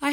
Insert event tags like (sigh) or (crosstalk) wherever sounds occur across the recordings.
I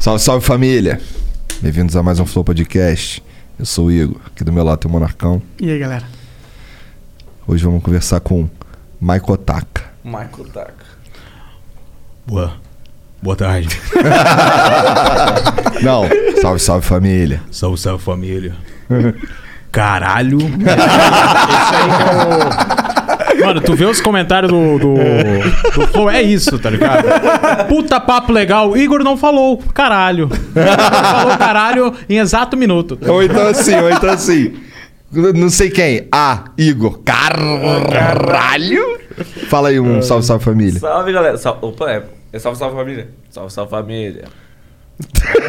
Salve, salve família! Bem-vindos a mais um Flow Podcast. Eu sou o Igor, aqui do meu lado tem o Monarcão. E aí, galera? Hoje vamos conversar com Michael Taka. Michael Taka. Boa. Boa tarde. (laughs) Não, salve, salve família. Salve, salve família. (laughs) Caralho. é Mano, tu vê os comentários do, do, do Flow, é isso, tá ligado? Puta papo legal, Igor não falou, caralho. falou caralho em exato minuto. Ou então assim, ou (laughs) então assim. Não sei quem. Ah, Igor. Caralho! Fala aí Ah. um salve, salve família. Salve, galera. Sal- Opa, é, é salve, salve família. Salve, salve família.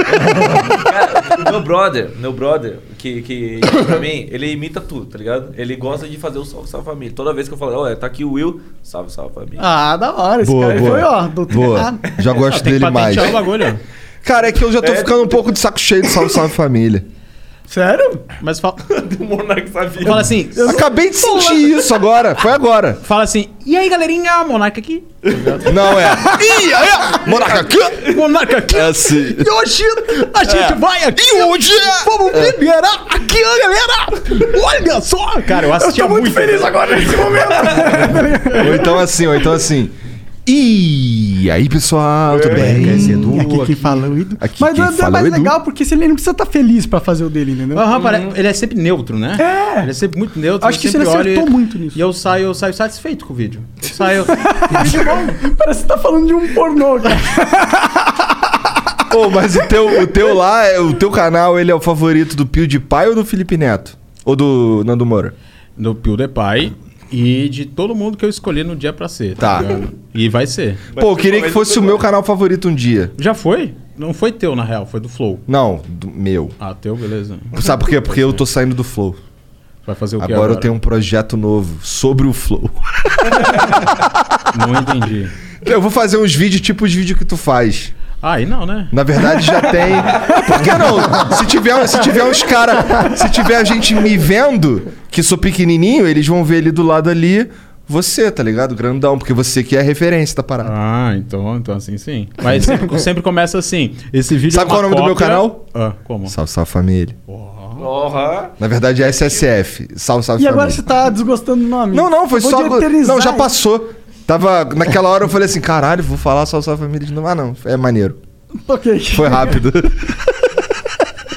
Cara, o meu brother, meu brother, que, que pra mim, ele imita tudo, tá ligado? Ele gosta de fazer o salve, salve família. Toda vez que eu falo, olha, tá aqui o Will, salve, salve família. Ah, da hora. Esse Boa, cara boa. foi, ó, do Boa. Já gosto Ah, Tem que dele mais. patentear o bagulho. Cara, é que eu já tô ficando um pouco de saco cheio de salve, salve família. Sério? Mas (laughs) fala, O Monark sabia. fala assim, Acabei de sentir isso agora. Foi agora. fala assim, e aí galerinha, (laughs) Monarca aqui. Não é. Ih, é. Monarca aqui. Monarca aqui. É assim. E hoje a gente vai aqui. E um hoje é- Vamos liberar aqui, galera. Olha só. Cara, eu assistia Tô muito feliz agora nesse momento. Ou então assim, ou então assim. E aí, pessoal, tudo É, bem? Quer dizer, Edu, aqui que fala o Edu. Aqui Mas quem é fala é mais o Edu. legal porque se ele não precisa estar feliz pra fazer o dele, entendeu? Uhum. Aham, pare- ele é sempre neutro, né? É. Ele é sempre muito neutro. Acho eu que sempre você acertou olho e- muito nisso. E eu saio, eu saio satisfeito com (laughs) o vídeo. Eu saio. Parece que você tá falando de um pornô, cara. Pô, mas o teu, o teu lá, é- o teu canal, ele é o favorito do PewDiePie ou do Felipe Neto? Ou do Nando Moura? no PewDiePie e de todo mundo que eu escolhi no dia pra ser. Tá. ligado? E vai ser. Pô, eu queria que fosse o meu canal favorito um dia. Já foi? Não foi teu, na real, foi do Flow. Não, do meu. Ah, teu, beleza. Sabe por quê? Porque eu tô saindo do Flow. Vai fazer o que Agora, eu tenho um projeto novo sobre o Flow. Não entendi. Então, Eu vou fazer uns vídeos tipo os vídeos que tu faz. Ah, e não, né? Na verdade já tem. Por que não? Se tiver, se tiver uns caras. Se tiver gente me vendo, que sou pequenininho, eles vão ver ali do lado ali você, tá ligado? Grandão, porque você que é a referência da parada. Ah, então, então assim sim. Mas sempre, sempre começa assim. Esse vídeo Sabe é uma qual é o nome do meu cópia- canal? Ah, como? Salve, salve família. Porra. Na verdade é SSF. Salve, salve E família. agora você tá desgostando do nome. Não, não, foi Vou só. de agora- eternizar Não, já isso. passou. Tava. Naquela hora eu falei assim, caralho, vou falar salve, salve família de novo. Ah, não. É maneiro. Ok. (laughs) Foi rápido.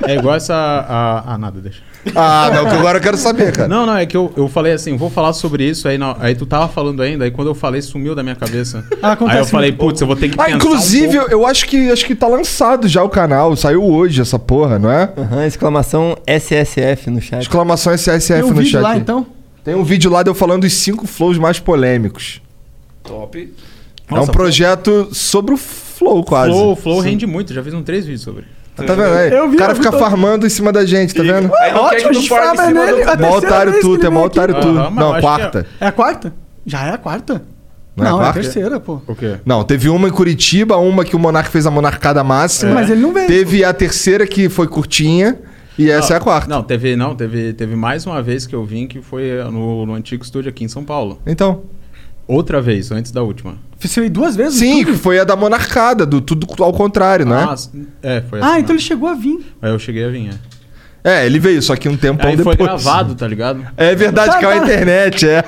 É igual essa. a- ah, nada, deixa. ah, não, que agora eu quero saber, cara. Não, não, é que eu, eu falei assim, vou falar sobre isso, aí, na- aí tu tava falando ainda, aí quando eu falei, sumiu da minha cabeça. Ah, acontece aí eu falei, muito. putz, eu vou ter que Ah, pensar um inclusive, pouco. eu- eu acho que acho que tá lançado já o canal. Saiu hoje essa porra, não é? Aham, exclamação SSF no chat. Exclamação SSF Tem um no vídeo chat. lá, então? Tem um vídeo lá de eu falando os cinco flows mais polêmicos. Top. é um projeto sobre o flow, quase. Flow, flow rende muito, já fiz um três vídeos sobre. Tá vendo aí? Eu vi, o cara eu vi fica todo. farmando em cima da gente, tá vendo? Aí não quer Ótimo, que é a tu gente forme em fala cima nele. do... é a Mó terceira otário vez que tu, ele é mó vem aqui. otário tu. Aham, mas eu Não, acho quarta. É a quarta? Já é a quarta? Não é a quarta? é a terceira, pô. O quê? Não, teve uma em Curitiba, uma que o Monark fez a monarcada máxima. Mas ele não veio. Teve a terceira que foi curtinha. E essa é a quarta. Não, teve, não, teve, teve mais uma vez que eu vim que foi no, no antigo estúdio aqui em São Paulo. Então. Outra vez, antes da última. Ah, Você veio duas vezes? Sim, que foi a da monarcada, do tudo ao contrário, né? Ah, s- é, foi Ah, essa então ele mesmo. chegou a vir. Aí eu cheguei a vir, é. É, ele veio, só que um tempão Aí foi depois. gravado, tá ligado? É verdade, Tá, (laughs) que é a tá. internet, é.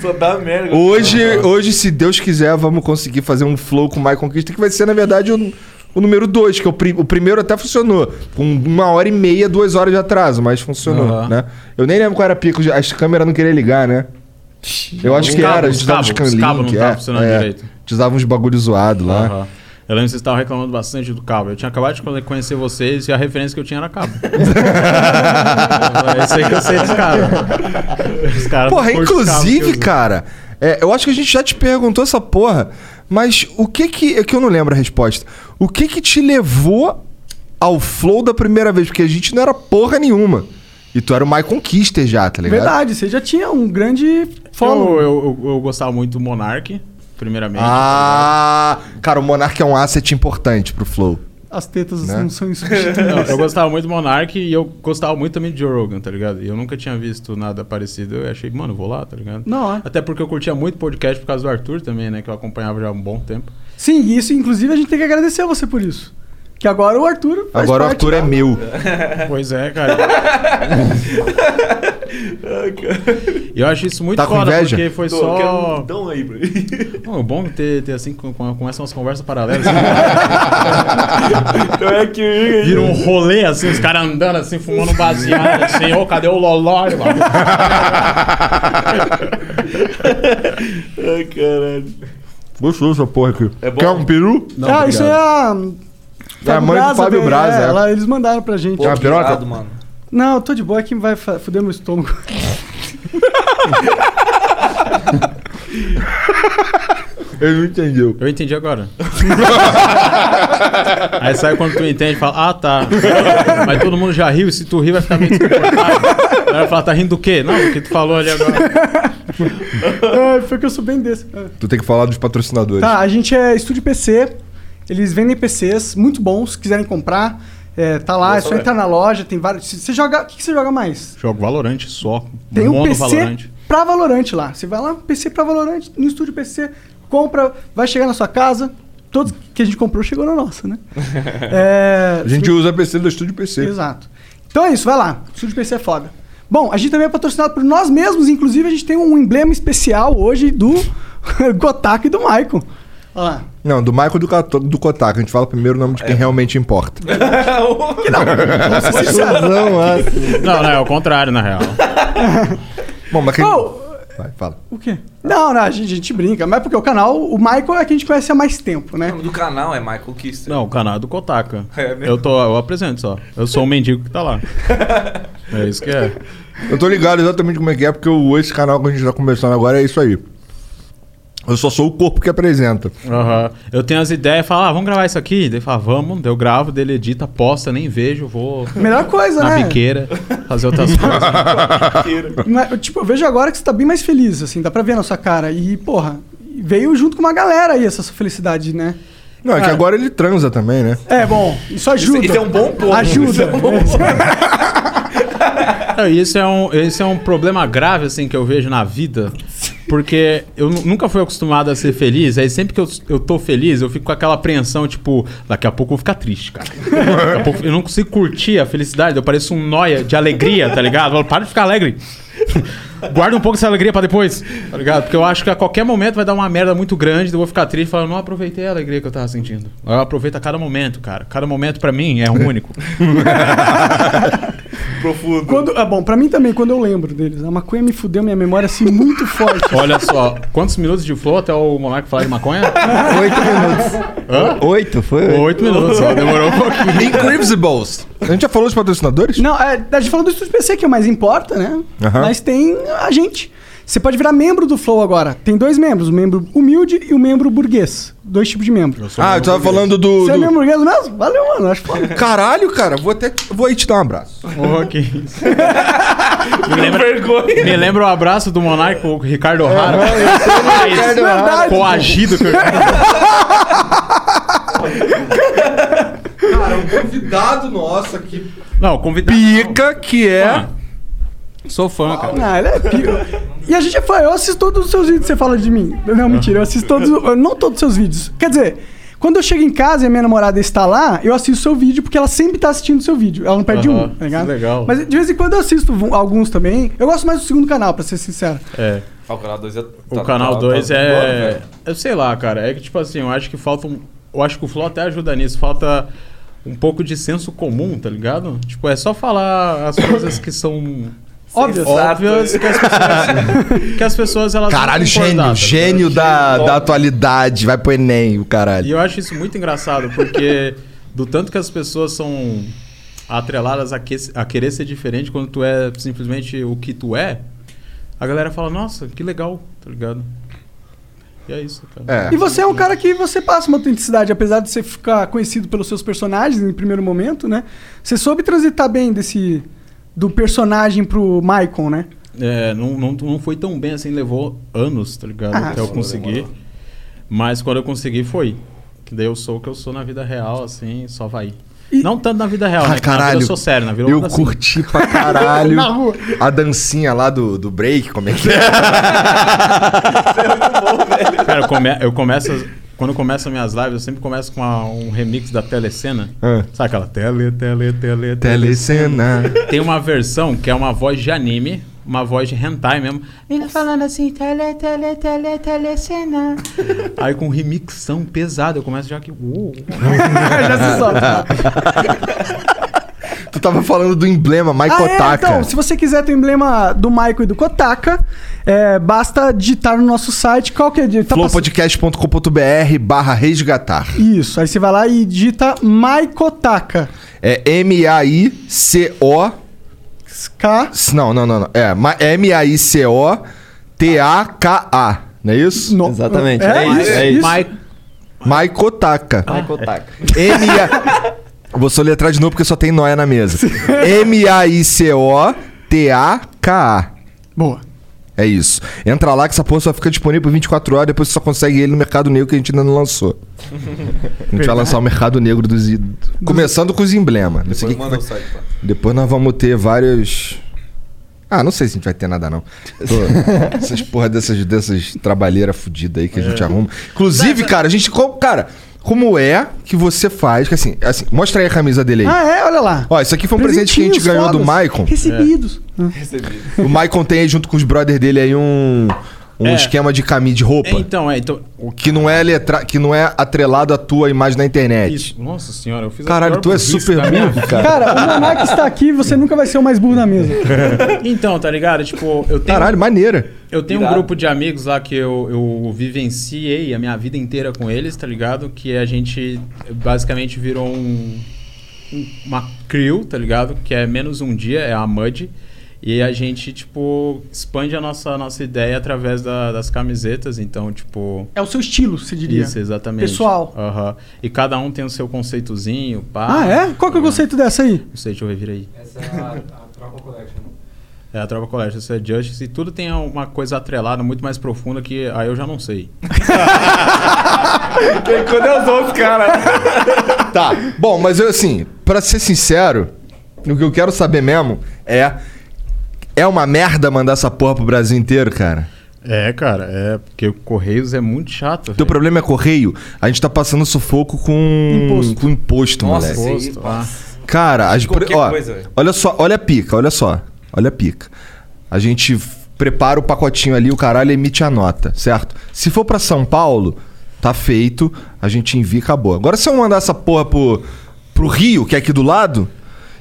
Só dá merda. Hoje, hoje, se Deus quiser, vamos conseguir fazer um flow com o My Conquista, que vai ser, na verdade, o, o número 2, que é o, pri- o primeiro até funcionou. Com uma hora e meia, duas horas de atraso, mas funcionou, Aham. né? Eu nem lembro qual era a pico, as câmeras não queriam ligar, né? Eu acho Os que cabos, era, os usava cabos, uns os cabos não canlink, estavam é, funcionando é. direito. A gente usava uns bagulho zoado lá. Aham. Eu lembro que vocês estavam reclamando bastante do cabo. Eu tinha acabado de quando- conhecer vocês e a referência que eu tinha (laughs) era cabo. é isso aí que eu sei dos caras. Os caras Porra, não curtem cabo que inclusive, eu- cara, é, eu acho que a gente já te perguntou essa porra, Mas o que que. É que eu não lembro a resposta. O que que te levou ao flow da primeira vez? Porque a gente não era porra nenhuma. E tu era o My Conquister já, tá ligado? É Verdade, você já tinha um grande Eu, follow. eu, eu, eu gostava muito do Monark, primeiramente. Ah, cara, o Monark é um asset importante pro flow. As tetas Né? não são insubstituíveis. Não, eu gostava muito do Monark e eu gostava muito também de Joe Rogan, tá ligado? E eu nunca tinha visto nada parecido. Eu achei, mano, vou lá, tá ligado? Não, é. Até porque eu curtia muito podcast por causa do Arthur também, né? Que eu acompanhava já há um bom tempo. Sim, e isso inclusive a gente tem que agradecer a você por isso. Que agora o Arthur faz Agora o parte. Arthur é (laughs) meu. Pois é, cara. E eu acho isso muito Tá com foda, inveja? porque foi Tô, quero só. um dão aí pra mim. Pô, é bom ter, ter assim, com, com, com essas conversas paralelas. Então é que Vira um rolê, assim, os caras andando assim, fumando baseado, assim, ô, cadê o Loló? irmão? Ai, caralho. Gostou dessa porra aqui. É bom? Quer um peru? Não, ah, obrigado. isso é a. É a mãe do Fábio velho, Braz, é, é. ela- eles mandaram pra gente. Pô. uma piroca? obrigado, mano. Não, eu tô de boa é que vai fa- fuder meu estômago. Ele não entendeu. Eu (laughs) entendi agora. Aí sai quando tu entende e fala, ah tá. Mas todo mundo já riu, se tu rir vai ficar meio desconfortável. Aí vai falar, tá rindo do quê? Não, o que tu falou ali agora. É, foi que eu sou bem desse. É. Tu tem que falar dos patrocinadores. Tá, a gente é estúdio PC. Eles vendem PCs muito bons, se quiserem comprar. é, tá lá, é só saber. entrar na loja, tem vários. se- Você joga. O que, que você joga mais? Jogo Valorante só. Tem um mono PC (laughs) Valorante. pra Valorante lá. Você vai lá, PC pra Valorante, no estúdio PC, compra, vai chegar na sua casa. Todos que a gente comprou chegou na nossa, né? É, A gente usa PC do estúdio PC. Exato. Então é isso, vai lá. Estúdio PC é foda. Bom, a gente também é patrocinado por nós mesmos, inclusive a gente tem um emblema especial hoje do (laughs) Gotak e do Maicon. Olha lá. Não, do Michael do, Cat- do Kotak. A gente fala primeiro o nome de quem realmente importa. Não, assim. Não, não, é o contrário, na real. Bom, mas quem... Oh, Vai, fala. o quê? Não, não, a gente, a gente brinca, mas porque o canal, o Michael é que a gente conhece há mais tempo, O né? nome do canal é Michael Kister. Não, o canal é do Kotaka. É mesmo? eu, tô, eu apresento só. Eu sou o mendigo que tá lá. É isso que é. (laughs) Eu tô ligado exatamente como é que é, porque o, esse canal que a gente tá começando agora é isso aí. Eu só sou o corpo que apresenta. Aham. Eu tenho as ideias, falo, ah, vamos gravar isso aqui? Daí fala, vamos, daí eu gravo, dele edita, posta, nem vejo, vou Melhor coisa, na né? biqueira, fazer outras (laughs) coisas. Mas, eu, tipo, eu vejo agora que você tá bem mais feliz, assim, dá pra ver na sua cara. E, porra, veio junto com uma galera aí essa sua felicidade, né? Não, é que Cara. agora ele transa também, né? É, bom, isso ajuda. isso é um bom ponto. Isso Ajuda. é um bom ponto. (laughs) Não, e Isso é, um, isso é um problema grave, assim, que eu vejo na vida. Porque eu nu- nunca fui acostumado a ser feliz. Aí sempre que eu, eu tô feliz, eu fico com aquela apreensão, tipo, daqui a pouco eu vou ficar triste, cara. Daqui a pouco eu não consigo curtir a felicidade. Eu pareço um noia de alegria, tá ligado? Eu falo, para de ficar alegre. Guarda um pouco essa alegria pra depois, tá ligado? Porque eu acho que a qualquer momento vai dar uma merda muito grande, eu vou ficar triste falando, não aproveitei a alegria que eu tava sentindo. Eu aproveito a cada momento, cara. Cada momento pra mim é único. (laughs) Profundo. (laughs) Quando, é bom, pra mim também, quando eu lembro deles. A maconha me fudeu minha memória assim muito forte. Olha só, quantos minutos de flow até o monarca falar de maconha? (laughs) Oito minutos. Oito? Foi oito? Oito minutos só, demorou um pouquinho. Incredibles. A gente já falou dos patrocinadores? Não, é, a gente falou do Estúdio PC, que é o mais importa, né? Aham. Mas tem a gente. Você pode virar membro do Flow agora. Tem dois membros, o membro humilde e o membro burguês. Dois tipos de membro. Ah, eu tava falando do... Você é do- membro burguês mesmo? Valeu, mano. Acho foda. Caralho, (laughs) cara, vou até... Vou aí te dar um abraço. Oh, que isso. Que vergonha. Me lembra o abraço do monarca com o Ricardo É, O'Hara. né, (laughs) Esse Verdade. Coagido (laughs) que eu... Cara, um convidado nosso aqui. Não, convidado. Ah. Pica que é... Sou fã, cara. Ah, ele é pico. E a gente é fã. Eu assisto todos os seus vídeos que você fala de mim. Não, mentira. Eu assisto todos... eu- Não todos os seus vídeos. Quer dizer... Quando eu chego em casa e a minha namorada está lá, eu assisto o seu vídeo, porque ela sempre está assistindo o seu vídeo. Ela não perde Aham, um, tá ligado? isso é legal. Mas de vez em quando eu assisto vu- alguns também. Eu gosto mais do segundo canal, pra ser sincero. É. Ah, o canal 2 é. O canal 2 tá é. eu sei lá, cara. É que, tipo assim, eu acho que falta. Um, eu acho que o Flow até ajuda nisso. Falta um pouco de senso comum, tá ligado? Tipo, é só falar as coisas que são. Óbvio. Óbvias que as pessoas, que as pessoas elas vão Caralho, concordar, gênio. tá ligado? Gênio da, Gênio. da atualidade. Vai pro Enem, o E caralho. eu acho isso muito engraçado, porque do tanto que as pessoas são atreladas a, que- a querer ser diferente quando tu é simplesmente o que tu é, a galera fala, nossa, que legal, tá ligado? E é isso, cara. É. E você é um cara que você passa uma autenticidade, apesar de você ficar conhecido pelos seus personagens em primeiro momento, né? Você soube transitar bem desse do personagem pro Maicon, né? É, não, não, não foi tão bem assim, levou anos, tá ligado? Ah, até eu sim. conseguir. Mas quando eu consegui, foi. Que daí eu sou o que eu sou na vida real, assim, só vai. E- Não tanto na vida real, Ah, né? Que Na vida caralho. eu sou sério, na vida Eu ando assim. curti pra caralho Na rua. a dancinha lá do, do break, como é que é? (laughs) Cara, eu, come- eu começo. Quando eu começo as minhas lives, eu sempre começo com uma- um remix da telecena. Ah. (laughs) Sabe aquela tele, tele, tele, Telecena. Tem uma versão que é uma voz de anime, uma voz de hentai mesmo. Ele falando assim, tele, tele, tele, telecena. Aí com remixão pesado, eu começo já que. "Uou". (laughs) Já se solta. Tu tava falando do emblema, Michael Ah, é, Taka. então, se você quiser ter o emblema do Maicon e do Kotaka, é, basta digitar no nosso site qualquer dia. Tá pass- flowpodcast.com.br barra resgatar. Isso, aí você vai lá e digita Maikotaka. É M-A-I-C-O... K. Não, não, não. não. É Ma- M-A-I-C-O-T-A-K-A. Não é isso? No- Exatamente. É, É isso, isso, é isso. Ah, isso. Mike, Michael Taka. Michael Taka. Ah, é. M A... Vou soletrar de novo porque só tem nóia na mesa. M-A-I-C-O-T-A-K-A. Boa. É isso. Entra lá que essa porra só fica disponível por 24 horas, depois você só consegue ele no Mercado Negro que a gente ainda não lançou. A gente vai lançar o Mercado Negro dos... id- Começando com os emblemas. Não sei Depois o que que manda vai- o site lá. Depois nós vamos ter vários. Ah, não sei se a gente vai ter nada, não. Tô- Essas porra dessas, dessas trabalheiras fodidas aí que a gente arruma. Inclusive, cara, a gente. co- Cara, como é que você faz? Que assim, assim, mostra aí a camisa dele aí. Ah, é? Olha lá. Ó, isso aqui foi um presente que a gente Presentinhos ganhou do fodas. Maicon. É. Recebidos. Ah. O Maicon tem aí junto com os brothers dele aí um. Um É. esquema de caminho de roupa. É, então, é, então. O que não é letra... que não é atrelado à tua imagem na internet. Isso. Nossa senhora, eu fiz a Caralho, pior tu é burrice super da minha burro, cara. Cara, o Monark está aqui, (laughs) você nunca vai ser o mais burro da mesa. (laughs) Então, tá ligado? Tipo, eu tenho, Caralho, maneira. eu tenho um Irado. grupo de amigos lá que eu, eu vivenciei a minha vida inteira com eles, tá ligado? Que a gente basicamente virou um, um- uma crew, tá ligado? Que é menos um dia, é a Mud. E a gente, tipo, expande a nossa, a nossa ideia através da- das camisetas. Então, tipo. É o seu estilo, você diria. Isso, exatamente. Pessoal. Aham. E cada um tem o seu conceitozinho, pá. Ah, é? Qual que é o conceito dessa aí? Uhum. Não sei, deixa eu revir aí. Essa é a, a Tropa Collection. É, a Tropa Colégio, isso é Justice. E tudo tem uma coisa atrelada muito mais profunda que aí eu já não sei. Quando é os outros, cara. Tá. Bom, mas eu assim, pra ser sincero, o que eu quero saber mesmo é. É uma merda mandar essa porra pro Brasil inteiro, cara. É, cara, é. Porque o Correios é muito chato. Teu problema é correio? A gente tá passando sufoco com. Imposto. Com imposto, Nossa, moleque. esse aí, Imposto, pá. Cara, as Qualquer ó, coisa, velho. olha só, olha a pica, olha só. Olha a pica. A gente f- prepara o pacotinho ali, o caralho emite a nota, certo? Se for pra São Paulo, tá feito, a gente envia e acabou. Agora se eu mandar essa porra pro, pro Rio, que é aqui do lado,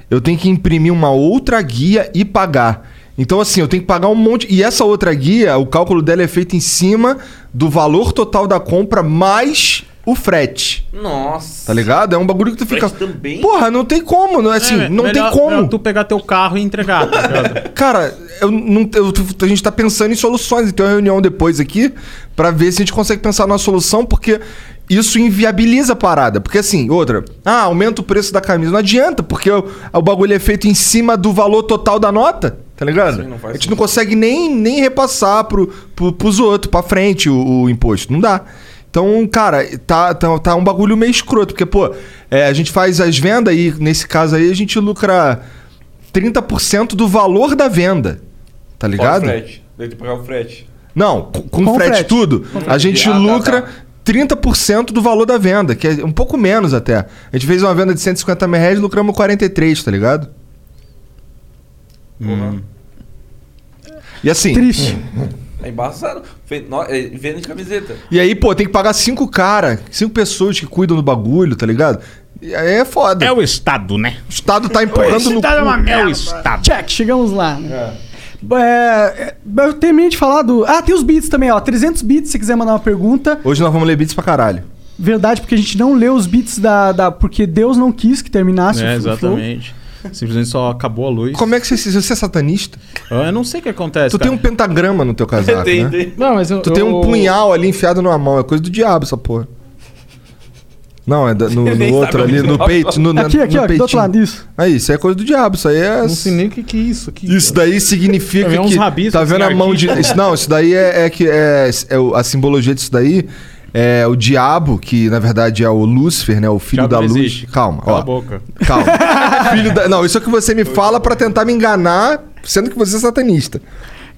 eu tenho que imprimir uma outra guia e pagar. Então, assim, eu tenho que pagar um monte. E essa outra guia, o cálculo dela é feito em cima do valor total da compra mais o frete. Nossa. Tá ligado? É um bagulho que tu fica. Frete também? Porra, não tem como, não é assim, não tem como. tu pegar teu carro e entregar, tá (laughs) ligado? Cara, eu não, eu- tu- a gente tá pensando em soluções. Tem uma reunião depois aqui pra ver se a gente consegue pensar numa solução, porque isso inviabiliza a parada. Porque assim, outra, ah, aumenta o preço da camisa. Não adianta, porque o, o bagulho é feito em cima do valor total da nota, tá ligado? não a faz gente sentido. não consegue nem, nem repassar pro, pro, pros outros, pra frente, o, o imposto. Não dá. Então, cara, tá, tá, tá um bagulho meio escroto, porque, pô, é, a gente faz as vendas e, nesse caso aí, a gente lucra 30% do valor da venda. Tá Fora o ligado? frete. Daí tu pagar o frete. Não, com, com Com frete, frete. tudo, a gente Ah, tá, lucra tá. 30% do valor da venda, que é um pouco menos até. A gente fez uma venda de 150 mil reais e lucramos 43, tá ligado? Hum. Porra. E assim. Triste. É embaçado. Fe- no- é, Venda de camiseta. E aí, pô, tem que pagar cinco cara, cinco pessoas que cuidam do bagulho, tá ligado? E aí é foda. o Estado, né? O Estado (laughs) tá empurrando no. cu. É o Estado. Check, chegamos lá. Né? É, eu terminei de falar do... Ah, tem os beats também, ó. 300 beats, se quiser mandar uma pergunta. Hoje nós vamos ler beats pra caralho. Verdade, porque a gente não leu os beats da... da- porque Deus não quis que terminasse É, o flow. exatamente. Simplesmente só acabou a luz. Ah, Ah, Como é que você se. Você é satanista? Eu não sei o que acontece. Tu tem um pentagrama no teu casaco, Tem, né? tem. Não, mas eu, Tu tem um eu- punhal ali enfiado numa mão. É coisa do diabo essa porra. Não, é da- (laughs) no, no nem outro sabe é ali, onde no tá. peito, no, na- Aqui, aqui, no ó, do outro peitinho. lado, isso. Aí, isso aí é coisa do diabo, isso aí é... Não sei nem o que, que é isso. aqui. Isso daí significa É uns que... rabiscos, tá vendo a assim, mão de... (laughs) Isso, não, isso daí é, é que... É, é o- a simbologia disso daí é o diabo, que na verdade é o Lúcifer, né? O filho Diabo da não luz. existe. Calma, Cala ó. a boca. Calma. (laughs) filho da... Não, isso é o que você me fala pra tentar me enganar, sendo que você é satanista.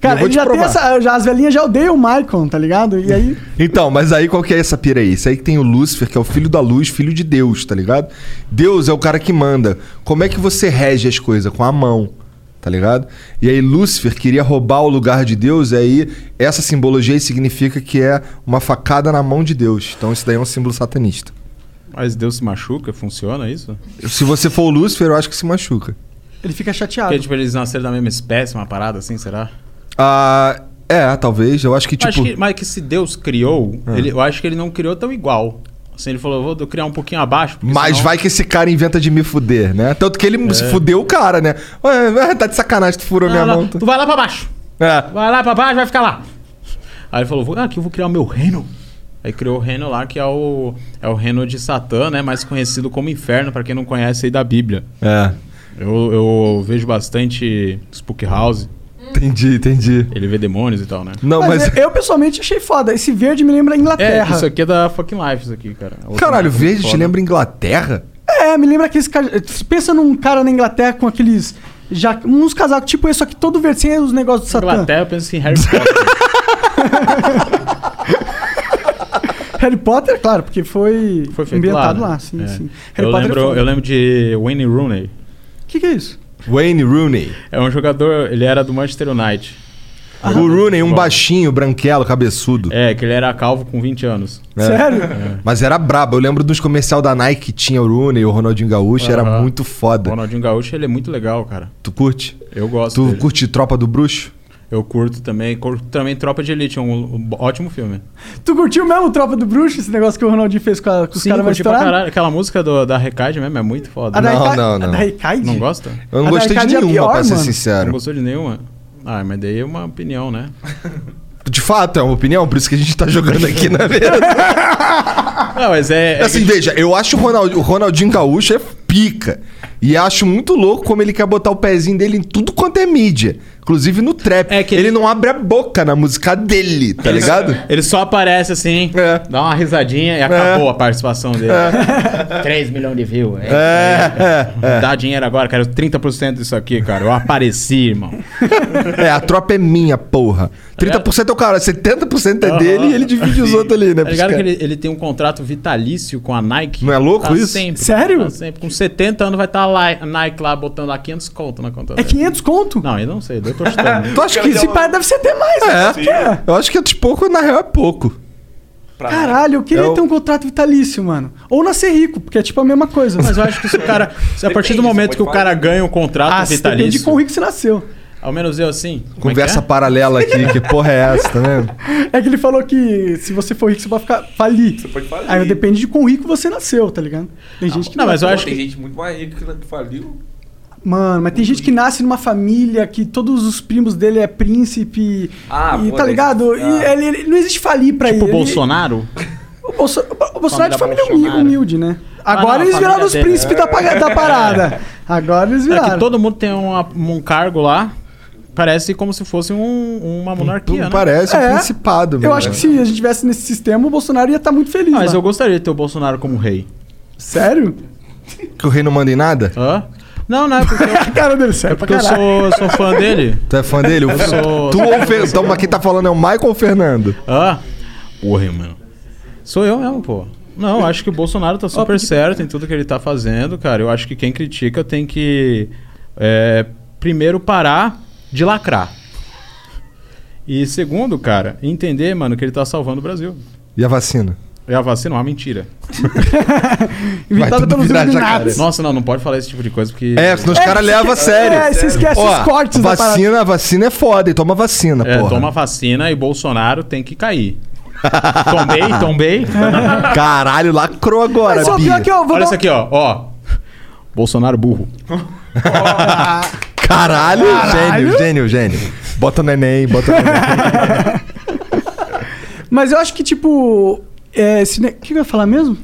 Eu Cara, vou ele te já tem provar. essa. Já, as velhinhas já odeiam o Maicon, tá ligado? E aí. Então, mas aí qual que é essa pira aí? Isso aí que tem o Lúcifer, que é o filho da luz, filho de Deus, tá ligado? Deus é o cara que manda. Como é que você rege as coisas? Com a mão, tá ligado? E aí Lúcifer queria roubar o lugar de Deus, e aí essa simbologia aí significa que é uma facada na mão de Deus. Então isso daí é um símbolo satanista. Mas Deus se machuca? Funciona isso? Se você for o Lúcifer, eu acho que se machuca. Ele fica chateado. Porque, tipo, eles nasceram da mesma espécie, uma parada assim, será? Ah, é, talvez. Eu acho que tipo... Acho que, mas que se Deus criou, Ah. ele- eu acho que ele não criou tão igual. Assim, ele falou, vou criar um pouquinho abaixo. porque Mas senão- É. vai que esse cara inventa de me fuder, né? Tanto que ele se fudeu o cara, né? Ué, tá de sacanagem, tu furou Ah, minha lá, mão. Tu vai lá pra baixo. É. Vai lá pra baixo, vai ficar lá. Aí ele falou, vou- ah, aqui eu vou criar o meu reino. Aí criou o reino lá, que é o, é o reino de Satã, né? Mais conhecido como inferno, pra quem não conhece aí da Bíblia. É. Eu, eu vejo bastante Spook House, Entendi, entendi. ele vê demônios e tal, né? Não, Mas, é mas. eu, eu, pessoalmente achei foda. Esse verde me lembra a É, Inglaterra. isso aqui é da fucking life, isso aqui, cara. Outra Caralho, marca verde muito te foda. lembra Inglaterra? É, me lembra aqueles. ca- Pensa num cara na Inglaterra com aqueles. Já, uns casacos tipo esse, só que todo verde sem os negócios do Satã. Inglaterra, eu penso em Harry Potter. (laughs) Harry Potter, claro, porque foi, Foi feito ambientado lá, lá, né? sim, É. sim. Harry eu, Potter lembro, eu lembro de Wayne Rooney. O que, que é isso? Wayne Rooney. É um jogador, ele era do Manchester United. o Rooney, um Bom. baixinho, branquelo, cabeçudo. É, que ele era calvo com 20 anos. É. Sério? Mas era brabo. Eu lembro dos comercial da Nike que tinha o Rooney, o Ronaldinho Gaúcho. Era Aham. muito O foda. Ronaldinho Gaúcho, ele é muito legal, cara. Tu curte? Eu gosto Tu dele. curte Tropa do Bruxo? Eu curto também. Curto também Tropa de Elite, é um, um ótimo filme. Tu curtiu mesmo o Tropa do Bruxo, esse negócio que o Ronaldinho fez com, a- com os Sim, caras mais curti pra estourados? caralho. Aquela música do- da Recaid mesmo é muito foda. A da Não, Ica- não, a não. da Icaide? Não gosta? Eu não A da gostei de Arcade é a nenhuma, pior, pra ser mano. Não sincero. gostou de nenhuma? Ah, mas daí é uma opinião, né? De fato, é uma opinião, por isso que a gente tá jogando aqui na mesa. (laughs) Não, mas é... é assim, que- veja, eu acho o, Ronald- o Ronaldinho Gaúcho é pica. E acho muito louco como ele quer botar o pezinho dele em tudo quanto é mídia. Inclusive no trap. É que ele... ele- não abre a boca na música dele, tá ligado? Ele só aparece assim, É. dá uma risadinha e acabou a participação dele. 3 milhões de views. É, é, Dá dinheiro agora, quero 30% disso aqui, cara. Eu apareci, irmão. É, a tropa é minha, porra. 30% é o cara, 70% é dele e ele divide os outros ali, né? Tá ligado que piscando? ele, ele tem um contrato vitalício com a Nike? Não é louco Tá isso? sempre, Sério? tá sempre. Com 70 anos vai estar lá, a Nike lá botando lá 500 conto na conta É dele. 500 conto? Não, eu não sei, eu tô (laughs) chutando. Tu acha que Esse isso... pai deve ser até mais. né? Porque, É, eu acho que é de pouco, na real é pouco. Pra- Caralho, eu queria É o- ter um contrato vitalício, mano. Ou nascer rico, porque é tipo a mesma coisa. Mas eu acho que se o cara. Se (laughs) é a partir do Depende, momento você que o pode cara falar. ganha um contrato Ah, depende de vitalício. quão rico você nasceu. Ao menos eu assim. como é que Conversa é? paralela aqui, que porra é essa, tá vendo? É que ele falou que se você for rico, você vai ficar falir. Você pode falir. Aí depende de quão rico você nasceu, tá ligado? Tem gente que Ah, Não, mas eu Pô, acho tem que. gente muito mais rica que faliu. Mano, mas tem gente que nasce numa família que todos os primos dele é príncipe. Ah, e, pô, tá daí- ligado? E ah. ele, ele- não existe falir pra Tipo o ele. Bolsonaro? O, Bolso- o Bolsonaro é de família Família humilde, Bolsonaro. humilde, né? Agora Ah, não, a eles viraram família os dele. príncipes da, paga- da (laughs) parada. Agora eles É viraram. que todo mundo tem uma- um cargo lá. Parece como se fosse um- uma monarquia, né? Parece um É. principado, Eu mano. acho que se a gente tivesse nesse sistema, o Bolsonaro ia estar muito feliz. Ah, mas lá. eu gostaria de ter o Bolsonaro como rei. Sério? Que o rei não manda em nada? Hã? Não, não, é porque eu, (laughs) A cara dele, sério. é porque eu sou, sou fã dele. Tu é fã dele? Eu sou- Tu ou o Fer... Então, mas quem tá falando é o Michael ou o Fernando? Hã? Porra, mano. Sou eu mesmo, pô. Não, acho que o Bolsonaro tá super certo em tudo que ele tá fazendo, cara. Eu acho que quem critica tem que é, primeiro parar de lacrar. E segundo, cara, entender, mano, que ele tá salvando o Brasil. E a vacina? É a vacina, é (laughs) uma mentira. Inventado tudo pelos virar iluminados. Nossa, não, não pode falar esse tipo de coisa, porque. É, senão os caras levam a sério. É, você esquece Ó, os cortes da parada. vacina, vacina é foda, e toma vacina, É, porra. toma vacina e Bolsonaro tem que cair. tombei, (laughs) tombei. Caralho, lacrou agora, Mas, ó, pior Bia. que eu vou Olha dar- um- isso aqui, ó. Ó. Bolsonaro burro. (laughs) Caralho, gênio, gênio, gênio. Bota no Enem, bota no Enem. Mas eu acho que, tipo. É, esse ne- O que eu ia falar mesmo?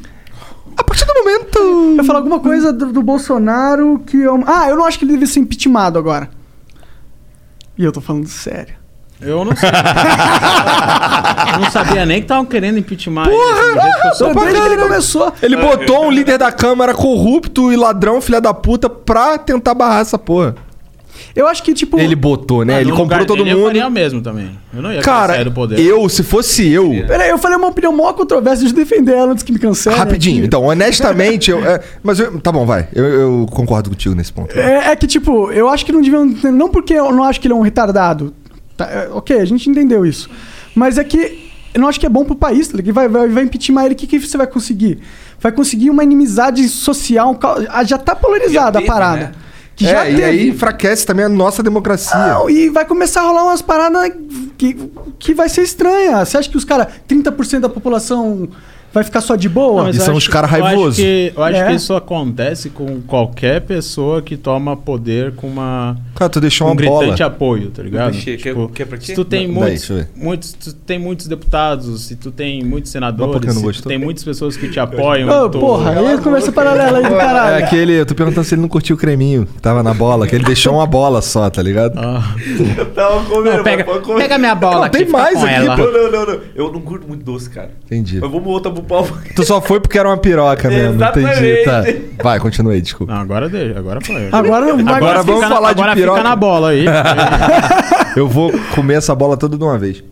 A partir do momento. Eu ia falar alguma coisa do, do Bolsonaro que eu. Ah, eu não acho que ele deve ser impeachmentado agora. E eu tô falando sério. (laughs) Eu não sei. Eu não sabia nem que estavam querendo impeachment. ele, do jeito que eu sou. Desde que ele começou. É. Ele botou um líder da Câmara corrupto e ladrão, filha da puta, pra tentar barrar essa porra. Eu acho que, tipo. Ele botou, né? Ah, ele no comprou lugar todo dele, Eu faria mundo. o mesmo também. Eu não ia Cara, sair do poder. é. eu, se fosse eu. Peraí, eu falei uma opinião mó controversa, deixa eu defender ela antes que me cancele. Rapidinho, então, honestamente, eu. é, mas eu- tá bom, vai. Eu, eu concordo contigo nesse ponto. É, é que, tipo, eu acho que não deviam. Não porque eu não acho que ele é um retardado. Tá, é, ok, a gente entendeu isso. Mas é que eu não acho que é bom pro país, tá ligado? Vai, vai, vai impeachment ele, o que, que você vai conseguir? Vai conseguir uma inimizade social. um ca- ah, Já tá polarizada Já teve, a parada. né? Que É, já e teve. aí enfraquece também a nossa democracia. Não, e vai começar a rolar umas paradas que, que vai ser estranha. Você acha que os caras, 30% da população vai ficar só de boa? Não, mas E eu são acho os que- cara eu acho raivoso. que- Eu acho É. que isso acontece com qualquer pessoa que toma poder com uma. Cara, tu deixou um uma bola. gritante apoio, tá ligado? Vixe, quer- quer pra quê? se tu tem Não, daí, muitos, deixa eu ver. muitos, tu tem muitos deputados, se tu tem muitos Mas por que senadores, não se tu gostou? tem muitas pessoas que te apoiam. Ô, tu- porra, aí conversa paralela aí do É caralho. aquele, eu tô perguntando se ele não curtiu o creminho que tava na bola, que ele deixou uma bola só, tá ligado? Ah. Tava comendo, Não, pega, mas pode comer. pega minha bola Não, aqui, tem fica mais com aqui, ela. Não, não, não, não. Eu não curto muito doce, cara. Entendi. Mas vamos voltar pro pau. (laughs) Tu só foi porque era uma piroca mesmo, entendi. Tá. Exatamente. Vai, continua aí, desculpa. Não, agora deixa, agora apoia. Agora, Agora fica vamos na- falar de agora piroca. fica na bola (laughs) aí. Eu vou comer essa bola toda de uma vez.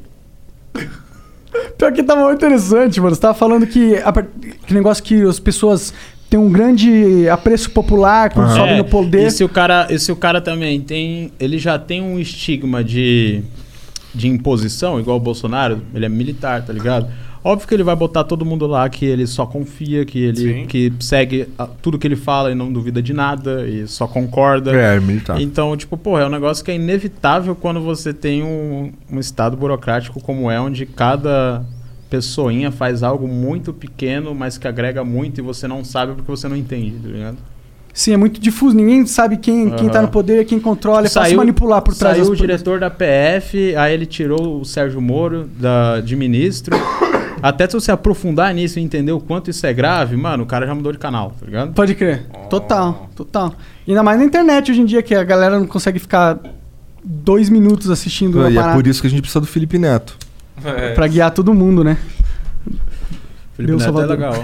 Pior que tava muito interessante, mano. Você tava falando que, a par- que negócio que as pessoas têm um grande apreço popular quando sobem É, no poder. E se o cara, e se o cara também tem, ele já tem um estigma de, de imposição, igual o Bolsonaro, ele é militar, tá ligado? Óbvio que ele vai botar todo mundo lá que ele só confia, que ele Sim. que segue a- tudo que ele fala e não duvida de nada e só concorda. É, Tá. militar. Então, tipo, porra, é um negócio que é inevitável quando você tem um, um estado burocrático como é, onde cada pessoinha faz algo muito pequeno, mas que agrega muito e você não sabe porque você não entende, tá ligado? Sim, é muito difuso. Ninguém sabe quem, quem tá Aham. no poder, quem controla. É fácil Saiu- manipular por trás Saiu das o coisas. diretor da PF, aí ele tirou o Sérgio Moro da, de ministro. Até se você aprofundar nisso e entender o quanto isso é grave, mano, o cara já mudou de canal, tá ligado? Pode crer. Total, total. Ainda mais na internet hoje em dia, que a galera não consegue ficar dois minutos assistindo uma e é parada por isso que a gente precisa do Felipe Neto. É. pra guiar todo mundo, né? Deu Felipe Neto é Salvador. legal.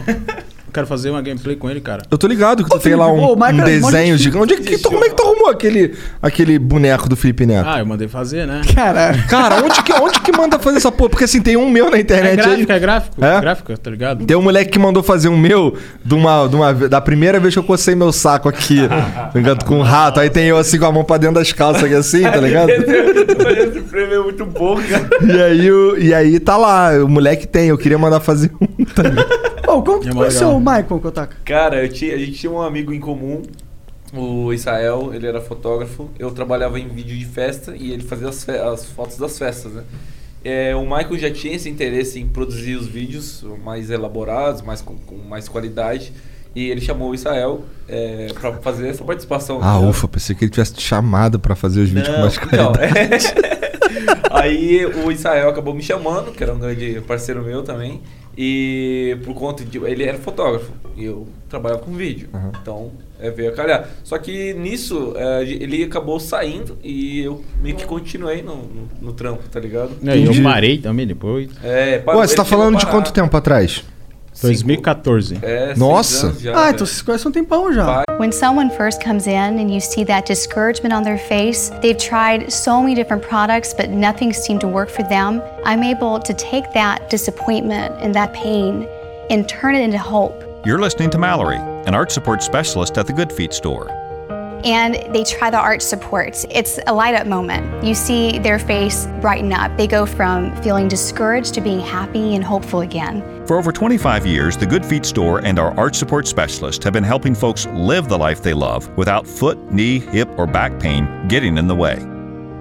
Eu quero fazer uma gameplay com ele, cara. Eu tô ligado que tu Ô, tem Felipe, lá um, ô, mas, um cara, desenho mas- gigante. Onde é que tu, como é que tu arrumou aquele, aquele boneco do Felipe Neto? Ah, eu mandei fazer, né? (laughs) Caralho. Cara, onde que, onde que manda fazer essa porra? Porque assim, tem um meu na É internet aí. gráfico, é gráfico, É? é gráfico, tá ligado? Tem um moleque que mandou fazer um meu de uma, de uma- da primeira vez que eu cocei meu saco aqui, (laughs) tá ligado? com um rato. Aí tem eu assim com a mão pra dentro das calças aqui assim, tá (laughs) ligado? Esse prêmio é muito bom, cara. E aí, o- e aí tá lá, o moleque tem, eu queria mandar fazer um. Pô, como que É tu mó conheceu legal. o Michael Kotaka? Cara, eu tinha- a gente tinha um amigo em comum, o Israel, ele era fotógrafo. Eu trabalhava em vídeo de festa e ele fazia as, fe- as fotos das festas, né? É, o Michael já tinha esse interesse em produzir os vídeos mais elaborados, mais com, com mais qualidade. E ele chamou o Israel é, pra fazer essa participação. Ah, entendeu? ufa, pensei que ele tivesse te chamado pra fazer os vídeos com Não, mais então, qualidade. é. (laughs) Aí o Israel acabou me chamando, que era um grande parceiro meu também. E por conta de. Ele era fotógrafo e eu trabalhava com vídeo. Então é, veio a calhar. Só que nisso é, ele acabou saindo e eu meio que continuei no, no, no trampo, tá ligado? E aí Entendi. eu parei também depois. É, parou- Ué, você ele tá chegou falando a de parar. quanto tempo atrás? Cinco- 2014. É, seis Nossa. anos já, Ah, velho. então vocês conhecem um tempão já. When someone first comes in and you see that discouragement on their face, they've tried so many different products, but nothing seemed to work for them. I'm able to take that disappointment and that pain and turn it into hope. You're listening to Mallory, an art support specialist at the Good Feet store. And they try the arch supports. It's a light up moment. You see their face brighten up. They go from feeling discouraged to being happy and hopeful again. For over 25 years, the Good Feet store and our art support specialist have been helping folks live the life they love without foot, knee, hip, or back pain getting in the way.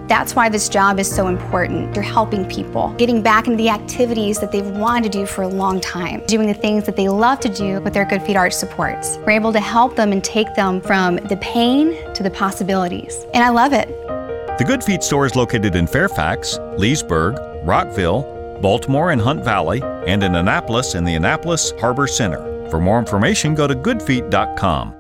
That's why this job is so important. You're helping people, getting back into the activities that they've wanted to do for a long time, doing the things that they love to do with their Good Feet Arch supports. We're able to help them and take them from the pain to the possibilities. And I love it. The Good Feet store is located in Fairfax, Leesburg, Rockville, Baltimore and Hunt Valley, and in Annapolis in the Annapolis Harbor Center. For more information, go to goodfeet.com.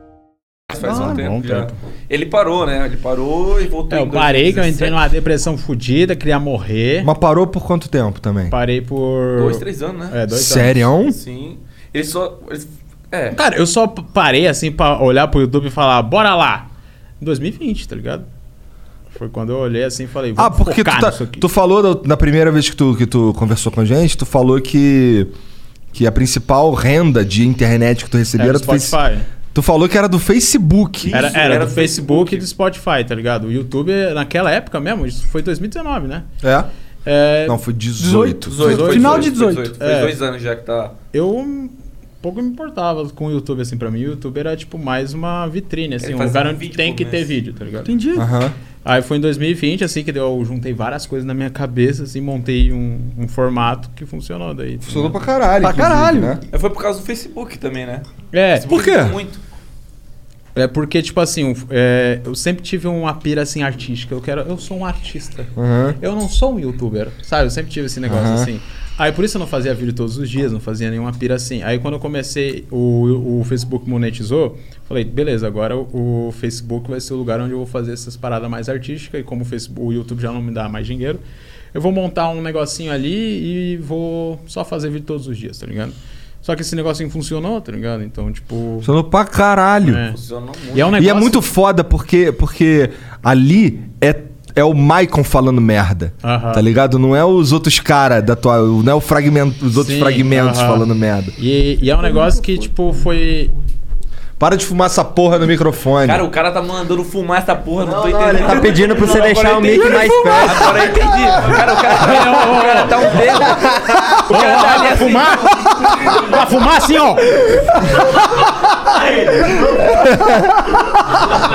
Faz um (laughs) tempo, já. Ele parou, né? Ele parou e voltou Ah, É, eu em parei, que eu entrei 2017. numa depressão fodida, queria morrer. Mas parou por quanto tempo também? Parei por. Dois, três anos, né? É, dois Sério? anos. Sim. assim. Ele só. ele- é. Cara, eu só p- parei assim pra olhar pro YouTube e falar, bora lá! Em 2020, tá ligado? Foi quando eu olhei assim e falei, Ah, porque tu, focar tá- nisso aqui. tu falou da, na primeira vez que tu, que tu conversou com a gente, tu falou que, que a principal renda de internet que tu recebia Era era, do do Facebook. É, Spotify. Tu falou que era do Facebook. Era, era, do Facebook e do Spotify, tá ligado? O YouTube, naquela época mesmo, isso foi 2019, né? É? É, Não, foi 18. 18, Final de 18. 18. Faz dois anos já que tá. Eu um pouco me importava com o YouTube, assim, pra mim. O YouTube era, tipo, mais uma vitrine, assim, Ele um fazia lugar um onde vídeo tem por que ter mês. vídeo, tá ligado? Entendi. Aham. Aí foi em 2020, assim, que deu- eu juntei várias coisas na minha cabeça, assim, montei um, um formato que funcionou daí. tá Funcionou pra ligado? caralho. Pra inclusive, caralho. Né? É, Foi por causa do Facebook também, né? É, Facebook Por quê? ajudou Muito. é porque, tipo assim, um- é, eu sempre tive uma pira, assim, artística. Eu quero... Eu sou um artista. Aham. Eu não sou um youtuber, sabe? Eu sempre tive esse negócio Aham. assim. Aí por isso eu não fazia vídeo todos os dias, não fazia nenhuma pira assim. Aí quando eu comecei, o, o Facebook monetizou, falei, beleza, agora o, o Facebook vai ser o lugar onde eu vou fazer essas paradas mais artísticas. E como o, Facebook, o YouTube já não me dá mais dinheiro, eu vou montar um negocinho ali e vou só fazer vídeo todos os dias, tá ligado? Só que esse negocinho funcionou, tá ligado? Então, tipo. Funcionou pra caralho. é. Funcionou muito. E é um negócio. E é muito foda porque, porque ali é, é o Maicon falando merda. Aham. Tá ligado? Não é os outros caras da tua. Não é o fragmento, os outros Sim, fragmentos aham. falando merda. E, e é um negócio que, tipo, foi. Para de fumar essa porra no microfone. Cara, o cara tá mandando fumar essa porra, não, Não, tô entendendo. ele tá pedindo pra você Agora deixar eu o mic entendi. mais perto. Agora eu entendi. Cara, o cara, o cara tá (laughs) um dedo. O cara tá ali assim. Fumar! (laughs) pra fumar assim, ó!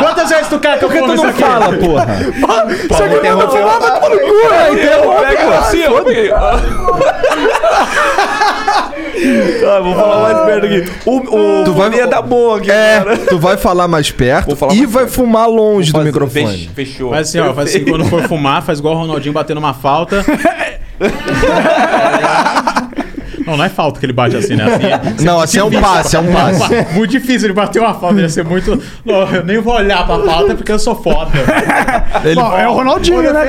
Quantas vezes tu quer que eu Por que tu fume isso não aqui? fala, e porra? Você que eu falar, vai tomar no cu, velho. Pega assim, ó. Ah, vou falar mais perto aqui. O, tu vai ia dar boa aqui, É, cara. tu vai falar mais perto Vou falar e mais vai fumar longe um do microfone. Fech- Fechou. Faz assim, ó, faz assim, quando for fumar, faz igual o Ronaldinho batendo (laughs) uma falta. Não, não é falta que ele bate assim, né? Assim é- Não, assim é um passe, é um passe. (laughs) Muito difícil ele bater uma falta, ia ser muito. Não, eu nem vou olhar pra falta porque eu sou foda. Ele Ó, é o Ronaldinho, né?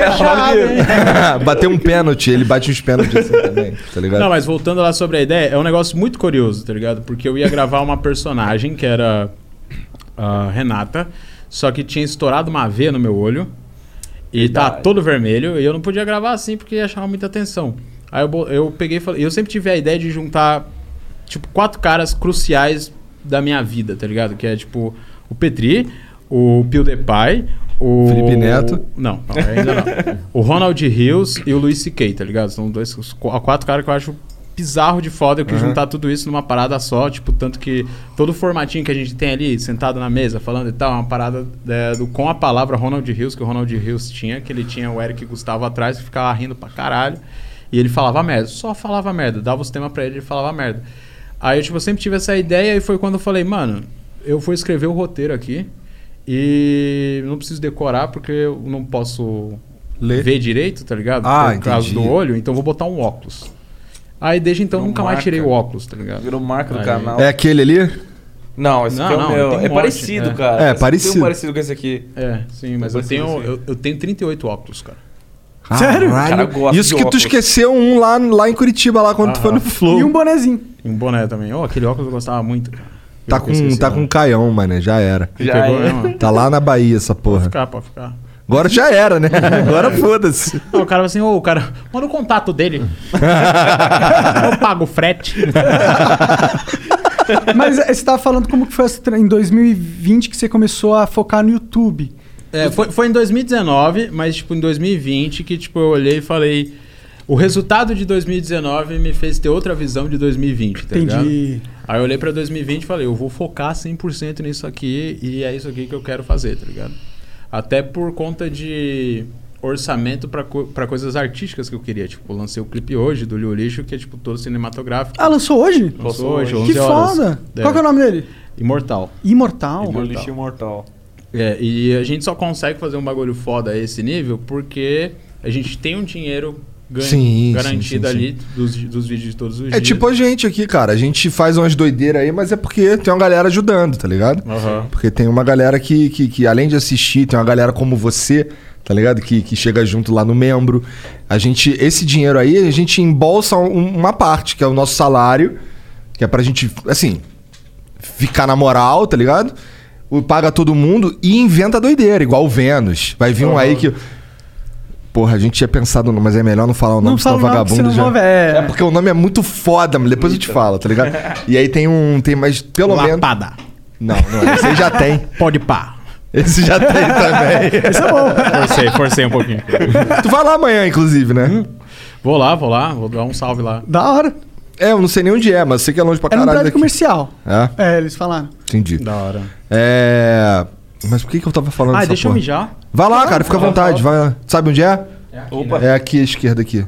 (laughs) Bater um pênalti, ele bate uns pênaltis assim também, tá ligado? Não, mas voltando lá sobre a ideia, é um negócio muito curioso, tá ligado? Porque eu ia gravar uma personagem que era a Renata, só que tinha estourado uma veia no meu olho e tá todo vermelho e eu não podia gravar assim porque achava muita atenção. Aí eu, bo- eu peguei e falei, eu sempre tive a ideia de juntar tipo quatro caras cruciais da minha vida, tá ligado? Que é tipo o Petri, o Pio Depay, o Felipe Neto. não, não, (laughs) ainda não. o Ronald Hills e o Luis C.K., tá ligado? São dois, os qu- quatro caras que eu acho bizarro de foda. Eu quis juntar tudo isso numa parada só, tipo, tanto que todo o formatinho que a gente tem ali, sentado na mesa, falando e tal, é uma parada é, do, com a palavra Ronald Hills, que o Ronald Hills tinha, que ele tinha o Eric Gustavo atrás, que ficava rindo pra caralho. E ele falava merda, só falava merda. Dava os temas pra ele, ele falava merda. Aí, tipo, eu sempre tive essa ideia e foi quando eu falei, mano, eu vou escrever o roteiro aqui. E não preciso decorar porque eu não posso Ler. ver direito, tá ligado? Ah, Por causa entendi. do olho, então eu vou botar um óculos. Aí desde então Não nunca marca. mais tirei o óculos, tá ligado? Virou marca do Aí. canal. É aquele ali? Não, esse Não, aqui é o não, meu. tem um É monte, parecido, é. cara. É, Esse Tem parecido. um parecido com esse aqui. É, sim, mas Eu eu preciso tenho, assim. eu, eu tenho 38 óculos, cara. Sério? Caralho. Cara, eu gosto Isso de que tu óculos. esqueceu um lá, lá em Curitiba, lá quando tu foi no Flow. E um bonezinho. Ah. E um boné também. Oh, aquele óculos eu gostava muito, cara. Tá Eu esqueci, com, tá né? com um caião, mano, já era. Me Já pegou é. mesmo? Tá lá na Bahia essa porra. Ficar, pode ficar. Agora já era, (laughs) né? Agora foda-se. Não, o cara vai assim, ô, o cara, manda o (laughs) contato dele. eu pago o frete. Mas é, você tava falando como que foi essa tra- em 2020 que você começou a focar no YouTube. É, foi, foi em 2019, mas tipo em 2020 que tipo eu olhei e falei, o resultado de 2019 me fez ter outra visão de 2020, tá ligado? Entendi. Aí eu olhei pra 2020 e falei, eu vou focar 100% nisso aqui e é isso aqui que eu quero fazer, tá ligado? Até por conta de orçamento pra, co- pra coisas artísticas que eu queria. Tipo, eu lancei o clipe hoje do Liu Lixo, que é tipo todo cinematográfico. Ah, lançou hoje? Lançou hoje, 11 Que horas. foda. Qual que é o nome dele? Imortal. Imortal. Imortal. Lixo imortal. É, e a gente só consegue fazer um bagulho foda a esse nível porque a gente tem um dinheiro ganho, Sim, garantido sim, sim, ali Dos, dos vídeos de todos os dias. É tipo a gente aqui, cara. A gente faz umas doideiras aí, mas é porque tem uma galera ajudando, tá ligado? Aham. Porque tem uma galera que, que, que, além de assistir, tem uma galera como você, tá ligado? Que, que chega junto lá no membro. A gente, esse dinheiro aí, a gente embolsa um- uma parte, que é o nosso salário, que é pra gente, assim, ficar na moral, tá ligado? O- Paga todo mundo e inventa doideira, igual o Vênus. Vai vir um aí que. Porra, a gente tinha pensado, no- mas é melhor não falar o nome, Não fala senão o nome, vagabundo senão já. vou- é. É porque o nome é muito foda, mas depois eu te falo, tá ligado? E aí tem um. Tem mais. Pelo menos. Lapada. Não, não, esse aí já tem. Pode pá. Esse já tem (laughs) também. Esse é bom. Forcei, forcei um pouquinho. Tu vai lá amanhã, inclusive, Hum, né? Vou lá, vou lá, vou dar um salve lá. Da hora. É, eu não sei nem onde é, mas sei que é longe pra É num caralho. prédio daqui. comercial. É? É, eles falaram. Entendi. Da hora. É. Mas por que, que eu tava falando Ah, dessa deixa eu porra? mijar. Vai lá, cara, fica à vontade. Vai lá. Sabe onde é? É aqui, Opa. É aqui à esquerda aqui.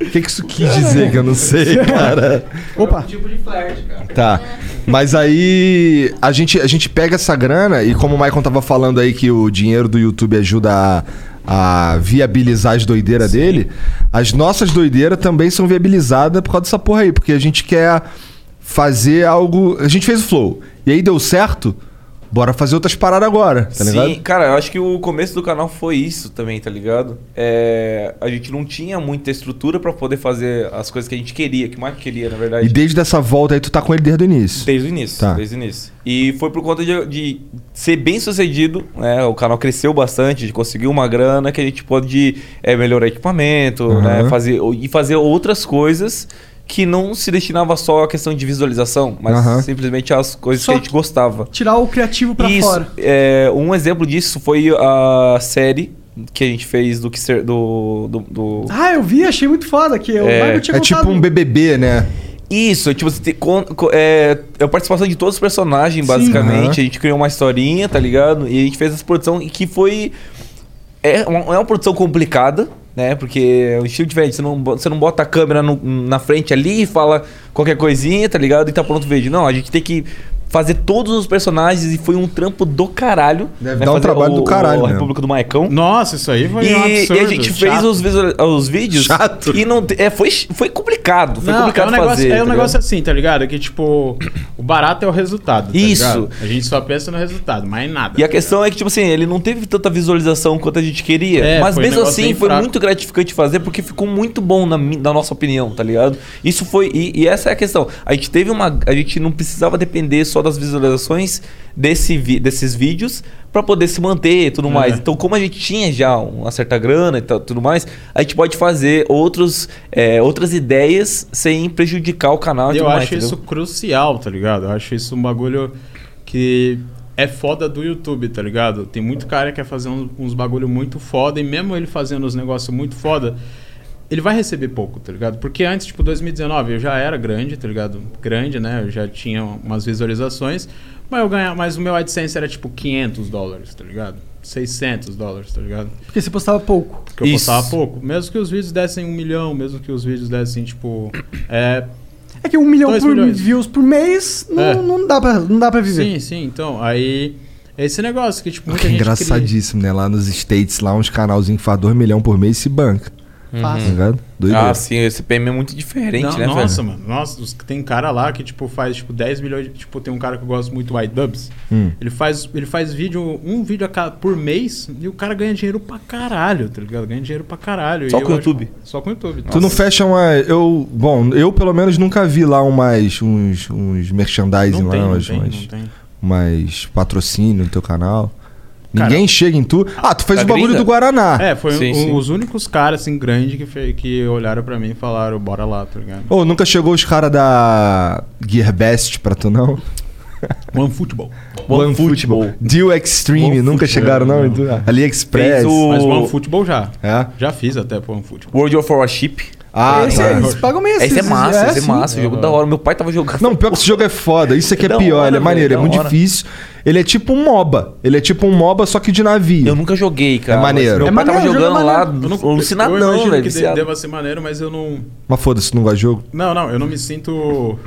O que, que isso quis dizer que eu não (laughs) sei, cara? É um Opa. Tipo de flerte, cara. Tá. Mas aí a gente, a gente pega essa grana e como o Maicon tava falando aí que o dinheiro do YouTube ajuda a, a viabilizar as doideiras dele, as nossas doideiras também são viabilizadas por causa dessa porra aí, porque a gente quer fazer algo. A gente fez o flow. E aí deu certo, bora fazer outras paradas agora, tá ligado? Sim, cara, eu acho que o começo do canal foi isso também, tá ligado? É, a gente não tinha muita estrutura pra poder fazer as coisas que a gente queria, que o Mike queria, na verdade. E desde essa volta aí tu tá com ele desde o início. Desde o início, Tá. desde o início. E foi por conta de, de ser bem sucedido, né? O canal cresceu bastante, de conseguir uma grana que a gente pode é, melhorar equipamento, Uhum. né? Fazer, e fazer outras coisas que não se destinava só à questão de visualização, mas Aham. simplesmente às coisas Só que a gente gostava. Tirar o criativo pra Isso, fora. é, um exemplo disso foi a série que a gente fez do que ser do, do, do- Ah, eu vi, achei muito foda que o É, Marco tinha É tipo contado. um BBB, né? Isso, tipo, você tem con- co- é, é a participação de todos os personagens, basicamente. Aham. A gente criou uma historinha, tá ligado? E a gente fez essa produção que foi. É uma, é uma produção complicada, né? Porque é um estilo diferente. Você não, bo- você não bota a câmera no- na frente ali e fala qualquer coisinha, tá ligado? E tá pronto o vídeo. Não, a gente tem que fazer todos os personagens e foi um trampo do caralho. né? Deve dar um Fazer trabalho o- do caralho o- A mesmo. República do Maicão. Nossa, isso aí foi E, um absurdo. e a gente fez chato. os, visual- os vídeos Chato. e não te- é, foi, foi complicado. Foi Não, complicado é um negócio, fazer. é um tá ligado? negócio assim, tá ligado? Que tipo, o barato é o resultado. tá Isso. ligado? A gente só pensa no resultado, mais nada. E a questão é que, tipo assim, ele não teve tanta visualização quanto a gente queria. É, mas foi um mesmo negócio assim, bem foi fraco. muito gratificante fazer, porque ficou muito bom na, mi- na nossa opinião, tá ligado? Isso foi. E, e essa é a questão. A gente teve uma. A gente não precisava depender só das visualizações desse vi- desses vídeos pra poder se manter e tudo É. mais. Então, como a gente tinha já uma certa grana e tal, tudo mais, a gente pode fazer outros, é, outras ideias sem prejudicar o canal e eu tudo mais. acho isso entendeu? crucial, tá ligado? Eu acho isso um bagulho que é foda do YouTube, tá ligado? Tem muito cara que quer fazer uns, uns bagulho muito foda e mesmo ele fazendo uns negócios muito foda, ele vai receber pouco, tá ligado? Porque antes, tipo, 2019, eu já era grande, tá ligado? Grande, né? Eu já tinha umas visualizações, mas eu ganhava, mas o meu AdSense era tipo 500 dólares, tá ligado? 600 dólares, tá ligado? Porque você postava pouco. Porque eu Isso. postava pouco. Mesmo que os vídeos dessem um milhão, mesmo que os vídeos dessem, tipo. (clears throat) É, É que um milhão Dois por milhões. views por mês não, É. não, dá, pra, não dá pra viver. Sim, sim, então, aí. é Esse negócio que, tipo, muita Que gente. engraçadíssimo, né? Lá nos States, lá uns canalzinhos que faz 2 milhões por mês e se banca. Tá Fácil. ligado? Doideira. Ah, sim, esse PM é muito diferente, Cria... né, Não, velho? nossa, mano. Nossa, os- tem cara lá que, tipo, faz, tipo, 10 milhões de. Tipo, tem um cara que eu gosto muito, o iDubbbz. Hum. Ele faz, ele faz vídeo, um vídeo a cada, por mês, e o cara ganha dinheiro pra caralho, tá ligado? Ganha dinheiro pra caralho. Só E eu com o acho- YouTube? Só com o YouTube. Tu não fecha uma. Eu, bom, eu pelo menos nunca vi lá umas, uns, uns merchandising Não lá, tem, não umas, tem, umas- não tem. umas patrocínio no teu canal. Cara, Ninguém chega em tu. Ah, tu fez da o bagulho Tá gringa? do Guaraná. É, foi Sim, um- sim. os únicos caras, assim, grandes que, fe- que olharam pra mim e falaram, bora lá, tá ligado? Ô, nunca chegou os caras da Gearbest pra tu, não? One Football. OneFootball. Deal Extreme, One nunca Football, chegaram, não? não. em tu? AliExpress. Fez o- Mas One Football já. É? Já fiz até um pro One Football. World of Warship. Ah, Esse tá. é- eles pagam meio Esse é esses- massa, é esse é assim. massa. O jogo da hora. Meu pai tava jogando. Não, pior que esse jogo é foda. Isso aqui é Da pior. hora, ele é velho, maneiro, da é muito hora. difícil. Ele é tipo um MOBA. Ele é tipo um MOBA, só que de navio. Eu nunca joguei, cara. É maneiro. Meu pai tava jogando lá, é eu imagino alucinadão, velho. que de- viciado. deva ser maneiro, mas eu não... Mas foda-se, não gosta de jogo. Não, não, eu não me sinto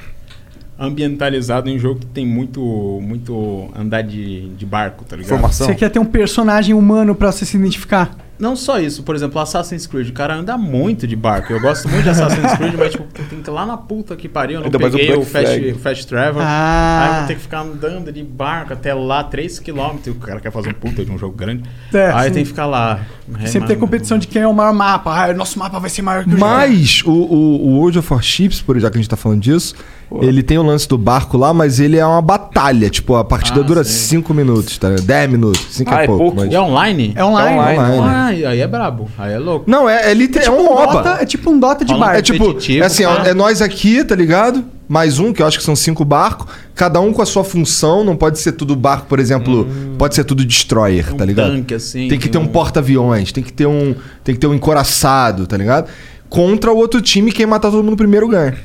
ambientalizado em um jogo que tem muito, muito andar de, de barco, tá ligado? Você quer ter um personagem humano pra você se identificar? Não só isso, por exemplo, Assassin's Creed, o cara anda muito de barco. Eu gosto muito de Assassin's Creed, mas tipo, tu tem que ir lá na puta que pariu, eu não Ainda mais o peguei o, Black fast, Flag. o fast Travel. Ah. Aí eu vou ter que ficar andando de barco até lá 3km. O cara quer fazer um puta de um jogo grande. É, aí sim. tem que ficar lá. remando. Sempre tem competição de quem é o maior mapa. Ah, o nosso mapa vai ser maior que o Mas o, o, o World of Warships, por já que a gente tá falando disso, ele tem o lance do barco lá, mas ele é uma batalha. Tipo, a partida dura 5 minutos, tá? 10 minutos, 5 Ah, é é pouco. pouco? mas- É online? É online. É online. né? Ah, aí- aí é brabo. Aí é louco. Não, é, é literal, é, um MOBA. Dota, é tipo um Dota de Rola um barco. É tipo, competitivo, é assim, ó, tá? é nós aqui, tá ligado? Mais um, que eu acho que são cinco barcos, cada um com a sua função, não pode ser tudo barco, por exemplo, pode ser tudo destroyer, tá ligado? Hum. tanque, assim, tem que tem ter um, um- porta-aviões, tem que ter um, tem que ter um encoraçado, tá ligado? Contra o outro time, quem matar todo mundo primeiro ganha.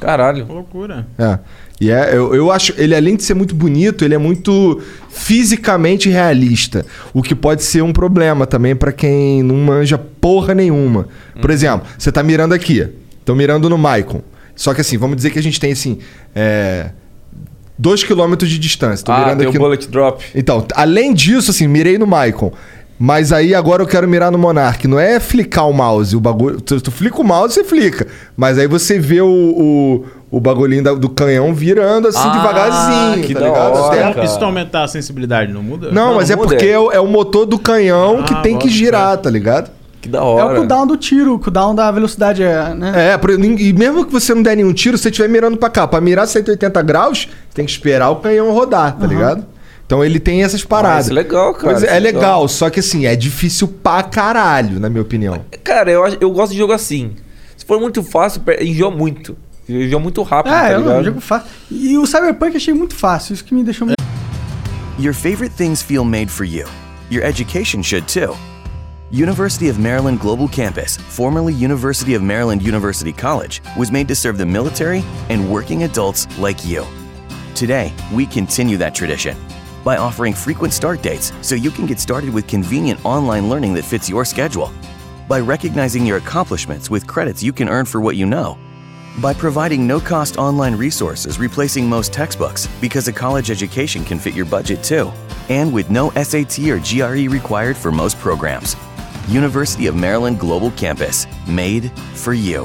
Caralho. Loucura. É. E é, eu, eu acho, ele além de ser muito bonito, ele é muito fisicamente realista. O que pode ser um problema também pra quem não manja porra nenhuma. Por exemplo, você tá mirando aqui. Tô mirando no Maicon. Só que assim, vamos dizer que a gente tem assim. É, 2 km de distância. Tô Ah, mirando tem o aqui. bullet drop. Então, t- além disso, assim, mirei no Maicon. Mas aí agora eu quero mirar no Monark. Não é flicar o mouse, o bagulho. Tu, tu flica o mouse, você flica. Mas aí você vê o, o, o bagulhinho da- do canhão virando assim Ah, devagarzinho, que tá da ligado? hora, Até- cara. Isso aumentar a sensibilidade não muda? Não, mas é muda, porque é. é o, é o motor do canhão que Ah, tem que bota girar, tá ligado? Que da É hora. o cooldown do tiro, o cooldown da velocidade, é, né? É, por- e mesmo que você não der nenhum tiro, se você estiver mirando pra cá, pra mirar 180 graus, você tem que esperar o canhão rodar, tá ligado? Então ele tem essas Ah, paradas. isso é legal, cara. Pois é, isso é legal, só que assim, é difícil pra caralho, na minha opinião. Cara, eu, acho- eu gosto de jogo assim. Se for muito fácil, per- enjoa muito. Enjoa muito rápido, tá É, é um ligado? jogo fácil. E o Cyberpunk eu achei muito fácil, isso que me deixou muito... Your favorite things feel made for you. Your education should too. University of Maryland Global Campus, formerly University of Maryland University College, was made to serve the military and working adults like you. Today, we continue that tradition by offering frequent start dates so you can get started with convenient online learning that fits your schedule, by recognizing your accomplishments with credits you can earn for what you know, by providing no cost online resources replacing most textbooks because a college education can fit your budget too, and with no SAT or GRE required for most programs. University of Maryland Global Campus, made for you.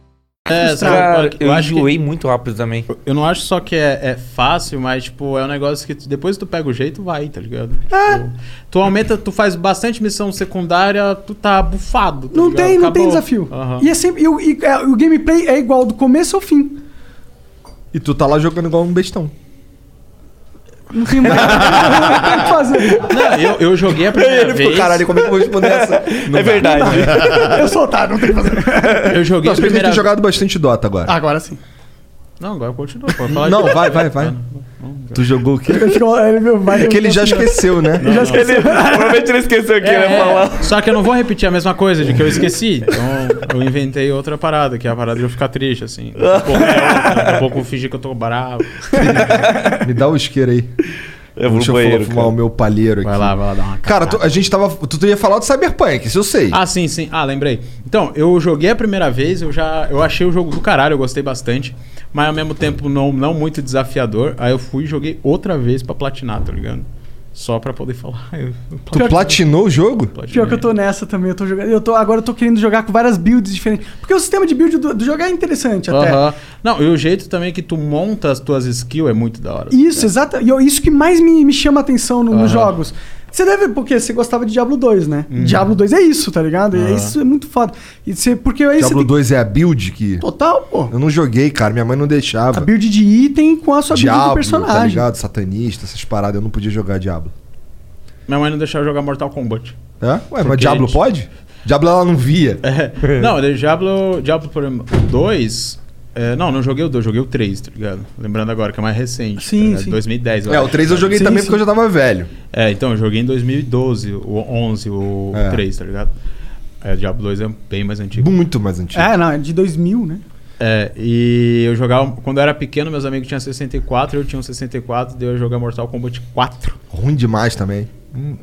É, sabe, Cara, eu, eu acho que- enjoei muito rápido também. eu não acho só que é, é fácil, mas, tipo, é um negócio que tu- depois tu pega o jeito, vai, tá ligado? É. Tipo, tu aumenta, tu faz bastante missão secundária, tu tá bufado. tá Não ligado? tem, não Acabou. tem desafio. Aham. E é sempre... E, o- e- é, o gameplay é igual do começo ao fim. E tu tá lá jogando igual um bestão. Não tem muito o (laughs) que fazer. Não, eu, eu joguei a primeira (laughs) Ele ficou, vez. caralho, como é que eu vou responder (laughs) essa? É verdade. Eu sou otário, não tem o que fazer. Eu joguei Não, a você tem que primeira ter jogado bastante Dota agora. Agora sim. Não, agora continua. Pode falar não, vai, vai, vai. Tu jogou o (laughs) quê? Ele ficou- ele vai- É que ele já esqueceu, né? Já esqueceu. Provavelmente ele esqueceu o que É, ele ia falar. Só que eu não vou repetir a mesma coisa de que eu esqueci. Então eu inventei outra parada, que é a parada de eu ficar triste, assim. Daqui a pouco, é outra, daqui a pouco eu fingi que eu tô bravo. Me dá o isqueiro aí. Eu vou Deixa no banheiro, eu fumar cara. o meu palheiro aqui. Vai lá, vai lá dar uma Cara, tu- a gente tava. Tu, tu ia falar do Cyberpunk, isso eu sei. Ah, sim, sim. Ah, lembrei. Então, eu joguei a primeira vez, eu já eu achei o jogo do caralho, eu gostei bastante, mas ao mesmo tempo não, não muito desafiador. Aí eu fui e joguei outra vez pra platinar, tá ligado? Só pra poder falar. (laughs) Eu, eu tu platinou o jogo? platinei. Pior que eu tô nessa também, eu tô jogando. Eu tô, agora eu tô querendo jogar com várias builds diferentes. Porque o sistema de build do, do jogo é interessante até. Aham. Não, e o jeito também que tu monta as tuas skills é muito da hora. Isso, exato. E eu- isso que mais me, me chama a atenção no- nos Aham. jogos. Você deve, porque você gostava de Diablo 2, né? Uhum. Diablo 2 é isso, tá ligado? E isso é muito foda. E você, porque aí você Diablo tem que- 2 é a build que. total, pô. Eu não joguei, cara. Minha mãe não A deixava. build de item com a sua build de Diablo, tá personagem. ligado? Satanista, essas paradas. Eu não podia jogar Diablo. Minha mãe não deixava eu jogar Mortal Kombat. Hã? Ué, Porque mas Diablo a pode? Diablo ela não via. É. (laughs) Não, o Diablo, Diablo por exemplo, o 2. é, não, não joguei o 2, joguei o 3, tá ligado? Lembrando agora que é mais recente. Sim, tá ligado? sim. 2010. É, o 3 eu joguei também porque eu já tava velho. É, então, eu joguei em 2012, o 11, o É. 3, tá ligado? É, o Diablo 2 é bem mais antigo. Muito mais antigo. É, não, é de 2000, né? É, e eu jogava. Quando eu era pequeno, meus amigos tinham 64, eu tinha um 64, daí eu jogar Mortal Kombat 4. Ruim demais também. Hum.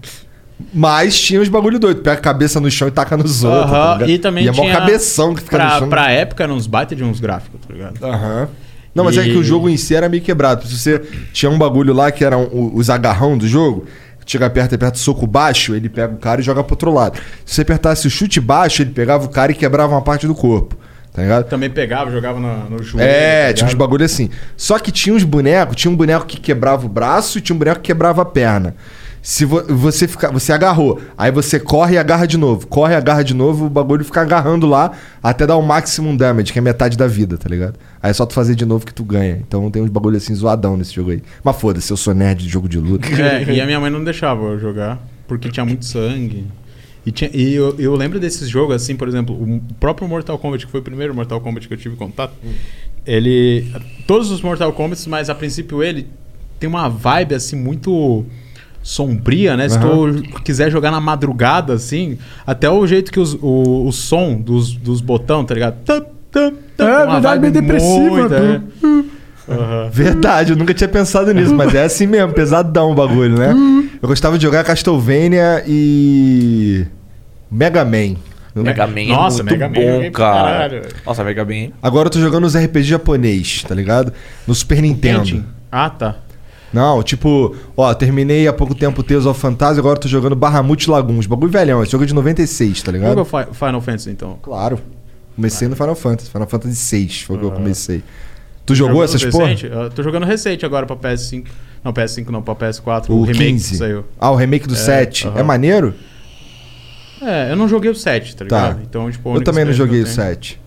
Mas tinha uns bagulho doido. Pega a cabeça no chão e taca nos outros. tá Aham, ligado? e também é mó tinha. cabeção que fica pra, no chão. pra época, eram uns baita de uns gráficos, tá ligado? Aham. Não, mas é que o jogo em si era meio quebrado. Se você tinha um bagulho lá que eram o- os agarrão do jogo, chega aperta, aperta soco baixo, ele pega o cara e joga pro outro lado. Se você apertasse o chute baixo, ele pegava o cara e quebrava uma parte do corpo. Tá ligado? Também pegava, jogava no, no joelho. É, tá tinha uns ligado? bagulho assim. Só que tinha uns bonecos, tinha um boneco que quebrava o braço e tinha um boneco que quebrava a perna. Se vo- você fica, você agarrou, aí você corre e agarra de novo, corre e agarra de novo, o bagulho fica agarrando lá até dar o maximum damage, que é metade da vida, tá ligado? Aí é só tu fazer de novo que tu ganha. Então tem uns bagulho assim zoadão nesse jogo aí. Mas foda-se, eu sou nerd de jogo de (laughs) luta. É, e a minha mãe não deixava eu jogar, porque tinha muito sangue. E, tinha- e eu, eu lembro desses jogos, assim, por exemplo, o próprio Mortal Kombat, que foi o primeiro Mortal Kombat que eu tive contato, ele. Todos os Mortal Kombats, mas a princípio ele tem uma vibe, assim, muito sombria, né? Se Aham. tu quiser jogar na madrugada, assim, até o jeito que os- o, o som dos, dos botão, tá ligado? Tam, tam, tam, É, tem uma verdade, vibe meio depressiva, muito, é. né? Aham. Verdade, eu nunca tinha pensado nisso, mas é assim mesmo, pesadão o bagulho, né? Eu gostava de jogar Castlevania e. Mega Man. Mega Man. Nossa, é muito Mega Man, bom, joguei pra cara. caralho. Nossa, Mega Man. é hein? Agora eu tô jogando os RPG japonês, tá ligado? No Super Nintendo. Tekken? Ah, tá. Não, tipo, ó, terminei há pouco tempo Tales of Fantasy, agora eu tô jogando Bahamut Laguns. Bagulho velhão, esse jogo é de 96, tá ligado? Joga Fi- Final Fantasy, então. Claro. Comecei no Final Fantasy, Final Fantasy 6 foi o que eu comecei. Tu Uhum. jogou Jogando essas porra? recente? Eu tô jogando recente agora pra PS5. Não, PS5 não, pra PS4. O, remake que 15. saiu. Ah, o remake do É, 7. aham. É maneiro? É, eu não joguei o 7, tá Tá. ligado? Então, tipo, a eu única também não experiência joguei o que eu tenho- 7.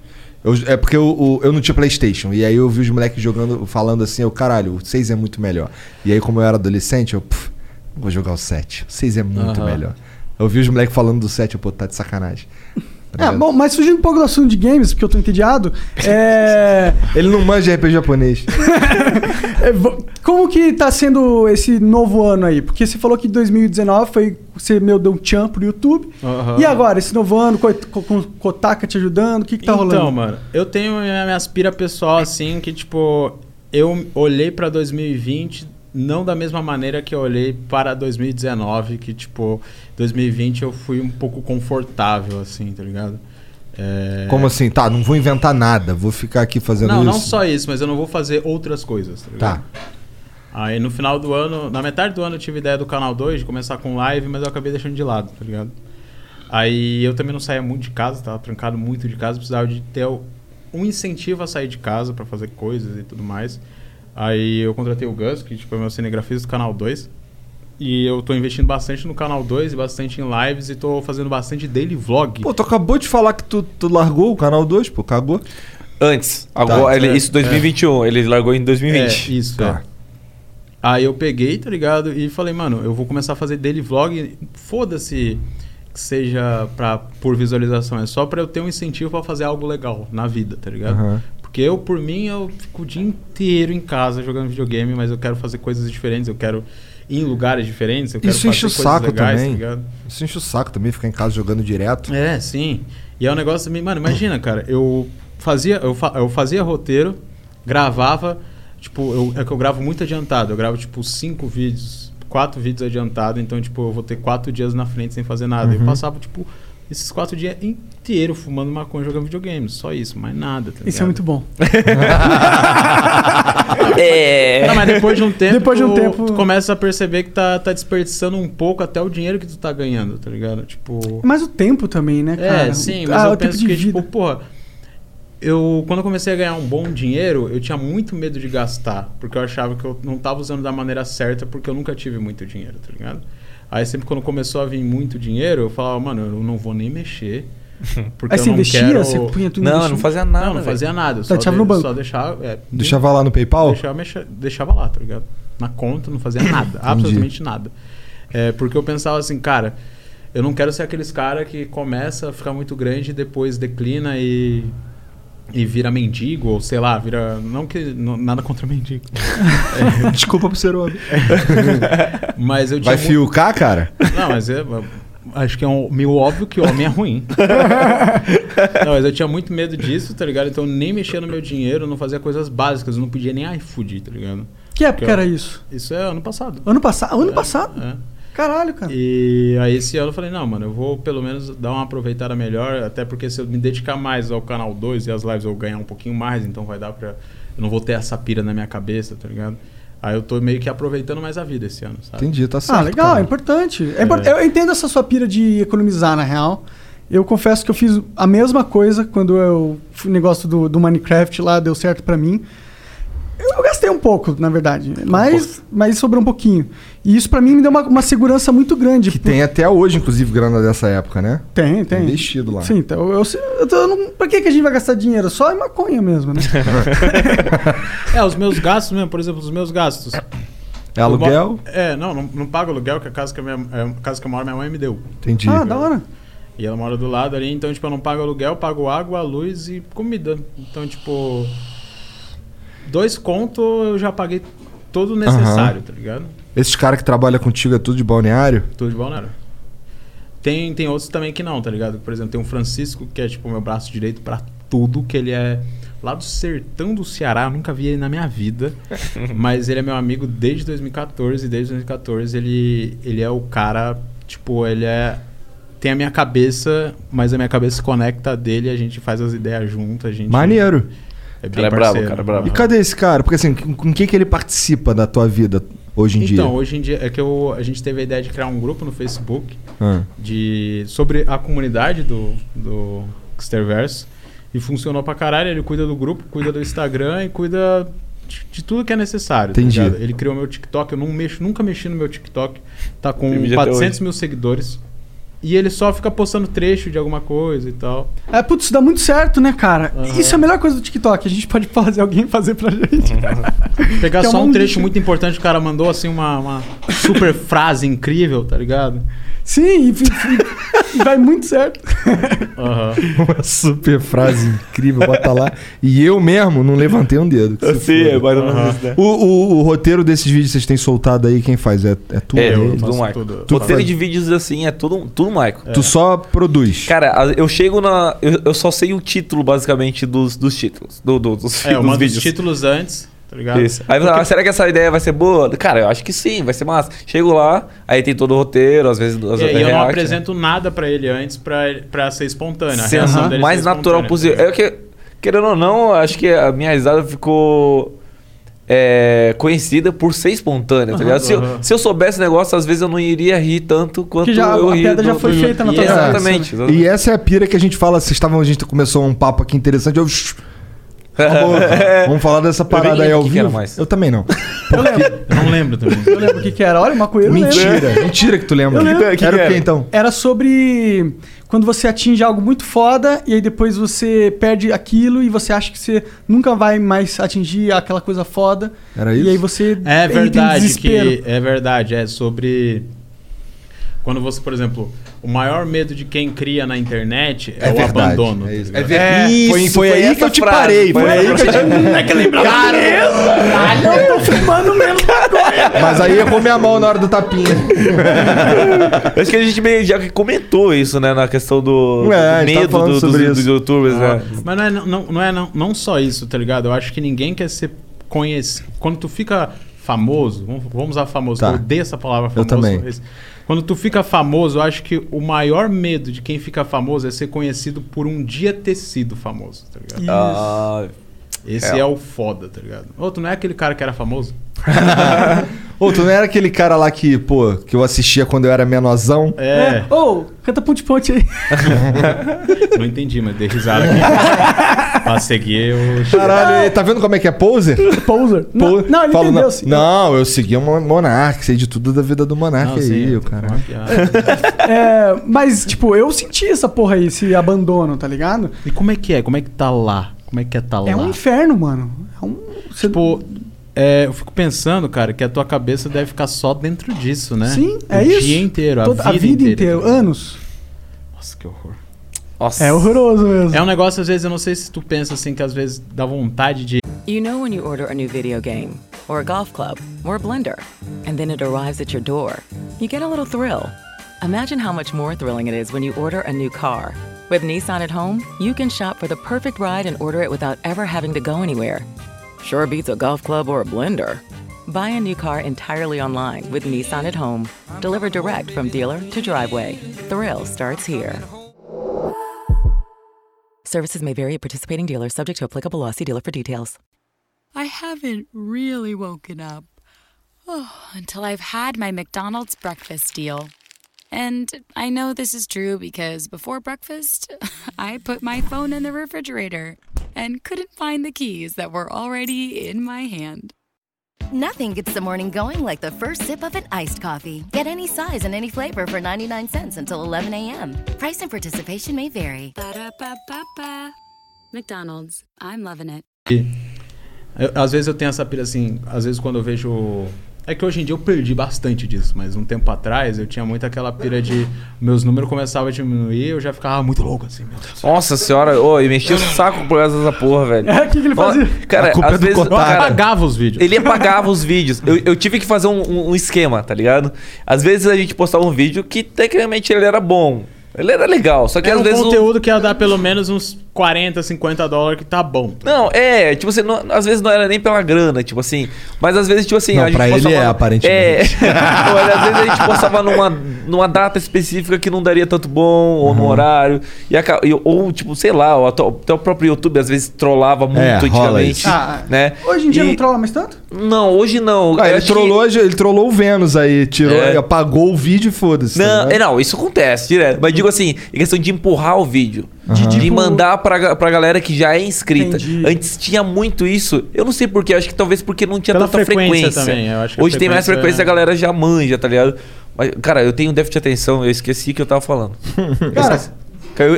Eu- é porque eu, o- eu não tinha Playstation. E aí eu vi os moleques jogando, falando assim, eu, caralho, o 6 é muito melhor. E aí, como eu era adolescente, eu, puf, não vou jogar o 7. O 6 é muito Aham. melhor. Eu vi os moleques falando do 7, eu, pô, tá de sacanagem. Tá É, ligado? bom, mas fugindo um pouco do assunto de games, porque eu tô entediado, é... Ele não manja RPG japonês. É, vo- Como que tá sendo esse novo ano aí? Porque você falou que 2019 foi você meu deu um tchan pro YouTube. Aham. E agora, esse novo ano, co- co- com o Kotaka te ajudando, o que, que tá rolando? Então, mano, eu tenho minha, minha aspira pessoal, assim, que, tipo, eu olhei pra 2020 não da mesma maneira que eu olhei para 2019, que, tipo, 2020 eu fui um pouco confortável, assim, tá ligado? É... Como assim? Tá, não vou inventar nada, vou ficar aqui fazendo não, isso. não só isso, mas eu não vou fazer outras coisas. Tá. ligado? Aí no final do ano, na metade do ano eu tive ideia do canal 2 de começar com live, mas eu acabei deixando de lado, tá ligado? Aí eu também não saía muito de casa, tava trancado muito de casa, precisava de ter um incentivo a sair de casa pra fazer coisas e tudo mais. Aí eu contratei o Gus, que tipo, é meu cinegrafista do canal 2. E eu tô investindo bastante no canal 2 e bastante em lives e tô fazendo bastante daily vlog. Pô, tu acabou de falar que tu, tu largou o canal 2, pô, cagou. Tá. Antes. Agora, ele, é, isso 2021. Ele largou em 2020. É, isso, é. Aí eu peguei, tá ligado? E falei, mano, eu vou começar a fazer daily vlog. Foda-se que seja pra, por visualização. É só pra eu ter um incentivo pra fazer algo legal na vida, tá ligado? Aham. Porque eu, por mim, eu fico o dia inteiro em casa jogando videogame, mas eu quero fazer coisas diferentes, eu quero ir em lugares diferentes, eu quero Isso fazer enche o coisas saco legais, também. tá ligado? Isso enche o saco também, ficar em casa jogando direto. É, sim. E é um negócio também, mano, imagina, cara, eu fazia, eu, fa- eu fazia roteiro, gravava, tipo, eu, é que eu gravo muito adiantado, eu gravo tipo cinco vídeos, quatro vídeos adiantado, então tipo, eu vou ter quatro dias na frente sem fazer nada. Eu Uhum. passava, tipo, esses quatro dias inteiro fumando maconha e jogando videogame, só isso, mais nada. Tá Isso é muito bom. é. Não, mas depois de um tempo, Depois de um tu- tempo- tu começa a perceber que tá, tá desperdiçando um pouco até o dinheiro que tu tá ganhando, tá ligado? Tipo. Mas o tempo também, né, cara? É, sim, O- mas ah, eu o tempo penso de que, vida. tipo, porra, eu, quando eu comecei a ganhar um bom dinheiro, eu tinha muito medo de gastar, porque eu achava que eu não tava usando da maneira certa, porque eu nunca tive muito dinheiro, tá ligado? Aí sempre quando começou a vir muito dinheiro, eu falava, mano, eu não vou nem (laughs) mexer. Porque Aí eu você não investia? Quero... Você punha tudo em Não, eu não investimento? fazia nada. Não, não velho. fazia nada. eu Tá, deixava no banco. Só deixava, é, Deixava lá no PayPal? Deixava, mexa- deixava lá, tá ligado? Na conta, não fazia nada. Entendi. absolutamente nada. É, porque eu pensava assim, cara, eu não quero ser aqueles cara que começa a ficar muito grande e depois declina e. E vira mendigo, ou sei lá, vira. Não que. não- nada (laughs) contra mendigo. É. Desculpa pro ser homem. É. Mas eu tinha Vai mu- fiucar, cara? Não, mas é. Acho que é um, meio óbvio que homem é ruim. não, mas eu tinha muito medo disso, tá ligado? Então eu nem mexia no meu dinheiro, eu não fazia coisas básicas, eu não pedia nem iFood, tá ligado? Que época Porque eu- era isso? Isso é ano passado. Ano passado? Ano passado? É. Caralho, cara. E aí esse ano eu falei, não, mano, eu vou pelo menos dar uma aproveitada melhor, até porque se eu me dedicar mais ao canal 2 e as lives eu ganhar um pouquinho mais, então vai dar pra. Eu não vou ter essa pira na minha cabeça, tá ligado? Aí eu tô meio que aproveitando mais a vida esse ano, sabe? Entendi, tá certo. Ah, legal, é importante. É import- Eu entendo essa sua pira de economizar, na real. Eu confesso que eu fiz a mesma coisa quando eu o negócio do, do Minecraft lá deu certo pra mim. Eu, eu gastei um pouco, na verdade, mas, mas sobrou um pouquinho. E isso pra mim me deu uma, uma segurança muito grande. Que Tem até hoje, inclusive, grana dessa época, né? Tem, tem. Investido lá. Sim, então eu, eu- eu tô- eu não- pra que, que a gente vai gastar dinheiro? Só em maconha mesmo, né? É, os meus gastos mesmo, por exemplo, os meus gastos. É aluguel? Eu mo- É, não, não, não pago aluguel, que a casa que, a minha, é, a casa que eu moro, minha mãe me deu. (laughs) Entendi. Ah, da hora. E ela mora do lado ali, então, tipo, eu não pago aluguel, pago água, luz e comida. Então, tipo, dois conto eu já paguei todo o necessário, Aham. tá ligado? Esses caras que trabalham contigo é tudo de balneário? Tudo de balneário. Tem, tem outros também que não, tá ligado? Por exemplo, tem um Francisco que é, tipo, meu braço direito pra tudo, que ele é lá do sertão do Ceará, eu nunca vi ele na minha vida. Mas ele é meu amigo desde 2014 e desde 2014 ele, ele é o cara, tipo, ele é. Tem a minha cabeça, mas a minha cabeça se conecta a dele, a gente faz as ideias juntas, a gente. Maneiro. É bem parceiro. E cadê esse cara? Porque assim, com com que que ele participa da tua vida hoje em Então, dia? hoje em dia é que eu, a gente teve a ideia de criar um grupo no Facebook Ah. de sobre a comunidade do, do Xterverse e funcionou pra caralho. Ele cuida do grupo, cuida do Instagram e cuida de, de tudo que é necessário. tá Entendi. ligado? Ele criou meu TikTok, eu não mexo, nunca mexi no meu TikTok. Tá com Tem vídeo até 400 hoje. mil seguidores. E ele só fica postando trecho de alguma coisa e tal. (laughs) É, putz, isso dá muito certo, né, cara? Isso é a melhor coisa do TikTok. A gente pode fazer alguém fazer pra (laughs) gente. Pegar Que é só um um monte de trecho gente. muito importante, o cara mandou assim uma, uma super frase incrível, tá ligado? Sim, e, e- e vai muito certo. Aham. (laughs) Uma super frase incrível, bota lá. E eu mesmo não levantei um dedo. que Eu se sei, é foda. mais ou menos isso, né? O, o- o roteiro desses vídeos que vocês têm soltado aí, quem faz? É, é tu? É, ele? tudo Michael. Tu Roteiro faz- de vídeos assim é tudo, tudo Michael. Tu só produz. Cara, a- eu chego na. Eu, eu só sei o título, basicamente, dos, dos títulos. Do, do- dos, É, eu dos mando os vídeos. títulos antes, tá ligado? Isso. Aí você fala, "Ah, será que essa ideia vai ser boa? Cara, eu acho que sim, vai ser massa. Chego lá, aí tem todo o roteiro, às vezes. Às E vezes aí eu não react, né? apresento nada pra ele antes pra, ele- pra ser espontânea. A Sendo reação dele mais ser natural espontânea. possível. É que, querendo ou não, acho que a minha risada ficou é, conhecida por ser espontânea, tá Aham, ligado? Se, eu, aham. se eu soubesse o negócio, às vezes eu não iria rir tanto quanto já- eu a ri piada no- já foi no- feita na tua né? cabeça, Exatamente. exatamente. E essa é a pira que a gente fala. Vocês estavam, a gente começou um papo aqui interessante. Eu, shh, acabou. Vamos falar dessa Tá É. Eu nem parada aí lembro ao o que que era vivo. mais. Eu também não. Não lembro também. Eu lembro o que, que era. Olha, o maconheiro lembra. Mentira, mentira que tu lembra. Eu lembro. Era o que então? Era sobre quando você atinge algo muito foda e aí depois você perde aquilo e você acha que você nunca vai mais atingir aquela coisa foda. Era E isso? aí você entra É em verdade desespero. que é verdade, é sobre quando você, por exemplo, o maior medo de quem cria na internet é, É o verdade, abandono. tá ligado? É verdade. Isso, foi- foi aí que eu te parei, foi aí que eu te- É que lembrava Caralho, eu tô fumando mesmo. Mas aí errou minha mão na hora (laughs) do tapinha. Acho que a gente meio já comentou isso, né? Na questão do, do É, a gente tava medo falando do- dos, sobre dos isso. Ah, youtubers, né? Mas não é, não, não- não é não, não só isso, tá ligado? Eu acho que ninguém quer ser conhecido. Quando tu fica famoso, vamos- vamos usar famoso, Tá. eu odeio essa palavra famoso. também. mas Quando tu fica famoso, eu acho que o maior medo de quem fica famoso é ser conhecido por um dia ter sido famoso, tá ligado? Ah, Esse é. o foda, tá ligado? Ô, tu não é aquele cara que era famoso? Ô, tu não era aquele cara lá que, pô, que eu assistia quando eu era menorzão? É, Ô, canta ponte-ponte aí. não entendi, mas dei risada aqui. pra seguir o... Caralho, tá vendo como é que é poser? Poser. Não, não, ele Falo, entendeu. assim. não, sim. não, eu segui o Mon- Monark, sei de tudo da vida do Monark Não, aí, sim, o cara. É, mas, tipo, eu senti essa porra aí, esse abandono, tá ligado? E como é que é? Como é que tá lá? Como é que é tá lá? É um inferno, mano. É um... Tipo, é, eu fico pensando, cara, que a tua cabeça deve ficar só dentro disso, né? Sim, é o isso. O dia inteiro, a Toda- vida, inteira. tá anos. Nossa, que horror. É horroroso mesmo. É um negócio, às vezes, eu não sei se tu pensa assim, que às vezes dá vontade de. You know when you order a new video game, or a golf club, or a blender, and then it arrives at your door, you get a little thrill. Imagine how much more thrilling it is when you order a new car. With Nissan at home, you can shop for the perfect ride and order it without ever having to go anywhere. Sure beats a golf club or a blender. Buy a new car entirely online with Nissan at home. Delivered direct from dealer to driveway. Thrill starts here. Services may vary at participating dealers, subject to applicable law. See dealer for details. I haven't really woken up. Oh, until I've had my McDonald's breakfast deal. And I know this is true because before breakfast, (laughs) I put my phone in the refrigerator and couldn't find the keys that were already in my hand. Nothing gets the morning going like the first sip of an iced coffee. Get any size and any flavor for 99 cents until 11 a.m. Price and participation may vary. Ba-da-ba-ba-ba. McDonald's, I'm loving it. Eu- às vezes eu tenho essa pira assim, às vezes quando eu vejo. É que hoje em dia eu perdi bastante disso, mas um tempo atrás eu tinha muito aquela pira de. Meus números começavam a diminuir eu já ficava muito louco assim, meu Deus. Nossa senhora, ô, e mexia o saco por causa dessa porra, velho. É, o que que ele Nossa, fazia? Cara, A culpa às é do vezes, Cotara. cara, Apagava os vídeos. Ele apagava os vídeos. Eu, eu tive que fazer um, um- um esquema, tá ligado? Às vezes a gente postava um vídeo que tecnicamente ele era bom. Ele era legal, só que Era às um vezes. o- conteúdo que ia (laughs) dar pelo menos uns 40, 50 dólares que tá bom. Não, é, tipo assim, não- às vezes não era nem pela grana, tipo assim. Mas às vezes, tipo assim. Não, pra ele é, aparentemente. É. (laughs) Não, mas às vezes a gente postava numa, numa data específica que não daria tanto bom, ou Uhum. no horário. E, aca- e- ou, tipo, sei lá, ou até, o- até o próprio YouTube às vezes trollava muito É, rola antigamente. isso. Ah, né? Hoje em dia E- não trola mais tanto? Não, hoje não. Ah, Eu ele, acho que- trollou, hoje- ele trollou o Vênus aí, tirou, É. apagou o vídeo e foda-se. tá Não, ligado? é, não, isso acontece direto. Mas digo assim, é questão de empurrar o vídeo. De, de mandar pra, ga- pra galera que já é inscrita. Antes tinha muito isso. Eu não sei porquê, acho que talvez porque não tinha Pela tanta frequência frequência. também, eu acho que a Hoje tem mais frequência frequência, é- a galera já manja, tá ligado? Mas, cara, eu tenho um déficit de atenção, eu esqueci que eu tava (laughs) falando. Cara, Caiu.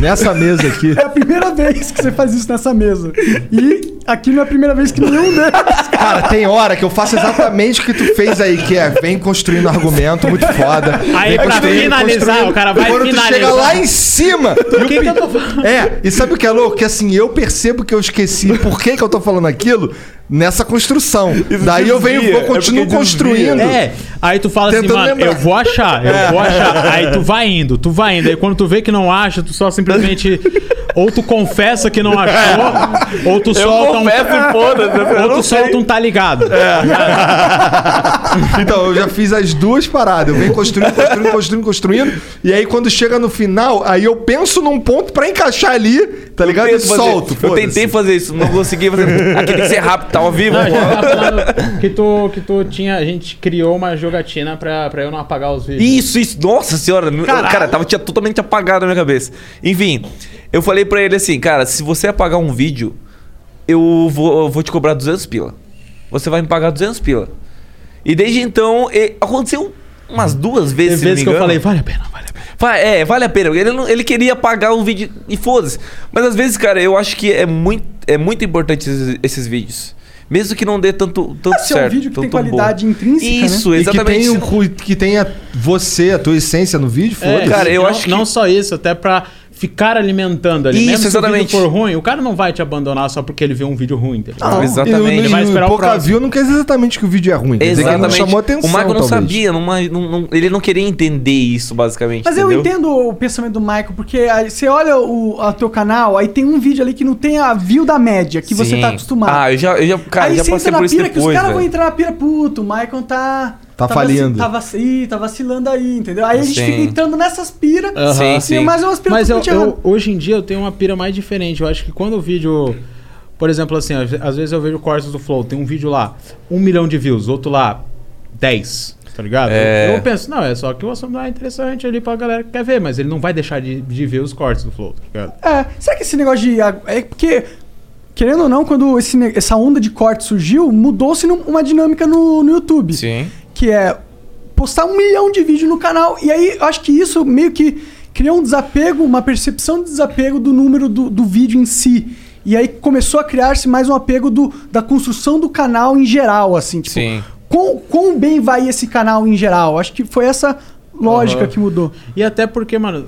Nessa mesa aqui. é a primeira vez que você faz isso nessa mesa. E aqui não é a primeira vez que nenhum deles. (laughs) Cara, tem hora que eu faço exatamente o que tu fez aí, que é vem construindo argumento, muito foda. Aí, Vem pra construindo, finalizar, construindo. o cara vai Quando tu finalizar. chega lá em cima. Do que eu que eu pe- tô falando? É, e sabe o que é louco? Que assim, eu percebo que eu esqueci por que, que eu tô falando aquilo nessa construção. Daí eu venho, é vou, continuo construindo. É, aí tu fala assim, Tentando mano, lembrar. eu vou achar, eu É. (laughs) vou achar. Aí tu vai indo, tu vai indo. Aí quando tu vê que não acha, tu só (laughs) simplesmente. Ou tu confessa que não achou, ou tu É. Eu solta confesso, um. foda-se, eu ou não É. tu solta um tá ligado. (laughs) Então, eu já fiz as duas paradas. Eu venho construindo, construindo, construindo, construindo. E aí, quando chega no final, aí eu penso num ponto pra encaixar ali, tá ligado? E tento fazer- solto. (laughs) Eu foda-se. tentei fazer isso, não consegui fazer. Aqui tem que ser rápido, tá ao vivo? Não, a pô. gente tava falando que tu, que tu tinha. A gente criou uma jogatina pra, pra eu não apagar os vídeos. Isso, isso. Nossa senhora. meu- Caralho. Cara, tava tinha totalmente apagado na minha cabeça. Enfim, eu falei pra ele assim, cara, se você apagar um vídeo, eu vou, eu vou te cobrar 200 pila. Você vai me pagar 200 pila. E desde então, e- aconteceu umas duas vezes, Tem se não vezes me que eu engano. falei, vale a pena. Vai, É, vale a pena. Ele, não- ele queria pagar um vídeo e foda-se. Mas às vezes, cara, eu acho que é muito, é muito importante esses, esses vídeos. Mesmo que não dê tanto, tanto se é um certo. vídeo que tanto tem bom. qualidade intrínseca, Isso, né? exatamente. E que tenha, o cu- que tenha você, a tua essência no vídeo, É, foda-se. cara, eu acho que... não só isso, até pra ficar alimentando ali. Isso, Mesmo exatamente. Se o vídeo for ruim, o cara não vai te abandonar só porque ele viu um vídeo ruim. Tá ligado? Não, e no- Ele vai no esperar o pouca próximo. view não quer dizer exatamente que o vídeo é ruim. quer dizer que ele não Exatamente. chamou atenção. o Michael não talvez. sabia, não ma- não- não- ele não queria entender isso, basicamente. Mas eu entendeu? entendo o pensamento do Michael, porque aí você olha o a teu canal, aí tem um vídeo ali que não tem a view da média, que você Sim. tá acostumado. Ah, eu já, eu já, cara, aí já você passei entra na por isso pira que os depois. caras vão velho. entrar na pira, puto, o Michael tá. Tá vaci- falhando. Tá, vaci- ih, tá vacilando aí, entendeu? Aí a gente Sim. fica entrando nessas piras. Aham. e é mais umas piras Mas eu, totalmente erradas. eu- hoje em dia eu tenho uma pira mais diferente. Eu acho que quando o vídeo. Por exemplo, assim, às às vezes eu vejo cortes do Flow, tem um vídeo lá, um milhão de views, outro lá, 10. Tá ligado? É. Eu, eu penso, não, é só que o assunto é interessante ali pra galera que quer ver, mas ele não vai deixar de, de ver os cortes do Flow, tá ligado? É, será que esse negócio de. ag- É porque, querendo ou não, quando esse ne- essa onda de corte surgiu, mudou-se num- uma dinâmica no, no YouTube. Sim. Que é postar um milhão de vídeos no canal. E aí eu acho que isso meio que criou um desapego, uma percepção de desapego do número do, do vídeo em si. E aí começou a criar-se mais um apego do, da construção do canal em geral, assim. Tipo, Sim. Quão, quão bem vai esse canal em geral? Acho que foi essa lógica Aham. que mudou. E até porque, mano,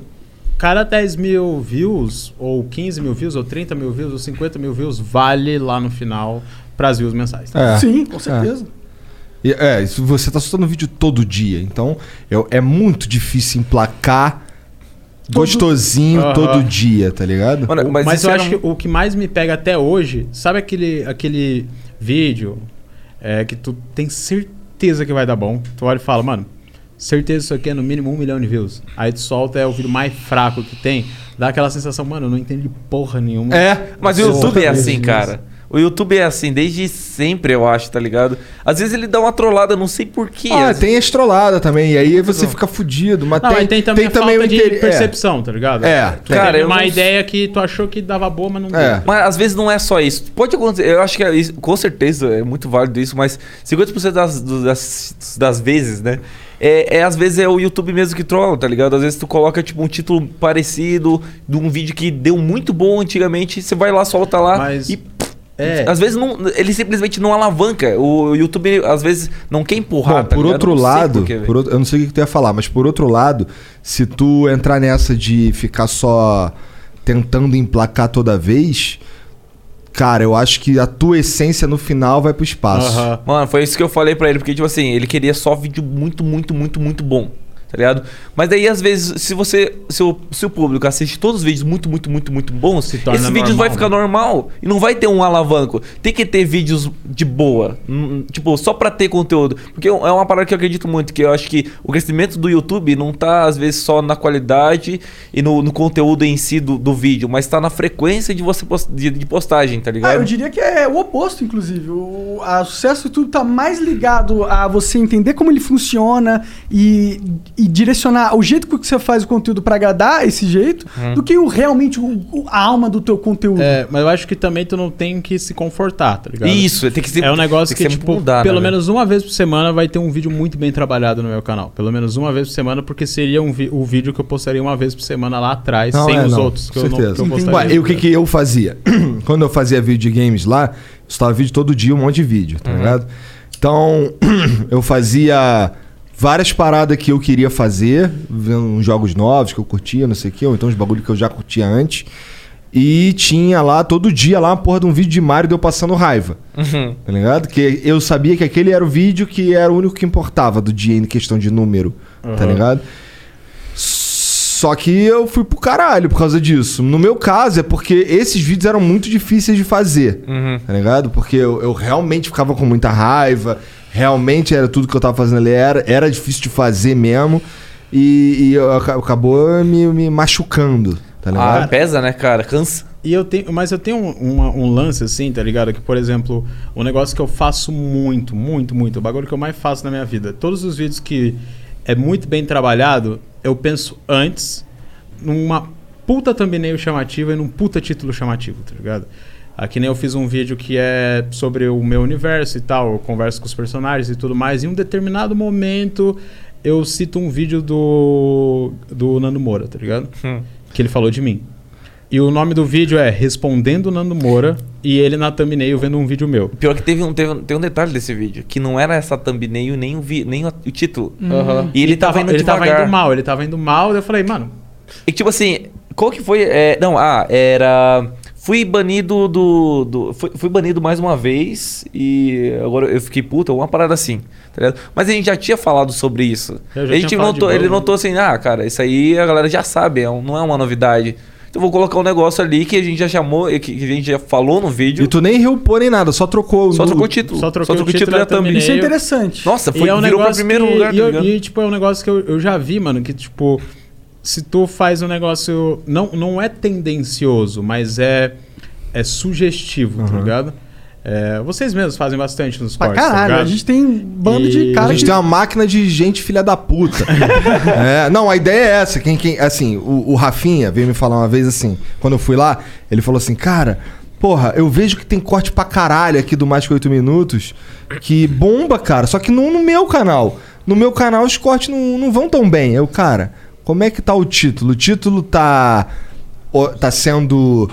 cada 10 mil views, ou 15 mil views, ou 30 mil views, ou 50 mil views, vale lá no final pras views mensais. É. É. E, É, isso você tá soltando vídeo todo dia, então é, é muito difícil emplacar gostosinho Aham. todo dia, tá ligado? mas eu acho um que o que mais me pega até hoje, sabe aquele, aquele vídeo é, que tu tem certeza que vai dar bom? Tu olha e fala, mano, certeza isso aqui é no mínimo um milhão de views. Aí tu solta, é o vídeo mais fraco que tem, dá aquela sensação, mano, eu não entendi porra nenhuma. É, mas o Porra YouTube é assim, mesmo. cara. O YouTube é assim, desde sempre, eu acho, tá ligado? Às vezes ele dá uma trollada, não sei porquê. Ah, tem a estrolada também, e aí você Então. fica fudido. Mas Não, tem, tem, tem também a falta de inter- é. percepção, tá ligado? É, Tu cara, teve eu uma não- ideia que tu achou que dava boa, mas não deu. Mas às vezes não é só isso. Pode acontecer, eu acho que é isso, com certeza é muito válido isso, mas 50% das, do- das, das vezes, né? É, é, às vezes é o YouTube mesmo que trola, tá ligado? Às vezes tu coloca tipo um título parecido de um vídeo que deu muito bom antigamente, você vai lá, solta lá e. pff, é. Às vezes não, ele simplesmente não alavanca. O YouTube às vezes não quer empurrar. Bom, tá por ligado? outro Não sei lado, por quê, velho. por outro- eu não sei o que que tu ia falar, mas por outro lado, se tu entrar nessa de ficar só tentando emplacar toda vez, cara, eu acho que a tua essência no final vai pro espaço. Mano, foi isso que eu falei pra ele, porque, tipo assim, ele queria só vídeo muito, muito, muito, muito bom. Tá ligado? Mas daí, às vezes, se você. Se o, se o público assiste todos os vídeos muito, muito, muito, muito bons, torna esses vídeos normal, né? vai ficar normal e não vai ter um alavanco. Tem que ter vídeos de boa. hum, Tipo, só pra ter conteúdo. Porque é uma parada que eu acredito muito, que eu acho que o crescimento do YouTube não tá, às vezes, só na qualidade e no, no conteúdo em si do, do vídeo, mas tá na frequência de você post- de, de postagem, tá Ah, ligado? eu diria que é o oposto, inclusive. O, a- o sucesso do YouTube está mais ligado a você entender como ele funciona e, e direcionar o jeito que você faz o conteúdo para agradar esse jeito, Uhum. Hum. do que o realmente o- o- a alma do teu conteúdo. É, mas eu acho que também tu não tem que se confortar, tá ligado? Isso, tem que ser- É um negócio tem que que, ser tipo, mudar, né, pelo velho? menos uma vez por semana vai ter um vídeo muito bem trabalhado no meu canal. Pelo menos uma vez por semana, porque seria um vi- o vídeo que eu postaria uma vez por semana lá atrás, sem é, os outros que eu não que eu postaria. Ué, e o que, que eu fazia? (clears throat) Quando eu fazia vídeo de games lá, estava vídeo todo dia, um monte de vídeo, Uhum. tá ligado? Então, (clears throat) eu fazia várias paradas que eu queria fazer, vendo uns jogos novos que eu curtia, não sei o quê, ou então uns bagulho que eu já curtia antes. E tinha lá, todo dia lá, uma porra de um vídeo de Mario de eu passando raiva. Uhum. Tá ligado? Que eu sabia que aquele era o vídeo que era o único que importava do dia em questão de número. Tá Uhum. ligado? Só que eu fui pro caralho por causa disso. No meu caso, é porque esses vídeos eram muito difíceis de fazer. Uhum. Tá ligado? Porque eu, eu realmente ficava com muita raiva. Realmente era tudo que eu tava fazendo ali. Era, era difícil de fazer mesmo. E, e eu aca- acabou me, me machucando. Tá ligado? Ah, pesa, né, cara? Cansa. E eu tenho, mas eu tenho um, uma- um lance assim, tá ligado? Que, por exemplo, um negócio que eu faço muito, muito, muito, o bagulho que eu mais faço na minha vida. Todos os vídeos que é muito bem trabalhado, eu penso antes numa puta thumbnail chamativa e num puta título chamativo, tá ligado? Aqui nem eu fiz um vídeo que é sobre o meu universo e tal, eu converso com os personagens e tudo mais. Em um determinado momento, eu cito um vídeo do, do Nando Moura, tá ligado? Hum. Que ele falou de mim. E o nome do vídeo é Respondendo Nando Moura e ele na thumbnail vendo um vídeo meu. Pior que teve um, teve, um- tem um detalhe desse vídeo, que não era essa thumbnail nem o, vi, nem o, o título. Hum. Uhum. E ele, tava, indo ele tava devagar. indo mal, ele tava indo mal, daí eu falei, mano, E tipo assim, qual que foi... é, não, ah, era... Fui banido do... do fui, fui banido mais uma vez e agora eu fiquei puta, uma parada assim. Tá ligado? Mas a gente já tinha falado sobre isso. Eu É, já A gente tinha falado de notou, boa, ele né? notou assim, ah, cara, isso aí a galera já sabe, é um- não é uma novidade. Então eu vou colocar um negócio ali que a gente já chamou, que que a gente já falou no vídeo. E tu nem reupou nem nada, só trocou Só trocou o título. Ah, Só trocou o o título título e e a a thumb. thumbnail. Isso é interessante. Nossa, foi, E virou um pra negócio primeiro que- lugar, tá E, eu- ligado? e, tipo, é um negócio que eu, eu já vi, mano, que, tipo, se tu faz um negócio. Não, não é tendencioso, mas é, é sugestivo, tá ligado? É, vocês mesmos fazem bastante nos Pra cortes, tá caralho, ligado? a gente tem um bando de E- cara a gente que... tem uma máquina de gente filha da (laughs) puta. É, não, a ideia é essa. Quem, quem, assim, o, o Rafinha veio me falar uma vez assim, quando eu fui lá, ele falou assim, cara, porra, eu vejo que tem corte pra caralho aqui do Mais Que 8 Minutos, que bomba, cara, só que não no meu canal. No meu canal os cortes não, não vão tão bem. Eu, cara, como é que tá o título? O título tá... ó, Tá sendo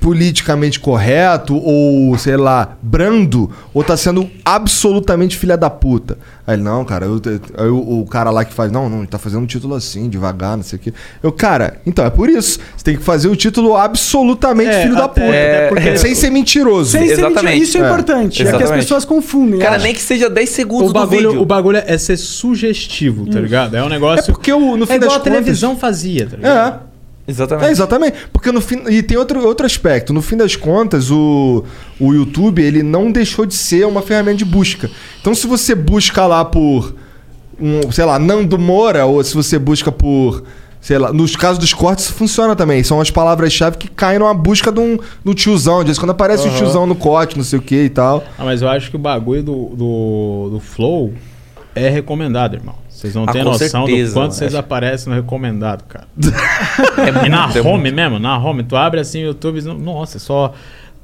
politicamente correto ou, sei lá, brando, ou tá sendo absolutamente filha da puta. Aí, ele, não, cara, eu, eu- eu- o cara lá que faz, não, não, ele tá fazendo um título assim, devagar, não sei o quê. Eu, cara, então é por isso. Você tem que fazer o título absolutamente É, filho da até- puta. até porque- é, sem ser mentiroso. Sem ser Exatamente. mentiroso, isso é importante, é que as Exatamente. pessoas confundem. Cara, nem que seja 10 segundos o do bagulho, vídeo. O bagulho é ser sugestivo, tá Isso. ligado? É um negócio. É porque o, no fim é igual das a contas- televisão fazia, tá ligado? É. Exatamente. É, exatamente. Porque no fim. E tem outro, outro aspecto. No fim das contas, o, o YouTube ele não deixou de ser uma ferramenta de busca. Então, se você busca lá por. Um, sei lá, Nando Moura, ou se você busca por. Sei lá, nos casos dos cortes isso funciona também. São as palavras-chave que caem numa busca de um, do tiozão. De vez em quando aparece o Aham. tiozão no corte, não sei o que e tal. Ah, mas eu acho que o bagulho do, do, do Flow é recomendado, irmão. Vocês não Ah, têm com noção certeza, do quanto mano. vocês É. aparecem no recomendado, cara. e na home mesmo, na home. Tu abre assim o YouTube, não- nossa, é só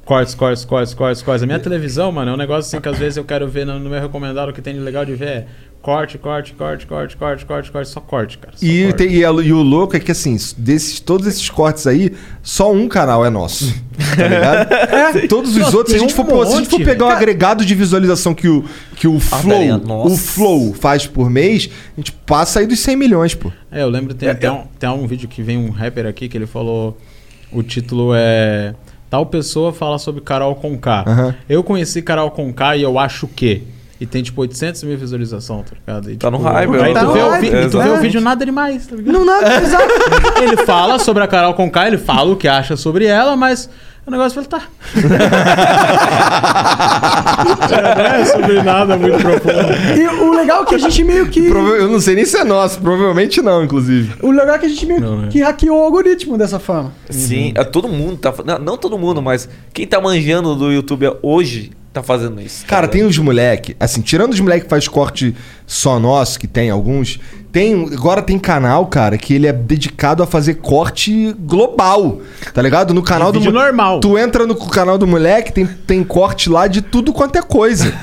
cortes, cortes, cortes, cortes, cortes. A minha televisão, mano, é um negócio assim que às vezes eu quero ver no, no meu recomendado o que tem de legal de ver é corte, corte, corte, corte, corte, corte, corte, só corte, cara. Só E, corte. tem- e, a- e o louco é que, assim, desses, todos esses cortes aí, só um canal é nosso. (laughs) Tá ligado? Todos os Nossa, outros, se a tem gente for, um pô, se a gente for monte. pegar o agregado de visualização que o, que o daria- Flow nossa. o Flow faz por mês, a gente passa aí dos 100 milhões, pô. É, eu lembro, tem até um, tem um vídeo que vem um rapper aqui que ele falou. O título é. Tal pessoa fala sobre Carol Conká. Aham. Eu conheci Carol Conká e eu acho que. E tem tipo 800 mil visualizações, tá ligado? E, Tá no tipo, hype, Aí ela tá tu, no vê, o hype, vi- e tu vê o exatamente. vídeo, né? nada demais, tá ligado? Não, nada, exato. ele fala sobre a Carol Conká, ele fala o que acha sobre ela, mas o negócio foi, tá. não é sobre nada muito profundo. E o legal é que a gente meio que. Prova- Eu não sei nem se é nosso, provavelmente não, inclusive. O legal é que a gente meio Não, é. que hackeou o algoritmo dessa fama. Sim, é, todo mundo tá. fa- Não, não todo mundo, mas quem tá manjando do YouTube hoje tá fazendo isso. Cara, tem os moleque, assim, tirando os moleque que faz corte só nosso, que tem alguns, tem, um, agora tem canal, cara, que ele é dedicado a fazer corte global, tá ligado? No canal do vídeo mo- normal. Tu entra no canal do moleque, tem, tem corte lá de tudo quanto é (laughs) coisa.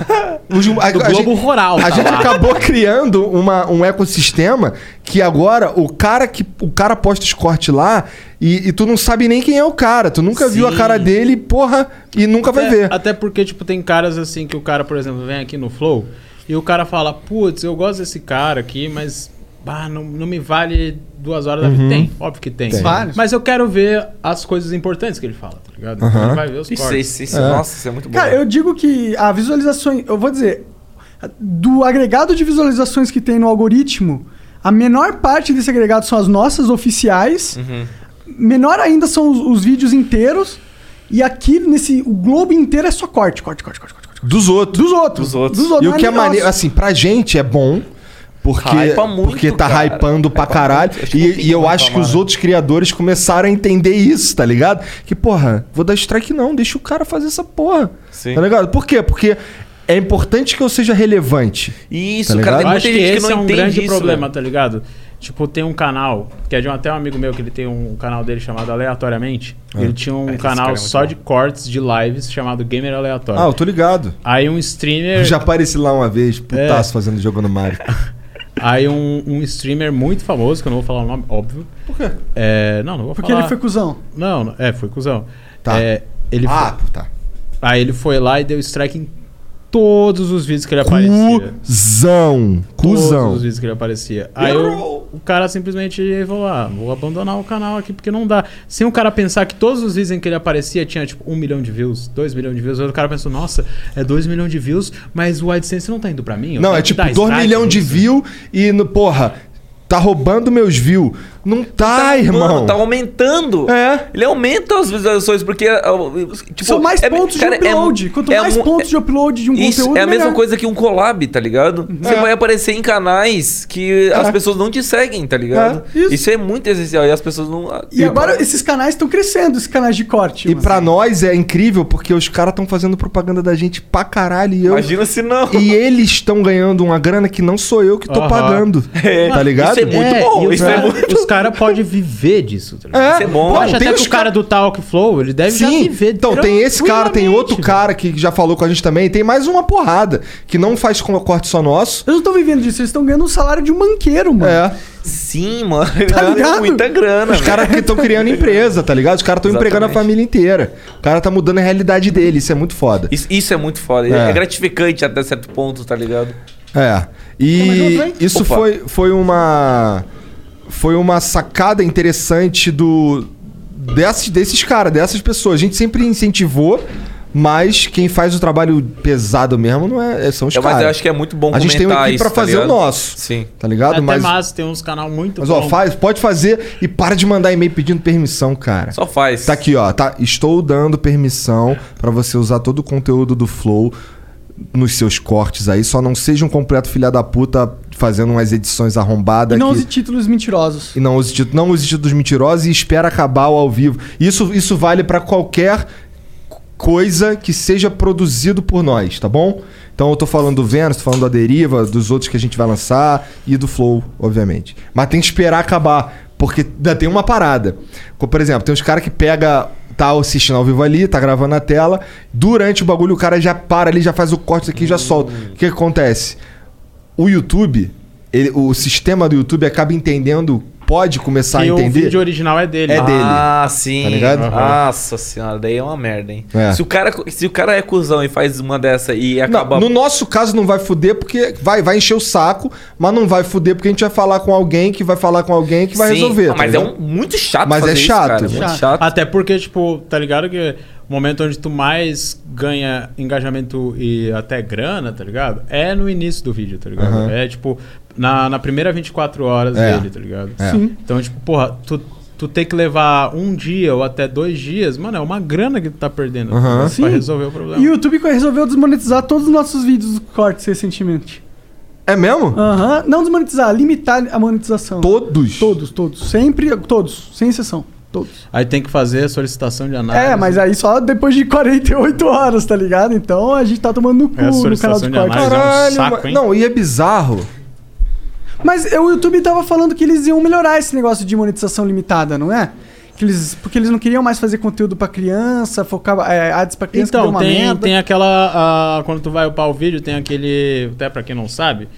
Os, a, Do Globo Rural, A tá gente lá. acabou criando uma, um ecossistema que agora o cara que o cara posta os cortes lá e, e tu não sabe nem quem é o cara, tu nunca viu a Sim. cara dele, porra, e nunca vai até, ver. Até porque, tipo, tem caras assim que o cara, por exemplo, vem aqui no Flow e o cara fala, putz, eu gosto desse cara aqui, mas bah, não, não me vale duas horas da Uhum. vida. Tem, óbvio que tem. Tem. Vários. Mas eu quero ver as coisas importantes que ele fala, tá ligado? Então Aham. ele vai ver os Isso, cortes. isso, isso, É. nossa, isso é muito Cara, eu digo que a visualizações. Eu vou dizer. Do agregado de visualizações que tem no algoritmo, a menor parte desse agregado são as nossas oficiais. Uhum. Menor ainda são os, os vídeos inteiros. E aqui, nesse. O globo inteiro é só corte, corte, corte, corte. corte. Dos outros. Dos outros. Dos outros. Dos outros, E não o que é é maneiro, nosso. assim, pra gente é bom. Porque, Hypa muito, porque tá cara. hypando pra caralho. E, e eu como acho que reclamar, os né? outros criadores começaram a entender isso, tá ligado? Que, porra, vou dar strike não, deixa o cara fazer essa porra. Sim. Tá ligado? Por quê? Porque é importante que eu seja relevante. Isso, tá cara, ligado? Eu acho que gente que esse não é um entende grande isso, problema, velho. tá ligado? Tipo, tem um canal, que é de um, até um amigo meu que ele tem um canal dele chamado Aleatoriamente. Ah. Ele tinha um Esse cara é canal muito só de cortes de lives chamado Gamer Aleatório. Ah, eu tô ligado. Aí É. um streamer. Eu já apareci lá uma vez, putaço, fazendo jogo no Mario. Aí um, um streamer muito famoso, que eu não vou falar o nome, óbvio. Por quê? não, não vou Porque falar. ele foi cuzão. Não, não- é, foi cuzão. É, ele Ah, foi- tá. Aí ele foi lá e deu strike em todos os vídeos que ele aparecia. Cusão. Todos os Cusão. vídeos que ele aparecia. Aí o, o cara simplesmente falou: ah, vou abandonar o canal aqui porque não dá. Sem o cara pensar que todos os vídeos em que ele aparecia tinha tipo um milhão de views, dois milhões de views. Aí o cara pensou: nossa, é dois milhões de views, mas o AdSense não tá indo pra mim. eu Não, tenho é que tipo dar 2 strike milhões nisso." de view e, no, porra, tá roubando meus views. Não tá, irmão. Mano, tá aumentando. É. Ele aumenta as visualizações, porque. ah, ah, Tipo, São mais é- pontos cara, de é mu- upload. Quanto é mais mu- pontos de upload de um Isso, conteúdo. é a mesma melhor. Uhum. coisa que um collab, tá ligado? Você vai aparecer em canais É. que as pessoas não te seguem, tá ligado? isso. é muito essencial e as pessoas não. E agora esses canais estão crescendo, esses canais de corte. E pra nós é incrível porque os caras estão fazendo propaganda da gente pra caralho. E eu... Imagina se não. E eles estão ganhando uma grana que não sou eu que tô Aham. pagando. (laughs) É. Tá ligado? Isso é muito bom, e os isso é caras- muito bom. Os cara pode viver disso. Tá ligado? É, Isso é bom. Eu Não, acho tem até que os o cara do Talk Flow, ele deve já Sim. viver Então, tem esse cara, tem outro cara que já falou com a gente também. Tem mais uma porrada que não faz com corte só nosso. Eles não estão vivendo disso, eles estão ganhando o salário de um banqueiro, mano. É. Sim, mano. (laughs) Tá ligado? muita grana. Os caras que estão criando empresa, tá ligado? Os caras estão empregando a família inteira. O cara tá mudando a realidade dele. Isso é muito foda. Isso, isso é muito foda. É. É. gratificante até certo ponto, tá ligado? É. E isso Opa. foi, foi uma. Foi uma sacada interessante do. Desses, desses caras, dessas pessoas. A gente sempre incentivou, mas quem faz o trabalho pesado mesmo não é, é- são os É, caras. mas eu acho que é muito bom A gente tem uma comentar equipe pra isso, tá fazer o ligado? nosso. Sim. Tá ligado? É Até mas, massa, tem uns canal muito mas bom. ó, faz, pode fazer e para de mandar e-mail pedindo permissão, cara. Só faz. Tá aqui, ó. Tá, estou dando permissão pra você usar todo o conteúdo do Flow nos seus cortes aí. Só não seja um completo filha da puta fazendo umas edições arrombadas. E não que- use títulos mentirosos. e não use título, não use títulos mentirosos e espera acabar o ao vivo. Isso, isso vale pra qualquer co- coisa que seja produzido por nós, tá bom? Então eu tô falando do Vênus, tô falando da Deriva, dos outros que a gente vai lançar e do Flow, obviamente. Mas tem que esperar acabar, porque ainda tem uma parada. Co- Por exemplo, tem uns caras que pega tá assistindo ao vivo ali, tá gravando na tela, durante o bagulho o cara já para ali, já faz o corte aqui, já solta. O que que acontece? o YouTube, ele- o sistema do YouTube acaba entendendo, pode começar Que um a o entender. vídeo original é dele. Tá, É dele. Ah, sim. Tá ligado? Nossa senhora, daí é uma merda, hein? É. Se, o cara, se o cara é cuzão e faz uma dessa e Não, acaba. no nosso caso não vai fuder porque vai, vai encher o saco, mas não vai fuder porque a gente vai falar com alguém que vai falar com alguém que vai Sim, resolver. tá ah, mas é ligado? um- muito chato Mas fazer é isso, chato. cara. Muito chato. Até porque, tipo, tá ligado que o momento onde tu mais ganha engajamento e até grana, tá ligado? É no início do vídeo, tá ligado? Aham. É tipo, na, na primeira 24 horas É. dele, tá ligado? É. Sim. Então, tipo, porra, tu, tu tem que levar um dia ou até dois dias, mano, é uma grana que tu tá perdendo Aham. pra Sim. resolver o problema. E o YouTube resolveu desmonetizar todos os nossos vídeos cortes recentemente. É mesmo? Aham. Não desmonetizar, limitar a monetização. Todos? Todos, todos. Sempre, todos, sem exceção. Todos. Aí tem que fazer a solicitação de análise. É, mas aí só depois de 48 horas, tá ligado? Então a gente tá tomando no cu É, a no canal solicitação de de corte. análise é um Caralho, saco, mas- hein? Tá não, e é bizarro. Mas é, o YouTube tava falando que eles iam melhorar esse negócio de monetização limitada, não é? Que eles, porque eles não queriam mais fazer conteúdo pra criança, focar é, ads pra criança, que Então, deu uma tem, merda. tem aquela. ah, quando tu vai upar o vídeo, tem aquele. Até pra quem não sabe,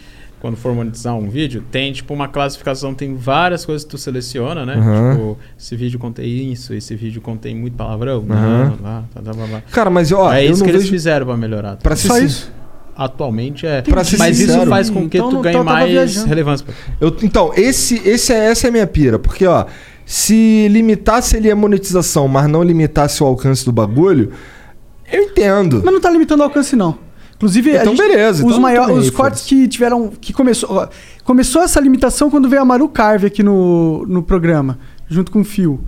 quando for monetizar um vídeo, tem tipo uma classificação, tem várias coisas que tu seleciona, né? Uhum. Tipo, esse vídeo contém isso, esse vídeo contém muito palavrão. né? Uhum. blá, blá, blá, blá, blá. Cara, mas ó, é eu isso não que eles vejo- fizeram pra melhorar. Pra ser Só sin- isso? Atualmente é. Pra ser Mas isso sincero. faz com que Então, tu não- ganhe tá, tava- tava mais viajando. relevância. Eu- então, esse, esse é, essa é a minha pira, porque ó, se limitasse ali a monetização, mas não limitasse o alcance do bagulho, eu entendo. Mas não tá limitando o alcance, não. Inclusive, a Então, beleza, os, então maior, tudo bem, os cortes que tiveram. que começou. ó, Começou essa limitação quando veio a Maru Carve aqui no, no programa, junto com o Phil.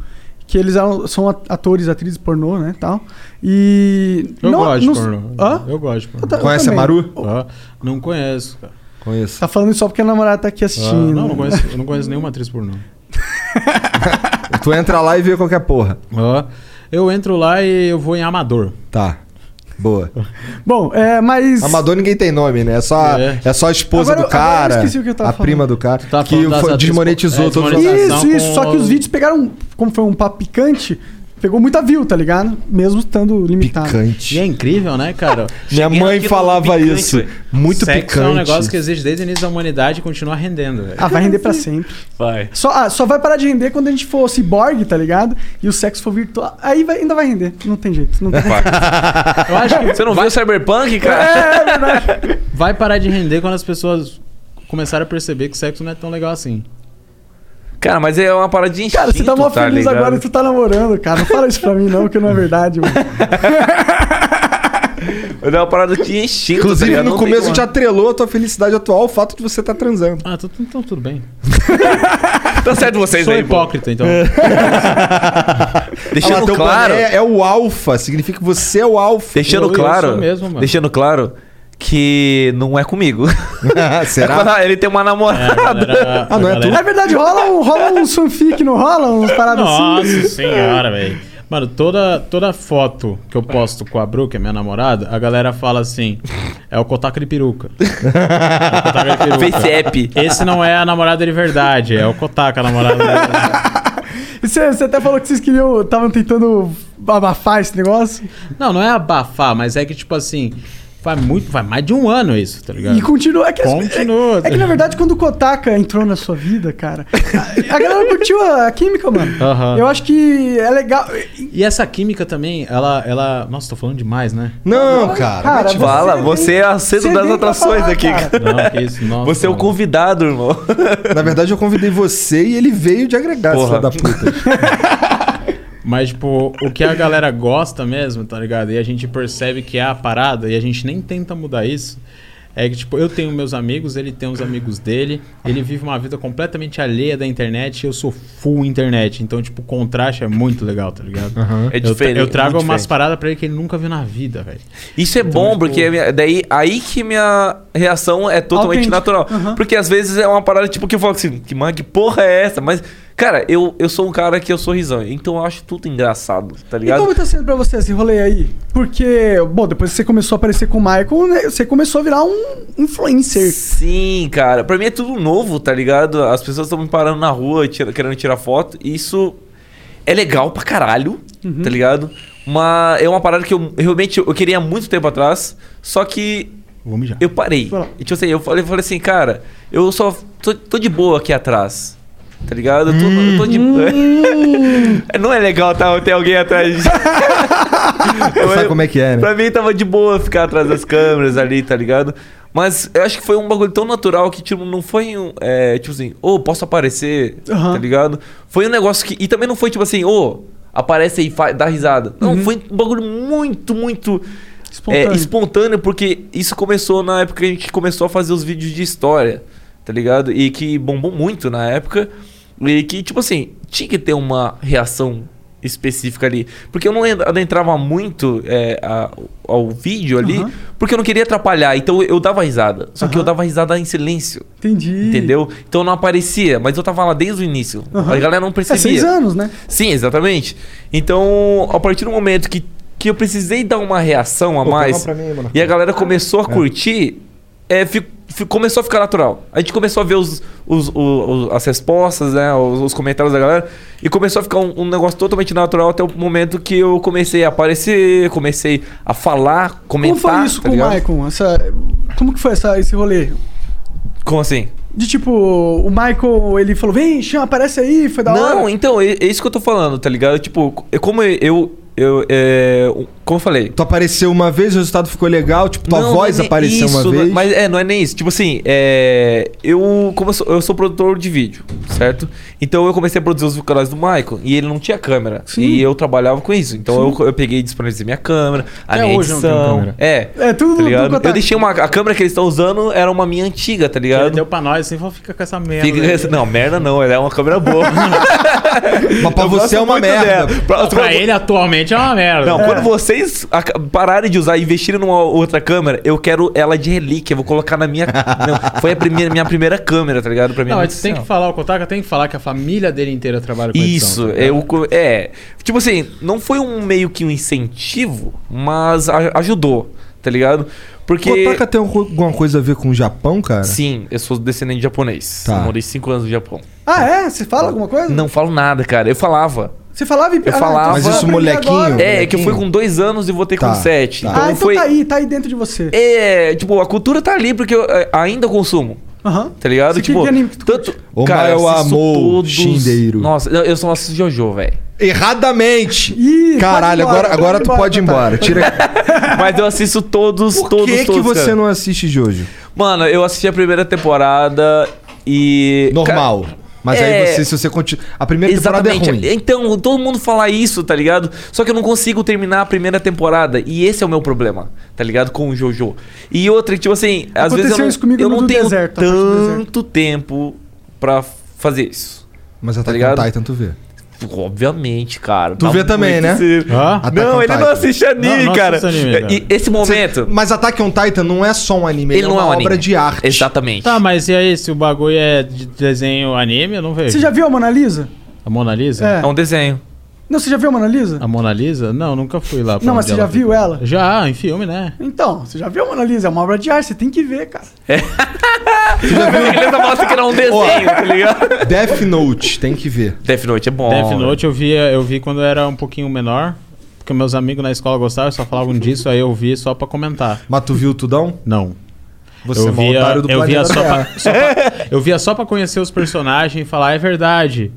Que eles eram- são at- atores, atrizes pornô, né? Tal. E. Eu gosto de não- pornô. Hã? Eu gosto de pornô. ta- eu Conhece a também. Maru? Ah, não conheço, cara. Conheço. Tá falando isso só porque a namorada tá aqui Ah, assistindo. não, não conheço, eu não conheço nenhuma atriz pornô. Tu entra lá e vê qualquer porra. Ó, eu entro lá e eu vou em amador. Tá. Boa. Bom, é, mas. Amador ninguém tem nome, né? É só, é. só a esposa Agora- do agora eu cara. esqueci o que eu tava a falando. prima do cara. tava que tá falando das foi, atrizes- desmonetizou é, todos os Isso, Monetização isso. com- Só que os vídeos pegaram. Como foi um papo picante, pegou muita view, tá ligado? Mesmo estando limitado. Picante. E é incrível, né, (laughs) cara? Minha Cheguei mãe aqui no falava picante, isso. velho. Muito Sexo picante. é um negócio que existe desde o início da humanidade e continua rendendo, velho. Ah, vai render pra sempre. Vai. Só, ah, só vai parar de render quando a gente for ciborgue, tá ligado? E o sexo for virtual. Aí vai- ainda vai render. Não tem jeito. Não É, tem (laughs) jeito. Tá Eu acho que Você não viu o Cyberpunk, cara? É, Vai parar de render quando as pessoas começaram a perceber que sexo não é tão legal assim. Cara, mas é uma parada de Cara, você tá mó feliz ligado? agora e tu tá namorando, cara. Não fala isso pra mim, não, que não é verdade, (laughs) mano. Eu dei É uma parada de instinto. tá Inclusive, ligado? no Não tem começo como. já atrelou a tua felicidade atual ao fato de você estar transando. Ah, tudo- então tudo bem. (laughs) Tá certo vocês Sou aí, pô. hipócrita, então. É. Ah, Deixando teu claro. boné É, o alfa, significa que você é o alfa. Deixando claro. Deixando claro que não é comigo. (laughs) Será? É quando ele tem uma namorada. Ah, não é tu? (laughs) É verdade, rola um, rola um fanfic, não rola? Uns paradas assim. Nossa senhora, velho. Mano, toda, toda foto que eu posto com a Bru, que é minha namorada, a galera fala assim: é o Kotaka (laughs) de peruca. É o Kotaka de peruca. Face Esse não é a namorada de verdade, é o Kotaka, a namorada de verdade. E Você, você até falou que vocês queriam. Estavam tentando abafar esse negócio. Não, não é abafar, mas é que, tipo assim, vai muito, vai mais de um ano isso, tá ligado? E continua. É que, Continua. tá É, é que na verdade, quando o Kotaka entrou na sua vida, cara, a, a galera curtiu a, a química, mano. Aham. Eu acho que é legal. E essa química também, ela, ela. Nossa, tô falando demais, né? Não, cara. Cara, mete você bala, vem- você é a centro você das vem pra atrações falar, aqui, cara. cara. Não, (laughs) que isso, nossa. Você é o convidado, irmão. Na verdade, eu convidei você e ele veio de agregar, filho da Porra. puta. Mas, tipo, o que a galera gosta mesmo, tá ligado? E a gente percebe que é a parada e a gente nem tenta mudar isso. É que, tipo, eu tenho meus amigos, ele tem os amigos dele, ele vive uma vida completamente alheia da internet e eu sou full internet. Então, tipo, o contraste é muito legal, tá ligado? Aham. É Eu tra- diferente, Eu trago muito umas diferente. paradas pra ele que ele nunca viu na vida, velho. Isso é bom, porque minha- daí aí que minha reação é totalmente Autêntica. natural. Aham. Porque às vezes é uma parada tipo que eu falo assim, que, mano, que porra é essa? Mas, cara, eu, eu sou um cara que eu sou risão, então eu acho tudo engraçado, tá E ligado? como tá sendo pra você esse rolê aí? Porque, bom, depois que você começou a aparecer com o Michael, né, você começou a virar um influencer. Sim, cara. Pra mim é tudo novo, tá ligado? As pessoas estão me parando na rua, tira- querendo tirar foto. E isso é legal pra caralho, tá ligado? Mas é uma parada que eu realmente eu queria há muito tempo atrás. Só que Vou mijar. eu parei. E, tipo assim, eu falei, eu falei assim, cara, eu só tô, tô de boa aqui atrás. Tá ligado? Eu tô, eu tô de (laughs) Não é legal tá, ter alguém (laughs) atrás de Sabe como é que é, né? Pra mim tava de boa ficar atrás das câmeras ali, tá ligado? Mas eu acho que foi um bagulho tão natural que, tipo, não foi um. é, tipo assim, ô, posso aparecer, Aham. tá ligado? Foi um negócio que. E também não foi tipo assim, ô, aparece aí, fa- dá risada. Não, foi um bagulho muito, muito. Uhum. Espontâneo. é, espontâneo, porque isso começou na época que a gente começou a fazer os vídeos de história, tá ligado? E que bombou muito na época. E que, tipo assim, tinha que ter uma reação específica ali. Porque eu não en- adentrava muito é, a- ao vídeo ali, Aham. porque eu não queria atrapalhar. Então eu dava risada. Só que eu dava risada em silêncio. Entendi. Entendeu? Então não aparecia, mas eu tava lá desde o início. Aham. A galera não percebia. É seis anos, né? Sim, exatamente. Então, a partir do momento que, que eu precisei dar uma reação a Pô, pega mais uma pra mim, mano. e a galera começou a É. curtir, é, fi- fi- começou a ficar natural. A gente começou a ver os, os- o- o- as respostas, né, os, os comentários da galera e começou a ficar um, um negócio totalmente natural até o momento que eu comecei a aparecer, comecei a falar, comentar. Como foi isso tá com o ligado? Michael? Essa, como que foi essa, esse rolê? Como assim? De tipo, o Michael, ele falou, vem, chama, aparece aí, foi da hora. Não, então, é, é isso que eu tô falando, tá ligado? Tipo, é como eu. eu é, como eu falei. Tu apareceu uma vez, o resultado ficou legal, tipo, tua Não, voz não é nem apareceu isso, uma não- vez. Mas é, não é nem isso. Tipo assim, é, eu, como eu, sou, eu sou produtor de vídeo, certo? Então eu comecei a produzir os canais do Michael e ele não tinha câmera. E eu trabalhava com isso. Então eu, eu peguei e disponibilizei minha câmera, a Até minha hoje eu não edição. tenho câmera. É. É, tudo Tá ligado? Kotak. eu deixei uma. A câmera que eles estão usando era uma minha antiga, tá ligado? Deu pra nós, assim, falou, fica com essa merda. Fica- aí. não, merda não, ela é uma câmera (laughs) boa. Mas pra você é uma merda. Pra ele atualmente é uma merda. Não, É. quando vocês aca- pararem de usar e investirem numa outra câmera, eu quero ela de relíquia, eu vou colocar na minha. (laughs) Não, foi a primeira, minha primeira câmera, tá ligado? Pra minha Não, a rede gente tem que social. falar, o Kotaka tem que falar que a família dele inteira trabalha com Isso, edição. tá eu, co- é. Tipo assim, não foi um meio que um incentivo, mas a- ajudou, tá ligado? Porque. Kotaka tem algum- alguma coisa a ver com o Japão, cara? Sim, eu sou descendente de japonês. Tá. Eu morei cinco anos no Japão. Ah, é? Você fala alguma coisa? Não falo nada, cara. Eu falava. Você falava e Eu falava. então você vai aprender agora. É, que eu fui com dois anos e voltei Tá, com sete. ah, então foi. tá aí, tá aí dentro de você. É, tipo, a cultura tá ali porque eu é, ainda consumo. Aham. Tá ligado? Você- que- tipo, que anime que tanto. O eu Mael assisto amou Shindeiro. Nossa, eu, eu só não assisto Jojo, (laughs) velho. Erradamente! Ih, Caralho, pode ir embora, agora, agora pode ir tu pode ir embora. Tira... (laughs) Mas eu assisto todos, Por todos, que, que todos, você cara. não assiste Jojo? Mano, eu assisti a primeira temporada e. Normal. Ca- Mas aí É. você, se você continua. A primeira Exatamente. temporada é ruim. Então, todo mundo fala isso, tá ligado? Só que eu não consigo terminar a primeira temporada. E esse é o meu problema, tá ligado? Com o Jojo. E outra, que, tipo assim, às vezes eu Aconteceu não, isso comigo eu no não do tenho deserto, a parte do tanto tempo pra fazer isso. Mas tá Attack ligado? on Titan tu vê. Obviamente, cara. Tu Tá vê também, muito né? cedo. Hã? Attack on Não, ele não Titan. assiste anime, cara. É, E esse momento. (laughs) Mas Attack on Titan não é só um anime, ele, é uma obra de arte. Exatamente. Tá, mas e aí, se o bagulho é de desenho anime, eu não vejo. Você já viu a Mona Lisa? A Mona Lisa? É. É um desenho. Não, você já viu a Mona Lisa? A Mona Lisa? Não, nunca fui lá. pra Não, mas onde você já ela fica. viu ela? Já, em filme, né? Então, você já viu a Mona Lisa? É uma obra de arte, você tem que ver, cara. Beleza, mostra (laughs) que era um desenho, tá ligado? Death Note, tem que ver. Death Note é bom. Death Note eu vi, eu vi quando eu era um pouquinho menor. Porque meus amigos na escola gostavam, só falavam disso, aí eu vi só pra comentar. Mas tu viu tudão? Não. Você é eu um otário do eu via planeta só pra, Terra. (laughs) só pra- Eu via só pra conhecer os personagens e falar, é verdade.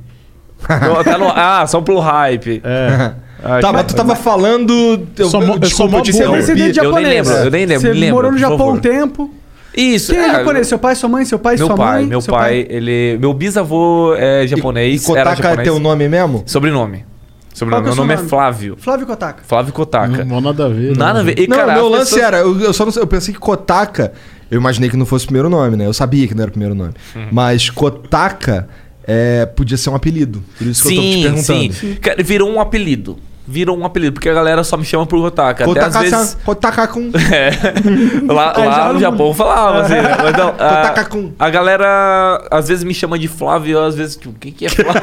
Não, tá (laughs) no- ah, só pelo hype. É. Ah, tá, que- mas tu tava falando. Eu, Sou mo- eu sou desculpa, mó eu te burro. interrompi. Descendente Eu nem japonês. lembro, eu nem lembro, Você me lembra, morou no por Japão favor. um tempo. Isso, Quem é, é, japonês? Seu pai, sua mãe, seu pai, Meu sua pai, mãe? meu seu pai, ele. Meu bisavô é japonês. E Kotaka era japonês. é teu nome mesmo? Sobrenome. Qual Sobrenome. que é Meu o seu nome é nome? Flávio. Flávio Kotaka. Flávio Kotaka. Não, nada a ver. Nada a ver. E, não, cara, meu as lance pessoas- era, eu, eu só não sei, eu pensei que Kotaka, eu imaginei que não fosse o primeiro nome, né? Eu sabia que não era o primeiro nome. Uhum. Mas Kotaka é, podia ser um apelido. Por isso que eu tô te Sim, sim. perguntando. Cara, Virou um apelido. Virou um apelido, porque a galera só me chama por Kotaka. Até às Kotaka-san, vezes. (laughs) Kotaka-kun. É. Lá, (laughs) Ah, já lá não- no Japão falava, assim. né? Mas não, Kotaka-kun. a, a galera às vezes me chama de Flávio, eu, às vezes, tipo, quem que é Flávio?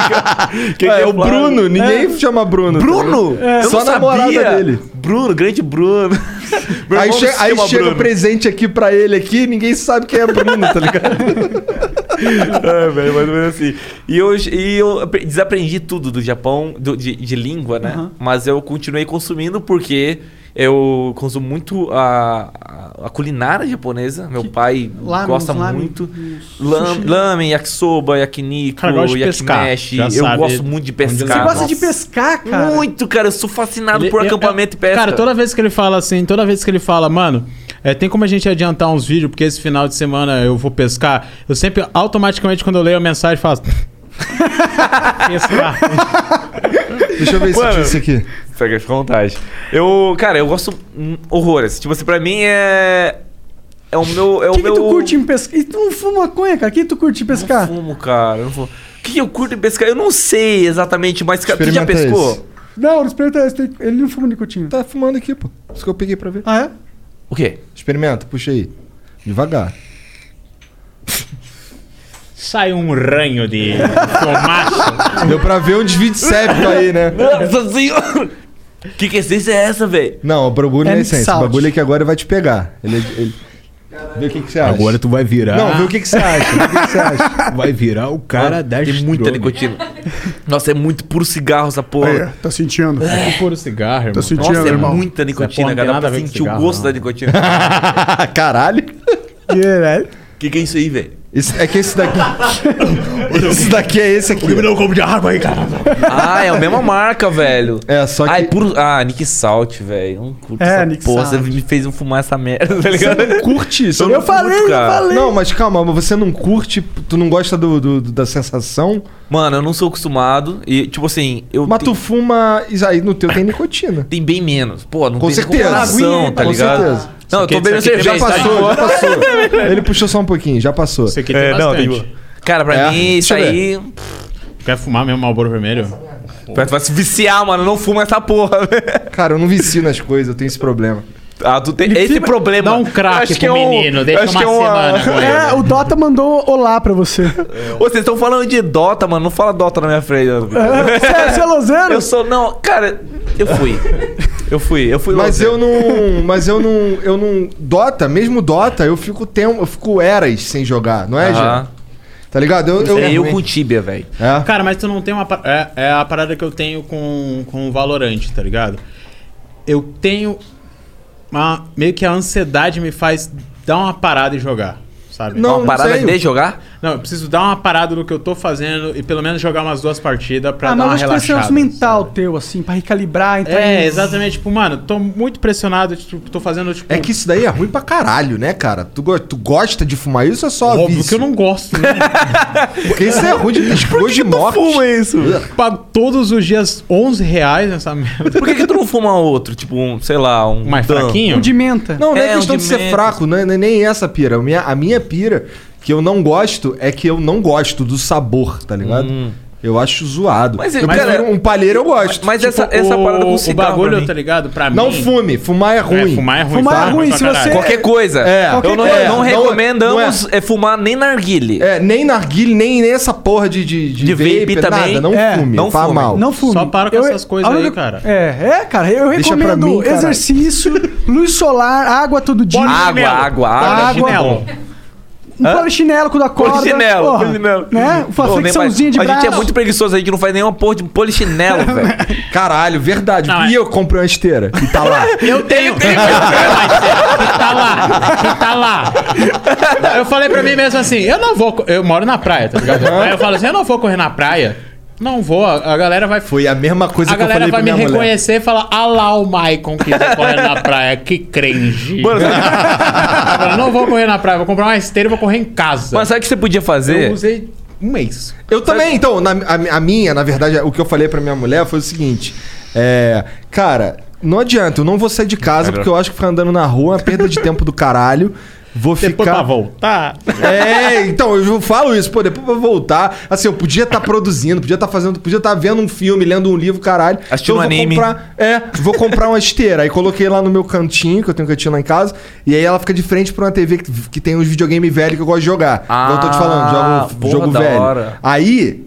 (laughs) Quem é, que Flávio? o Bruno, ninguém chama Bruno. tá Bruno? ligado? Eu Só a não namorada sabia. dele. Bruno, grande (laughs) Bruno. Meu aí irmão che- se aí chama chega o Bruno. presente aqui pra ele aqui, ninguém sabe quem é Bruno, tá ligado? é, velho, mais ou menos assim. E eu, e eu apre- desaprendi tudo do Japão, do- de, de língua, né? Mas eu continuei consumindo porque eu consumo muito a, a- a culinária japonesa. Meu pai Lamen, gosta uns lamen, muito. uns Lam- sushi. Lamen, yakisoba, yakiniku, Cara, eu gosto de pescar, yakimeshi. já Eu sabe gosto muito de onde pescar. Você gosta de é, Nossa. pescar, cara? Muito, cara. Eu sou fascinado Ele- Ah, por eu- acampamento eu- e pesca. Cara, toda vez que ele fala assim, toda vez que ele fala, mano, é, tem como a gente adiantar uns vídeos, porque esse final de semana eu vou pescar, eu sempre, automaticamente, quando eu leio a mensagem, faço. pescar. (laughs) Deixa eu ver se eu Mano. tinha isso aqui. Pega fica à vontade. Eu, cara, eu gosto hum, horrores. Tipo assim, pra mim é. É o meu. É O o que, que meu. tu curte em pescar? E tu não fuma maconha, cara? O que tu curte em pescar? Não fumo, cara. eu não fumo. O que que eu curto em pescar? Eu não sei exatamente, mas cara, tu já Experimenta pescou? esse. Não, não experimenta esse. tem- Ele não fuma nicotina. Tá fumando aqui, pô. Isso que eu peguei pra ver. Ah, é? (laughs) O quê? Experimenta, puxa aí. Devagar. Sai um (laughs) ranho de fumaça. Deu pra ver um desvio de septo aí, (laughs) né? Nossa senhora! Que que essência é essa, velho? Não, o bagulho não É é essência. salt. O bagulho é que agora vai te pegar. Ele, é ele... Vê o que, que você acha. É, Agora tu vai virar. Não, vê o que, que você acha. Vê o que, que você acha. Vai virar (laughs) o cara da Tem muita nicotina. Nossa, é muito puro cigarro essa porra. tá sentindo? Que puro cigarro, irmão. sentindo, Nossa, é irmão. muita porra nicotina, não tem cara. Dá nada a pra ver com sentir o cigarro, gosto não. da nicotina. Ah, Caralho. Caralho. que que é isso aí, velho? Esse- é que esse (laughs) daqui. esse daqui é esse aqui. um Não como de arma aí, cara. Ah, é a mesma marca, velho. É, só que. Ah, é puro. Ah, Nick Salt, velho. Não curto É, essa Nick porra. Salt. Você me fez fumar essa merda, tá ligado? curte isso. Eu Eu não falei, curto, eu cara. falei. Não, mas calma, mas você não curte, tu não gosta do, do- do- da sensação, Mano, eu não sou acostumado. E, tipo assim, eu. mas te- tu fuma. Isso aí no teu tem nicotina. tem bem menos. Pô, não Com tem nem certeza. comparação, tá Com ligado? certeza. Não, eu aqui- tô bebendo isso aqui cerveja. Já Gente, tá passou, de já passou. (laughs) Ele puxou só um pouquinho, já passou. Isso aqui tem É, não, bastante. tem- Cara, pra É, mim, isso deixa eu aí. Quer fumar mesmo Malboro Vermelho? Tu vai se viciar, mano. Não fuma essa porra, velho. Cara, eu não vicio nas coisas, eu tenho esse problema. Ah, tu tem esse problema. Dá um crack Acho pro é um- menino, deixa acho uma que é semana né? com ele. É, o Dota mandou olá pra você. Ô, Vocês estão falando de Dota, mano. Não fala Dota na minha frente. Você é, você é lozeiro? Eu sou. Não, cara, eu fui. Eu fui, eu fui Mas loser. eu não. Mas eu não. Eu não. Dota, mesmo Dota, eu fico tempo. Eu fico eras sem jogar, não é, Aham. Jean? Tá ligado? Eu. eu, É, eu com tíbia, velho. É. Cara, mas tu não tem uma. par- É, é a parada que eu tenho com, com o Valorant, tá ligado? Eu tenho. Uma, meio que a ansiedade me faz dar uma parada e jogar, sabe? Não, Uma parada sei. de jogar? Não, eu preciso dar uma parada no que eu tô fazendo e pelo menos jogar umas duas partidas pra Ah, mas dar eu uma acho que vai ser um relaxada. lance mental teu, assim, pra recalibrar. Então É, exatamente. Tipo, mano, tô muito pressionado. Tipo, tô fazendo, tipo. É que isso daí é ruim pra caralho, né, cara? Tu, go- tu gosta de fumar isso ou é só óbvio vício? que eu não gosto, né? (laughs) Porque (laughs) isso é ruim de gosto de morte. isso? Pago todos os dias 11 reais nessa merda. Por que, que tu não fuma outro? Tipo, um, sei lá, um. Mais dan- fraquinho? Um de menta. Não, não é, É, questão um de ser demento. fraco, não é, não é nem essa pira. A minha, a minha pira que eu não gosto é que eu não gosto do sabor, tá ligado? Eu acho zoado. Hum. Mas, eu mas, quero cara, um palheiro eu gosto. Tipo, mas essa- essa parada com cigarro Tipo, O bagulho, pra mim. tá ligado? Pra Não mim. fume, fumar é ruim. fumar é ruim, Fumar é fumar ruim, pra se você- caralho. Qualquer coisa. É. eu não, Qualquer não coisa. recomendamos Não é, fumar nem narguile. É, nem narguile, nem, nem essa porra de, de, de, De vape nada. também. Não É, fume, não não faz fume. mal. Não fume. Só para com Eu- essas coisas a aí, única- cara. É, é, cara, eu Deixa pra recomendo mim, caralho. exercício, (laughs) luz solar, água todo dia. Água, água, água. água. Um Hã? polichinelo quando acorda. Polichinelo, porra, polichinelo. Né? Uma Pô, nem flexãozinha de mais- braço. A gente é muito preguiçoso, a gente não faz nenhuma porra de polichinelo, velho. Caralho, verdade. e eu comprei uma esteira. E tá lá. é. (laughs) (laughs) Eu tenho. que tá lá, que tá lá. Eu falei pra mim mesmo assim, eu não vou. co- Eu moro na praia, tá ligado? Aí eu falo assim, eu não vou correr na praia. Não vou, a a galera vai. Foi a mesma coisa a que eu galera falei pra vai me minha mulher. reconhecer e falar, ah lá o Maicon que tá correndo (laughs) na praia, que cringe. Eu falo, não vou correr na praia, vou comprar uma esteira e vou correr em casa. Mas sabe o que você podia fazer? Eu usei um mês. Eu também, então, na- a, a minha, na verdade, o que eu falei pra minha mulher foi o seguinte: é, Cara, não adianta, eu não vou sair de casa porque eu acho que ficar andando na rua é uma perda de tempo do caralho. Vou ficar. pra voltar. É, então, eu falo isso, pô, depois pra voltar. Assim, eu podia estar produzindo, podia estar fazendo, podia estar vendo um filme, lendo um livro, caralho. Assistindo eu vou um anime. comprar. É, vou comprar uma esteira. Aí coloquei lá no meu cantinho, que eu tenho um cantinho lá em casa, e aí ela fica de frente pra uma TV que, que tem uns videogame velho que eu gosto de jogar. Ah, Igual eu tô te falando, jogo, porra, jogo da velho. hora. Aí.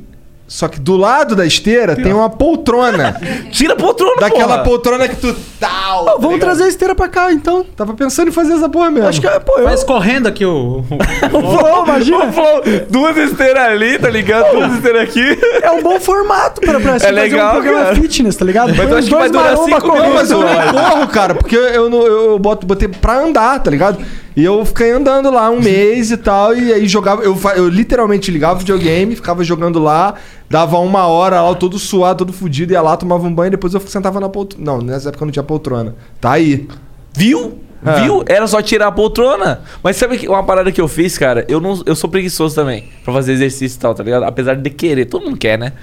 Só que do lado da esteira tem uma poltrona. Tira a poltrona, Daquela porra. poltrona que tu. Tal, tá Vamos ligado? trazer a esteira pra cá, então. Tava pensando em fazer essa porra mesmo. Acho que, pô, eu... Mas correndo aqui o. O flow, imagina. O flow, duas esteiras ali, tá ligado? Duas esteiras aqui. É um bom formato pra, pra É legal, fazer um programa cara. fitness, tá ligado? Mas eu Põe acho os que vai dois durar maromba cinco correndo. Não, minutos. mas eu Olha. não corro, cara, porque eu, não, eu boto, botei pra andar, tá ligado? E eu fiquei andando lá um mês e tal, e aí jogava, eu, fa- eu literalmente ligava o videogame, ficava jogando lá, dava uma hora lá, todo suado, todo fudido, ia lá, tomava um banho, depois eu sentava na poltrona. Não, nessa época eu não tinha poltrona. Tá aí. Viu? Viu? Era só tirar a poltrona. Mas sabe que uma parada que eu fiz, cara? Eu, não, eu sou preguiçoso também pra fazer exercício e tal, tá ligado? Apesar de querer. Todo mundo quer, né?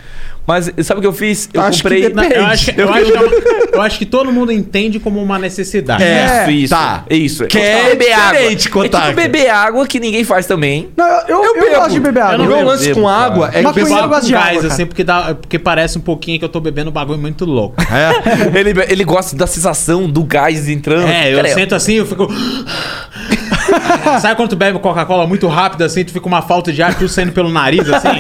Mas sabe o que eu fiz? Eu Acho que comprei. depende. Eu acho, que- eu acho que é uma- eu acho que todo mundo entende como uma necessidade. É, isso, isso. tá. Isso. Que Eu é tava- beber água. diferente, É Kotaka. tipo beber água que ninguém faz também. Não, eu, eu, eu bebo. gosto de beber água. Eu não O meu bebo, lance bebo, com cara. água é que Maconha pessoal- eu gosto de gás, água, cara. assim, porque, dá, porque parece um pouquinho que eu tô bebendo um bagulho muito louco. É. Ele, ele gosta da sensação do gás entrando. É, eu Cara, sento assim, eu fico. Sabe quando tu bebe Coca-Cola muito rápido assim, tu fica com uma falta de ar, tudo saindo pelo nariz assim?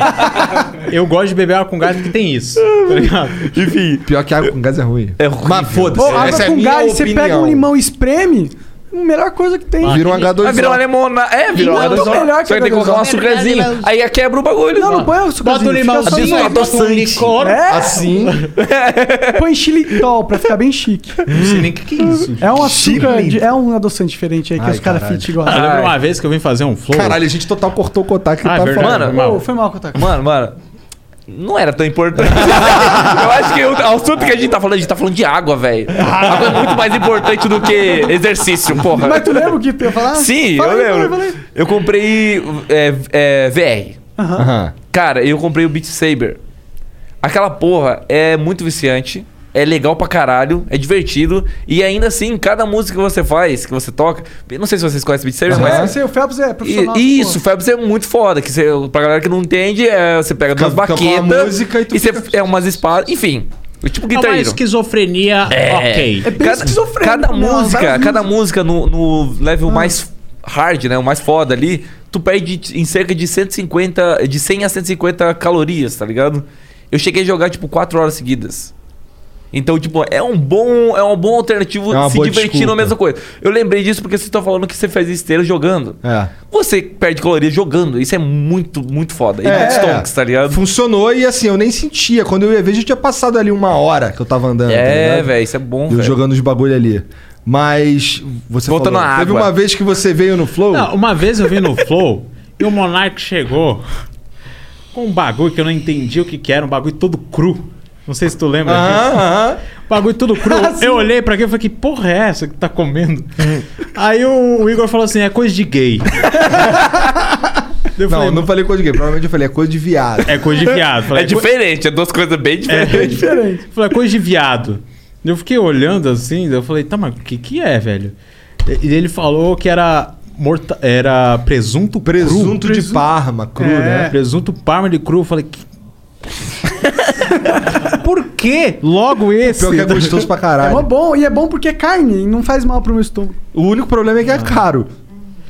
Eu gosto de beber água com gás porque tem isso. Tá ligado? Enfim. Pior que água com gás é ruim. É ruim. Mas Pô, foda-se. água essa é com minha gás, você opinião. pega um limão e espreme, a melhor coisa que tem. Vira um Vai virar Ah, uma H2O. limona. É, virou uma Muito H2O. melhor que Só que tem que colocar um H2O. açúcarzinho. Aí quebra o bagulho. Não, não põe o Bota sucozinho, um fica só limãozinho, aí bota um Adoçante. licor. É. Assim. (laughs) Põe xilitol pra ficar bem chique. Não sei nem o que, que é isso. É um açúcar, Xilitol. de- é um adoçante diferente aí que Ai, os caras caralho. Ah, fit Eu gostam. é. lembro uma vez que eu vim fazer um flow. Caralho, a gente total cortou o contato que Ah, tava verdade. falando. Mano, mal. tá Ô, foi mal, Kotaku. Mano, mano. Não era tão importante. (laughs) eu acho que o assunto que a gente tá falando, a gente tá falando de água, velho. Água é muito mais importante do que exercício, porra. Mas tu lembra o que tu ia falar? Sim, Fala eu aí, fala aí, lembro. fala aí. Eu comprei é, é, VR. Aham. Cara, eu comprei o Beat Saber. Aquela porra é muito viciante, é legal pra caralho, é divertido. E ainda assim, cada música que você faz, que você toca. eu Não sei se vocês conhecem Beat Saber, Mas mas. esse aí, o Phelps é E- profissional. isso, Fabs é muito foda. Que você, pra galera que não entende, é, você pega Fica- duas fica com a baquetas. música e tu E você fica- é umas espadas. Enfim, é tipo É uma guitarreiro. esquizofrenia, ok. É bem Cada, esquizofrênico, cada né? Várias música, cada música músicas. no, no level mais hard, né? O mais foda ali, tu perde em cerca de 150, de 100 a 150 calorias, tá ligado? Eu cheguei a jogar tipo 4 horas seguidas. Então, tipo, é um bom, é um bom alternativo É uma se boa divertir na desculpa. mesma coisa. Eu lembrei disso porque você tá falando que você faz esteira jogando. É. Você perde calorias jogando, isso é muito, muito foda. E É, muito é. stonks, tá ligado? Funcionou e assim, eu nem sentia. Quando eu ia ver, já tinha passado ali uma hora que eu tava andando. tá É, velho, isso é bom, Eu velho. jogando os bagulho ali. Mas. Você Voltando falou, à Teve água. uma vez que você veio no Flow. Não, uma vez eu vim no (laughs) Flow e o Monark chegou com um bagulho que eu não entendi o que, que era, um bagulho todo cru. Não sei se tu lembra disso. Um Aham, aham. Bagulho todo cru. eu olhei pra aquilo e falei, que porra é essa que tá comendo? Aí o, o Igor falou assim, é coisa de gay. Não, eu falei, não falei coisa de gay. Provavelmente eu falei, é coisa de viado. é coisa de viado. É Falei, "Co- diferente, é duas coisas bem diferentes. é diferente. Falei, coisa de viado. Eu fiquei olhando assim, eu falei, tá, mas o que que é, velho? E ele falou que era, morta, era presunto cru. Presunto de Parma, cru, É. né? Presunto parma de cru. Eu falei, que... Por quê? Logo esse. Pior que é gostoso pra (laughs) caralho. É mó bom, e é bom porque é carne e não faz mal pro meu estômago. Ah. O único problema é que é caro.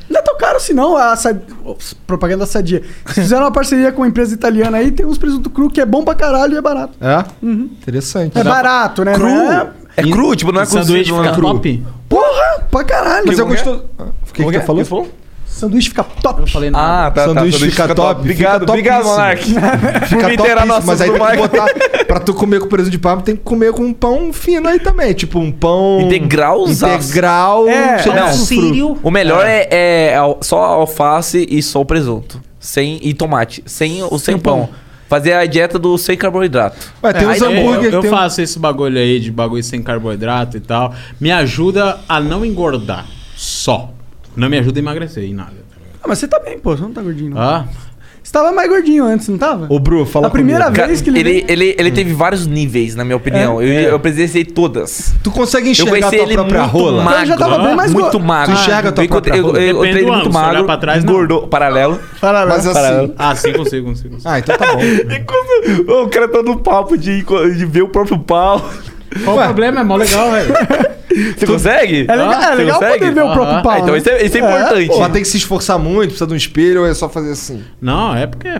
Não é tão caro assim, não. A sa- Ops, propaganda sadia. Se fizeram uma parceria com uma empresa italiana aí, tem uns presunto cru que é bom pra caralho e é barato. É? Uhum. Interessante. É barato, né? Cru? Não É, cru, tipo, não é cozido, sanduíche não é fica cru. top? Porra, pra caralho. Mas é gostoso. O que, que, Como tu é? falou? Que Sanduíche fica top. Eu falei Ah, tá, tá. sanduíche fica, top. Obrigado, fica obrigado, Monark. Por (laughs) fica me inteirar top, nossas mas aí do tem que Mark. botar. Pra tu comer com presunto de palma, tem que comer com um pão fino aí também. Tipo um pão. Integralzaço. Integral. É. tipo um cheio de É, Não, frufru. O melhor é, é al- só alface e só o presunto. Sem, e tomate. Sem, o- sem pão. Fazer a dieta do sem carboidrato. É, aí Eu, eu um faço esse bagulho aí de bagulho sem carboidrato e tal. Me ajuda a não engordar. Só. Não me ajuda a emagrecer em nada. Ah, mas você tá bem, pô. Você não tá gordinho, não. Ah. Você tava mais gordinho antes, não tava? Ô, Bru, fala A primeira Cara, vez que ele... ele, ele, ele teve vários níveis, na minha opinião. É. eu, eu presenciei todas. Tu consegue Eu enxergar a conheci tua ele própria muito rola? magro. Eu já tava bem mais Muito gordo. magro. Tu enxerga a tua Eu encontrei- eu- própria rola? eu- Eu Depende entrei do muito ângulo, se olhar magro, pra trás, não. engordou, paralelo. Paralelo. Mas assim- Ah, sim, consigo, consigo. Ah, então (laughs) tá bom. o cara tá no papo de, de ver o próprio pau. Qual o problema? É mó legal, velho. (laughs) Você consegue? É legal- é Ah, Você legal consegue? poder ver o próprio Ah, pau, Então né? isso é, isso é É, importante. Pô, mas tem que se esforçar muito, precisa de um espelho ou é só fazer assim? Não, é porque. (laughs)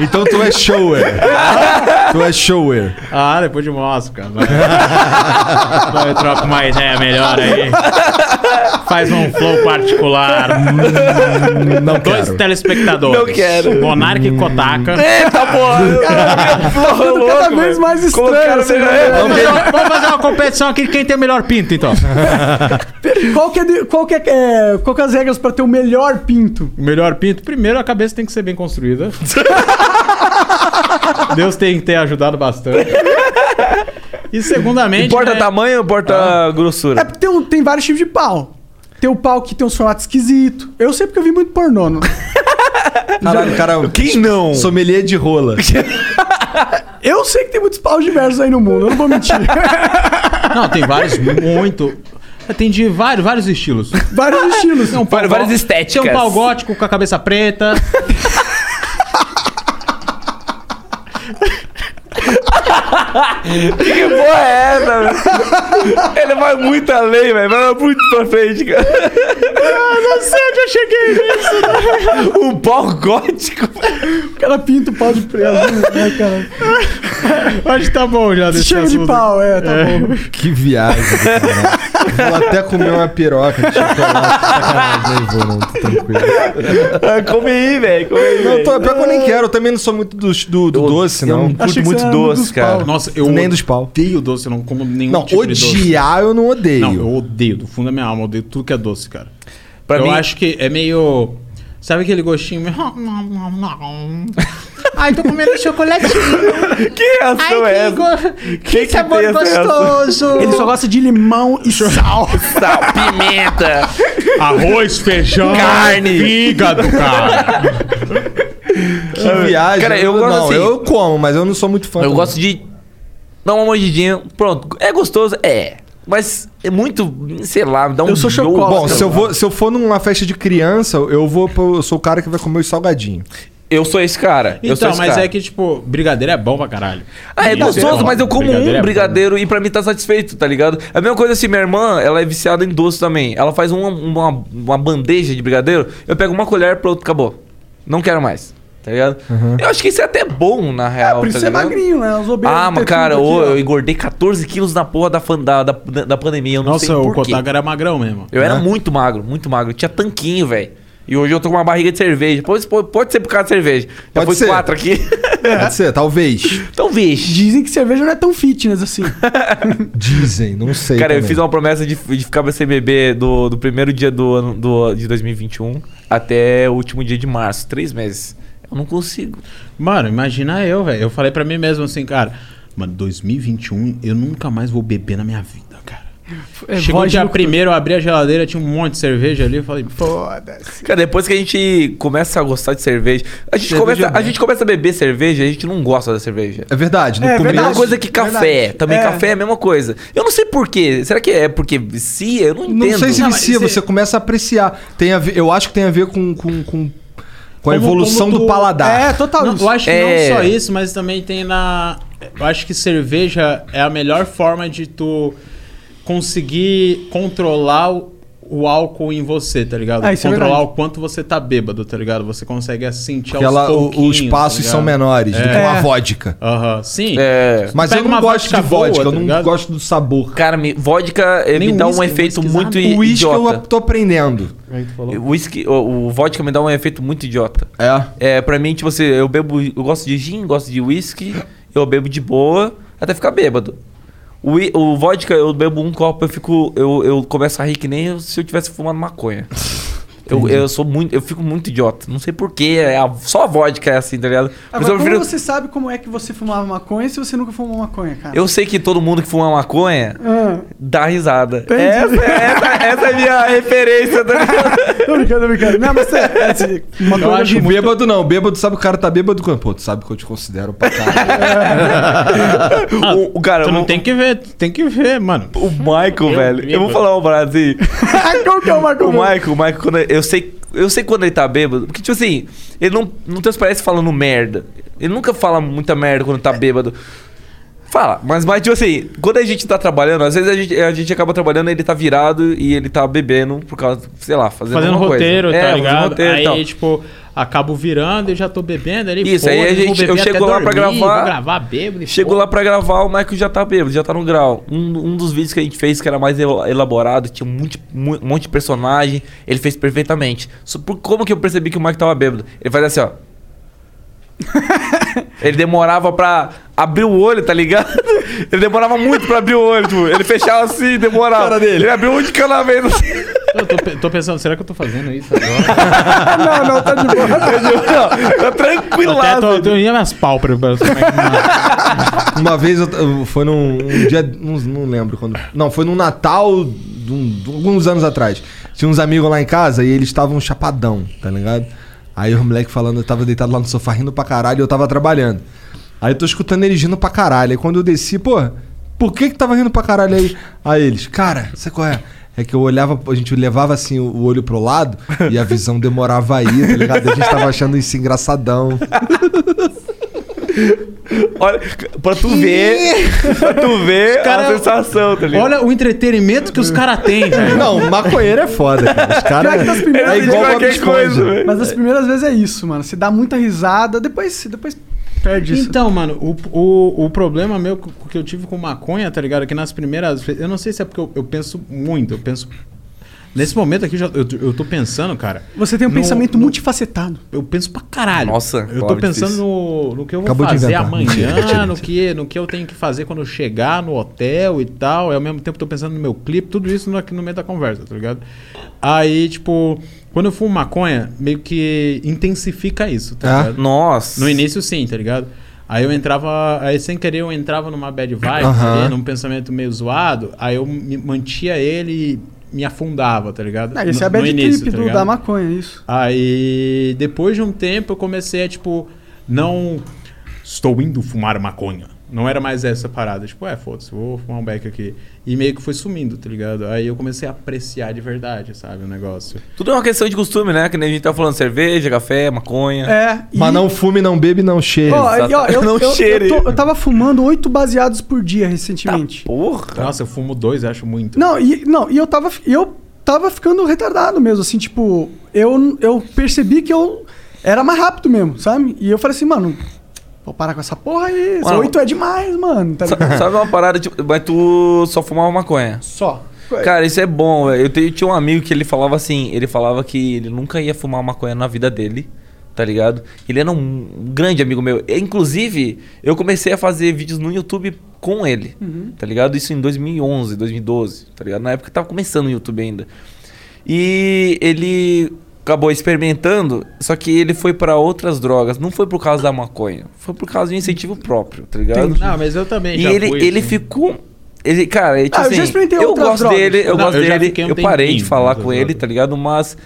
então tu é shower. tu é shower. Ah, depois de mostra, cara. (laughs) Vai. Eu troco uma ideia melhor aí. Faz um flow particular. Hum, Não Dois telespectadores. Não quero. Monark e Kotaka. Eita, porra! Tá ficando cada vez mais estranho. assim. Vamos fazer, uma, vamos fazer uma competição aqui de quem tem o melhor pinto, então. (laughs) Qual que, é, de- qual, que é, é, qual que é as regras pra ter o melhor pinto? O melhor pinto, primeiro a cabeça tem que ser bem construída. (laughs) Deus tem que ter ajudado bastante. E segundamente. né? É Importa tamanho ou importa grossura? (laughs) Tem, um- tem vários tipos de pau. Tem o pau que tem uns formatos esquisitos. Eu sei porque eu vi muito pornô. não- é? Caralho, cara. Quem não? Sommelier de (laughs) rola. Eu sei que tem muitos paus diversos aí no mundo, eu (laughs) não vou mentir. Não, tem vários, muito. Tem de vários, vários estilos. Vários estilos. Tem um pau Várias gó- estéticas. Tem um pau gótico com a cabeça preta. (laughs) que, que porra é essa? velho? Ele vai muito além, velho. Vai muito pra frente, cara. Eu não sei onde eu (laughs) cheguei nisso. Um pau gótico. O cara pinta o pau de preso. Né, cara? (laughs) Acho que tá bom já desse Cheio de assunto. pau, é, tá bom. (laughs) Que viagem. do caralho. Vou até comer uma piroca de chocolate. Sacanagem, não vou, não. Tô tranquilo. Ah, Come aí, velho. Come aí. Não, velho. tô, pior que eu nem quero. Eu também não sou muito do, do- do doce, Eu não. não curto muito doce, cara. Nossa, eu Nem dos pau. odeio doce, eu não como (laughs) nenhum Não, tipo de doce. odiar eu não odeio. Não, eu odeio, do fundo da minha alma, eu odeio tudo que é doce, cara. Pra eu mim- acho que é meio. Sabe aquele gostinho meio. Ai, tô Ah, então comendo chocolatinho. Que reação é essa? go- que tem essa reação? Ele só gosta de limão e sal. Sal, pimenta, Arroz, feijão, Carne. fígado, cara. Que viagem. Cara, eu gosto não, assim- É. eu como, mas eu não sou muito fã. Eu também. gosto de dar uma mordidinha. Pronto. É gostoso? É. Mas é muito, sei lá, me dá um Eu sou enjoo, chocolate. Bom, cara. se eu, vou, se eu for numa festa de criança, eu vou pro- eu sou o cara que vai comer os salgadinhos. Eu sou esse cara. eu sou Então, esse mas cara. é que, tipo, brigadeiro é bom pra caralho. Ah, é gostoso, mas eu como é um bom. brigadeiro e pra mim tá satisfeito, tá ligado? A mesma coisa assim, minha irmã, ela é viciada em doce também. Ela faz uma, uma, uma bandeja de brigadeiro, eu pego uma colher, pronto, acabou. Não quero mais, tá ligado? Eu acho que isso é até bom, na real, Por tá isso você Uhum. é ligado? magrinho, né? Os obeiros Ah, mas ter tudo cara, aqui, ô, ó. eu engordei 14 quilos na porra da, fan- da, da, da pandemia, eu não Nossa, sei o porquê. Kotaga era magrão mesmo. né? Eu era muito magro, muito magro. Eu tinha tanquinho, velho. E hoje eu tô com uma barriga de cerveja. Pode, pode pode ser por causa de cerveja. Já Pode foi ser. quatro (laughs) aqui. É. Pode É, ser, talvez. Talvez. Dizem que cerveja não é tão fitness (laughs) assim. Dizem, não sei. Cara, eu também. fiz uma promessa de, de ficar sem beber do, do primeiro dia do ano do, de 2021 até o último dia de março. Três meses. Eu não consigo. Mano, imagina eu, velho. Eu falei pra mim mesmo assim, cara. Mano, 2021 eu nunca mais vou beber na minha vida, cara. É Chegou um voz dia do- primeiro, eu abri a geladeira, tinha um monte de cerveja ali. Eu falei, foda-se. Cara, depois que a gente começa a gostar de cerveja. A gente, Cerveja começa, é a bom. gente começa a beber cerveja, a gente não gosta da cerveja. É verdade, no É É a começo. mesma coisa que café. Verdade. Também É. café é a mesma coisa. Eu não sei porquê. Será que é porque vicia? Eu não Não entendo. sei se Não, mas vicia, você- você começa a apreciar. Tem a ver- eu acho que tem a ver com, com, com Com a evolução do paladar. É, total. isso. eu acho que É. não só isso, mas também tem na. Eu acho que cerveja é a melhor forma de tu conseguir controlar o, o álcool em você, tá ligado? Ah, isso é controlar verdade. o quanto você tá bêbado, tá ligado? Você consegue assim, sentir Porque aos ela- o- pouquinhos, os passos tá são ligado? menores do que uma vodka. É, Aham, sim. Tipo, Mas Pega eu não uma gosto de boa, vodka, tá eu não ligado? gosto do sabor. Cara, me, vodka eh, me dá um efeito muito O é uísque eu idiota. tô aprendendo. O, whisky, o, o vodka me dá um efeito muito idiota. É? É, pra mim, tipo assim, eu bebo. Eu gosto de gin, gosto de whisky, eu bebo de boa, até ficar bêbado. O, i- o vodka, eu bebo um copo, eu fico. Eu, eu começo a rir que nem se eu tivesse fumando maconha. Eu, Entendi. eu sou muito. Eu fico muito idiota. Não sei porquê. É a- só a vodka é assim, tá ligado? Mas Agora, eu prefiro- Ah, como você sabe como é que você fumava maconha se você nunca fumou maconha, cara? Eu sei que todo mundo que fuma maconha Ah. dá risada. Essa, essa, essa é a minha referência, tá ligado? (laughs) tô brincando, tô brincando. Não, mas é, é, assim, uma eu coisa acho muito- bêbado não. Bêbado sabe o cara tá bêbado quando. Pô, tu sabe que eu te considero pra (laughs) Ah, caralho. tu não tem que ver, tu tem que ver, mano. O Michael, velho. Eu vou falar um brado assim. (laughs) Qual que é o Michael? O Michael, o Michael, quando ele- eu sei. Eu sei quando ele tá bêbado, porque, tipo assim, ele não, não transparece falando merda. Ele nunca fala muita merda quando tá bêbado. Fala, mas, mas, tipo assim, quando a gente tá trabalhando, às vezes a gente, a gente acaba trabalhando, ele tá virado e ele tá bebendo por causa, sei lá, fazendo, Fazendo alguma coisa. roteiro, É, tá fazendo ligado? roteiro e aí, tal. tipo, acabo virando e já tô bebendo ali. Isso, aí a foda-se, vou gente, eu beber até chego lá pra dormir, gravar. Vou gravar bêbado e Chego lá pra gravar, o Michael já tá bêbado, já tá no grau. Um, um dos vídeos que a gente fez, que era mais el- elaborado, tinha um monte, mu- um monte de personagem, ele fez perfeitamente. Só por como que eu percebi que o Michael tava bêbado? Ele fazia (laughs) assim, ó. ele demorava pra abrir o olho, tá ligado? Ele demorava muito pra abrir o olho, tipo, ele fechava assim, demorava. Cara dele. Ele abriu um de cada vez assim. Eu tô, pe- tô pensando, será que eu tô fazendo isso (laughs) agora? não, não, tá de boa. tá Até tô, tô ia minhas pálpebras. como é que- Uma vez eu, t- eu- foi num um dia. Não, não lembro quando. Não, foi num Natal de, um- de alguns anos atrás. Tinha uns amigos lá em casa e eles estavam chapadão, tá ligado? Aí o moleque falando, eu tava deitado lá no sofá rindo pra caralho e eu tava trabalhando. Aí eu tô escutando eles rindo pra caralho. Aí quando eu desci, pô, por que que tava rindo pra caralho aí? Aí eles, cara, você qual é? É que eu olhava, a gente levava assim o- o olho pro lado e a visão demorava aí, tá ligado? A gente tava achando isso engraçadão. Olha, pra tu ver, pra tu ver Os cara- a sensação, tá ligado? Olha o entretenimento que os caras têm, velho. Não, maconheiro é foda, cara. Pior Os que tá caras. das primeiras É igual vezes- Bob Esponja. Mas das primeiras vezes é isso, mano. Você dá muita risada, depois, depois perde isso. Então, mano, o, o, o problema meu que que eu tive com maconha, tá ligado? Que nas primeiras vezes. Eu não sei se é porque eu, eu penso muito, eu penso. Nesse momento aqui, já- eu, tô- eu tô pensando, cara. Você tem um Então, no- pensamento multifacetado. Eu penso pra caralho. Nossa, Eu tô pensando no, no que eu vou Acabou de fazer inventar. (laughs) amanhã, no que, no que eu tenho que fazer quando eu chegar no hotel e tal. E ao mesmo tempo tô pensando no meu clipe, tudo isso no- aqui no meio da conversa, tá ligado? Aí, tipo, quando eu fumo maconha, meio que intensifica isso, tá Ah, ligado? Nossa. No início sim, tá ligado? Aí eu entrava, aí sem querer eu entrava numa bad vibe, Aham. ali, num pensamento meio zoado, aí eu me mantia ele e me afundava, tá ligado? Não, isso No- é a bad no início, trip tá do, ligado? da maconha, é isso. Aí, depois de um tempo, eu comecei a, tipo, não. Estou indo fumar maconha. Não era mais essa parada. Tipo, é, foda-se, vou fumar um beck aqui. E meio que foi sumindo, tá ligado? Aí eu comecei a apreciar de verdade, sabe, o negócio. Tudo é uma questão de costume, né? Que nem a gente tá falando cerveja, café, maconha. É, Mas não fume, não bebe, não cheire. Ó, e ó, eu, Não eu, cheire. eu tô- eu tava fumando oito baseados por dia recentemente. porra! Nossa, eu fumo dois, acho muito. Não, e, não, e eu tava. Eu tava ficando retardado mesmo, assim, tipo, eu, eu percebi que eu era mais rápido mesmo, sabe? E eu falei assim, mano, vou parar com essa porra aí. Mano, Oito é demais, mano. Tá Sa- ligado? Sabe uma parada, tipo, mas tu só fumava maconha? Só. Cara, isso é bom, velho. Eu, te- eu tinha um amigo que ele falava assim, ele falava que ele nunca ia fumar maconha na vida dele, tá ligado? Ele era um grande amigo meu. E, Inclusive, eu comecei a fazer vídeos no YouTube com ele, Uhum. tá ligado? Isso em 2011, 2012, tá ligado? Na época eu tava começando o YouTube ainda. E ele acabou experimentando, só que ele foi pra outras drogas. Não foi por causa da maconha, foi por causa de um incentivo próprio, tá ligado? Não, mas eu também E já ele, fui, ele assim. ficou. Ele, cara, ele, tipo Ah, eu já assim, experimentei eu outras gosto drogas. né? dele, eu Não, gosto eu já dele. fiquei um eu parei de tempinho falar com com ele, tá ligado? Mas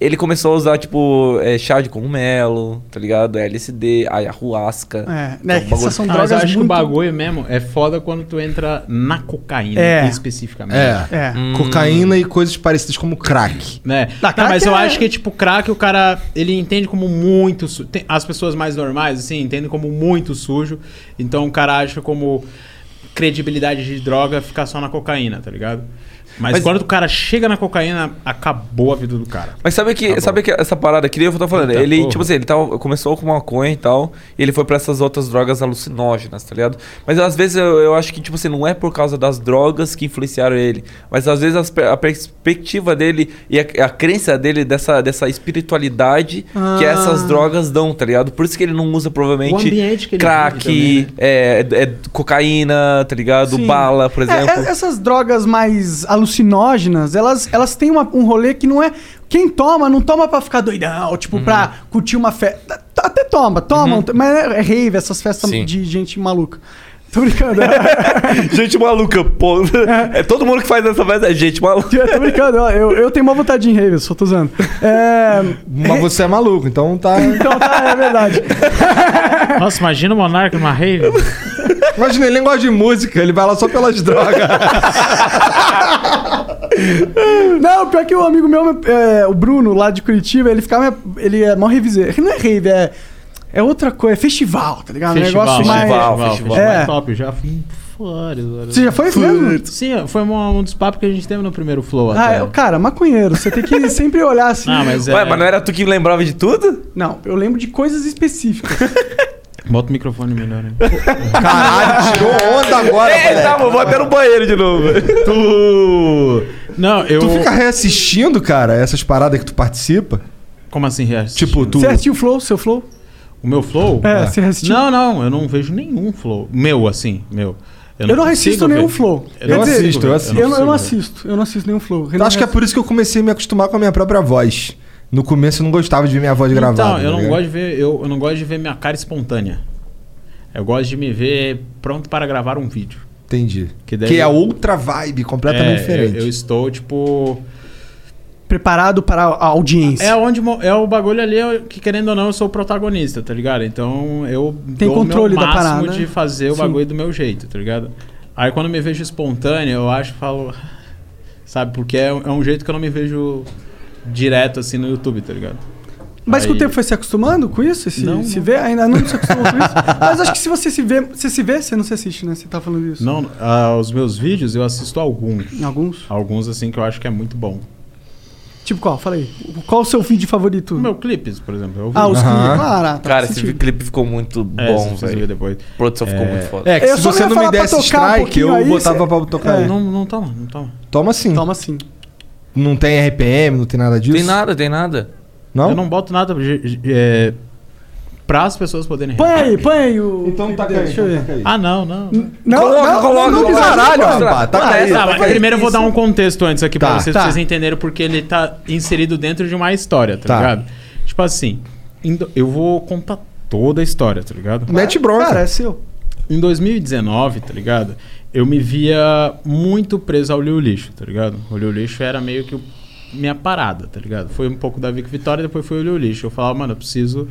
Ele começou a usar, tipo, é, chá de cogumelo, tá ligado? LSD, ayahuasca. É, Então, o bagulho- Ah, mas eu acho que o bagulho mesmo é foda quando tu entra na cocaína, É. especificamente. É. Hum. Cocaína e coisas parecidas como crack. Né? Tá, Não, mas crack eu é- acho que, tipo, crack o cara, ele entende como muito sujo. As pessoas mais normais, assim, entendem como muito sujo. Então o cara acha como credibilidade de droga ficar só na cocaína, tá ligado? Mas, Mas- quando o cara chega na cocaína, acabou a vida do cara. Mas sabe que, sabe que essa parada que nem eu tô falando, Tá Eita ele, porra. tipo assim, ele tava, começou com maconha e tal, e ele foi pra essas outras drogas alucinógenas, tá ligado? Mas às vezes eu, eu acho que, tipo assim, não é por causa das drogas que influenciaram ele, mas às vezes as per- a perspectiva dele e a, a crença dele dessa, dessa espiritualidade que Ah. essas drogas dão, tá ligado? Por isso que ele não usa provavelmente O ambiente que ele crack, vive né? é, é cocaína, tá ligado? Sim. Bala, por É, exemplo. é- (laughs) essas drogas mais alucinógenas, elas, elas têm uma- um rolê que não é. Quem toma, não toma pra ficar doidão, tipo, pra Uhum. curtir uma festa. T- Até toma, toma, mas é rave, essas festas Sim. de gente maluca. Tô brincando. né? gente maluca, pô. É todo mundo que faz essa festa é gente maluca. Eu tô brincando, ó, eu, eu tenho uma vontade em rave, eu só tô usando. Mas você é maluco, então tá. Então tá, é verdade. (laughs) Nossa, imagina o Monarca numa rave. Imagina, ele nem gosta de música, ele vai lá só pelas drogas. Não, pior que o amigo meu, é, o Bruno, lá de Curitiba, ele ficava. Ele é mó reviseiro. Não é rave, é. É outra coisa, é festival, tá ligado? Festival, um negócio mais. festival, festival. É. Top, eu já fui fora. Você já foi mesmo? Sim, foi um, um dos papos que a gente teve no primeiro Flow Ah, até. é, cara, maconheiro, você tem (laughs) que sempre olhar assim. Ah, mas é- Ué, mas não era tu que lembrava de tudo? Não, eu lembro de coisas específicas. (laughs) Bota o microfone melhor, hein? Caralho, tirou onda agora, Ei, tá, vou até no banheiro de novo. (laughs) tu. Não, eu. Tu fica reassistindo, cara, essas paradas que tu participa? Como assim reassistindo? Tipo, tu. Você assistiu o Flow, seu Flow? O meu Flow? Ah. É, você assistiu? Não, não, eu não vejo nenhum Flow. Meu, assim, meu. Eu não, assisto consigo nenhum ver. Flow. Eu, Quer não dizer, assisto, eu assisto. Eu não, eu não assisto, eu não assisto nenhum Flow. Eu acho que é por isso que eu comecei a me acostumar com a minha própria voz. No começo eu não gostava de ver minha voz gravada. Então, eu tá não ligado? gosto de ver, eu, eu não gosto de ver minha cara espontânea. Eu gosto de me ver pronto para gravar um vídeo. Entendi. Que, Que é outra vibe, completamente É, diferente. Eu, eu estou, tipo. Preparado para a audiência. É onde mo- é o bagulho ali é que, querendo ou não, eu sou o protagonista, tá ligado? Então eu Tem dou controle o da meu máximo parada, de né? fazer o Sim. bagulho do meu jeito, tá ligado? Aí quando eu me vejo espontâneo, eu acho, falo. Sabe? Porque é, é um jeito que eu não me vejo direto assim no YouTube, tá ligado? Mas com o Aí- tempo foi se acostumando com isso? Se, Não, se vê? Ainda não se acostumou com (laughs) isso? Mas acho que se você se vê, você se vê, você não se assiste, né? Você tá falando isso. Não, ah, os meus vídeos eu assisto alguns. Alguns? Alguns, assim, que eu acho que é muito bom. Tipo qual? Fala aí. Qual o seu vídeo favorito? Meu clipes, por exemplo. Ah, os clipes, claro. ah, tá, Cara, faz esse sentido. clipe ficou muito É, bom, vocês vão ver velho. depois. A produção ficou muito foda. É, que Eu se só ia você não me falar pra desse tocar um strike, eu pouquinho aí, botava cê- pra tocar. É. Não, não toma, não toma. Toma sim. Toma sim. Não tem RPM, não tem nada disso? Tem nada, tem nada. Não? Eu não boto nada de- de- é, pra as pessoas poderem Põe aí, põe aí o. Então tá Deixa eu ver. Ah, não, não. Não, Coloca, coloca, me coloca. caralho, Coloca. rapaz. tá Tá, aí, tá, tá mas aí. primeiro eu vou dar um contexto antes aqui Tá. pra vocês, Tá. pra vocês entenderem porque ele tá inserido dentro de uma história, tá, Tá. ligado? Tipo assim, em do- eu vou contar toda a história, tá ligado? Mete bronca. Cara, é seu. Em 2019, tá ligado? Eu me via muito preso ao Liu Lixo, tá ligado? O Liu Lixo era meio que o- minha parada, tá ligado? Foi um pouco da Vic Vitória, depois foi o Liu Lixo. Eu falava, mano, eu preciso...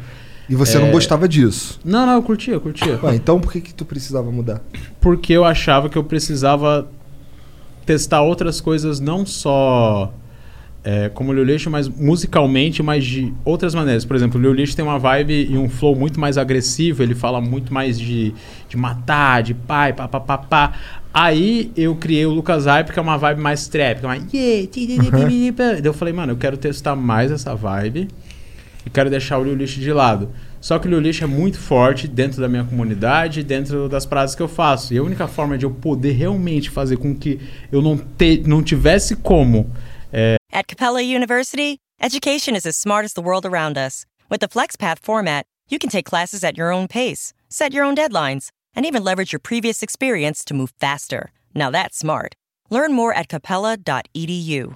E você não É. gostava disso. Não, não, eu curtia, eu curtia. Ué, então por que que tu precisava mudar? porque eu achava que eu precisava testar outras coisas, não só é, como o Liu Lixo, mas musicalmente, mas de outras maneiras. Por exemplo, o Liu Lixo tem uma vibe e um flow muito mais agressivo, ele fala muito mais de, de matar, de pai, pá, pá, pá, pá. Aí eu criei o Lucas Hype, que é uma vibe mais trap, que é uma... Yeah, ti, ti, ti, ti, ti, pá. Daí eu falei, mano, eu quero testar mais essa vibe e quero deixar o Liu Lixo de lado. Só que o Liu Lixo é muito forte dentro da minha comunidade, dentro das praças que eu faço. E a única forma de eu poder realmente fazer com que eu não, te, não tivesse como é, At Capella University, education is as smart as the world around us. With the FlexPath format, you can take classes at your own pace, set your own deadlines, and even leverage your previous experience to move faster. Now that's smart. Learn more at capella.edu.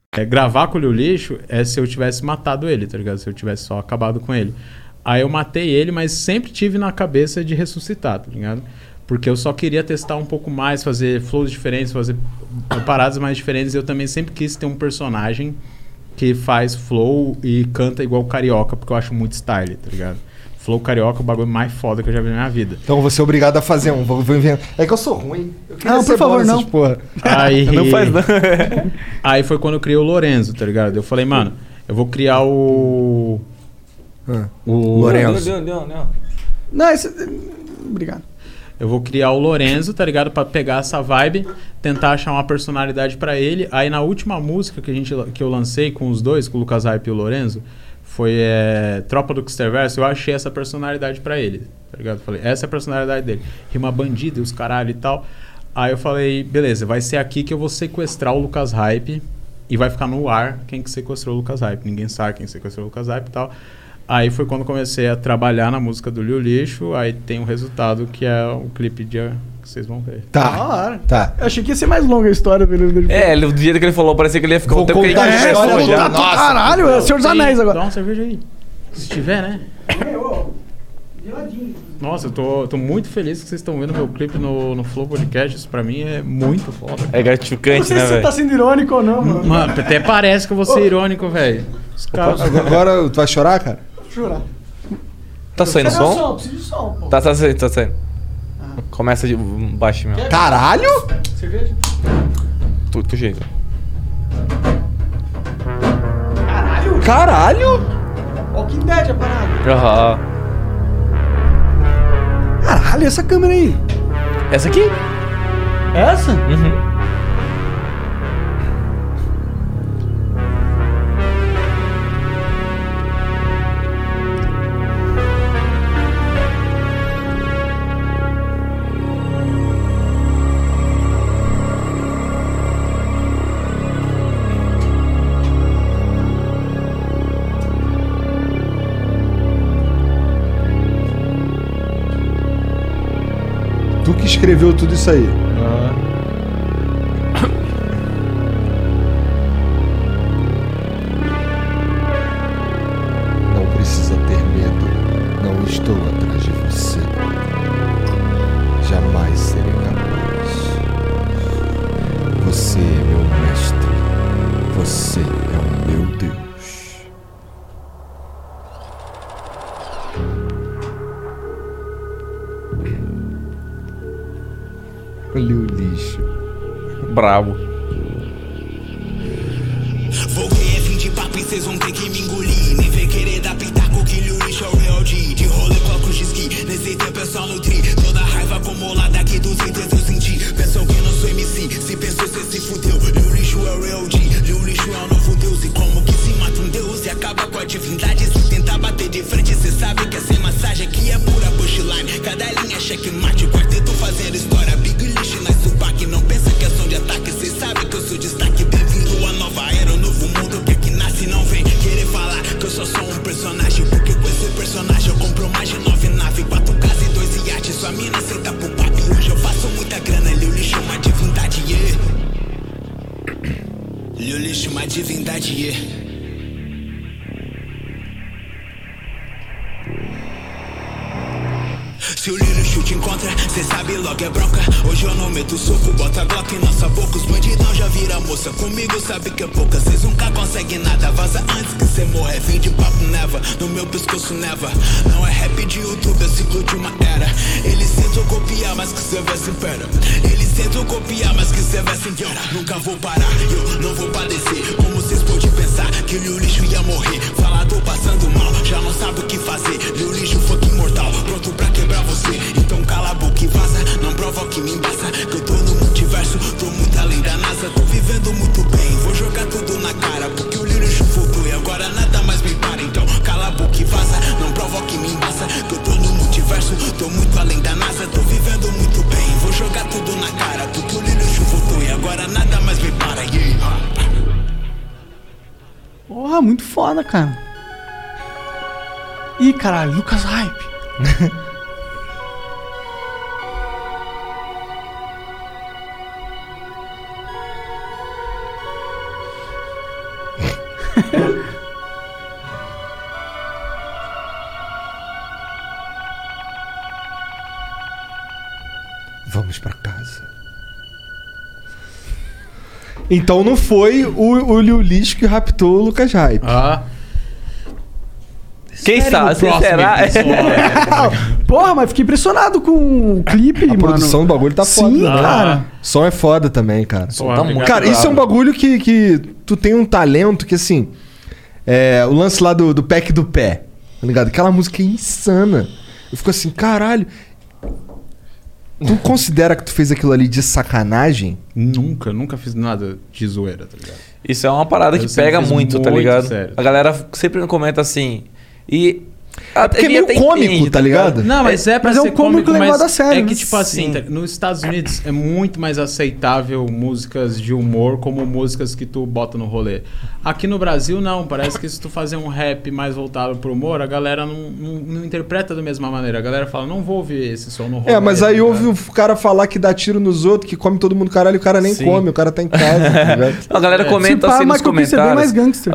É, gravar com o Liu Lixo é se eu tivesse matado ele, tá ligado? Se eu tivesse só acabado com ele. Aí eu matei ele, mas sempre tive na cabeça de ressuscitar, tá ligado? Porque eu só queria testar um pouco mais, fazer flows diferentes, fazer paradas mais diferentes. Eu também sempre quis ter um personagem que faz flow e canta igual carioca, porque eu acho muito style, tá ligado? Flow carioca é o bagulho mais foda que eu já vi na minha vida. Então você é obrigado a fazer um. Vou vou inventar. É que eu sou ruim. Eu queria Não, por ser bom favor, nessas não. Porra. (laughs) Aí, Não faz não. (laughs) aí foi quando eu criei o Lorenzo, tá ligado? Eu falei, mano, eu vou criar o. O Não, não, não, não. Não, isso... Obrigado. Eu vou criar o Lorenzo, tá ligado? Pra pegar essa vibe, tentar achar uma personalidade pra ele. Aí na última música que, a gente, que eu lancei com os dois, com o Lucas Hype e o Lorenzo, foi é, Tropa do Exterverso, eu achei essa personalidade pra ele, tá ligado? Eu Falei, essa é a personalidade dele. Rima bandida e os caralho e tal. Aí eu falei, beleza, vai ser aqui que eu vou sequestrar o Lucas Hype e vai ficar no ar quem que sequestrou o Lucas Hype. Ninguém sabe quem sequestrou o Lucas Hype e tal. Aí foi quando comecei a trabalhar na música do Liu Lixo, aí tem o resultado que é o clipe de que vocês vão ver. Da hora. Eu achei que ia ser mais longa a história do do- É, ele- do jeito que ele falou, parecia que ele ia ficar é um tempo que ele contar a conversou história, já. vou contar- Caralho, é o Senhor dos Tem- Anéis agora. Dá uma cerveja aí. Se tiver, né? Nossa, eu tô, tô muito feliz que vocês estão vendo meu clipe no, no Flow Podcast. Isso pra mim é muito foda. É Eu Não gratificante, sei se você tá sendo irônico ou não, mano. Mano, até parece que eu vou ser irônico, velho. Os caras. Agora, agora tu vai chorar, cara? Chorar. Tá saindo Cadê o som? Eu preciso de som, pô. Ah. Tá, tá saindo, tá saindo. Começa de um baixo mesmo. Caralho! Cerveja? Tu, tu jeito. Caralho! Caralho! Walking Dead a parada. Aham. Caralho, essa câmera aí. Essa aqui? Essa? Uhum. Tu que escreveu tudo isso aí. Não precisa ter medo. Não estou atrás de você. Jamais serei capaz. Você é meu mestre. Você é o meu Deus. Olha o lixo. Brabo. Voltei é fim de papo e cês vão ter que me engolir Nem vem querer dar pitaco que o lixo é o real de De rolê com a cruz de esqui, nesse tempo eu só nutri Toda a raiva acumulada que 200 eu senti Pensam que não sou MC, se pensou cê se fudeu Liu lixo é o real G, Liu lixo é o novo deus E como que se mata um deus e acaba com a divindade Se tentar bater de frente cê sabe que é sem massagem Aqui é pura pushline, cada linha é checkmate O quarteto fazendo história, big lixo na subaque Não pensa que é som de ataque, cê sabe que eu sou destaque Bem-vindo à nova era, o novo mundo que é que nasce Não vem querer falar que eu só sou um personagem Porque com esse personagem eu compro mais de nove nave Quatro casas e dois iates, sua mina aceita pro papi Hoje eu faço muita grana, Liu lixo é uma divindade, yeah Liu lixo é uma divindade, yeah Se o lixo te encontra, cê sabe logo é bronca Hoje eu não meto soco, bota glock em nossa boca Os bandidão já vira moça, comigo sabe que é pouca Cês nunca conseguem nada, vaza antes que cê morra É fim de papo, neva, no meu pescoço neva Não é rap de YouTube, é ciclo de uma era Eles tentam copiar, mas que cê vai se impera Eles tentam copiar, mas que cê vai se impera Nunca vou parar, eu não vou padecer Como cês pode pensar que o lixo ia morrer Falar tô passando mal, já não sabe o que fazer Meu lixo funk imortal, pronto pra quebrar você Então cala a boca e vaza, não prova que me embaça Que eu tô no multiverso, tô muito além da NASA Tô vivendo muito bem, vou jogar tudo na então tá muito foda, cara. Ih, caralho, Lucas Hype. Vamos pra casa. Então não foi o, o Liu Lixo que raptou o Lucas Hype. Ah. (laughs) Quem sabe? Será? (laughs) Porra, mas fiquei impressionado com o clipe, A mano. produção do bagulho tá foda. Sim, né? cara. Som é foda também, cara. Som tá muito Cara, isso é um brabo. bagulho que, que tu tem um talento que, assim... é, o lance lá do, do pack do pé, tá ligado? Aquela música é insana. Eu fico assim, caralho... Tu considera que tu fez aquilo ali de sacanagem? Nunca, nunca fiz nada de zoeira, tá ligado? Isso é uma parada Eu que sempre pega fiz muito, tá muito ligado? sério. A galera sempre comenta assim. E. porque é ele meio até cômico, entende, tá ligado? Não, mas é pra mas um ser cômico, mas É né? que, tipo assim, tá- nos Estados Unidos é muito mais aceitável músicas de humor como músicas que tu bota no rolê. Aqui no Brasil, não. Parece que se tu fazer um rap mais voltado pro humor, a galera não, não, não interpreta da mesma maneira. A galera fala, não vou ouvir esse som no rolê. É, mas aí tá ouve o cara falar que dá tiro nos outros, que come todo mundo, caralho, o cara nem Sim. come, o cara (laughs) tá em é, casa. tá ligado? (laughs) A galera É. comenta Se pá, assim nos Michael Kiss é comentários. bem mais gangster.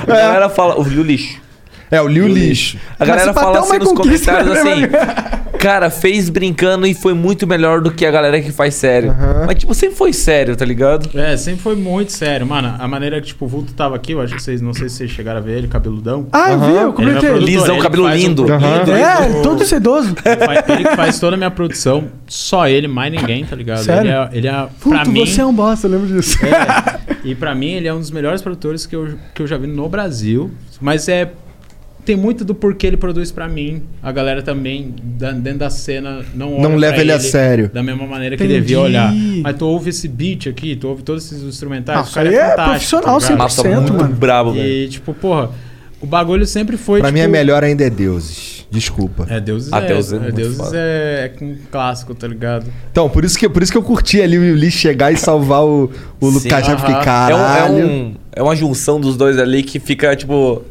(laughs) a galera fala, o Liu Lixo. É, o Liu Lixo. A Mas galera se pá, até fala o assim nos Michael Kiss comentários (laughs) é bem assim. Cara, fez brincando e foi muito melhor do que a galera que faz sério. Mas, tipo, sempre foi sério, tá ligado? É, sempre foi muito sério. Mano, a maneira que, tipo, o Vulto tava aqui, eu acho que vocês, não sei se vocês chegaram a ver ele, cabeludão. Ah, eu vi, eu Ele é comentei. produtor, Lisão, ele cabelo faz um lindo. produtor, Aham. ele faz Uhum. É, o- todo sedoso. fa- Ele que faz toda a minha produção, só ele, mais ninguém, tá ligado? Sério? Ele é, ele é pra Puto, mim, você é um bosta, eu lembro disso. é. e pra mim ele é um dos melhores produtores que eu, que eu já vi no Brasil. Mas é. Tem muito do porquê ele produz pra mim. A galera também, da- dentro da cena, não olha Não pra leva ele a sério. Da mesma maneira que Entendi. devia olhar. Mas tu ouve esse beat aqui, tu ouve todos esses instrumentais. Ah, o cara isso aí é fantástico, profissional tá ligado? 100%, Nossa, muito mano. brabo, E, tipo, porra, o bagulho sempre foi. pra mim, tipo, é melhor ainda é deuses. Desculpa. É, Deuses Ah, é, é, Deuses é, é um clássico, tá ligado? Então, por isso que, por isso que eu curti ali o Lee chegar e salvar o, o Sim. Lucas. Já fiquei, É um- caralho. É, um- é uma junção dos dois ali que fica, tipo.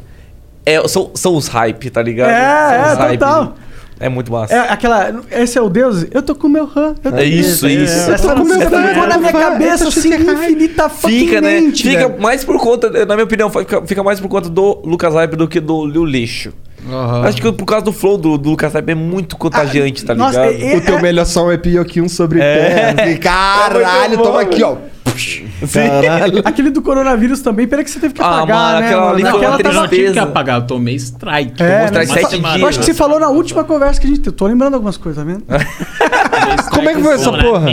é- são, são os hype, tá ligado? É, São é, os hype. total. É muito massa. É aquela. Esse é o Deus? Eu tô com o meu RAM. eu tô É com isso, meu- isso. Essa Eu tô com música meu RAM, ficou na minha eu tô- cabeça eu tô assim, Fica, infinita fucking né? mente, Fica velho. mais por conta, na minha opinião, fica, fica mais por conta do Lucas Hype do que do Liu Lixo. Acho que por causa do flow do, do Lucas Hype é muito contagiante, tá ligado? Nossa, o teu melhor som é pior que um sobre É. (laughs) terra. Assim, É caralho, muito bom, toma aqui, ó. velho. Aquele do coronavírus também, peraí que você teve que Ah, apagar, né? mano? Aquela eu não tava- tive que apagar, eu tomei strike. É, tomei né? uma semana. Eu acho que você falou na última conversa que a gente teve. Tô lembrando algumas coisas, tá É. vendo? Como é que foi essa porra?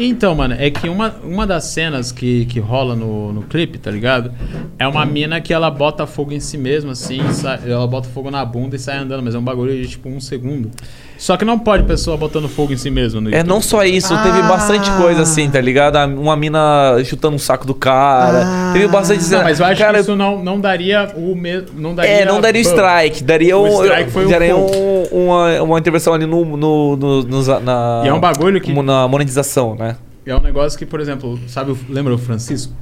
Então, mano, é que uma, uma das cenas que, que rola no, no clipe, tá ligado? É uma mina que ela bota fogo em si mesma, assim, e sai- ela bota fogo na bunda e sai andando, mas é um bagulho de tipo um segundo. Só que não pode pessoa botando fogo em si mesma. né? No É não só isso, teve bastante coisa assim, tá ligado? A- Uma mina chutando o saco do cara. Teve bastante Não, mas eu acho Cara, que isso não, não daria o mesmo. Não daria É, não daria o ban. strike, daria O um. strike foi o daria fogo. um- uma, uma intervenção ali no, no, no- nos- na. E é um bagulho que- Na monetização, né? É um negócio que, por exemplo, sabe, o- lembra o Francisco?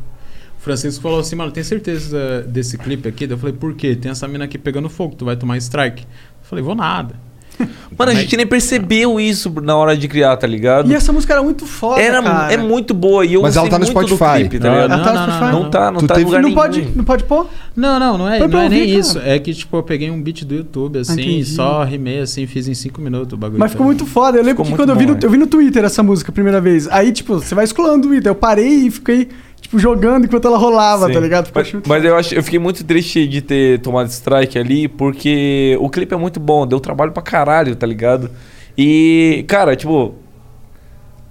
O Francisco falou assim, mano, tem certeza desse clipe aqui? Daí Eu falei, por quê? Tem essa mina aqui pegando fogo, tu vai tomar strike. Eu falei, vou nada. (laughs) Mano, a gente nem percebeu Então isso na hora de criar, tá ligado? E essa música era muito foda, Era, cara. é muito boa. E eu é- Mas ela gostei tá no muito do Spotify. clipe, tá Não, ligado? não, Ela tá no não, Spotify? não, Não tá, não Tu tá em teve- lugar Não nenhum. pode, não pode pôr? Não, não, não é, Foi pra não é ouvir, nem cara. isso. É que, tipo, eu peguei um beat do YouTube, assim, entendi. e só rimei, assim, fiz em cinco minutos o bagulho. Mas ficou muito foda. Eu lembro que quando eu vi, no, eu vi no Twitter essa música a primeira vez. Aí, tipo, você vai esculando o Twitter. Eu parei e fiquei, tipo, jogando enquanto ela rolava, Sim. (laughs) tá ligado? Ficou Mas, mas eu, acho, eu fiquei muito triste de ter tomado strike ali, porque o clipe é muito bom, deu trabalho pra caralho, tá ligado? E, cara, tipo.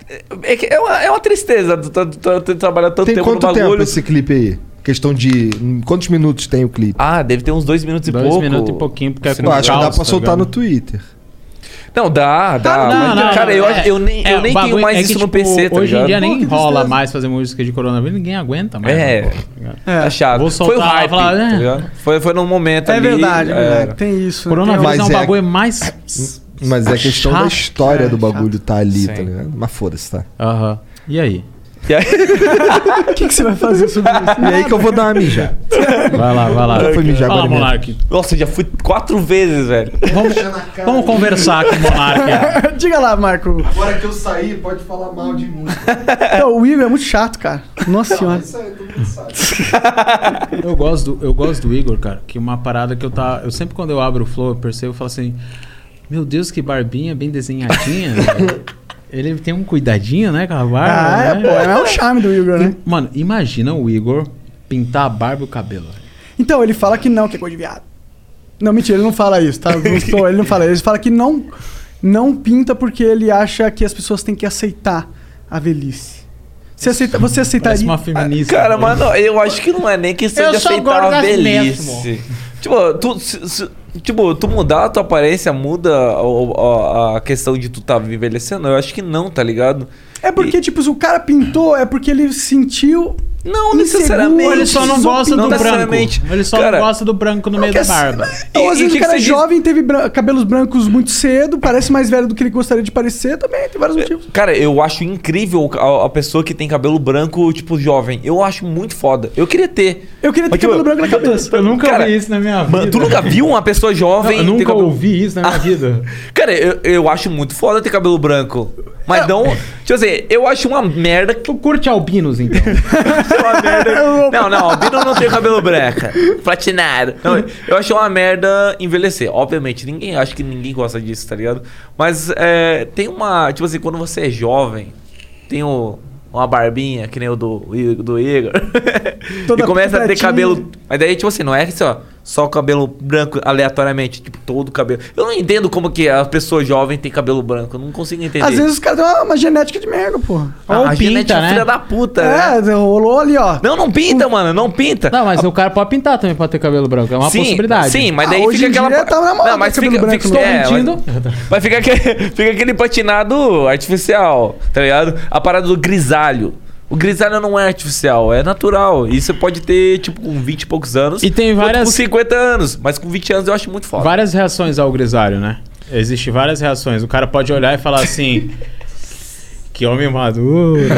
É, é que é uma, é uma tristeza tu- tu- tu- tu trabalhar tanto Tem tempo quanto no tempo um bagulho. esse clipe aí? Questão de. em Quantos minutos tem o clipe? Ah, deve ter uns dois minutos Dois e pouco. minutos e pouquinho, porque é Eu acho que dá pra soltar no no Twitter. é. Não, dá, dá. Não, mas, não, cara, não, eu, é- acho- eu nem, é, eu nem o tenho bagulho mais é que, isso no tipo, PC, tá Hoje ligado? em dia nem rola mais fazer música de coronavírus, ninguém aguenta mais. É. né, pô, tá ligado? Tá chato. Vou foi o soltar, hype, vou falar, né? tá ligado? Foi, foi num momento É ali. verdade, é verdade. Tem isso. Coronavírus Mas é um é- bagulho mais. Ah, Mas é a questão da Chato, história do bagulho tá ali, Sim. tá ligado? Mas foda-se, tá? Aham. E aí? E aí... O (laughs) que, que você vai fazer sobre isso? E aí que eu vou dar uma mijada. Vai lá, vai lá. Já foi mijar Vai lá, agora mesmo. Monark. Nossa, eu já fui quatro vezes, velho. Vamos, vamos conversar aqui, Monark. (laughs) Diga lá, Marco. Agora que eu saí, pode falar mal de mim. Não, o Igor é muito chato, cara. Nossa senhora. Eu gosto, do, eu gosto do Igor, cara, que uma parada que eu tá. Eu sempre quando eu abro o flow, eu percebo e falo assim: Meu Deus, que barbinha (laughs) bem desenhadinha. velho." Ele tem um cuidadinho, né, com a barba. Ah, é, né? pô. É o charme do Igor, né? Mano, imagina o Igor pintar a barba e o cabelo. Então, ele fala que não, que é coisa de viado. Não, mentira, ele não fala isso, tá? Não sou- ele não fala isso. Ele fala que não, não pinta porque ele acha que as pessoas têm que aceitar a velhice. Você, aceita, você aceitaria... uma feminista. Cara, mas não, eu acho que não é nem questão Eu de sou aceitar a gordo velhice. Tipo, tu, se- se- tipo, tu mudar a tua aparência muda a, a- a questão de tu tá envelhecendo? Eu acho que não, tá ligado? É porque, tipo, se o cara pintou, é porque ele sentiu... Não Ou ele só não gosta do branco. necessariamente. Ele só Cara, não gosta do branco no meio da quer ser- barba. Ou às vezes o cara é jovem, teve bran- cabelos brancos muito cedo, parece mais velho do que ele gostaria de parecer, também É, tem vários motivos. Cara, eu acho incrível a, a pessoa que tem cabelo branco, tipo, jovem. Eu acho muito foda. Eu queria ter. tipo, Eu queria ter cabelo branco na cabeça. Eu nunca vi isso na minha vida. Mano, tu nunca viu uma pessoa jovem? Não, eu ter nunca cabelo- Ah, ouvi isso na minha vida. (laughs) Cara, eu, eu acho muito foda ter cabelo branco. Mas não. Deixa eu dizer, eu acho uma merda. Tu curte albinos, (laughs) então? (laughs) Não, não, albino não tem cabelo branco. Platinado. Não, eu acho uma merda envelhecer. Obviamente, ninguém. Acho que ninguém gosta disso, tá ligado? Mas é, tem uma. Tipo assim, quando você é jovem, tem o- Uma barbinha, que nem o do, I- do Igor. e começa a ter pretinha. cabelo. Mas daí, tipo assim, não é assim, ó, só o cabelo branco aleatoriamente, tipo, todo o cabelo. Eu não entendo como que a pessoa jovem tem cabelo branco. Eu não consigo entender. Às vezes os caras têm uma, uma genética de merda, porra. Ah, a genética filha da puta, né? É, rolou ali, ó. Não, não pinta, mano, não pinta. Não, mas o cara pode pintar também pra ter cabelo branco. É uma Sim, possibilidade. sim, mas Ah, daí fica aquela. tá tá não, mas fica, fica, Estou é, mentindo. Mas, mas fica, aquele, fica aquele patinado artificial, tá ligado? A parada do grisalho. O grisalho não é artificial, é natural. E você pode ter, tipo, com 20 e poucos anos. E tem quanto várias- Com 50 anos. Mas com 20 anos eu acho muito foda. Várias reações ao grisalho, né? Existem várias reações. O cara pode olhar e falar assim. Que homem maduro. (laughs)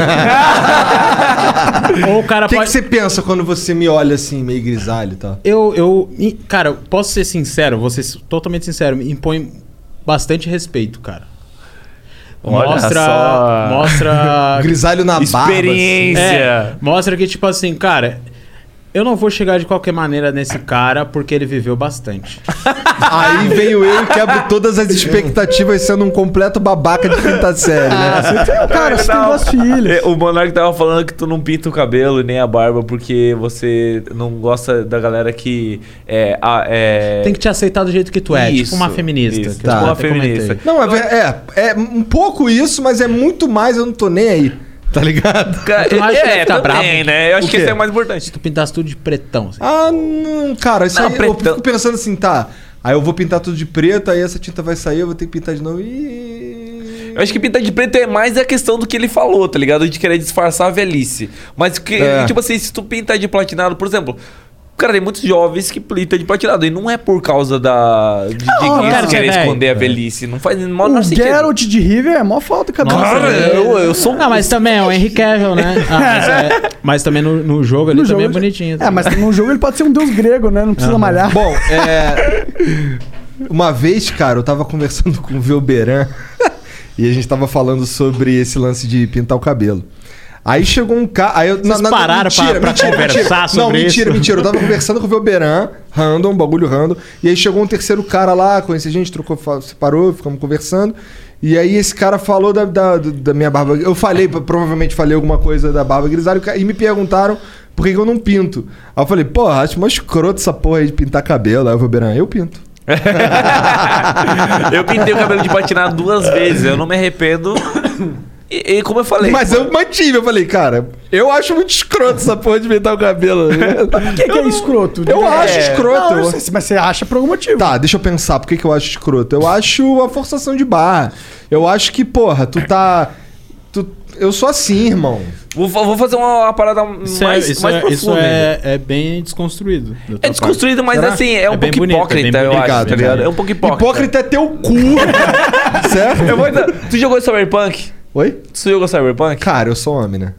Ou o cara O que, pode. que você pensa quando você me olha assim, meio grisalho e tal? Eu, eu. e, Cara, posso ser sincero, vou ser totalmente sincero, me impõe bastante respeito, cara. Olha mostra. só. Mostra. (laughs) Grisalho na barba, Experiência. assim. É, mostra que, tipo assim, cara. Eu não vou chegar de qualquer maneira nesse cara porque ele viveu bastante. Aí venho eu e quebro todas as expectativas sendo um completo babaca de quinta série, né? cara, você tem um duas filhas. É, O Monark tava falando que tu não pinta o cabelo e nem a barba porque você não gosta da galera que é. a- é- Tem que te aceitar do jeito que tu é, tipo Isso, uma feminista. isso. que eu Tá. até Uma feminista. Então- comentei. Não, é, ver- é, é um pouco isso, mas é muito mais, eu não tô nem aí. Tá ligado? Cara, Tu não acha que é, ele fica também, bravo? né? Eu acho O que quê? isso é o mais importante. Se tu pintasse tudo de pretão. assim. Ah, não, cara, isso Não, aí eu fico pensando assim, tá. Aí eu vou pintar tudo de preto, aí essa tinta vai sair, eu vou ter que pintar de novo. E... Eu acho que pintar de preto é mais a questão do que ele falou, tá ligado? De querer disfarçar a velhice. Mas, que, É. tipo assim, se tu pintar de platinado, por exemplo. Cara, tem muitos jovens que pintam de platinado. E não é por causa da. de, de Ah, isso, cara, querer velho. esconder a velhice. Não faz o menor O sentido. Geralt de River é mó falta, cara. Cara, eu- eu sou- é Não, mas também é o Henry Cavill, (laughs) né? Ah, mas, é- (laughs) mas também no, no jogo ele No também jogo- é bonitinho. É, mas no jogo ele pode ser um deus grego, né? Não precisa Aham. malhar. Bom, é. Uma vez, cara, eu tava conversando com o Velberan e a gente tava falando sobre esse lance de pintar o cabelo. Aí chegou um cara. Aí eu, Vocês pararam pra- pra conversar mentira. sobre Não, mentira, isso? mentira. Eu tava conversando com o Velberan, random, bagulho random. E aí chegou um terceiro cara lá, conheci a gente, trocou, fa- separou, ficamos conversando. E aí esse cara falou da, da, da minha barba. Eu falei, provavelmente falei alguma coisa da barba grisalha e me perguntaram por que, que eu não pinto. Aí eu falei, porra, acho mó escroto essa porra aí de pintar cabelo. Aí o Velberan, eu pinto. (laughs) Eu pintei o cabelo de platinado duas vezes. Eu não me arrependo. E, e como eu falei. Mas eu mantive, eu falei, cara, eu acho muito escroto essa porra de pintar (laughs) o cabelo. (laughs) O que, que é escroto? Eu É. acho escroto. Não, eu sei, mas você acha por algum motivo. Tá, deixa eu pensar, por que, que eu acho escroto? Eu acho a forçação de barra. Eu acho que, porra, tu tá. Tu, eu sou assim, irmão. Vou, fa- vou fazer uma, uma parada Isso, é, mais, isso, mais é, profunda. isso é, é bem desconstruído. da tua É desconstruído, parte. mas Será? assim, é, um bem pouco bonito, é bem hipócrita, eu bonito. acho, tá ligado? É um pouco hipócrita. Hipócrita é teu cu. (laughs) certo? Eu vou entrar- Tu jogou Cyberpunk? Oi? Tu jogou Cyberpunk? Cara, eu sou homem, né?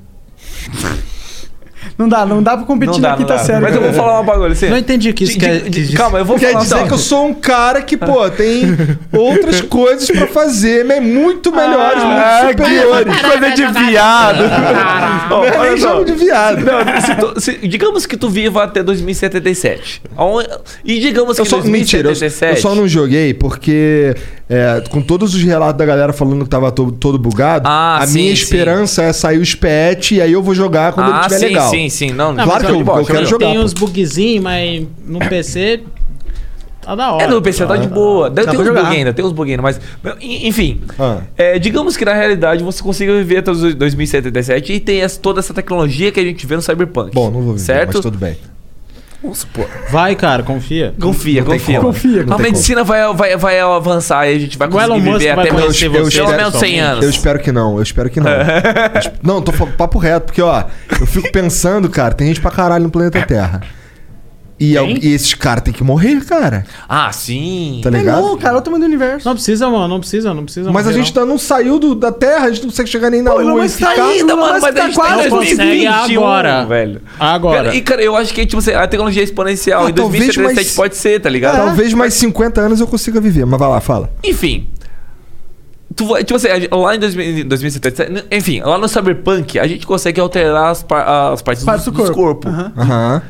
Não dá, não dá pra competir Não na dá, não quinta dá. série. Mas eu vou falar uma bagulho. Assim, Não entendi que isso de- quer- de- que de- isso- Calma, eu vou Quer falar. dizer então. que eu sou um cara que, pô, tem (laughs) outras coisas pra fazer, mas é muito melhores, Ah, muito que superiores. Coisa de viado. Ó, Não é olha nem só. jogo de viado. Não, se tu- se- digamos que tu viva até 2077. Aon- E digamos que Eu só, mentira, eu, eu 2077. só não joguei porque, é, com todos os relatos da galera falando que tava todo, todo bugado, Ah, a sim, minha sim. esperança é sair os pet e aí eu vou jogar quando ele Ah, estiver sim, é legal. sim, sim. Não, Não, claro mas que eu, olha, eu quero tem jogar. Tem pô. uns bugzinhos, mas no PC tá da hora. É, no PC tá de boa. Deve Dá ter pra uns jogar. bugs ainda, tem uns bugs ainda, mas. mas, en- Enfim. É, digamos que na realidade você consiga viver até os 2077 e tem essa- toda essa tecnologia que a gente vê no Cyberpunk. Bom, não vou viver, certo? mas tudo bem. Vamos supor. Vai, cara, confia. Confia, confia. A medicina vai, vai, vai avançar e a gente vai conseguir viver até pelo menos- pelo menos 100 anos. Eu espero que não, eu espero (laughs) que não. Eu esp- não, tô falando papo reto, porque, ó, eu fico pensando, cara, tem gente pra caralho no planeta Terra. E, al- e esses caras têm que morrer, cara. Ah, sim. Tá ligado? Não, cara, eu tô do universo. Não precisa, mano, não precisa, não precisa. Mas a gente tá- ainda não saiu do- da Terra, a gente não consegue chegar nem na Lua e tá ficar... tá tá não né, consegue agora. um, velho. Agora. Cara, e, cara, eu acho que tipo, assim, a tecnologia é exponencial. Ah, em talvez 2077 mais- pode ser, tá ligado? Talvez mais 50 anos eu consiga viver, mas vai lá, fala. Enfim. Tu vai, tipo assim, a gente- lá em 2000 2077, né, enfim, lá no Cyberpunk, a gente consegue alterar as, par- as partes, Partes dos, do dos corpo. Aham.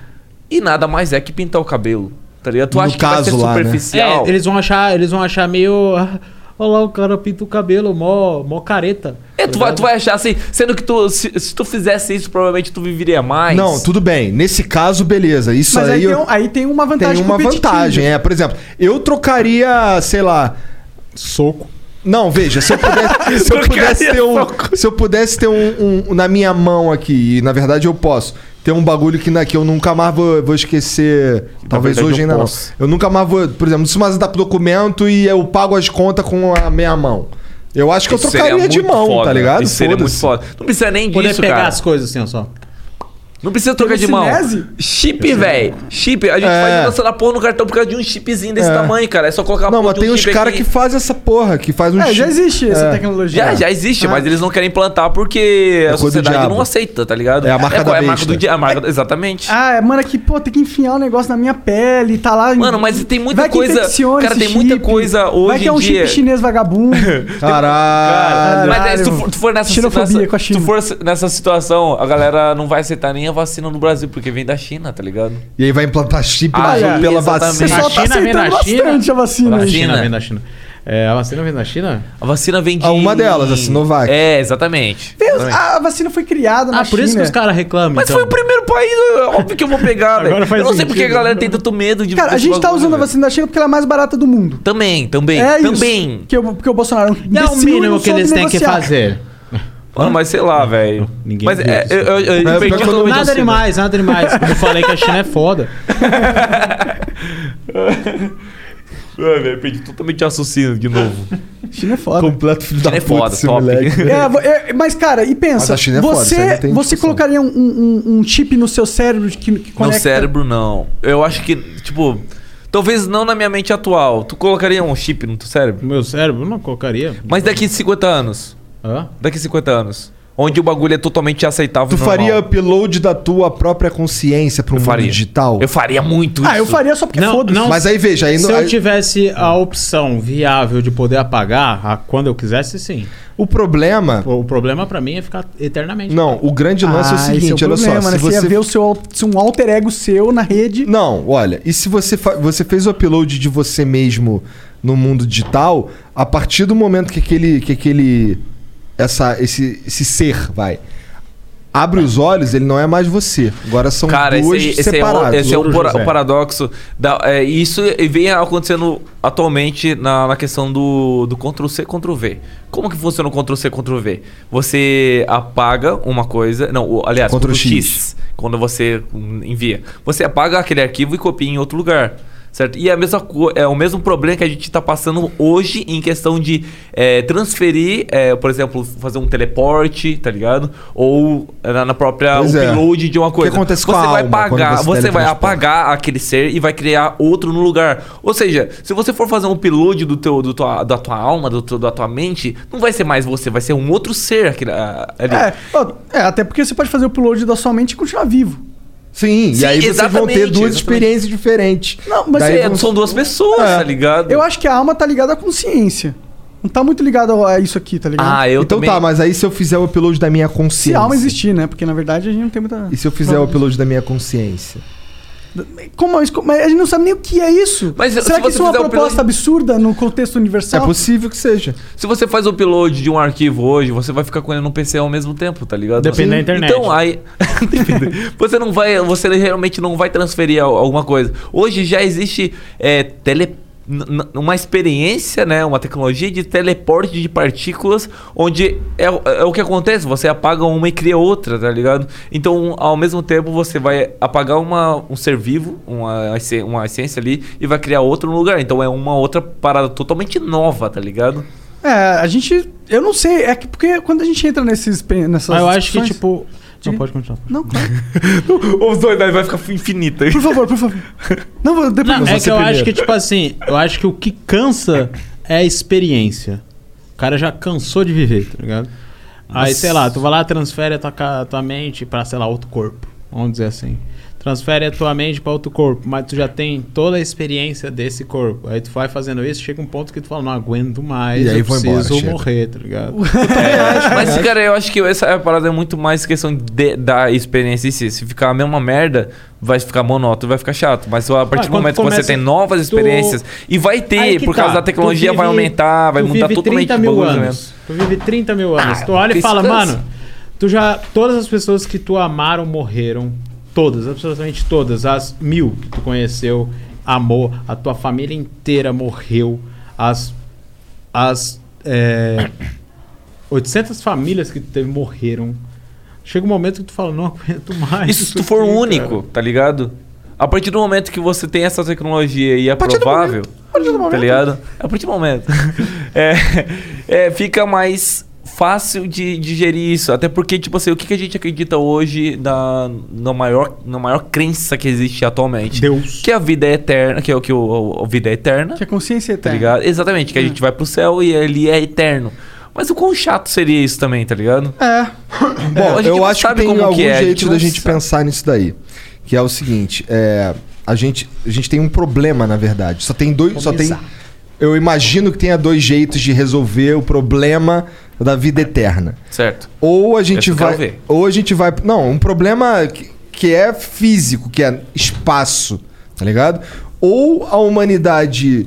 E nada mais é que pintar o cabelo. Tá ligado? Tu No acha que vai caso ser lá, né? superficial. É, eles vão achar, eles vão achar meio. (laughs) ah, Olha lá, o cara pinta o cabelo, mó, mó careta. É, tu, vai, tu vai achar assim, sendo que tu, se, se tu fizesse isso, provavelmente tu viveria mais. Não, tudo bem. Nesse caso, beleza. Isso Mas aí aí. tem eu- um- aí tem uma vantagem Tem uma competitiva. vantagem, é. Por exemplo, eu trocaria, sei lá. Soco. Não, veja, se eu (laughs) pudesse, se eu Trocaria pudesse ter, um, se eu pudesse ter um, um- na minha mão aqui, e na verdade eu posso, ter um bagulho que, na, que eu nunca mais vou, vou esquecer, talvez verdade hoje eu ainda posso. não. Eu nunca mais vou, por exemplo, se mais dá pro documento e eu pago as contas com a minha mão. Eu acho que eu Isso seria trocaria de muito mão, tá foda. ligado? Isso seria muito Foda-se. foda. Não precisa nem Poder disso, pegar cara. as coisas assim, ó, só. Não precisa trocar de mão. Telecinese? Chip, velho. Chip. A gente É. faz dança da porra no cartão por causa de um chipzinho desse É. tamanho, cara. É só colocar a Não, porra mas de um tem uns chip caras aqui. que fazem essa porra, que faz um É, já chip. existe essa É. Ah. tecnologia. É. Já, já existe, mas eles não querem implantar porque a coisa do sociedade diabo. não aceita, tá ligado? É a marca é, da é a marca besta. do dia, a marca, um exatamente. Ah, é, mano, aqui, pô, tem que enfiar o negócio na minha pele, tá lá. Mano, mas tem muita vai que coisa- infecciona cara, esse tem muita chip. coisa Vai hoje que é em um dia. chip chinês (laughs) vagabundo. Caralho. Mas aí, se tu for, tu for nessa Xenofobia situação. Se tu for nessa situação, a galera não vai aceitar nem a vacina no Brasil, porque vem da China, tá ligado? E aí vai implantar chip Ah, pela- é, pela exatamente. vacina. Pessoal tá vem da aceitando bastante a vacina A aí. vacina China. vem da China. É, a vacina vem da China? A vacina vem de. Ah, uma delas, a Sinovac. É, exatamente. Deus, Ah, a vacina foi criada na Ah, por isso que China. os caras reclamam. Mas foi o primeiro país, óbvio que eu vou (laughs) pegar, velho. Eu não então. faz sei porque a sentido. galera tem tanto medo de. Cara, a desse gente tá bagulho, usando a velho. vacina da China porque ela é mais barata do mundo. Também, também, é também. Isso, que o- porque o Bolsonaro É o imbecil e mínimo não que soube eles têm que negociar. fazer. Mano, mas sei lá, velho. Ninguém Mas viu é, isso. eu, eu, eu, Mas perdi porque totalmente assim, Nada o assunto. demais, nada (laughs) demais. Como eu falei que a China é foda. Ai, velho, perdi totalmente o raciocínio de novo. China é foda. Completo filho China é foda, top. (laughs) É, vo- é, mas, cara, e pensa. Mas a China é foda, você isso aí não tem você colocaria um, um- um chip no seu cérebro que, que No conecta. cérebro, não. Eu acho que, tipo... Talvez não na minha mente atual. Tu colocaria um chip no teu cérebro? No meu cérebro? Não colocaria. Mas daqui 50 anos? Hã? Daqui 50 anos. Onde o bagulho é totalmente aceitável Tu e normal. faria upload da tua própria consciência pro mundo faria. digital? Eu faria muito Ah, eu faria só porque foda-se. Mas aí veja, aí se não- eu aí- tivesse a opção viável de poder apagar a- quando eu quisesse, sim. O problema. O problema pra mim é ficar eternamente. Não, o grande lance é Ah, o esse seguinte, é o olha problema, só. né? Se Você ia (laughs) você ver o seu, al- se um alter ego seu na rede. Não, olha, e se você, fa- você fez o upload de você mesmo no mundo digital, a partir do momento que aquele. Que aquele essa, esse, esse ser vai. Abre os olhos, ele não é mais você. Agora são Cara, esse, duas aí- esse aí é, o- separadas. esse é um, pora- um paradoxo. Da, é, isso vem acontecendo atualmente na, na questão do, do Ctrl-C, Ctrl-V. Como que funciona o Ctrl-C, Ctrl-V? Você apaga uma coisa... Não, o- aliás, Ctrl+X. Ctrl-X. Quando você hum, envia. Você apaga aquele arquivo e copia em outro lugar. Certo? E é, a mesma co- é o mesmo problema que a gente está passando hoje em questão de é, transferir, é, por exemplo, fazer um teleporte, tá ligado? Ou na, na própria Pois é. upload de uma O que coisa. acontece com você a vai alma quando pagar, você você vai teletransporta? apagar aquele ser e vai criar outro no lugar. Ou seja, se você for fazer um upload do teu, do tua, da tua alma, do teu, da tua mente, não vai ser mais você, vai ser um outro ser aquele, ah, ali. É, ó, é, até porque você pode fazer o upload da sua mente e continuar vivo. Sim, Sim, e aí vocês vão ter exatamente, duas exatamente. experiências diferentes. Não, mas Daí é, vão- São duas pessoas, é. tá ligado? Eu acho que a alma tá ligada à consciência. Não tá muito ligada a isso aqui, tá ligado? Ah, Então tá, mas aí se eu fizer o upload da minha Se consciência. a alma existir, né? Porque na verdade a gente não tem muita. E se eu fizer o upload da minha consciência? Como, isso- como- a gente não sabe nem o que é isso. Mas se Será que você isso é uma fizer o proposta upload- absurda no contexto universal? É possível que seja. Se você faz o upload de um arquivo hoje, você vai ficar com ele no PC ao mesmo tempo, tá ligado? Depende da Sim. internet. Então aí. (laughs) Depende. você não vai. Você realmente não vai transferir al- alguma coisa. Hoje já existe é, tele. n- n- Uma experiência, né? Uma tecnologia de teleporte de partículas, onde é, o- é o que acontece, você apaga uma e cria outra, tá ligado? Então, ao mesmo tempo, você vai apagar uma, um ser vivo, uma, esse- uma essência ali, e vai criar outro no lugar. Então é uma outra parada totalmente nova, tá ligado? É, a gente. Eu não sei. É que porque quando a gente entra nesses, pe- nessas. Ah, eu acho que, tipo. Não, pode continuar. Não, Os dois vai ficar infinita. Por favor, por favor. Não, vou- depois Não, vou- é você que eu primeiro. acho que, tipo assim, eu acho que o que cansa é a experiência. O cara já cansou de viver, tá ligado? Aí, Nossa. sei lá, tu vai lá, transfere a tua, ca- a tua mente pra, sei lá, outro corpo. Vamos dizer assim. Transfere a tua mente pra outro corpo, mas tu já tem toda a experiência desse corpo. Aí tu vai fazendo isso, chega um ponto que tu fala, não aguento mais, E aí eu vou embora, preciso chega. morrer, (laughs) tá ligado? É, Mas, cara, eu acho que essa parada é muito mais questão de- da experiência em si. Se ficar a mesma merda, vai ficar monótono, vai ficar chato. Mas a partir do Ah, quando momento que começa- você tem novas tu- experiências, e vai Aí ter, que por tá. causa da tecnologia, Tu vai vive- aumentar, vai tu mudar vive totalmente 30 o mil bagulho, né? anos. Tu vive 30 mil anos. Ah, tu olha e que fala, descanso. mano, tu já. Todas as pessoas que tu amaram morreram. Todas, absolutamente todas. As mil que tu conheceu, amou. A tua família inteira morreu. As. As. É, (coughs) 800 famílias que tu teve morreram. Chega um momento que tu fala, não aguento mais. Isso se tu for aqui, cara." único, tá ligado? A partir do momento que você tem essa tecnologia e é provável, tá né? ligado? A partir do momento. (laughs) é, é, fica mais fácil de digerir isso. Até porque, tipo assim, o que, que a gente acredita hoje na, na, maior, na maior crença que existe atualmente? Deus. Que a vida é eterna, que é o que o, o- a vida é eterna. Que a consciência é Tá ligado? Exatamente, que a gente vai pro céu e ali é eterno. Mas o quão chato seria isso também, tá ligado? É. Bom, a gente eu não acho que sabe tem como algum que é, a gente jeito da não gente sabe. pensar nisso daí. Que é o seguinte, é, a, gente, a gente tem um problema, na verdade. Só tem dois. Só tem, Começar. eu imagino que tenha dois jeitos de resolver o problema da vida eterna. Certo. é Ou a Essa gente eu quero vai. ver. Ou a gente vai. Não, um problema que, que é físico, que é espaço, tá ligado? Ou a humanidade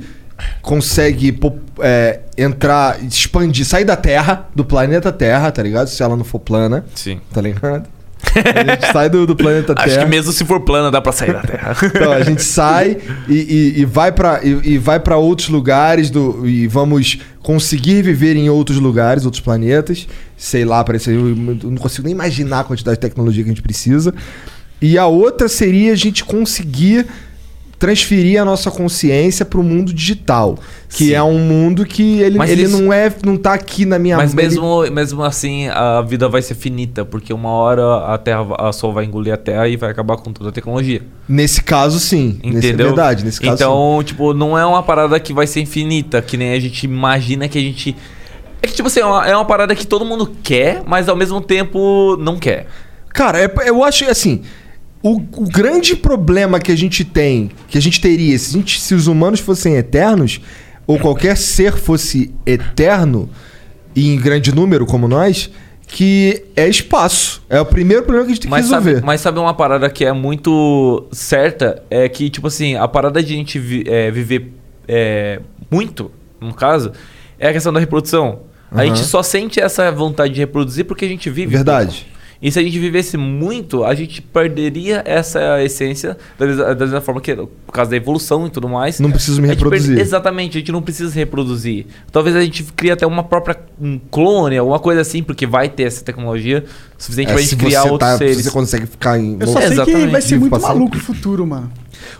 consegue po- é, entrar, expandir, sair da Terra, do planeta Terra, tá ligado? Se ela não for plana. Sim. Tá ligado? A gente sai do, do planeta (laughs) Terra. Acho que mesmo se for plana, dá pra sair da Terra. (laughs) Então, a (laughs) gente sai e, e- e vai para e, e vai para outros lugares do, e vamos conseguir viver em outros lugares, outros planetas. Sei lá, parece eu não consigo nem imaginar a quantidade de tecnologia que a gente precisa. E a outra seria a gente conseguir transferir a nossa consciência para o mundo digital, que é um mundo que ele, Mas ele isso- não é não tá aqui na minha Mas ele- mesmo, mesmo assim, a vida vai ser finita, porque uma hora a Terra a Sol vai engolir a Terra e vai acabar com toda a tecnologia. nesse caso sim, nesse, é Entendeu? verdade, nesse caso sim. Então, tipo, não é uma parada que vai ser infinita, que nem a gente imagina que a gente. É que, tipo assim, é uma, é uma parada que todo mundo quer, mas ao mesmo tempo não quer. Cara, é- eu acho assim. O, o grande problema que a gente tem, que a gente teria, se, a gente- se os humanos fossem eternos, ou qualquer ser fosse eterno, e em grande número como nós, que é espaço. É o primeiro problema que a gente tem que Mas resolver. sabe, mas sabe uma parada que é muito certa? É que, tipo assim, a parada de a gente vi- é, viver é, muito, no caso, é a questão da reprodução. A Aham. gente só sente essa vontade de reproduzir porque a gente vive. Verdade. pouco. E se a gente vivesse muito, a gente perderia essa essência, da mesma, da mesma forma que, por causa da evolução e tudo mais. Não preciso me A gente perde- reproduzir. exatamente, a gente não precisa reproduzir. Talvez a gente crie até uma própria um clone, alguma coisa assim, porque vai ter essa tecnologia suficiente É, pra se gente criar você outros tá- seres. você consegue ficar em. Tipo assim, Eu só sei que vai ser Vivo muito pra sempre. maluco o futuro, mano.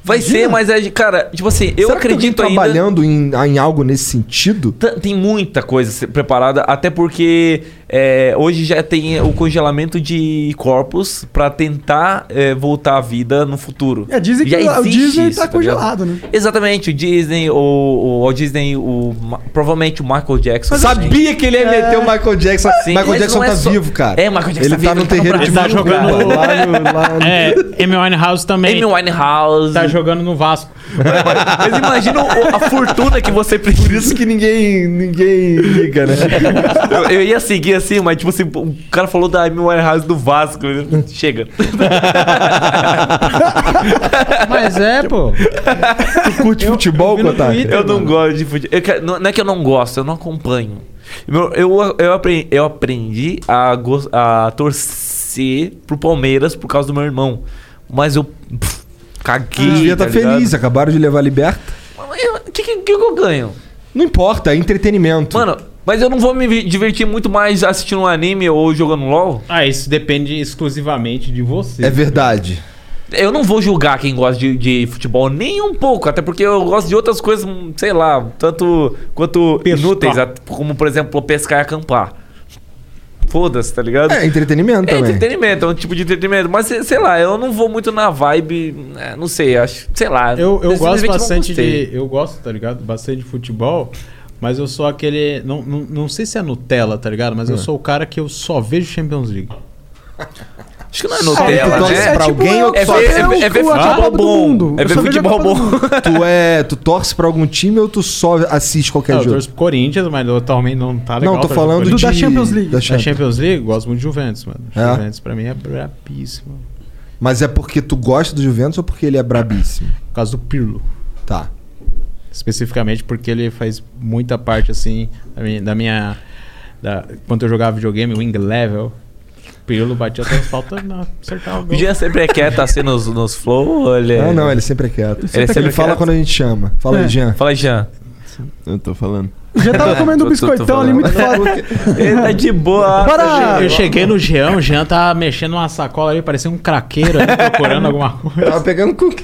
Vai ser, mas é, de- cara, tipo assim, eu Será que tem alguém acredito ainda. trabalhando em, em algo nesse sentido? Tá- Tem muita coisa se- preparada, até porque é, hoje já tem o congelamento de corpos pra tentar é, voltar à vida no futuro. É, dizem que Já o- o existe Disney isso, tá ligado? (laughs) congelado, né? Exatamente, o Disney, o, o, o Disney, o, Ma- provavelmente o Michael Jackson. Sabia que ele ia é. meter o Michael Jackson. Michael mas Jackson não é tá só- vivo, cara. É, Michael Jackson Ele tá vivo, tá no ele tá no Brasil. terreiro de Tá Maringá. jogando. É, Amy Winehouse também. Amy Winehouse. Tá jogando no Vasco. Mas imagina o- (laughs) a fortuna é que (laughs) você precisa. Por isso que ninguém, ninguém liga, né? Eu, eu ia seguir assim, mas tipo assim, o cara falou da Amy Winehouse do Vasco. né? Chega. (laughs) Mas é, pô. Tu curte futebol, Kotak? eu não gosto de futebol. Eu quero- não, não é que eu não gosto, eu não acompanho. Meu- Eu, eu, aprendi, eu aprendi a, gos- a torcer pro Palmeiras por causa do meu irmão. Mas eu pff, caguei. Ele devia tá estar ligado? feliz, acabaram de levar a liberta. O que, que, que eu ganho? Não importa, é entretenimento. Mano, mas eu não vou me vi- divertir muito mais assistindo um anime ou jogando LOL. Ah, isso depende exclusivamente de você. É verdade. Eu não vou julgar quem gosta de, de futebol nem um pouco, até porque eu gosto de outras coisas, hum, sei lá, tanto quanto inúteis, a- como por exemplo pescar e acampar. Foda-se, tá ligado? É entretenimento É também. entretenimento, é um tipo de entretenimento. Mas sei sei lá, eu não vou muito na vibe. é, Não sei, acho. Sei lá. Eu, eu simplesmente gosto não bastante gostei. de. Eu gosto, tá ligado? Bastante de futebol. Mas eu sou aquele. Não, não, não sei se é Nutella, tá ligado? Mas eu É. sou o cara que eu só vejo Champions League. Acho que não é Só Nutella, tu né? torce pra tipo alguém eu ou tu é só ver, vê é, ver- é o- ver a futebol Copa do bom. Mundo. É Eu ver só vejo a futebol Copa do bom. (laughs) tu é, tu torce pra algum time ou tu só assiste qualquer Não, eu jogo? torço pro Corinthians, mas atualmente não tá legal. Não, tô torcer pro falando Corinthians. do- da Champions League. Da Da Champions, Champions. League, gosto muito de Juventus, mano. É? Juventus pra mim é brabíssimo. Mas é porque tu gosta do Juventus ou porque ele é brabíssimo? Por causa do Pirlo. Tá. Especificamente porque ele faz muita parte, assim, da minha. Da minha da- quando eu jogava videogame, Wing Level, Pirlo batia todas as faltas, não, acertava o O gol. Jean sempre é quieto assim nos, nos flow, ou ele é- Não, não, ele sempre é quieto. Ele é sempre ele fala quieto. quando a gente chama. Fala É. aí, Jean. Fala aí, Jean. Eu tô falando. (laughs) Já tava comendo um Tô- tô- tô biscoitão ali, muito falando. foda. Ele tá de boa. Bora! Eu cheguei no Jean, o Jean tá mexendo numa sacola ali, parecia um craqueiro ali, procurando alguma coisa. Tava pegando cookie.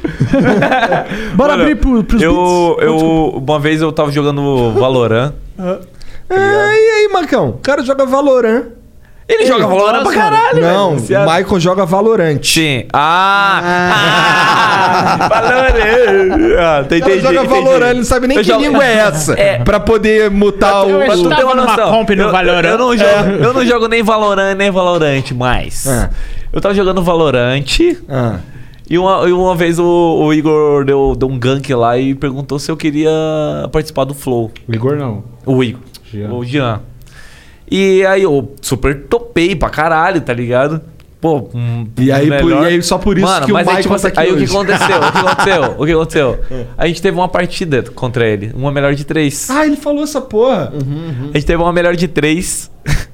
Bora Mano, abrir pro, pros Eu, eu, uma vez eu tava jogando Valorant. É, e aí, Macão? O cara joga Valorant. Ele joga Valorant pra caralho, Não, velho, viciado. o Michael joga Valorant. Sim. Ah! ah (laughs) Valorant! Ah, O tem, cara entendi, joga entendi. Valorant, ele não sabe nem Eu que jogo- língua é essa. É. Pra poder mutar o... Pra tu ter uma numa noção, comp no eu- Valorant. Eu, não jogo, É. eu não jogo nem Valorant, nem Valorant mais. É. Eu tava jogando Valorant. E uma, e uma vez o, o Igor deu, deu um gank lá e perguntou se eu queria participar do Flow. O Igor não. O Igor. Jean. O Jean. E aí eu super topei pra caralho, tá ligado? Pô, hum, E aí, por- melhor. e aí só por isso Mano, que o mas aí, Michael tipo assim, tá aqui Aí o que hoje. aconteceu? O que aconteceu? O que (laughs) aconteceu? A gente teve uma partida contra ele, uma melhor de três. Ah, ele falou essa porra. uhum. A gente teve uma melhor de três.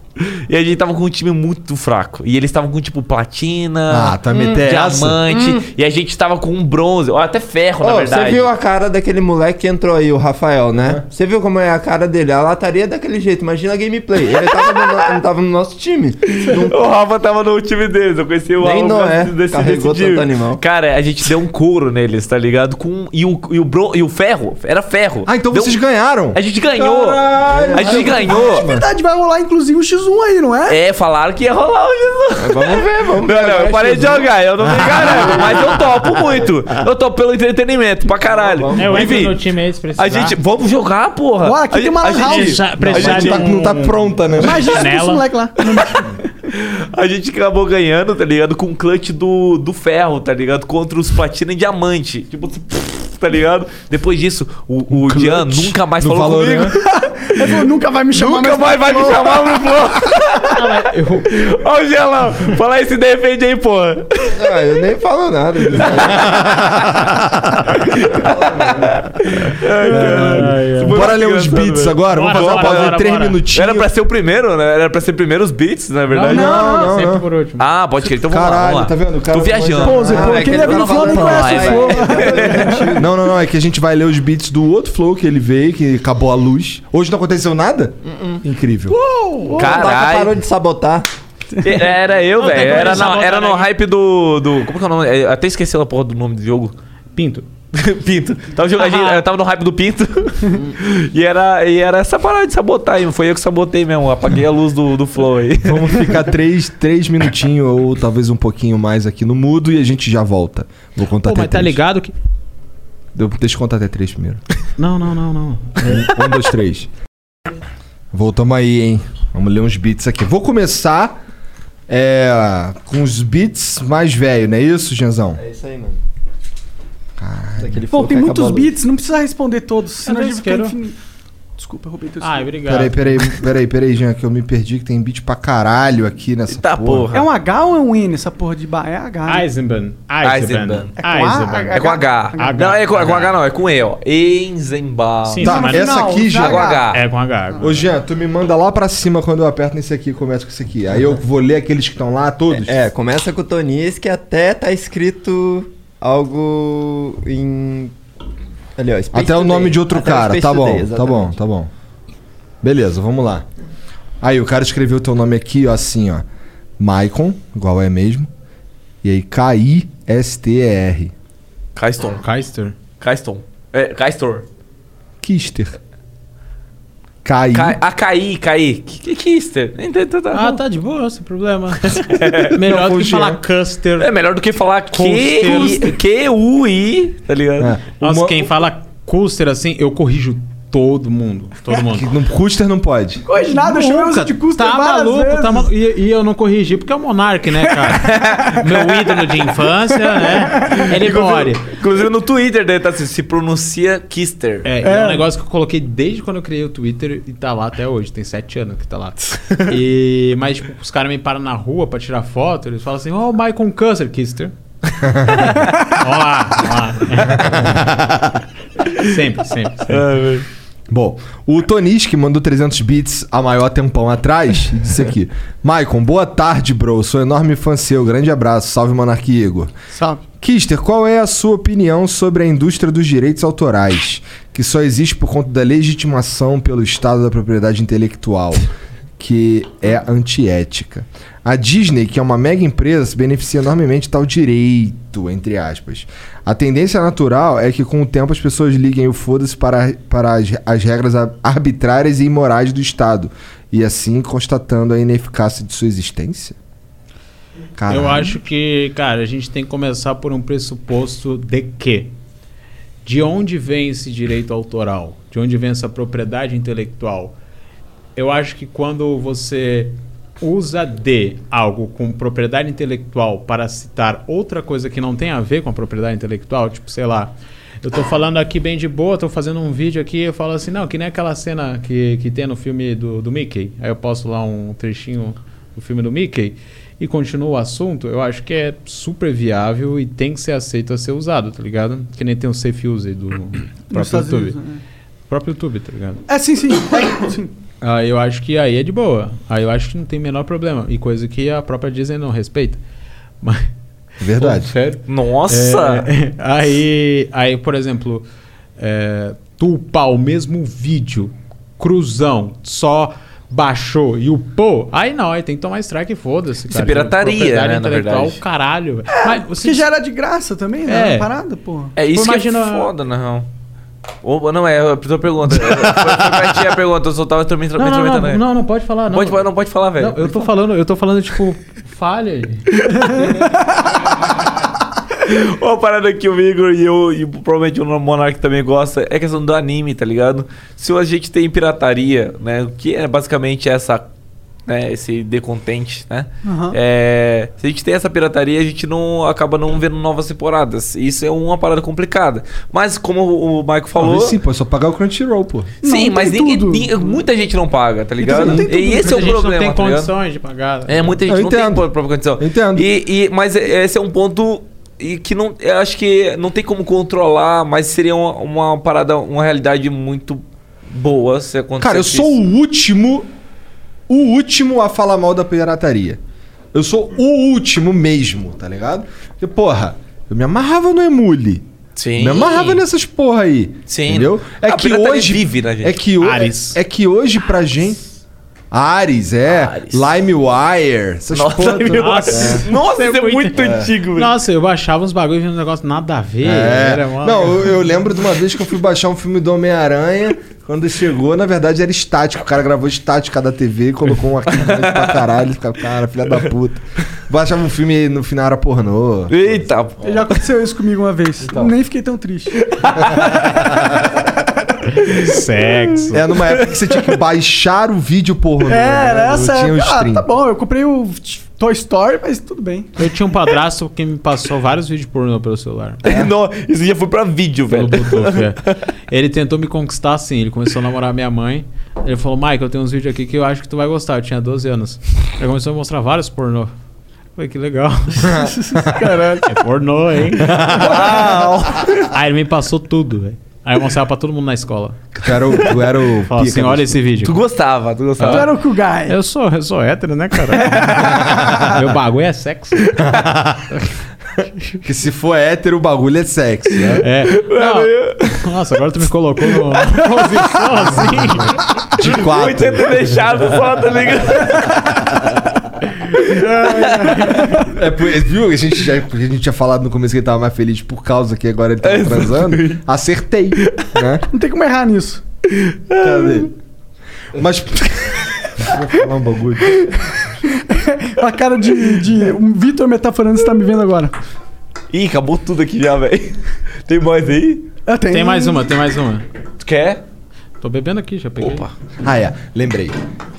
(laughs) e a gente tava com um time muito fraco. E eles estavam com, tipo, platina, Ah, tá metendo essa? diamante. Hum. E a gente tava com um bronze, ou até ferro, na Ô, verdade. Você viu a cara daquele moleque que entrou aí, o Rafael, né? Você viu como é a cara dele? A lataria é daquele jeito, imagina a gameplay. Ele tava no, no- ele tava no nosso time. (laughs) O Rafa tava no time deles, eu conheci o Nem Rafa por Noé causa desse, carregou desse time. tanto animal. Cara, a gente deu um couro neles, tá ligado? Com, e, o, e, o bron- e o ferro, era ferro. Ah, então Deu vocês um- ganharam. A gente ganhou. Caralho, a gente mano. ganhou. Ah, é verdade, vai rolar inclusive um X1 aí, não é? É, falaram que ia rolar o Jesus. Vamos ver, vamos Não, não, eu parei de jogar, eu não me garanto, mas eu topo muito. Eu topo pelo entretenimento, pra caralho. Eu entro Enfim, no time aí se precisar. a gente, vamos jogar, porra. Bora, aqui a tem uma a lan house. gente, Já a precisar gente de um- Não tá pronta, né? Imagina se fosse Janela. um moleque lá. A gente acabou ganhando, tá ligado? Com o clutch do, do ferro, tá ligado? Contra os platina e diamante. Tipo, tá ligado? Depois disso, o, o Jean nunca mais falou né? comigo. né? Ele falou, nunca vai me chamar Nunca mais vai me chamar no flow. Eu... Ó, o Gelão, fala aí se defende aí, porra. Ah, eu nem falo (laughs) nada. né? disso. Bora ler uns beats agora? Vamos Vamos fazer uma pausa de três minutinhos. Era pra ser o primeiro, né? Era pra ser primeiro os beats, na verdade. Não, não, não, não, sempre não. por último. Ah, pode crer. Então vamos lá, Caralho, vamos lá. tá vendo? O cara Tô viajando. foi- Pô, Zé, Ah, pô, é quem que leva ele no não flow fala não pra conhece lá, o vai, vai. (laughs) Não, não, não. É que a gente vai ler os beats do outro flow que ele veio, que acabou a luz. Hoje não aconteceu nada? Incrível. Uh! Tá Baca parou Caralho. de sabotar. Era eu, Não tem como velho. tá É, Era, eles na- era sabotarem. É, no hype do, do. Como que é o nome? Eu até esqueci a porra do nome do jogo. Pinto. (laughs) Pinto. Tava jogando- a gente- eu tava no hype do Pinto. (laughs) e, era, e era essa parada de sabotar aí. Foi eu que sabotei mesmo. Apaguei a luz do, do Flow aí. Vamos ficar três, três minutinhos ou talvez um pouquinho mais aqui no mudo e a gente já volta. Vou contar Pô, até mas tá três. ligado que. Deu- Deixa eu contar até três primeiro. Não, não, não, não. Um, um, dois, três. Voltamos aí, hein? Vamos ler uns beats aqui. Vou começar é, com os beats mais velhos, não é isso, Genzão? É isso aí, mano. Caralho. Pô, tem muitos beats, não precisa responder todos, senão a Cadê gente esse fica quero? infinito. Desculpa, eu roubei teu Ai, escudo. obrigado. Peraí, peraí, peraí, peraí, Jean, que eu me perdi que tem beat pra caralho aqui nessa porra. É um H ou é um N essa porra de ba? É H. né? um Eisenbahn. Eisenbahn. É com A? É com H. Não, é com, é com H não, é com E, ó. Eisenbahn. Sim, tá, mas- essa Não, aqui já. É com H. É com H. Ô Jean, tu me manda lá pra cima quando eu aperto nesse aqui e começo com esse aqui. Aí eu vou ler aqueles que estão lá, todos. É, começa com o Tonis, que até tá escrito algo em. Ali, ó. Space Até o nome Today. de outro Até o cara. Space Tá bom, Today, tá bom, tá bom. Beleza, vamos lá. Aí o cara escreveu teu nome aqui, ó, assim, ó. Maicon, igual é mesmo. E aí K-I-S-T-E-R. Kaiston. Kaister. Kaiston. É, Kaistor. Kister. Caí. Ca- Ah, caí, caí. Que, que é Kister? Ah, tá de boa, (laughs) sem problema. (laughs) Melhor do que falar Custer. É melhor do que falar Custer. Q-U-I, tá ligado? É. Nossa, Uma- quem fala Custer assim, eu corrijo todo mundo. Todo mundo. É, No Custer não pode. Corrige nada, eu chamei você de Custer Tá várias maluco, vezes. tá maluco. E, e eu não corrigi porque é o Monark, né, (laughs) cara? Meu ídolo de infância, né? Ele morre. Inclusive no Twitter dele tá assim, se pronuncia Kister. É, é. um negócio que eu coloquei desde quando eu criei o Twitter e tá lá até hoje. Tem sete anos que (laughs) tá lá. E, mas tipo, os caras me param na rua pra tirar foto, eles falam assim, ó, o Michael (laughs) Custer, Kister. Olá, (laughs) olá. sempre, sempre. sempre. Bom, o Tonis, que mandou 300 bits a maior tempão atrás, disse aqui. Maicon, boa tarde, bro. Sou enorme fã seu. Grande abraço. Salve, Monarque Igor. Salve. Kister, qual é a sua opinião sobre a indústria dos direitos autorais, que só existe por conta da legitimação pelo Estado da propriedade intelectual, que é antiética? A Disney, que é uma mega empresa, se beneficia enormemente de tal direito, entre aspas. A tendência natural é que, com o tempo, as pessoas liguem o foda-se para, para as, as regras a- arbitrárias e imorais do Estado, e assim constatando a ineficácia de sua existência? Caralho. Eu acho que, cara, a gente tem que começar por um pressuposto de que de onde vem esse direito autoral? De onde vem essa propriedade intelectual? Eu acho que quando você usa de algo com propriedade intelectual para citar outra coisa que não tem a ver com a propriedade intelectual, tipo, sei lá, eu tô falando aqui bem de boa, tô fazendo um vídeo aqui, eu falo assim, não, que nem aquela cena que, que tem no filme do, do Mickey. Aí eu posto lá um trechinho do filme do Mickey e continua o assunto, eu acho que é super viável e tem que ser aceito a ser usado, tá ligado? Que nem tem o Safe Use do próprio Estados YouTube. Unidos, né? Próprio YouTube, tá ligado? É, sim, sim. É, sim. Aí eu acho que aí é de boa. Aí eu acho que não tem o menor problema. E coisa que a própria Disney não respeita. (laughs) Mas. Verdade. sério. Nossa! É, (laughs) é, aí, aí, por exemplo, é, tu upar o mesmo vídeo, cruzão, só baixou e upou, aí não, aí tem que tomar strike e foda-se. Isso cara. é pirataria, Propriedade né, na intelectual, verdade. caralho. velho. (laughs) Mas você- Que já era de graça também, né? É. Era uma parada, pô. É isso Imagina- que é foda, na real. Ou, não, é a tua pergunta. Foi, foi pra (laughs) ti a pergunta, eu só tava me Não, não, não, não, intrometendo. não, pode falar, não. né? Pode, pode- não pode falar, velho. Não, eu tô falando, eu tô falando, tipo, falha. (laughs) Uma parada que o Igor e eu, e provavelmente o Monark também gosta, é a questão do anime, tá ligado? Se a gente tem pirataria, né? O que é basicamente essa. Né, esse decontente, né? Aham. É, se a gente tem essa pirataria, a gente não acaba não vendo novas temporadas. Isso é uma parada complicada. Mas como o Michael falou. Sim, pô, é só pagar o Crunchyroll, pô. Sim, tem mas ninguém- tudo. ninguém- muita gente não paga, tá ligado? Então, não tem tudo. e esse Muita é o gente problema. Não tem tá ligado? condições de pagar. É, muita gente não tem por- própria condição. Entendo. E, e- mas é- esse é um ponto e que não, eu acho que não tem como controlar, mas seria uma, uma parada, uma realidade muito boa se acontecer. Cara, eu sou um, o último. O último a falar mal da pirataria. Eu sou o último mesmo, tá ligado? Porque, porra, eu me amarrava no emule. Sim. Me amarrava nessas porra aí. Sim. Entendeu? É A que pirataria hoje. vive na gente. É que, ho- Ares. é que hoje pra gente. Ares, é. LimeWire. Essas (laughs) Nossa, porra toda. Nossa, Nossa, isso é muito antigo, velho. Nossa, eu baixava uns bagulho e vendo um negócio nada a ver. É. Era uma... Não, eu, eu lembro de uma vez que eu fui baixar um filme do Homem-Aranha. Quando chegou, na verdade era estático. O cara gravou estática da TV e colocou um arquivo grande pra caralho. Ficava, cara, filha da puta. Baixava um filme e no final era pornô. Eita! Já aconteceu isso comigo uma vez. Nem fiquei tão triste. Sexo. É numa época que você tinha que baixar o vídeo pornô. É, era né? essa Tinha o época. Ah, stream. tá bom, eu comprei o Toy Story, mas tudo bem. Eu tinha um padrasto que me passou vários vídeos pornô pelo celular. (laughs) Não, isso já foi pra vídeo, velho. (laughs) Ele tentou me conquistar assim, ele começou a namorar minha mãe. Ele falou, Mike, eu tenho uns vídeos aqui que eu acho que tu vai gostar. Eu tinha 12 anos. Ele começou a mostrar vários pornô. Eu Falei, que (laughs) legal. Caralho. É pornô, hein? (laughs) Aí ele me passou tudo, velho. Aí eu mostrava pra todo mundo na escola. Tu era o. Tu era o Fala assim, pica olha do esse vídeo. Tu gostava, tu gostava. Tu era o Kugai. Ah. Eu sou, eu sou hétero, (laughs) né, cara? Meu bagulho é sexo. Que se for hétero, o bagulho é sexo, né? É. Não. Nossa, agora tu me colocou no. Posição assim. De quatro. deixado só, tá ligado? É, por- viu? A gente, já, porque a gente tinha falado no começo que ele tava mais feliz por causa que agora ele tava transando. Acertei, né? Não tem como errar nisso. Cadê? Mas. É. Vou falar um bagulho. (laughs) A cara de, de um Vitor metaforando está me vendo agora. (laughs) Ih, acabou tudo aqui já, velho. Tem mais aí? Ah, Eu tenho. Tem mais uma, tem mais uma. Tu quer? Tô bebendo aqui, já peguei. Opa. Ah, é. Lembrei.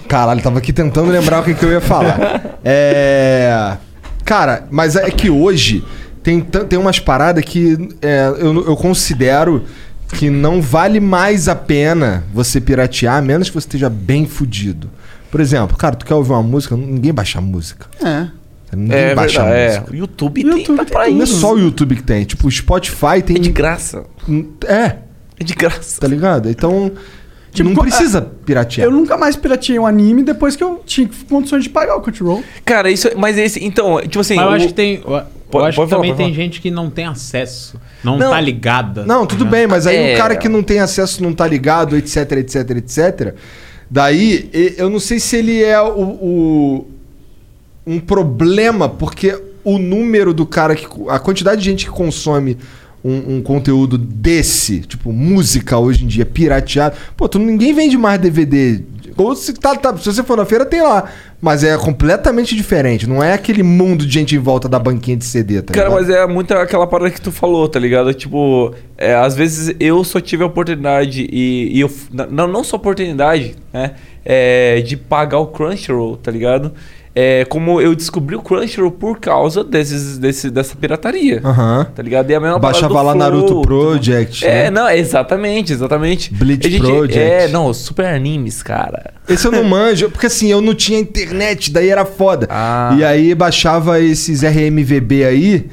Caralho, tava aqui tentando lembrar o que, que eu ia falar. É. Cara, mas é que hoje tem, tan- tem umas paradas que é, eu, eu considero que não vale mais a pena você piratear, a menos que você esteja bem fudido. Por exemplo, cara, tu quer ouvir uma música? Ninguém baixa música. É. Ninguém É baixa verdade, é. música. YouTube, tem, tá pra Não é isso. só o YouTube que tem. Tipo, o Spotify tem. É de graça. É. É de graça. Tá ligado? Então. não Tipo, co- precisa ah, piratear. Eu nunca mais pirateei um anime depois que eu tinha condições de pagar o Crunchyroll. Cara, isso. Mas esse. Então, tipo assim. Mas eu o- acho que tem. Eu, eu Pode- pode acho que falar, também pode tem falar. gente que não tem acesso. Não, Não. tá ligada. Não, tudo né? bem, mas aí É. o cara que não tem acesso, não tá ligado, etc, etc, etc. Daí, e- eu não sei se ele é o, o- um problema, porque o número do cara que. A quantidade de gente que consome um, um conteúdo desse, tipo, música hoje em dia, pirateado. Pô, tu, ninguém vende mais DVD. Ou se, tá, tá- se você for na feira, tem lá. Mas é completamente diferente. Não é aquele mundo de gente em volta da banquinha de CD, tá Cara, ligado? mas é muito aquela parada que tu falou, tá ligado? Tipo, é, às vezes eu só tive a oportunidade e, e eu. f- na- Não, não só oportunidade, né? É, de pagar o Crunchyroll, tá ligado? É, como eu descobri o Crunchyroll por causa desses, desse, dessa pirataria. Aham. Tá ligado? E a mesma parada Baixava do lá Flow, Naruto tudo Project. É, né? não, exatamente, exatamente. Bleach A gente- Project. É, não, super animes, cara. Esse (laughs) eu não manjo, porque assim, eu não tinha internet, daí era foda. Ah. E aí baixava esses RMVB aí,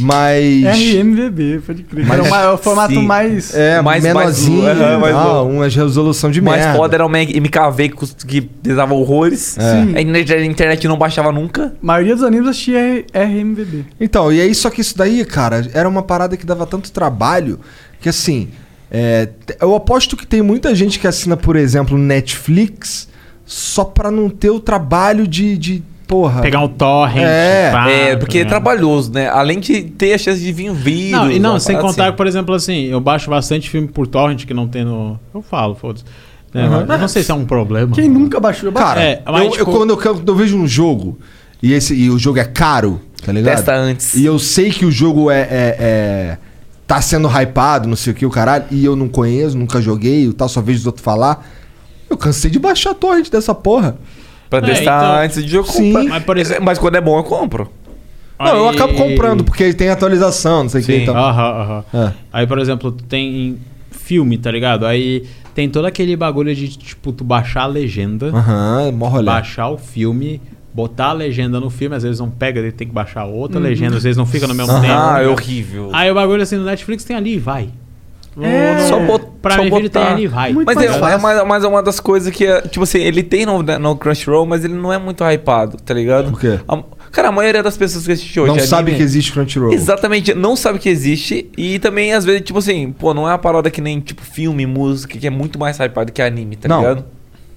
mas. RMVB, pode crer. Era o ma- o formato Sim. mais. É, mais- menorzinho. mais- aham, mais- ah, umas resolução de mais merda. É. foda era o MKV que- que pesava horrores. Sim. A internet não baixava nunca. A maioria dos animes eu assistia R- RMVB. Então, e aí, só que isso daí, cara, era uma parada que dava tanto trabalho que assim. é, t- eu aposto que tem muita gente que assina, por exemplo, Netflix só pra não ter o trabalho de. de porra. Pegar um torrent. É. pá, É, porque é tá ligado? trabalhoso, né? Além de ter a chance de vir um vírus. é Não, e não, uma sem parada contar, assim. que, por exemplo, assim, eu baixo bastante filme por torrent que não tem no. Eu falo, foda-se. É, Uhum. mas eu Não sei se é um problema. Quem nunca baixou? Eu baixei. Cara, É, mas, eu, eu- tipo- quando, eu, quando eu vejo um jogo e, esse, e o jogo é caro, tá ligado? Testa antes. E eu sei que o jogo é, é- é- tá sendo hypado, não sei o que, o caralho, e eu não conheço, nunca joguei, e tal, só vejo os outros falar. Eu cansei de baixar a torrent dessa porra. Pra É, testar então- antes de eu Sim. comprar. Mas, Mas, quando é bom, eu compro. Não, eu Aí- acabo comprando, porque tem atualização, não sei o que. Sim. Então. Aham, aham. É. Aí, por exemplo, tem filme, tá ligado? Aí tem todo aquele bagulho de, tipo, tu baixar a legenda. é Aham, mó rolê. Baixar o filme, botar a legenda no filme, às vezes não pega, ele tem que baixar outra Uhum. legenda, às vezes não fica no mesmo Ah, tempo. é horrível. Aí o bagulho assim no Netflix tem ali e vai. É, só bot, pra só mim ele tem botar. ali e vai. mas, tá é, ligado? é mais, mais uma das coisas que é. Tipo assim, ele tem no, no Crunchyroll, mas ele não é muito hypado, tá ligado? Por quê? cara, a maioria das pessoas que assiste hoje. é não anime- sabe que existe Crunchyroll. Exatamente, não sabe que existe. E também, às vezes, tipo assim, pô, não é uma parada que nem tipo filme, música, que é muito mais hypado que anime, tá não. ligado?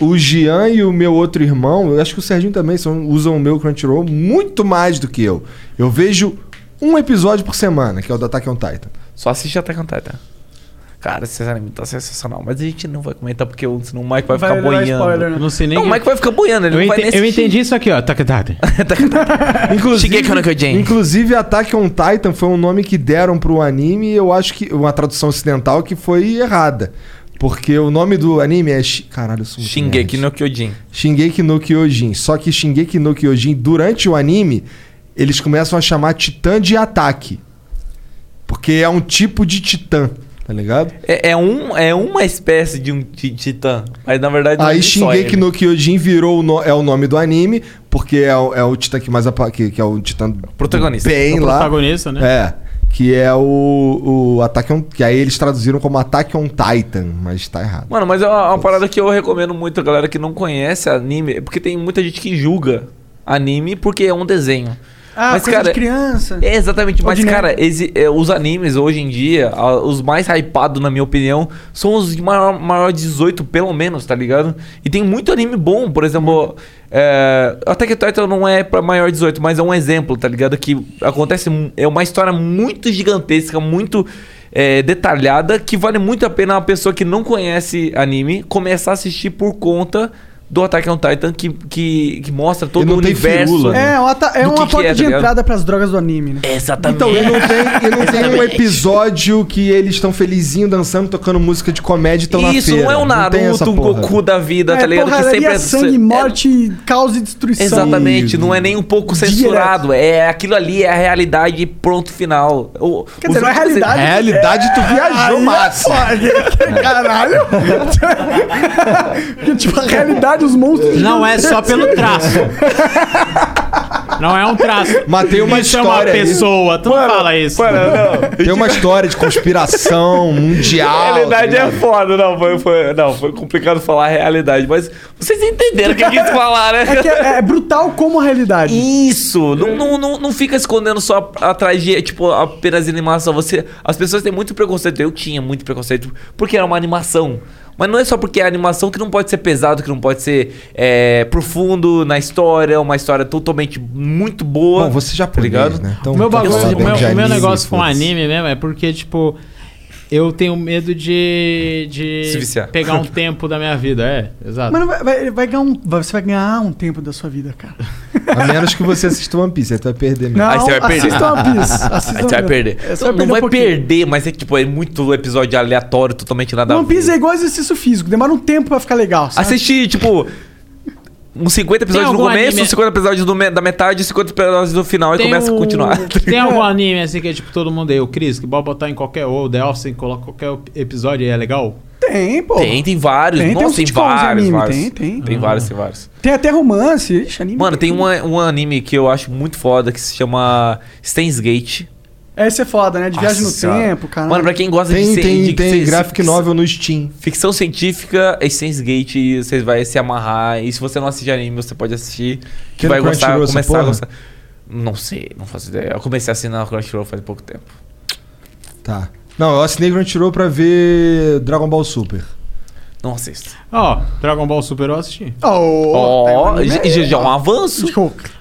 O Gian e o meu outro irmão, eu acho que o Serginho também, são, usam o meu Crunchyroll muito mais do que eu. Eu vejo um episódio por semana, que é o do Attack on Titan. Só assiste Attack on Titan. Cara, esse anime tá sensacional. Mas a gente não vai comentar porque o- senão o Mike vai ficar Vai dar boiando. spoiler, né? Não sei nem Não, o que- Mike vai ficar boiando. Ele Eu, não vai ente- nem eu assistir. entendi isso aqui, ó. Tac, (laughs) tac. Inclusive, Shigeki no Kyojin. inclusive, Attack on Titan foi um nome que deram pro anime e eu acho que. Uma tradução ocidental que foi errada. Porque o nome do anime é. Shi- Caralho, eu sou muito nerd. Shingeki no Kyojin. Shingeki no Kyojin. Só que Shingeki no Kyojin, durante o anime, eles começam a chamar Titã de ataque. Porque é um tipo de Titã, tá ligado? É, é um, é uma espécie de um ti- titã. Mas na verdade. Aí existe É só Shingeki ele. no Kyojin virou o no- é o nome do anime, porque é, o- é o titã que mais apa- que, que é o titã Protagonista. bem É o lá. protagonista, né? É. Que é o, o Attack on... Que aí eles traduziram como Attack on Titan, mas tá errado. Mano, mas é uma, uma parada que eu recomendo muito a galera que não conhece anime. Porque tem muita gente que julga anime porque é um desenho. Ah, mas, coisa cara, de criança. É, exatamente. Ou Mas, de nerd. cara, esse- é, os animes hoje em dia, a- os mais hypados, na minha opinião, são os de maior, maior 18, pelo menos, tá ligado? E tem muito anime bom, por exemplo. É, até que Titan não é pra maior 18, mas é um exemplo, tá ligado? Que acontece. mu- É uma história muito gigantesca, muito. é, detalhada, que vale muito a pena uma pessoa que não conhece anime começar a assistir por conta do Attack on Titan que, que, que mostra todo o universo. né? É, uma, ta- é do uma que que porta tá de ligado? entrada pras drogas do anime, né? Exatamente. Então, e não tem, e não tem um episódio que eles estão felizinhos, dançando, tocando música de comédia e estão na Isso feira. não é o tem essa Naruto, o porra. Goku da vida, tá ligado? que porradaria, sempre é sangue, morte, caos e destruição. Exatamente, não é nem um pouco censurado. É aquilo ali, é a realidade, pronto, final. O, Quer os dizer, não é únicos- realidade. Aí é foda. Caralho. Porque, tipo, a realidade, os monstros... Não é só pelo traço. Não é um traço. Matei uma isso história é aí. uma pessoa. Tu não fala isso. Tem uma história de (laughs) conspiração mundial. né? realidade é foda, não foi, foi- não, foi complicado falar a realidade, mas vocês entenderam o que eu quis falar, né? É, que é- é brutal como a realidade. Isso! Não, não, não, não fica escondendo só atrás de, tipo, apenas animação. Você, as pessoas têm muito preconceito. Eu tinha muito preconceito porque era uma animação. Mas não é só porque é animação que não pode ser pesado, que não pode ser é, profundo na história, É uma história totalmente muito boa. Bom, você já tá ligado? né? Então, o meu bagulho, Eu sou o meu, de o meu anime, negócio com foda-se. anime mesmo é porque, tipo, eu tenho medo de. de Se viciar. pegar (laughs) um tempo da minha vida, é, exato. Mano, vai, vai- vai ganhar um, vai- você vai ganhar um tempo da sua vida, cara. A menos que você assista One Piece, aí tu vai perder mesmo. Não, Aí você vai perder. assista One (laughs) Piece, assista Aí você vai One Piece. perder. Você vai Então, perder não um vai pouquinho. perder, mas é que, tipo, é muito episódio aleatório, totalmente nada a One Piece é igual exercício físico, demora um tempo pra ficar legal. sabe? Assistir, tipo, uns 50 episódios no algum começo, anime- 50 episódios do me- da metade, 50 episódios do final e começa um o- a continuar. tá Tem algum anime assim que é tipo todo mundo aí, o Chris, que pode botar em qualquer. Ou The Office, coloca qualquer episódio e é legal? Tem, pô. Tem, tem vários. Tem, tem Nossa, uns (laughs) tem, sitcoms tipo de vários, anime, vários. tem, tem. Tem Ah. vários, tem vários. Tem até romance. Ixi, anime. Mano, tem um, um anime que eu acho muito foda que se chama Stains Gate. Esse é foda, né? De viagem Nossa no Senhora. tempo, cara. Mano, pra quem gosta Tem, de ser- tem, de tem ser- graphic se- novel no Steam. Ficção científica, Stains Gate, vocês vai se amarrar. E se você não assiste anime, você pode assistir. Que Tem no vai gostar, Crunchyroll essa começar a porra? gostar. Não sei, não faço ideia. Eu comecei a assinar o Crunchyroll faz pouco tempo. Tá. Não, eu assinei Crunchyroll pra ver Dragon Ball Super. Não assisto. Ó, Dragon Ball Super eu assisti. Ó, já já é um avanço.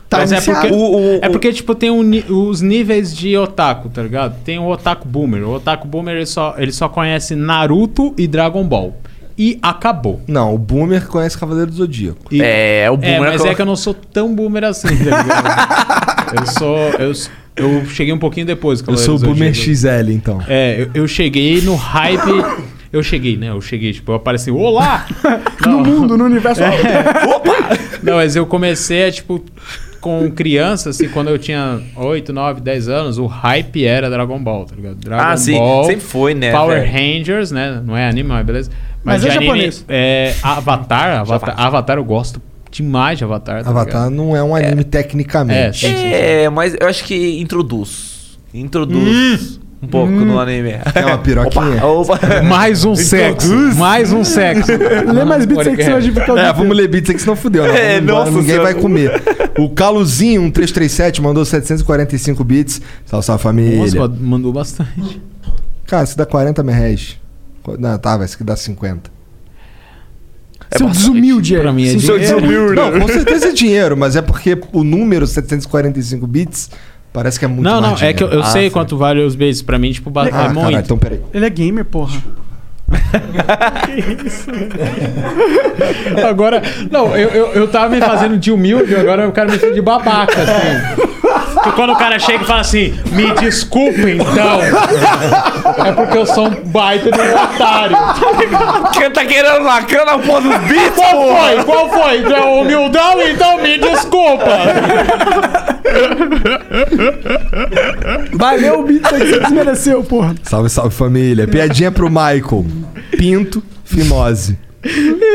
Tá Mas é iniciado. porque, O- o- é porque, tipo, tem um ni- os níveis de otaku, tá ligado? Tem o otaku boomer. O otaku boomer, ele só, ele só conhece Naruto e Dragon Ball. E acabou. Não, o Boomer conhece Cavaleiro do Zodíaco. É, o É, boomer mas é que eu não sou tão boomer assim, tá ligado? eu sou... Eu, s- eu cheguei um pouquinho depois. Eu sou o Boomer XL, então. É, eu, eu cheguei no hype... Eu cheguei, né? Eu cheguei, tipo, eu apareci... Olá! No mundo, no É. universo. Não, mas eu comecei a, tipo, com criança, assim, quando eu tinha 8, 9, 10 anos, o hype era Dragon Ball, tá ligado? Dragon Ah, sim. Sempre foi, né, Power velho? Rangers, né? Não é anime, mas beleza. Mas de é anime, japonês. É, Avatar, Avatar, Avatar eu gosto demais de Avatar. tá Avatar ligado? não é um anime tecnicamente. É, mas eu acho que introduz. Introduz Hum. um pouco no anime. É uma piroquinha. (laughs) Opa, opa. (laughs) Mais Então, (laughs) um sexo. Mais um sexo. (laughs) Lê mais Pode Beatsex crer. hoje, porque É, vamos ler bits que senão fudeu. Né? É, Vamos embora, nossa ninguém senhora. vai comer. O Caluzinho, 1337, mandou 745 bits. Salve, salve família. Nossa, mandou bastante. Cara, se dá 40 merréis. Não, tá, vai, se que dá 50. É Seu bastante. desumilde aí. Pra mim é Seu dinheiro. desumilde. Não, com certeza é dinheiro, mas é porque o número 745 bits parece que é muito Não, mais não, é dinheiro. que eu, né? eu Ah, sei quanto vale os beijos. Pra mim, tipo, ba- é Ah, muito. caralho, então peraí. Ele é gamer, (laughs) porra. que isso? (laughs) agora, não, eu, eu, eu tava me fazendo de humilde, agora eu quero me fazer de babaca, assim. Porque quando o cara chega e fala assim, me desculpe então, é porque eu sou um baita de um otário. Quem tá querendo lacan na porra dos bichos? Qual foi? Qual foi? Tu é humildão? Então me desculpa. Valeu, Bita, que você desmereceu, porra. Ah, Salve, salve família. Piadinha pro Michael. Pinto, fimose.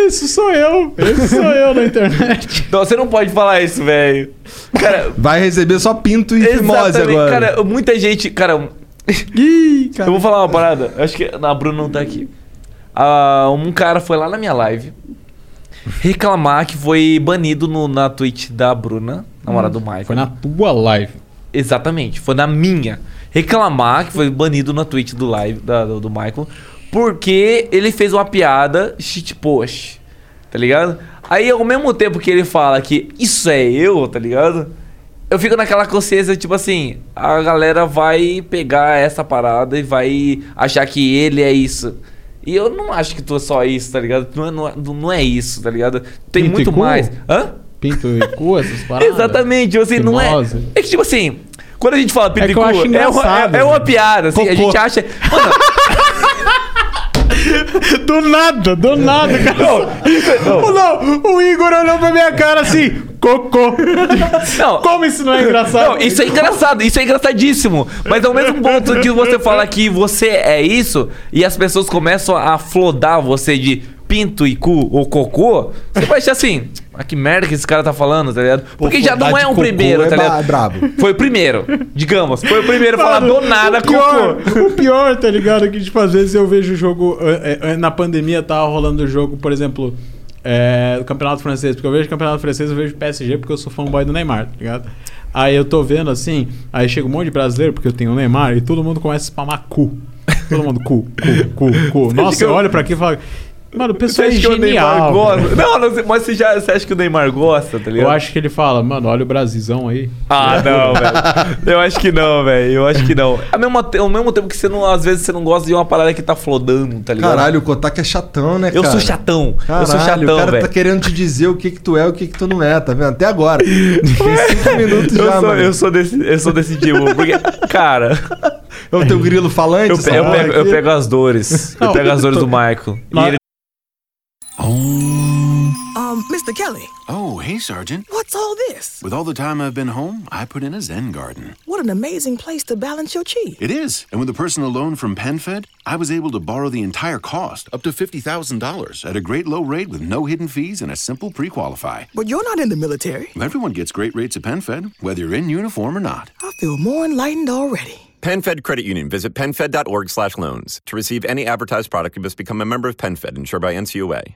Isso sou eu. Esse sou eu na internet. Não, você não pode falar isso, velho. Cara, Vai receber só pinto e fimose Exatamente. agora. Cara, muita gente. (laughs) Cara, um cara. eu vou falar uma parada. Eu Acho que a Bruna não tá aqui. Ah, um cara foi lá na minha live reclamar que foi banido no- na Twitch da Bruna, namorada do Michael. Foi na tua live. Exatamente, foi na minha. Reclamar que foi banido na Twitch do live da- do, do Michael porque ele fez uma piada shitpost, tá ligado? Aí ao mesmo tempo que ele fala que isso é eu, tá ligado? Eu fico naquela consciência, tipo assim, a galera vai pegar essa parada e vai achar que ele é isso. E eu não acho que tu é só isso, tá ligado? Tu Não é, não é, não é isso, tá ligado? Tem Pinto e muito cu? mais. Hã? Pinto e cu, (laughs) essas paradas? Exatamente, tipo assim, não é. Fimose. É que, tipo assim, quando a gente fala pinto É e que eu cu, acho é uma- é engraçado, é, uma mano. piada, assim, a Cocô. gente acha. (laughs) Do nada, do nada, cara. Não, o Igor olhou pra minha cara assim, cocô. Não. Como isso não é engraçado? Não, isso é engraçado, isso é engraçadíssimo. Mas ao mesmo ponto que você fala que você é isso e as pessoas começam a flodar você de pinto e cu ou cocô, você vai achar assim, ah, que merda que esse cara tá falando, tá ligado? Porque já não flodar é de um cocô primeiro, é tá ba- ligado? é brabo. Foi o primeiro, digamos. Foi o primeiro a falar do Mano, nada o cocô. pior, O pior, tá ligado? Que, tipo, às vezes eu vejo o jogo. é, é, é, na pandemia tava rolando o jogo, por exemplo, é, do Campeonato Francês. Porque eu vejo Campeonato Francês, eu vejo PSG porque eu sou fanboy do Neymar, tá ligado? Aí eu tô vendo assim, aí chega um monte de brasileiro, porque eu tenho o Neymar, e todo mundo começa a spamar cu. Todo mundo cu, cu, (laughs) cu, cu. Nossa, eu olho pra aqui e falo. Mano, o Você pessoal é acha que o Neymar genial. gosta? velho." Não, não, mas você já você acha que o Neymar gosta, tá ligado? Eu acho que ele fala, mano, olha o Brasilzão aí. É. Ah, não, (laughs) velho. Eu acho que não, velho. Eu acho que não. É Ao mesmo, te- ao mesmo tempo que você não, às vezes você não gosta de uma parada que tá flodando, tá ligado? (laughs) Caralho, o Kotak é chatão, né, Eu cara? sou chatão. Caralho, eu sou o chatão, cara tá velho. querendo te dizer o que que tu é e o que que tu não é, tá vendo? Até agora. (laughs) Tem cinco minutos Eu já, sou- mano. eu sou desse, eu sou desse tipo, porque, cara. É o teu grilo falante? Eu, pe- essa eu porra pego, eu aqui? pego as dores. Não, eu pego as dores tô- do Michael. Mas- E ele... Um, Mr. Kelly, Oh, hey, Sergeant. what's all this? With all the time I've been home, I put in a Zen garden. What an amazing place to balance your chi. It is. And with a personal loan from PenFed, I was able to borrow the entire cost, up to $50,000, at a great low rate with no hidden fees and a simple pre qualify. But you're not in the military. Everyone gets great rates at PenFed, whether you're in uniform or (laughs) not. I feel more enlightened already. PenFed Credit Union. Visit PenFed.org slash loans. To receive any advertised product, you must become a member of PenFed, insured by NCUA.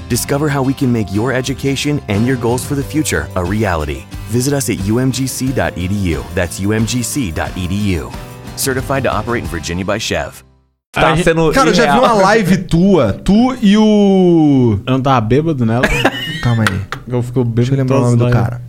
Discover how we can make your education and your goals for the future a reality. Visit us at umgc.edu. E That's umgc.edu. E Certified to operate in Virginia by Chev. Tá sendo Cara, eu já vi irreal. uma live tua. Tu e o. Eu não tava bêbado nela? Calma aí. Eu fico bêbado. Deixa eu lembrar é o nome do né? cara.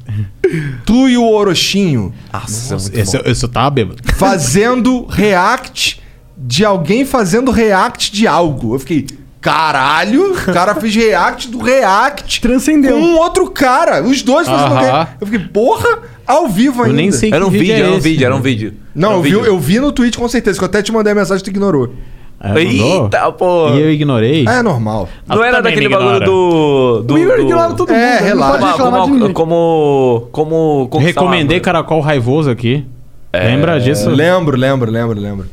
Tu e o Orochinho. Nossa, esse, eu- esse eu tava bêbado. Fazendo react de alguém fazendo react de algo. Eu fiquei. Caralho, o cara fez react do react. Transcendeu. Com um outro cara. Os dois fazendo Aham. react. Eu fiquei, porra! Ao vivo Eu ainda. nem sei que Era um vídeo vídeo, é era um esse, vídeo, era um mano. vídeo. Não, Era um eu, vídeo. Vi, eu vi no Twitch com certeza, que eu até te mandei a mensagem e tu ignorou. Eita, pô. Ah, E eu ignorei. É normal. Não era daquele bagulho do. do O Igor do- ignora todo mundo, É, ele não relaxa. pode reclamar Como- de como, como, como É. conquistar uma Recomendei Caracol Raivoso aqui. Lembra disso? Lembro, lembro, lembro, lembro.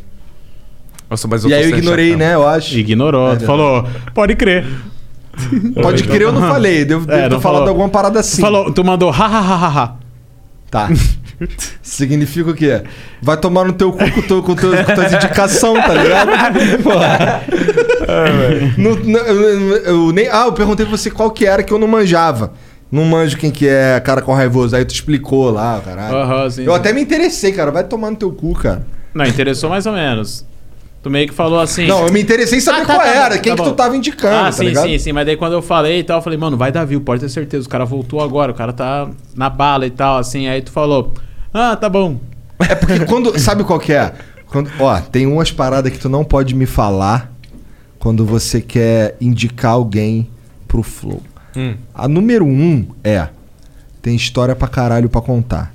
Nossa, mas eu E tô aí eu sendo ignorei, chatão. né, eu acho. Ignorou. tu falou, pode crer. Pode crer, eu não falei. (laughs) Devo, devo ter É, não falado falou. alguma parada assim. falou, tu mandou ha ha ha ha ha. (laughs) Tá. Significa o quê? Vai tomar no teu cu com, teu, com, teu, com tuas indicações, tá ligado? (laughs) Ah, Porra. (laughs) Não- não- eu, eu- eu nem, ah, eu perguntei pra você qual que era que eu não manjava. Não manjo quem que é cara com raivoso. Aí tu explicou lá, caralho. Aham, sim, eu sim. até me interessei, cara. Vai tomar no teu cu, cara. Não, interessou mais ou menos. Tu meio que falou assim. tá, Não, eu me interessei em saber qual era, quem que tu bom. tava indicando, Ah, tá sim, ligado? sim, sim. Mas daí quando eu falei e tal, eu falei, mano, vai dar view, pode ter certeza. O cara voltou agora, o cara tá na bala e tal, assim. Aí tu falou, ah, tá bom. É porque quando. Sabe qual que é? Quando, ó, tem umas paradas que tu não pode me falar quando você quer indicar alguém pro Flow. Hum. A número um é. Tem história pra caralho pra contar.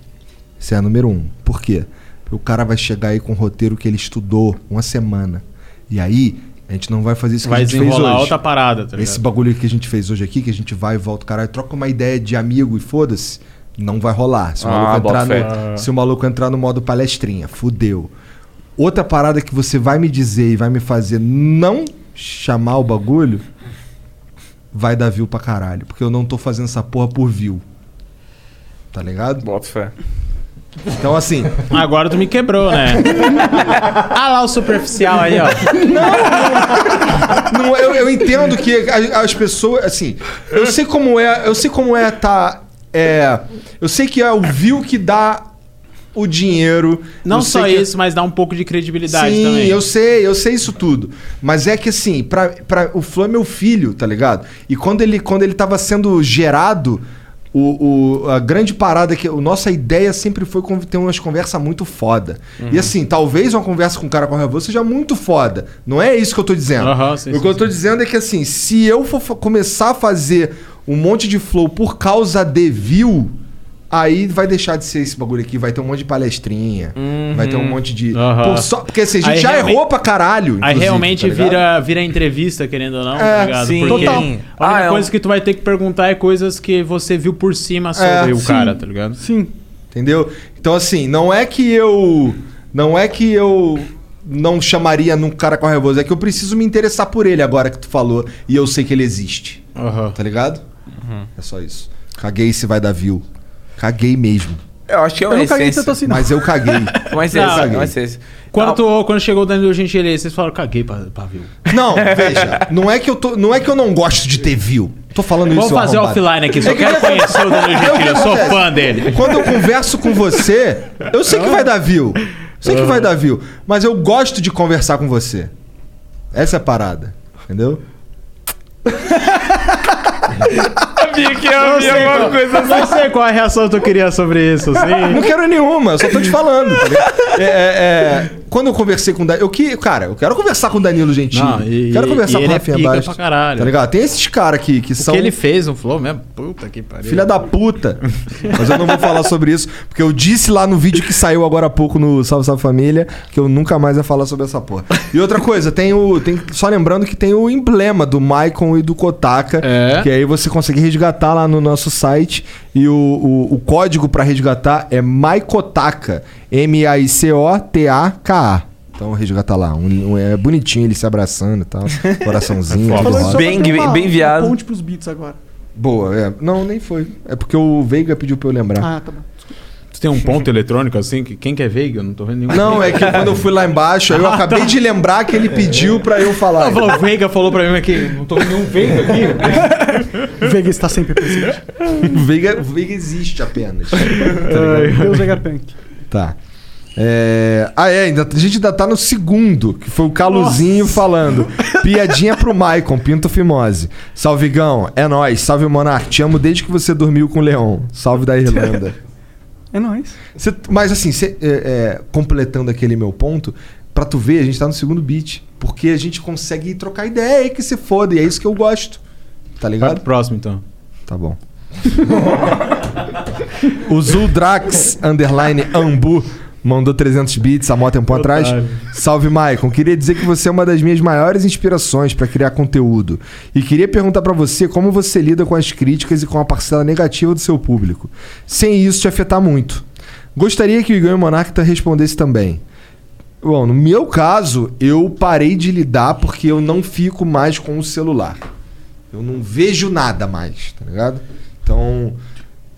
Isso é a número um. Por quê? O cara vai chegar aí com um roteiro que ele estudou uma semana. E aí, a gente não vai fazer isso que Vai a gente fez hoje. desenrolar outra parada, tá ligado? Esse bagulho que a gente fez hoje aqui, que a gente vai e volta, caralho, troca uma ideia de amigo e foda-se, não vai rolar. Se o, Ah, maluco bota entrar fé. no, se o maluco entrar no modo palestrinha, fudeu. Outra parada que você vai me dizer e vai me fazer não chamar o bagulho, vai dar view pra caralho. Porque eu não tô fazendo essa porra por view. Tá ligado? Bota fé. Então assim. Agora tu me quebrou, né? (laughs) ah lá o superficial aí, ó. Não, eu, eu entendo que a- as pessoas, assim, eu sei como é, eu sei como é tá, é, eu sei que é o view que dá o dinheiro. Não eu sei só que- isso, mas dá um pouco de credibilidade Sim, também. eu sei, eu sei isso tudo. Mas é que assim, pra, pra, o Flo é meu filho, tá ligado? E quando ele, quando ele tava sendo gerado, o, o- a grande parada é que. A nossa ideia sempre foi conv- ter umas conversas muito foda. Uhum. E assim, talvez uma conversa com um cara com a seja muito foda. Não é isso que eu tô dizendo. Aham, sim, o sim, que eu tô dizendo é que assim, se eu for fa- começar a fazer um monte de flow por causa de view. Aí vai deixar de ser esse bagulho aqui, vai ter um monte de palestrinha, vai ter um monte de. Uhum. Aham. Por só- porque assim, a gente Aí já realmente- errou pra caralho. Aí inclusive, realmente tá ligado? vira, vira entrevista, querendo ou não, É, tá ligado? sim. Porque Total. a única Ah, é um- coisa que tu vai ter que perguntar é coisas que você viu por É, cima sobre o cara, tá ligado? Sim. Entendeu? Então, assim, não é que eu. Não é que eu não chamaria num cara com raivoso, é que eu preciso me interessar por ele agora que tu falou e eu sei que ele existe. Tá ligado? Uhum. É só isso. Caguei se vai dar view. Caguei mesmo. Eu acho que é uma essência. assim, Mas (laughs) eu caguei. Mas eu esse, caguei. mas esse. Quando, tu- quando chegou o Danilo Gentili, vocês falaram, caguei pra, pra view. Não, veja, não é que eu tô, não é que eu não gosto de ter view. Tô falando Vamos isso fazer arrombado. offline aqui, só É que quero o que conhecer o Danilo acontece? Gentili, eu sou É o que fã acontece. dele. Quando eu converso com você, eu sei que vai dar view. Sei que vai Uhum. dar view, mas eu gosto de conversar com você. Essa é a parada, entendeu? Sabia que é eu vi alguma coisa assim. Não sei qual a reação que tu queria sobre isso, assim. Não quero nenhuma, eu só tô te falando. tá ligado? É, é, é, quando eu conversei com o Danilo. Eu que, cara, eu quero conversar com o Danilo Gentili. Não, e- quero conversar e com o ele é Rafinha pica Bastos. pra caralho. Tá ligado? Tem esses caras aqui que O são. que ele fez no Flow mesmo? Puta que pariu. Filha da puta. Mas eu não vou falar sobre isso, porque eu disse lá no vídeo que saiu agora há pouco no Salve Salve Família que eu nunca mais ia falar sobre essa porra. E outra coisa, tem o. Tem, só lembrando que tem o emblema do Maicon e do Kotaka, É. que aí você consegue resgatar lá no nosso site. E o, o, o código pra resgatar é Maicotaka. M-A-I-C-O-T-A-K-A. Então resgata lá. Um- um- é bonitinho ele se abraçando e tal. Coraçãozinho. Falou tudo isso rosa. só pra ter uma- uma né? Ponte pros beats agora. Boa, é. Não, nem foi. É porque o Veiga pediu pra eu lembrar. Ah, tá bom. Tu tem um ponto eletrônico assim? Que, quem que é veiga? Eu não tô vendo nenhum. (laughs) Não, é que (laughs) quando eu fui lá embaixo, aí eu Ah, acabei tá. de lembrar que ele pediu pra eu falar. Não, falou, o Veiga falou pra mim aqui. Não tô vendo nenhum (laughs) Veiga aqui. Veiga está tá sempre presente. Veiga, Veiga existe (laughs) apenas. Tá ligado? Deus é garante. Tá. É, Ah, é, ainda, a gente ainda tá no segundo, que foi o Caluzinho falando. Piadinha pro Maicon, Pinto Fimose. Salve, Gão, é nóis. Salve, Monark. Te amo desde que você dormiu com o Leon. Salve da Irlanda. É nóis. Cê- mas assim, cê- é, é, completando aquele meu ponto, pra tu ver, a gente tá no segundo beat. Porque a gente consegue trocar ideia e que se foda. E é isso que eu gosto. Tá ligado? Próximo, então. Tá bom. (laughs) O Zuldrax, underline Ambu, mandou 300 bits há mó tempo um atrás. Salve, Maicon. Queria dizer que você é uma das minhas maiores inspirações para criar conteúdo. E queria perguntar para você como você lida com as críticas e com a parcela negativa do seu público, sem isso te afetar muito. Gostaria que o Igor Monarca respondesse também. Bom, no meu caso, eu parei de lidar porque eu não fico mais com o celular. Eu não vejo nada mais, tá ligado? Então,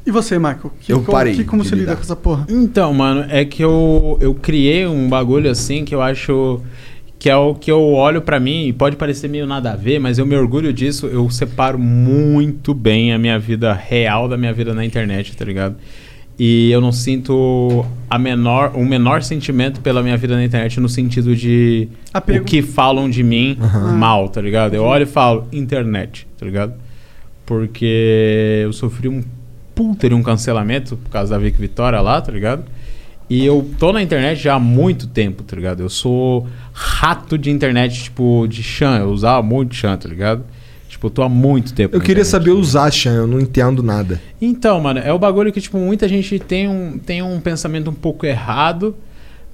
E você, Michael? Que- Eu como- parei que- como de você lida lidar. com essa porra? Então, mano, é que eu, eu criei um bagulho assim que eu acho que é o que eu olho pra mim e pode parecer meio nada a ver, mas eu me orgulho disso. Eu separo muito bem a minha vida real da minha vida na internet, tá ligado? E eu não sinto a menor, o menor sentimento pela minha vida na internet no sentido de o que falam de mim mal, tá ligado? Uhum. Eu olho e falo internet, tá ligado? Porque eu sofri um puta de um cancelamento por causa da Vic Vitória lá, tá ligado? E eu tô na internet já há muito tempo, tá ligado? Eu sou rato de internet, tipo, de chan. Eu usava muito chan, tá ligado? Tipo, eu tô há muito tempo. eu na queria saber usar, Chan, eu não entendo nada. então, mano, é o bagulho que, tipo, muita gente tem um, tem um pensamento um pouco errado,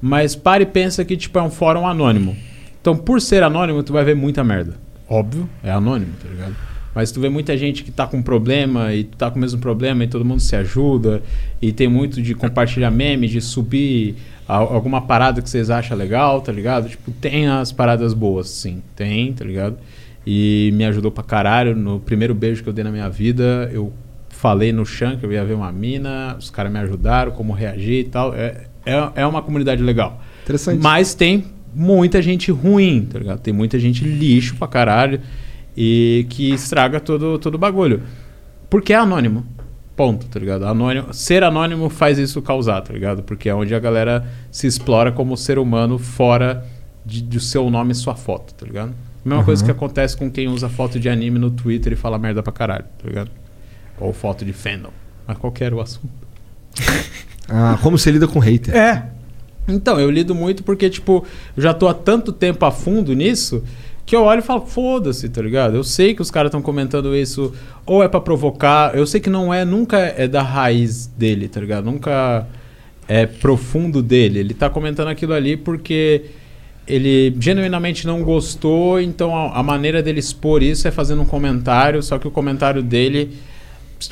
mas para e pensa que, tipo, é um fórum anônimo. Então, por ser anônimo, tu vai ver muita merda. Óbvio, é anônimo, tá ligado? Mas tu vê muita gente que tá com problema e tu tá com o mesmo problema e todo mundo se ajuda. E tem muito de compartilhar meme, de subir a- alguma parada que vocês acham legal, tá ligado? Tipo, tem as paradas boas, sim. Tem, tá ligado? E me ajudou pra caralho. No primeiro beijo que eu dei na minha vida, eu falei no chão que eu ia ver uma mina, os caras me ajudaram, como reagir e tal. É, é, é uma comunidade legal. Interessante. Mas tem muita gente ruim, tá ligado? Tem muita gente lixo pra caralho e que estraga todo todo o bagulho. Porque é anônimo. Ponto, tá ligado? Anônimo, ser anônimo faz isso causar, tá ligado? Porque é onde a galera se explora como ser humano fora de, do seu nome e sua foto, tá ligado? Mesma Uhum. coisa que acontece com quem usa foto de anime no Twitter e fala merda pra caralho, tá ligado? Ou foto de fandom. Mas qual que era o assunto? Ah, como você lida com hater? É. Então, eu lido muito porque, tipo, eu já tô há tanto tempo a fundo nisso que eu olho e falo, foda-se, tá ligado? Eu sei que os caras estão comentando isso ou é pra provocar, eu sei que não é, nunca é da raiz dele, tá ligado? Nunca é profundo dele. Ele tá comentando aquilo ali porque ele genuinamente não gostou, então a, a maneira dele expor isso é fazendo um comentário, só que o comentário dele.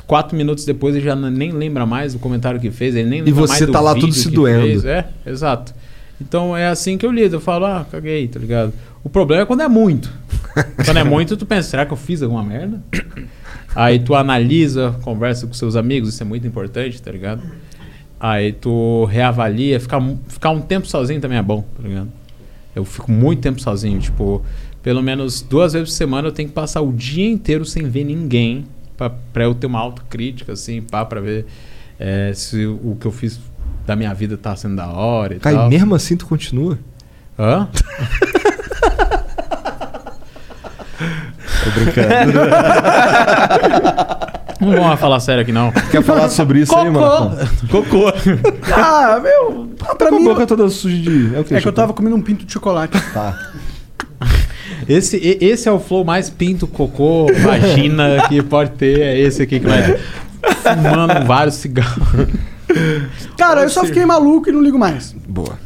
Quatro minutos depois ele já n- nem lembra mais do comentário que fez, ele nem E lembra você mais do tá lá vídeo tudo se que doendo. fez, é, exato. Então é assim que eu lido. Eu falo, ah, caguei, tá ligado? O problema é quando (laughs) é muito. quando é muito, tu pensa, será que eu fiz alguma merda? Aí tu analisa, conversa com seus amigos, isso é muito importante, tá ligado? Aí tu reavalia, ficar, mu- ficar um tempo sozinho também é bom, tá ligado? Eu fico muito tempo sozinho, tipo, pelo menos duas vezes por semana eu tenho que passar o dia inteiro sem ver ninguém pra- pra eu ter uma autocrítica, assim, pá, pra ver eh, se o que eu fiz da minha vida tá sendo da hora e Cai, tal. mesmo assim tu continua? tá. Hã? Tô brincando. (laughs) Não vamos falar sério aqui, não. Quer falar sobre isso aí, Cocô. mano? Tá Cocô. Ah, meu. ah, Pra Com a mim. boca toda suja de. o É que eu tava comendo um pinto de chocolate. Tá. Esse, e- esse é o flow mais pinto, cocô, vagina que pode ter. É esse aqui que vai fumando vários cigarros. Cara, eu só fiquei maluco e não ligo mais. Boa.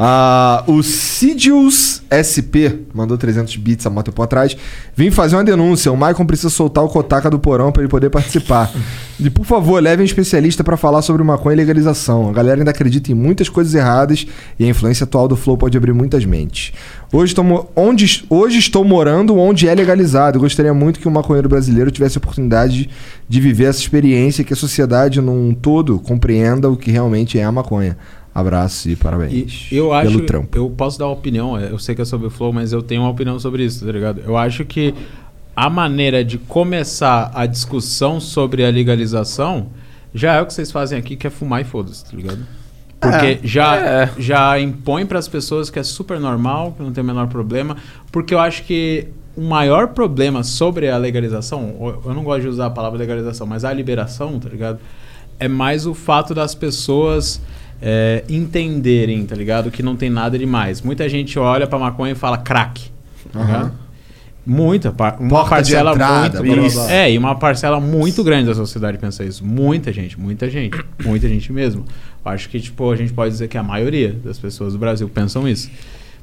Ah, o Sidious SP mandou 300 bits há muito tempo atrás. Vim fazer uma denúncia. O Maicon precisa soltar o Kotaka do porão para ele poder participar. E por favor, leve um especialista para falar sobre maconha e legalização. A galera ainda acredita em muitas coisas erradas e a influência atual do Flow pode abrir muitas mentes. Hoje estou, mo- onde, hoje estou morando onde é legalizado. Gostaria muito que o maconheiro brasileiro tivesse a oportunidade de viver essa experiência e que a sociedade num todo compreenda o que realmente é a maconha. Abraço e parabéns. E eu acho. É Pelo trampo. Eu posso dar uma opinião, eu sei que é sobre o flow, mas eu tenho uma opinião sobre isso, tá ligado? Eu acho que a maneira de começar a discussão sobre a legalização já é o que vocês fazem aqui, que é fumar e foda-se, tá ligado? Porque É. já, É. já impõe para as pessoas que é super normal, que não tem o menor problema, porque eu acho que o maior problema sobre a legalização, eu- eu não gosto de usar a palavra legalização, mas a liberação, tá ligado? É mais o fato das pessoas é, entenderem, tá ligado? Que não tem nada demais. Muita gente olha pra maconha e fala crack. tá Aham. ligado? Muita, par- uma Porta de parcela entrada, muito. blá, Isso, blá, blá. É, e uma parcela muito grande da sociedade pensa isso. Muita gente, muita gente, muita gente mesmo. Eu acho que, tipo, a gente pode dizer que a maioria das pessoas do Brasil pensam isso.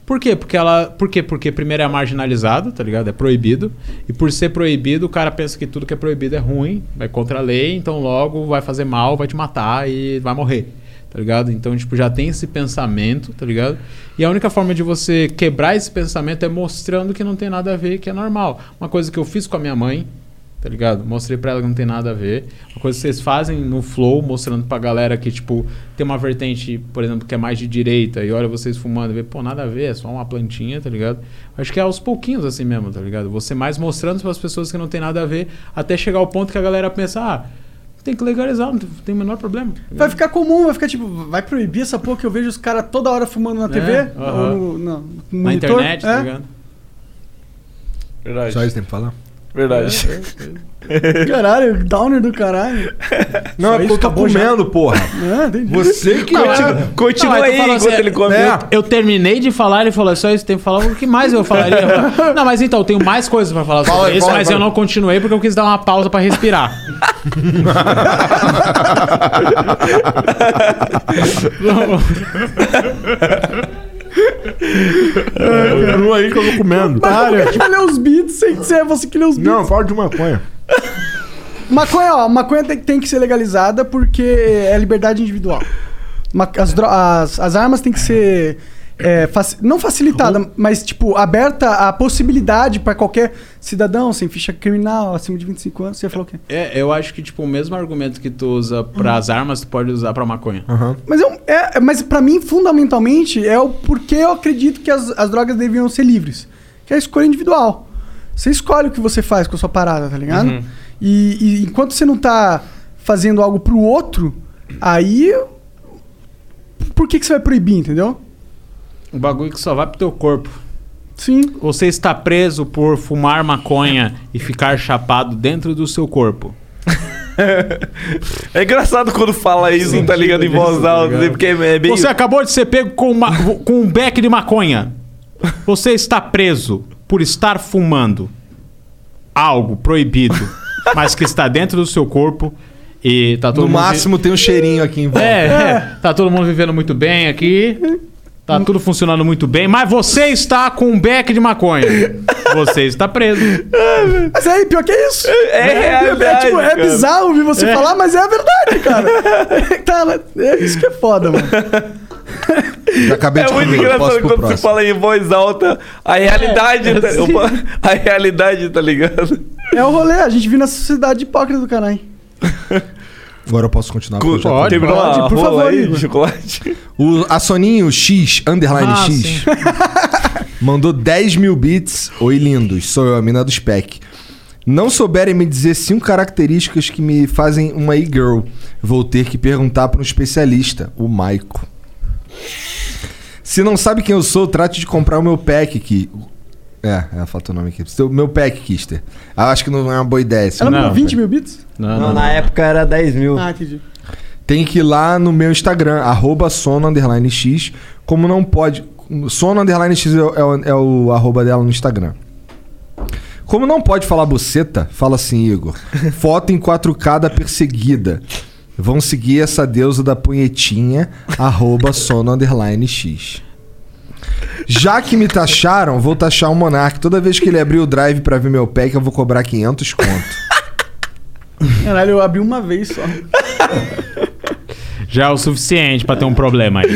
Por quê? Porque ela. Por quê? Porque primeiro é marginalizado, tá ligado? É proibido. E por ser proibido, o cara pensa que tudo que é proibido é ruim, vai contra a lei, então logo vai fazer mal, vai te matar e vai morrer. Tá ligado? Então, tipo, já tem esse pensamento, tá ligado? E a única forma de você quebrar esse pensamento é mostrando que não tem nada a ver, que é normal. Uma coisa que eu fiz com a minha mãe, tá ligado? Mostrei pra ela que não tem nada a ver. Uma coisa que vocês fazem no Flow, mostrando pra galera que, tipo, tem uma vertente, por exemplo, que é mais de direita, e olha vocês fumando e vê, pô, nada a ver, é só uma plantinha, tá ligado? Acho que é aos pouquinhos assim mesmo, tá ligado? Você mais mostrando pras pessoas que não tem nada a ver, até chegar ao ponto que a galera pensa, ah, tem que legalizar, não tem o menor problema. Vai ficar comum, vai ficar tipo, vai proibir essa porra que eu vejo os caras toda hora fumando na É, TV? aham. ou no, no, no Na monitor, internet, tá é. ligado? Verdade. Só isso tem pra falar? Verdade. É, (laughs) (laughs) Caralho, downer do caralho. Não, é porque eu tô comendo, porra. É, entendi. (laughs) Você que- Continua- continua mas tu aí fala enquanto ele come. Eu, eu terminei de falar, ele falou "É só isso, tem que falar o que mais (laughs) eu falaria. não, mas então, eu tenho mais coisas pra falar Fala sobre aí, isso, fala, mas fala. eu não continuei porque eu quis dar uma pausa pra respirar. (laughs) É, Continua aí que eu tô comendo. Mas como é que vai ler os beats sem ser você que lê os beats? Não, fala de maconha. Maconha, ó, maconha tem, tem que ser legalizada porque é liberdade individual. Ma- As, dro- as- as armas têm que ser. é, faci- não facilitada, Uhum. mas tipo, aberta a possibilidade pra qualquer cidadão sem ficha criminal acima de 25 anos. Você falou o quê? É, eu acho que, tipo, o mesmo argumento que tu usa pras armas, tu pode usar pra maconha. Mas, eu, é, mas para mim, fundamentalmente, é o porquê eu acredito que as, as drogas deviam ser livres. Que é a escolha individual. Você escolhe o que você faz com a sua parada, tá ligado? Uhum. E, e enquanto você não tá fazendo algo pro outro, aí. Por que, que você vai proibir, entendeu? Um bagulho que só vai pro teu corpo. Sim. Você está preso por fumar maconha e ficar chapado dentro do seu corpo. É engraçado quando fala isso, tá ligado? Em voz alta, né? porque é bem. Você acabou de ser pego com, uma- com um beck de maconha. Você está preso por estar fumando algo proibido, mas que está dentro do seu corpo e tá todo No mundo vi- máximo tem um cheirinho aqui em volta. É, é, tá todo mundo vivendo muito bem aqui. Tá tudo funcionando muito bem, mas você está com um beck de maconha. Você está preso. Mas aí, pior que é isso. É, realidade, tipo, é cara. bizarro ouvir você É. falar, mas é a verdade, cara. (laughs) Tá, é isso que é foda, mano. (laughs) Acabei É de muito comer, posso engraçado pro quando você próximo. fala em voz alta a realidade, tá, a realidade, tá ligado? É o rolê, a gente vive na sociedade hipócrita do caralho. Agora eu posso continuar com o projeto? Pode, terminou pode, a por rola favor, aí, Igor. chocolate. O, a Soninho X, underline Ah, X, (laughs) mandou 10 mil bits. Oi, lindos. Sou eu, a mina dos pack. Não souberem me dizer cinco características que me fazem uma e-girl, vou ter que perguntar para um especialista, o Maico. Se não sabe quem eu sou, trate de comprar o meu pack que... É, é, falta o nome aqui. Seu- Meu pack, Kister. Ah, acho que não é uma boa ideia. esse Ela nome, mandou não, 20 pack. mil bits? Não, na não, não. época era 10 mil. Ah, entendi. Tem que ir lá no meu Instagram, arroba sono underline x, como não pode. Sono underline x é, o- é o- é o arroba dela no Instagram. Como não pode falar buceta, fala assim, Igor. Foto em 4K da perseguida. Vão seguir essa deusa da punhetinha, arroba sono underline x. Já que me taxaram, vou taxar o Monark. Toda vez que ele abrir o drive pra ver meu pack, eu vou cobrar 500 conto. Caralho, eu abri uma vez só. Já é o suficiente pra ter um problema aí.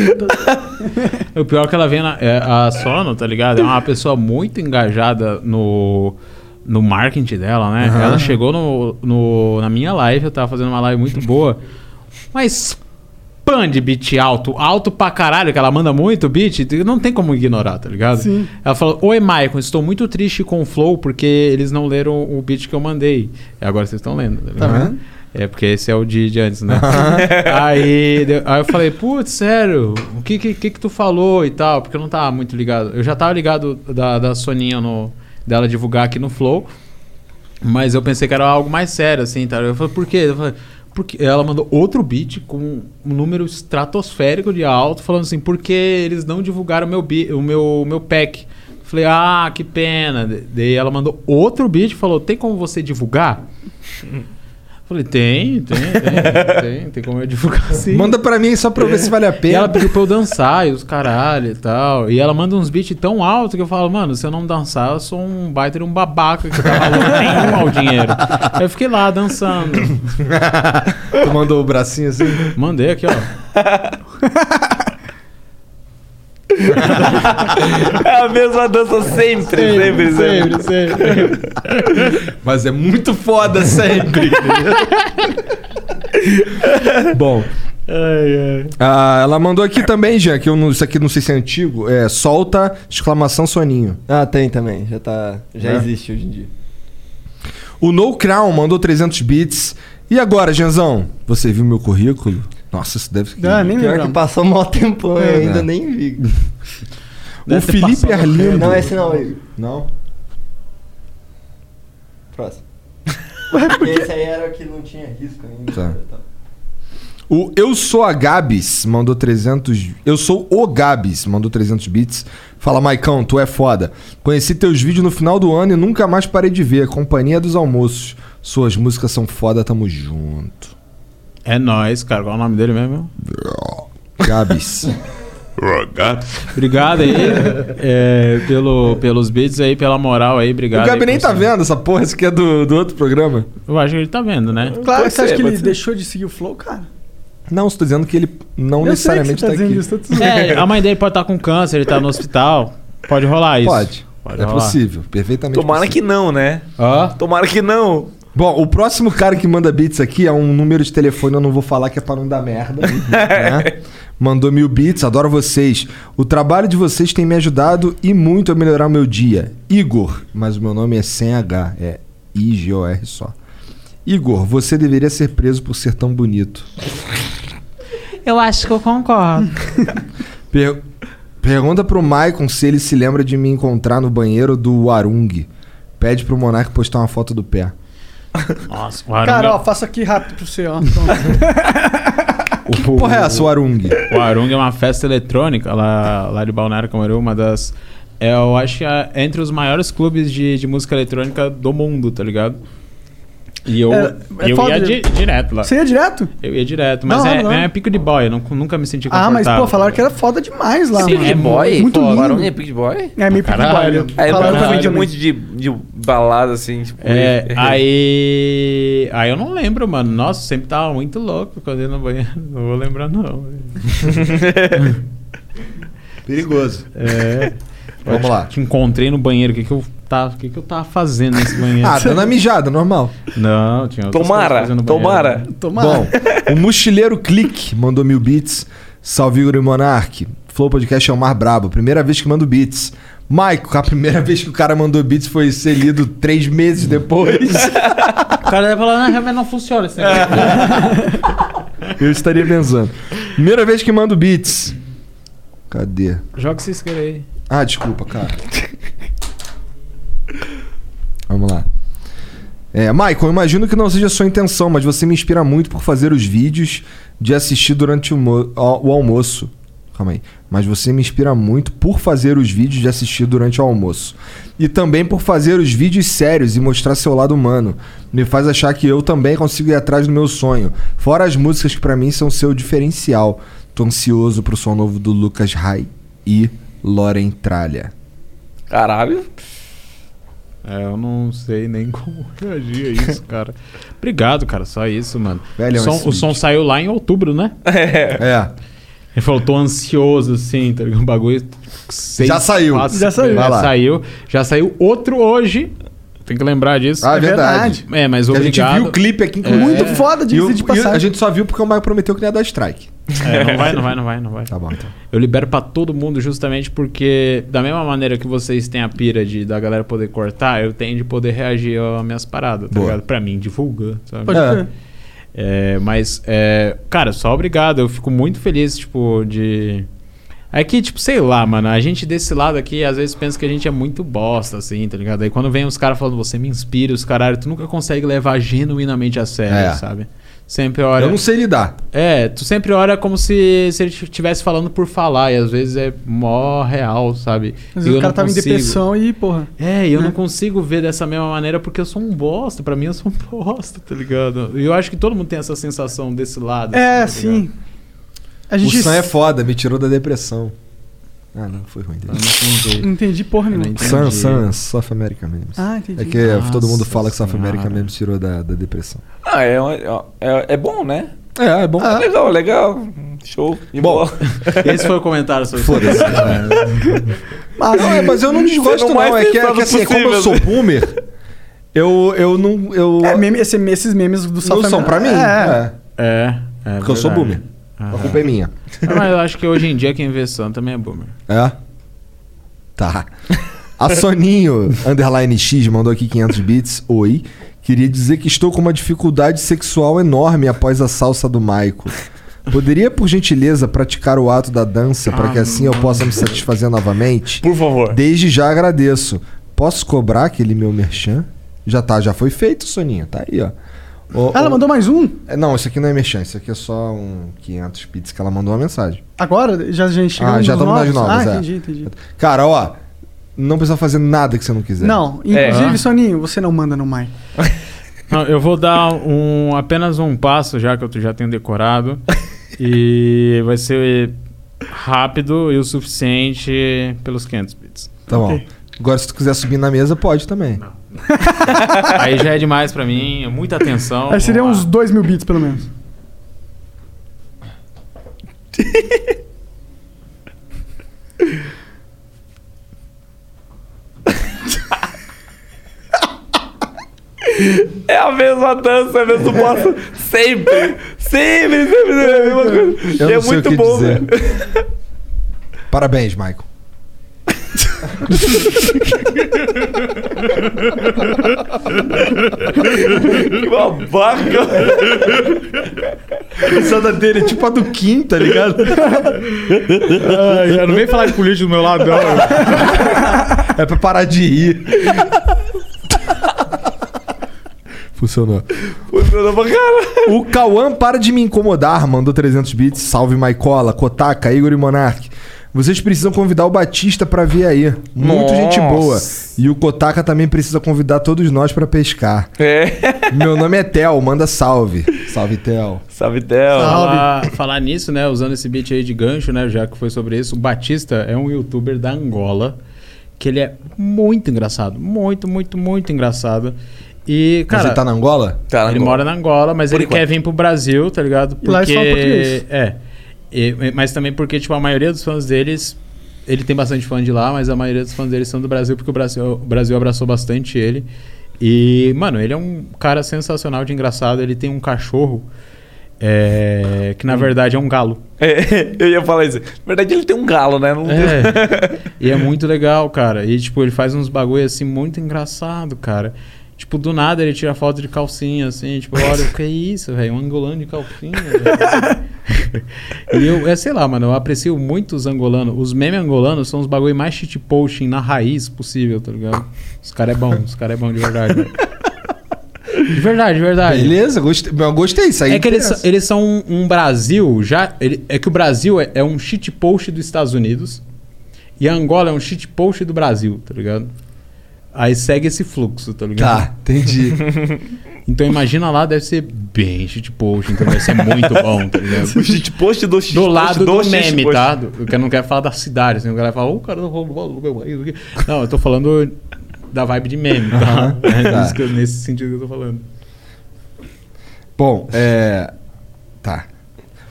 o pior é que ela vem na, é, a Sono, tá ligado? É uma pessoa muito engajada no, no marketing dela, né? Aham. Ela chegou no, no- na minha live, eu tava fazendo uma live muito boa. Mas pan de beat alto, alto pra caralho, que ela manda muito beat, não tem como ignorar, tá ligado? Sim. Ela falou: Oi, Maicon, estou muito triste com o Flow porque eles não leram o beat que eu mandei. E agora vocês estão lendo, tá ligado? vendo? É porque esse é o de, de antes, né? (laughs) aí, deu- aí eu falei, putz, sério, o que, que, que que tu falou e tal? Porque eu não tava muito ligado. Eu já tava ligado da, da Soninha no, dela divulgar aqui no Flow. Mas eu pensei que era algo mais sério, assim, tá? Eu falei, por quê? Eu falei, porque ela mandou outro beat com um número estratosférico de alto, falando assim, porque eles não divulgaram meu bi- o meu, meu pack. Eu Falei, ah, que pena. Daí ela mandou outro beat e falou: tem como você divulgar? Falei, tem, (laughs) tem, É. tem, tem, tem como eu divulgar sim. Manda pra mim só pra eu ver se vale a pena. E ela pediu pra eu dançar e os caralho e tal. E ela manda uns beats tão altos que eu falo, mano, se eu não dançar, eu sou um baita de um babaca que tá falando nenhum ao dinheiro. Aí Eu fiquei (laughs) lá dançando. tu mandou o bracinho assim? Mandei aqui, ó. É a mesma dança sempre, sempre, sempre. (laughs) Mas é muito foda sempre. (laughs) Bom. Ah, ela mandou aqui também, Jean, que eu não- isso aqui não sei se é antigo. É solta exclamação soninho. Ah, tem também. Já tá. Já É. existe hoje em dia. O No Crown mandou 300 bits. E agora, Janzão? Você viu meu currículo? Nossa, isso deve ser. Ah, nem Pior lembro. que passou mó É tempão, É eu ainda nem (laughs) vi. O Felipe Arlindo. Não, esse não, Igor. Não. Próximo. Esse aí era o que não tinha risco ainda. Tá. O Eu Sou a Gabs mandou 300. Eu sou o Gabs mandou 300 bits. Fala, Maicão, tu é foda. Conheci teus vídeos no final do ano e nunca mais parei de ver. Companhia dos Almoços. Suas músicas são foda, tamo junto. É nóis, cara. Qual é o nome dele mesmo? Gabs. Obrigado aí é, pelo, pelos beats aí, pela moral aí. Obrigado. o Gabi aí, nem tá pessoal. vendo essa porra, isso aqui é do, do outro programa. Eu acho que ele tá vendo, né? Claro, você acha que ele deixa. deixou de seguir o flow, cara? Não, estou dizendo que ele não Eu sei que você necessariamente tá tá, aqui. dizendo isso, tô te zoando. É, a mãe dele pode estar com câncer, ele tá no hospital. Pode rolar isso. Pode. é rolar. possível, perfeitamente Tomara possível. que não, né? Tomara que não. Bom, o próximo cara que manda bits aqui é um número de telefone, eu não vou falar que é pra não dar merda. (laughs) né? Mandou mil bits, adoro vocês. O trabalho de vocês tem me ajudado e muito a melhorar o meu dia. Igor, mas o meu nome é sem H, é I-G-O-R só. Igor, você deveria ser preso por ser tão bonito. Eu acho que eu (laughs) concordo. Per- Pergunta pro Maicon se ele se lembra de me encontrar no banheiro do Arung. Pede pro Monark postar uma foto do pé. Nossa, o Cara, ó, faço aqui rápido pra você, (laughs) ó. Pronto. que porra é essa, o Arung? O Arung é uma festa eletrônica lá, lá de Balneário Camboriú, uma das... é, eu acho que é entre os maiores clubes de, de música eletrônica do mundo, tá ligado? E eu, É- é eu foda ia de- di- direto lá. Você ia direto? Eu ia direto, mas Da é, hora, da hora. é pico de boy, eu nunca, nunca me senti Ah, confortável. mas, pô, falaram que era foda demais lá, Sim, mano. é boy? Muito Pô, lindo. Barulho é Big Boy? É, meio Pig Boy. Caralho. né? Aí eu Falaram pra mim confundi também. muito de, de balada, assim, tipo... É, aí. Aí eu não lembro, mano. Nossa, eu sempre tava muito louco quando eu ia no banheiro. Não vou lembrar, não. Perigoso. É. Vamos Eu lá. Te, te encontrei no banheiro. O que, que, eu tava, o que, que eu tava fazendo nesse banheiro? (laughs) Ah, dando a mijada, normal. Não, tinha outras Tomara, coisas fazendo no tomara. banheiro. Bom, o Mochileiro Clique mandou mil bits. Salve Igor e Monark. Flow Podcast é o Mar Brabo. Primeira vez que mando bits. Maico, a primeira (laughs) vez que o cara mandou bits foi ser lido três meses depois. (laughs) O cara vai falar, não, realmente não funciona esse negócio. É. Eu estaria pensando. Primeira vez que mando bits. Cadê? Joga esse isqueiro aí. Ah, desculpa, cara. Vamos lá. É, Maicon, eu imagino que não seja a sua intenção, mas você me inspira muito por fazer os vídeos de assistir durante o, mo- ao- o almoço. Calma aí. Mas você me inspira muito por fazer os vídeos de assistir durante o almoço. E também por fazer os vídeos sérios e mostrar seu lado humano. Me faz achar que eu também consigo ir atrás do meu sonho. Fora as músicas que pra mim são seu diferencial. Tô ansioso pro som novo do Lucas Rai e Loren Tralha. Caralho. É, eu não sei nem (laughs) como reagir a isso, cara. Obrigado, cara. Só isso, mano. Velho, é o, som, esse o som saiu lá em outubro, né? É. (laughs) Ele falou, tô ansioso, assim, tá ligado? O bagulho. tipo, seis, Já saiu. quatro- Já saiu. Vai Já lá. saiu. Já saiu outro hoje. Tem que lembrar disso. Ah, é verdade. É, mas É. Que a gente obrigado. viu o clipe aqui, inclusive. Muito foda, É. E diga-se o- de e o- passagem. A gente só viu porque o Maicon prometeu que não ia dar strike. É, não vai, não vai, não vai, não vai. Tá bom, então. Eu libero pra todo mundo justamente porque, da mesma maneira que vocês têm a pira de da galera poder cortar, eu tenho de poder reagir às minhas paradas, tá Boa. ligado? Pra mim, divulga, sabe? Pode É. crer. É, mas, é, cara, só obrigado. Eu fico muito feliz, tipo, de. É que, tipo, sei lá, mano, a gente desse lado aqui às vezes pensa que a gente é muito bosta, assim, tá ligado? Aí quando vem os caras falando, você me inspira, os caralho, tu nunca consegue levar genuinamente a sério, É. sabe? Sempre olha. Eu não sei lidar. É, tu sempre olha como se, se ele estivesse falando por falar, e às vezes é mó real, sabe? Às E vezes eu o cara não tava consigo. em depressão e, porra. É, e eu né? não consigo ver dessa mesma maneira porque eu sou um bosta. Pra mim, eu sou um (laughs) bosta, tá ligado? E eu acho que todo mundo tem essa sensação desse lado. É, assim, sim. tá A gente O Sam é foda, me tirou da depressão. Ah, não, foi ruim. dele. Não entendi porra nenhuma. Sam, Sam, South America Memes. Ah, entendi. É que Nossa todo mundo fala que South America é Memes tirou da, da depressão. Ah, é, é, é bom, né? É, é bom. É legal, legal. Show. E Bom, esse foi o comentário sobre Foda-se. né? (laughs) Mas, não, é, mas eu não desgosto, Sendo o não. mais É que, é pesado que assim, como eu possível, sou né? boomer, eu, eu não. Eu, É, meme- esse- esses memes do South não são pra mim. America- É. É. é Porque eu sou verdade. boomer. Aham. A culpa é minha. Ah, mas eu acho que hoje em dia quem vê Sam também é boomer. É? Tá. A Soninho, underline X, mandou aqui 500 bits. Oi. Queria dizer que estou com uma dificuldade sexual enorme após a salsa do Maico. Poderia, por gentileza, praticar o ato da dança para que assim eu possa me satisfazer novamente? Ah. Por favor. Desde já agradeço. Posso cobrar aquele meu merchan? Já tá, já foi feito, Soninho. Tá aí, ó. Ela mandou mais um? Não, isso aqui não é merchan. Isso aqui é só um 500 bits que ela mandou uma mensagem. Agora? Já a gente chegou Ah, já estamos nas novas, Ah, é. entendi, entendi. Cara, ó, não precisa fazer nada que você não quiser. Não, É. inclusive, Soninho, você não manda no Mike. Não, eu vou dar um apenas um passo já que eu já tenho decorado e vai ser rápido e o suficiente pelos 500 bits. Tá bom. Agora, se tu quiser subir na mesa, pode também. (laughs) Aí já é demais pra mim, é muita atenção. Aí seria um uns 2 mil bits, pelo (laughs) menos. (laughs) É a mesma dança, é o mesmo passo. Sempre. Sempre, sempre, sempre é a mesma coisa. Eu E é não sei o muito que bom, dizer. velho. Parabéns, Michael. (laughs) que babaca. A risada dele é tipo a do Kim, tá (laughs) ligado? Ah, não vem falar de política do meu lado, não. É pra parar de rir. Funcionou. Funcionou pra caralho. O Cauã para de me incomodar, mandou 300 bits. Salve Maicola, Kotaka, Igor e Monark. Vocês precisam convidar o Batista pra vir aí. Muito Nossa. gente boa. E o Kotaka também precisa convidar todos nós (laughs) pra pescar. É. Meu nome é Tel, manda salve. Salve, Tel. Salve, É, Theo. Falar, falar nisso, né? Usando esse beat aí de gancho, né? Já que foi sobre isso, o Batista é um youtuber da Angola. Que ele é muito engraçado. Muito, muito, muito engraçado. E, cara. ele tá na Angola? Tá ele mora na Angola, mas Por ele enquanto. quer vir pro Brasil, tá ligado? E lá eles falam português. É. E- mas também porque, tipo, a maioria dos fãs deles. Ele tem bastante fã de lá, mas a maioria dos fãs deles são do Brasil, porque o Brasil, o Brasil abraçou bastante ele. E, mano, ele é um cara sensacional de engraçado. Ele tem um cachorro é, que, na verdade, é um galo. É, (laughs) eu ia falar isso. Na verdade, ele tem um galo, né? Não É. e é muito legal, cara. E, tipo, ele faz uns bagulho assim muito engraçado, cara. Tipo, do nada ele tira foto de calcinha, assim, tipo, olha, o que é isso, velho? Um angolano de calcinha. velho. e eu, é, sei lá, mano, eu aprecio muito os angolanos. Os memes angolanos são os bagulho mais shitposting na raiz possível, tá ligado? Os caras é bom, os caras é bom de verdade. velho. De verdade, de verdade. Beleza, gostei, eu gostei isso aí. É que eles, interessa. são- eles são um, um Brasil já. ele- é que o Brasil é, é um shitpost dos Estados Unidos e a Angola é um shitpost do Brasil, tá ligado? Aí segue esse fluxo, tá ligado? Tá, entendi. (laughs) então imagina lá, deve ser bem shitpost, então deve ser muito bom, tá ligado? O shitpost do Do shitpost lado do, do meme, shitpost. tá? Do- Eu não quero falar da cidade, assim, o cara fala, ô, o cara roubou o meu marido aqui." Não, eu tô falando da vibe de meme, tá? Aham, (laughs) É tá. isso que eu- nesse sentido que eu tô falando. Bom, é. Tá.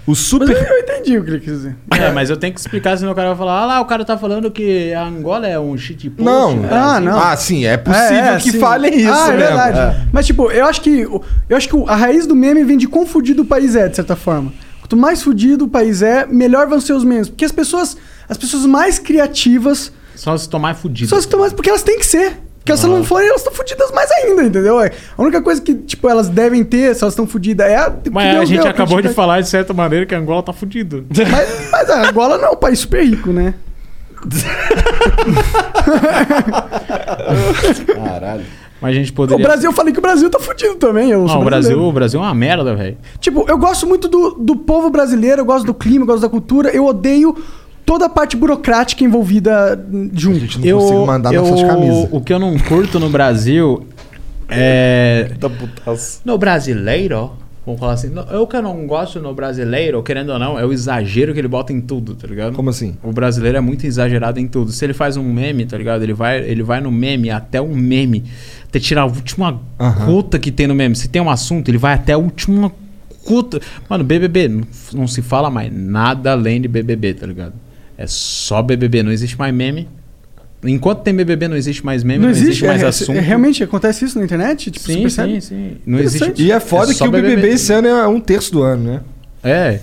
O super. Eu entendi o que ele quis dizer. É, mas eu tenho que explicar, senão o cara vai falar, ah lá, o cara tá falando que a Angola é um shit post. Não. né? Ah, não. Ah, sim, é possível É, é, que sim. falem isso, Ah, é mesmo. verdade. É. Mas, tipo, eu acho que. o- Eu acho que o- a raiz do meme vem de quão fudido o país é, de certa forma. Quanto mais fudido o país é, melhor vão ser os memes. Porque as pessoas. As pessoas mais criativas Só se tomar fudido. são as que estão mais. Porque elas têm que ser. Porque se elas não forem, elas estão fudidas mais ainda, entendeu? É, A única coisa que, tipo, elas devem ter, se elas estão fudidas, é a. que Mas a Deus gente deu, acabou de acreditar. falar, de certa maneira, que a Angola tá fudida. Mas, mas a Angola não é um país super rico, (laughs) né? Caralho. Mas a gente poderia. O Brasil, eu falei que o Brasil tá fudido também. Eu Não, sou o Brasil, brasileiro. o Brasil é uma merda, velho. Tipo, eu gosto muito do, do povo brasileiro, eu gosto do clima, eu gosto da cultura, eu odeio toda a parte burocrática envolvida junto. A gente eu, eu- O que eu não curto no (laughs) Brasil é. No brasileiro. Vamos falar assim. no- Eu que não gosto no brasileiro, querendo ou não, é o exagero que ele bota em tudo, tá ligado? Como assim? O brasileiro é muito exagerado em tudo. Se ele faz um meme, tá ligado? Ele vai, ele vai no meme, até o meme. Até tirar a última gota que tem no meme. Se tem um assunto, ele vai até a última gota. Mano, BBB, não, f- não se fala mais nada além de BBB, tá ligado? É só BBB, não existe mais meme. Enquanto tem BBB, não existe mais meme, não, existe, mais é, é- assunto. é- realmente acontece isso na internet? Tipo, Sim, você percebe? sim, sim. Não existe- Interessante. E é foda É que só o BBB, BBB. esse ano é um terço do ano, né? É.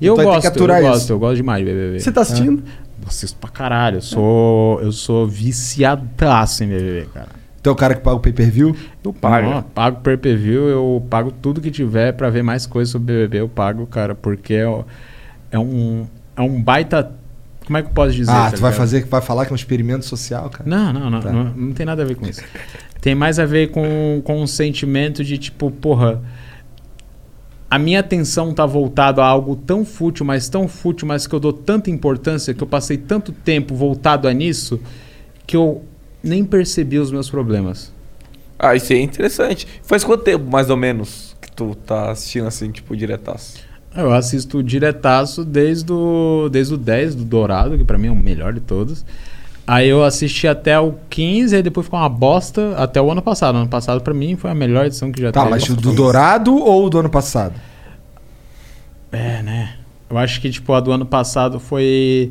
E eu Então vai ter que gosto, eu aturar gosto, isso. eu gosto demais de BBB. Você tá assistindo? É. Assisto pra caralho. Eu sou, eu sou viciadaço em BBB, cara. Então é o cara que paga o pay-per-view? Eu pago. Não, eu pago per per view, eu pago tudo que tiver pra ver mais coisas sobre BBB, eu pago, cara, porque é, é um é um baita como é que eu posso dizer? ah, tá tu vai ligado? fazer, vai falar que é um experimento social, cara? Não, não, não, Tá. não. Não tem nada a ver com isso. Tem mais a ver com, com um sentimento de tipo, porra. A minha atenção tá voltada a algo tão fútil, mas tão fútil, mas que eu dou tanta importância, que eu passei tanto tempo voltado a nisso, que eu nem percebi os meus problemas. Ah, isso aí é interessante. Faz quanto tempo, mais ou menos, que tu tá assistindo assim, tipo, diretaço? Eu assisto diretaço desde o, desde o 10 do Dourado, que pra mim é o melhor de todos. Aí eu assisti até o 15, aí depois ficou uma bosta até o ano passado. Ano passado, pra mim, foi a melhor edição É que já Tá, teve. mas o do Dourado ou o do ano passado? É, né? Eu acho que, tipo, a do ano passado foi.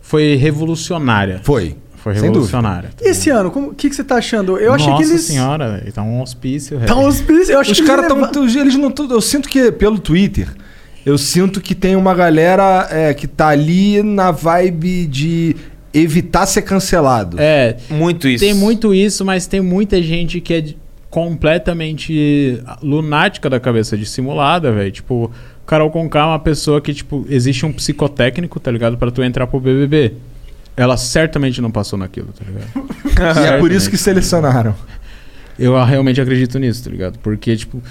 Foi revolucionária. Foi. Foi Sem dúvida. revolucionária. E esse ano, como- o que, que você tá achando? Eu achei Nossa que eles. (laughs) senhora, velho, tá um hospício, velho. Tá um hospício, eu acho Os que caras eles tão. tão- Eles não tão- Eu sinto que, pelo Twitter, eu sinto que tem uma galera é, que tá ali na vibe de evitar ser cancelado. É. Muito isso. Tem muito isso, mas tem muita gente que é de- completamente lunática da cabeça, dissimulada, velho. Tipo, o Carol Conká é uma pessoa que, tipo, existe um psicotécnico, tá ligado? Pra tu entrar pro BBB. Ela certamente não passou naquilo, tá (laughs) (laughs) ligado? e é por isso Certamente. que selecionaram. Eu ah, realmente acredito nisso, tá ligado? Porque, tipo,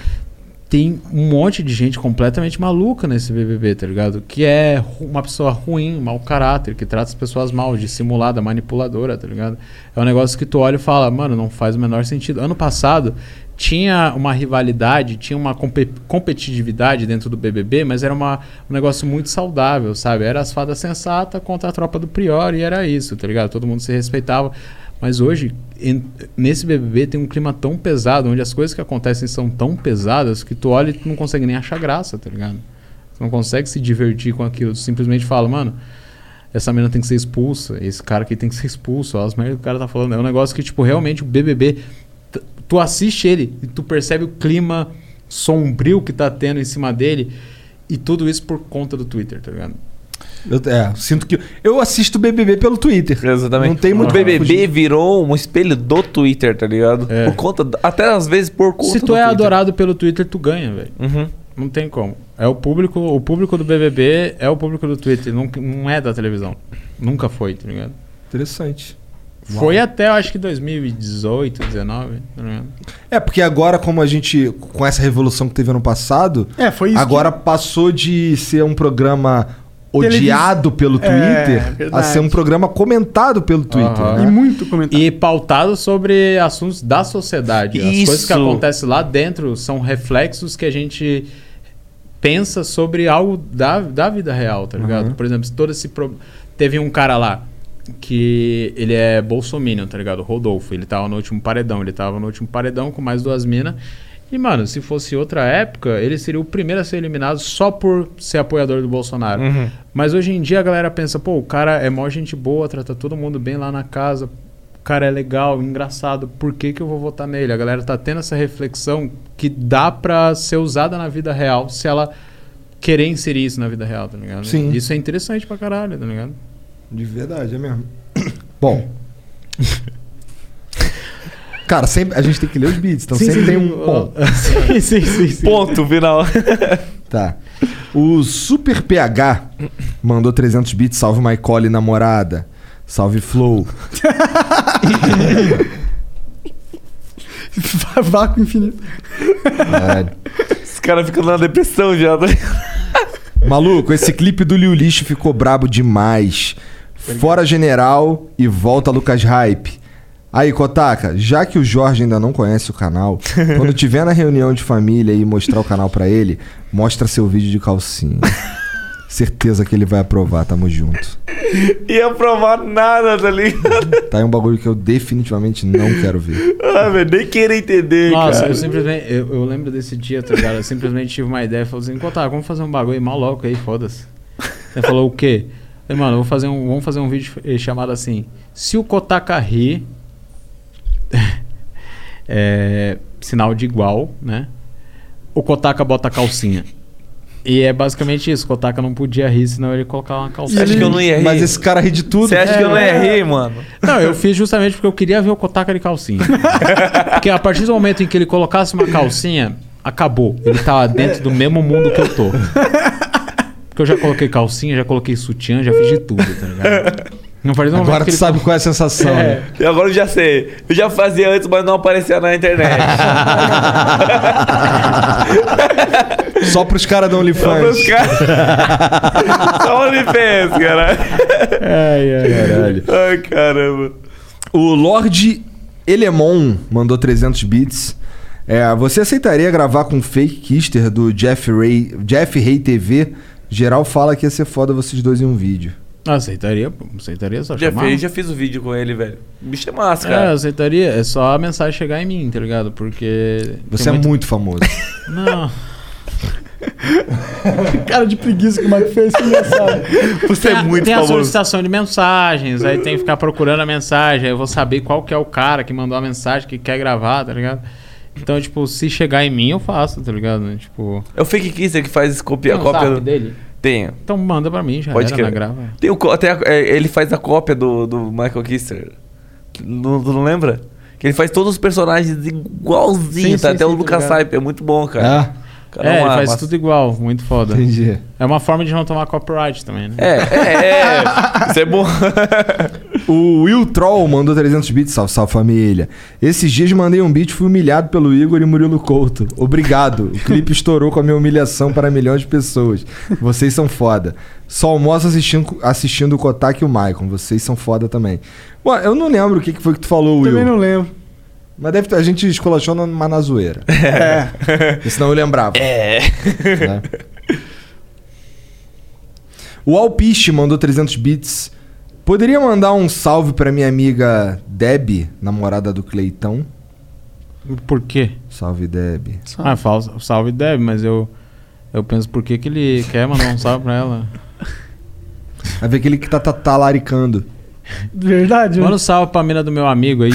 tem um monte de gente completamente maluca nesse BBB, tá ligado? Que é ru- uma pessoa ruim, mau caráter, que trata as pessoas mal, dissimulada, manipuladora, tá ligado? É um negócio que tu olha e fala, mano, não faz o menor sentido. Ano passado tinha uma rivalidade, tinha uma compe- competitividade dentro do BBB, mas era uma, um negócio muito saudável, sabe? Era as fadas sensata contra a tropa do Prior e era isso, tá ligado? Todo mundo se respeitava. Mas hoje, en- nesse BBB, tem um clima tão pesado, onde as coisas que acontecem são tão pesadas que tu olha e tu não consegue nem achar graça, tá ligado? Tu não consegue se divertir com aquilo. Tu simplesmente fala, mano, essa menina tem que ser expulsa, esse cara aqui tem que ser expulso, ó, as merdas que o cara tá falando. É um negócio que, tipo, realmente o BBB, t- tu assiste ele e tu percebe o clima sombrio que tá tendo em cima dele. E tudo isso por conta do Twitter, tá ligado? Eu, é, sinto que. Eu assisto o BBB pelo Twitter. Exatamente. Não tem muito o pra BBB fugir. É. virou um espelho do Twitter, tá ligado? Por conta, da- até às vezes por conta Se tu do é Twitter. adorado pelo Twitter, tu ganha, velho. Uhum. Não tem como. É o público, o público do BBB é o público do Twitter, não, não é da televisão. Nunca foi, tá ligado? Interessante. Foi até, eu acho que 2018, 2019, tá ligado? É, porque agora, como a gente. Com essa revolução que teve ano passado. É, foi isso Agora passou de ser um programa Televis- odiado pelo É, Twitter a verdade. ser um programa comentado pelo Twitter. Aham. né? muito comentado. E pautado sobre assuntos da sociedade. As coisas que Isso. acontecem lá dentro são reflexos que a gente pensa sobre algo da, da vida real, tá ligado? Por exemplo, se todo esse pro... teve um cara lá que ele é bolsominion, tá ligado? Rodolfo, ele tava no último paredão, ele tava no último paredão com mais duas minas. E, mano, se fosse outra época, ele seria o primeiro a ser eliminado só por ser apoiador do Bolsonaro. Uhum. Mas hoje em dia a galera pensa, pô, o cara é mó gente boa, trata todo mundo bem lá na casa, o cara é legal, engraçado, por que, que eu vou votar nele? A galera tá tendo essa reflexão que dá pra ser usada na vida real se ela querer inserir isso na vida real, tá ligado? Sim. Isso é interessante pra caralho, tá ligado? De verdade, é mesmo. Bom. Cara, sempre, a gente tem que ler os beats, então Sim, sempre sim, tem sim. um ponto. (laughs) sim, sim, sim, sim. Ponto final. (laughs) Tá. O Super PH mandou 300 bits. Salve Maicole, namorada. Salve Flow. Vácuo infinito. Os caras ficam na depressão já. tá Maluco, esse clipe do Liu Lixo ficou brabo demais. Fora General e volta Lucas Hype. Aí, Kotaka, já que o Jorge ainda não conhece o canal, quando tiver na reunião de família e mostrar o canal pra ele, mostra seu vídeo de calcinha. Certeza que ele vai aprovar, tamo junto. Ia aprovar nada, tá ligado? Tá aí um bagulho que eu definitivamente não quero ver. Ah, velho, nem queria entender, Nossa, cara. eu simplesmente. Eu, eu lembro desse dia, tá ligado? Eu simplesmente tive uma ideia. Falei assim: Contar, vamos fazer um bagulho mal louco aí, foda-se. Ele falou: O quê? Eu Falei, mano, eu vou fazer um, vamos fazer um vídeo eh, chamado assim: Se o Kotaka rir. (laughs) é, sinal de igual, né? O Kotaka bota a calcinha. E é basicamente isso: o Kotaka não podia rir, senão ele colocava uma calcinha. É. acha que eu não ia rir? Mas esse cara ri de tudo. Você acha que eu não ia rir, mano? Não, eu fiz justamente porque eu queria ver o Kotaka de (laughs) calcinha. porque a partir do momento em que ele colocasse uma calcinha, acabou. Ele tava dentro do mesmo mundo que eu tô. Porque eu já coloquei calcinha, já coloquei sutiã, já fiz de tudo, tá ligado? Não faz Agora tu sabe tá- qual é a sensação, né? E agora eu já sei. Eu já fazia antes, mas não aparecia na internet. Só pros caras da Só OnlyFans. pros caras. (laughs) Só OnlyFans, cara. Ai, ai, caralho. Ai, caramba. O Lorde Elemon mandou 300 bits. É, você aceitaria gravar com o fake kister do Jeff Ray, Jeff Ray TV? Geral fala que ia ser foda vocês dois em um vídeo. Ah, aceitaria, pô. aceitaria só Já chamar. fiz, já fiz o vídeo com ele, velho. O bicho é massa, É, eu cara. aceitaria. É só a mensagem chegar em mim, tá ligado? Porque. Você (laughs) tem é muito famoso. Não. (laughs) Cara de preguiça que o Mike fez, que engraçado. é tem a, tem a solicitação de mensagens, aí tem que ficar procurando a mensagem, aí eu vou saber qual que é o cara que mandou a mensagem, que quer gravar, tá ligado? Então, tipo, se chegar em mim, eu faço, tá ligado? Tipo. É o fake kisser que faz copia, Tem a um cópia zap do- dele? Tem. Então manda pra mim, já Pode era, crer. na grava. Tem o, co- tem a- é, ele faz a cópia do, do Michael Kister. Não, tu não lembra? Que ele faz todos os personagens igualzinho, Sim, tá? sim, Até o sim, tô Lucas ligado. Hype. É muito bom, cara. O cara é, ele uma- faz uma- tudo igual, muito foda. Entendi. É uma forma de não tomar copyright também, né? É, é, é. Isso é bom. O Will Troll mandou 300 bits, salve, salve família. Esses dias mandei um beat, fui humilhado pelo Igor e Murilo Couto. Obrigado. O clipe estourou com a minha humilhação para milhões de pessoas. Vocês são foda. Só almoço assistindo, assistindo o Kotak e o Maicon. Vocês são foda também. Bom, eu não lembro o que que foi que tu falou, Will. Também não lembro. Mas deve ter, a gente escolachou na, mas na zoeira. É. Senão eu lembrava. É. Né? O Alpiste mandou 300 bits. Poderia mandar um salve pra minha amiga Deb, namorada do Cleitão? Por quê? Salve, Deb. Ah, falso, salve deve, mas eu. Eu penso por que, que ele quer mandar um salve pra ela. Vai ver aquele que tá tá- talaricando. Verdade, né? Manda um salve pra mina do meu amigo aí.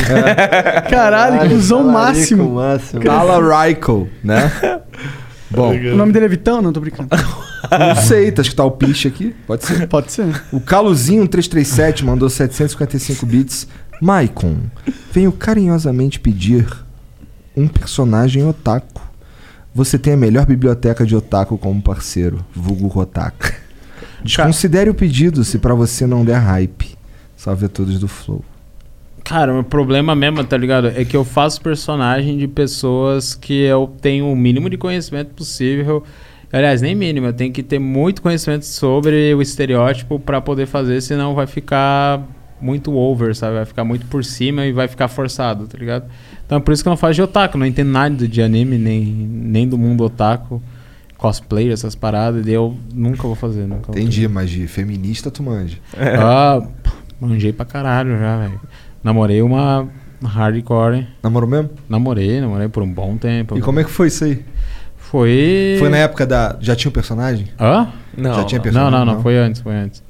Caralho, que cuzão máximo. Talaraico, né? (laughs) Bom, O nome dele é Vitão? Não, tô brincando. não sei, tá acho que tá o Piche aqui. Pode ser. Pode ser. O Caluzinho337 mandou 755 bits. Maicon, venho carinhosamente pedir um personagem otaku. Você tem a melhor biblioteca de otaku como parceiro, vulgo otaku. Desconsidere o pedido se pra você não der hype. Salve a todos do Flow. Cara, o meu problema mesmo, tá ligado? É que eu faço personagem de pessoas que eu tenho o mínimo de conhecimento possível. Aliás, nem mínimo, eu tenho que ter muito conhecimento sobre o estereótipo pra poder fazer, senão vai ficar muito over, sabe? Vai ficar muito por cima e vai ficar forçado, tá ligado? Então é por isso que eu não faço de otaku, não entendo nada de anime, nem, nem do mundo otaku, cosplay, essas paradas, e eu nunca vou fazer, nunca vou Entendi, mas de feminista tu manja. ah, manjei pra caralho já, velho. Namorei uma hardcore. Namorou mesmo? Namorei, namorei por um bom tempo. E como é que foi isso aí? Foi. Foi na época da. Já tinha o personagem? Hã? Não. Já tinha Não, personagem? não, não, foi antes, foi antes.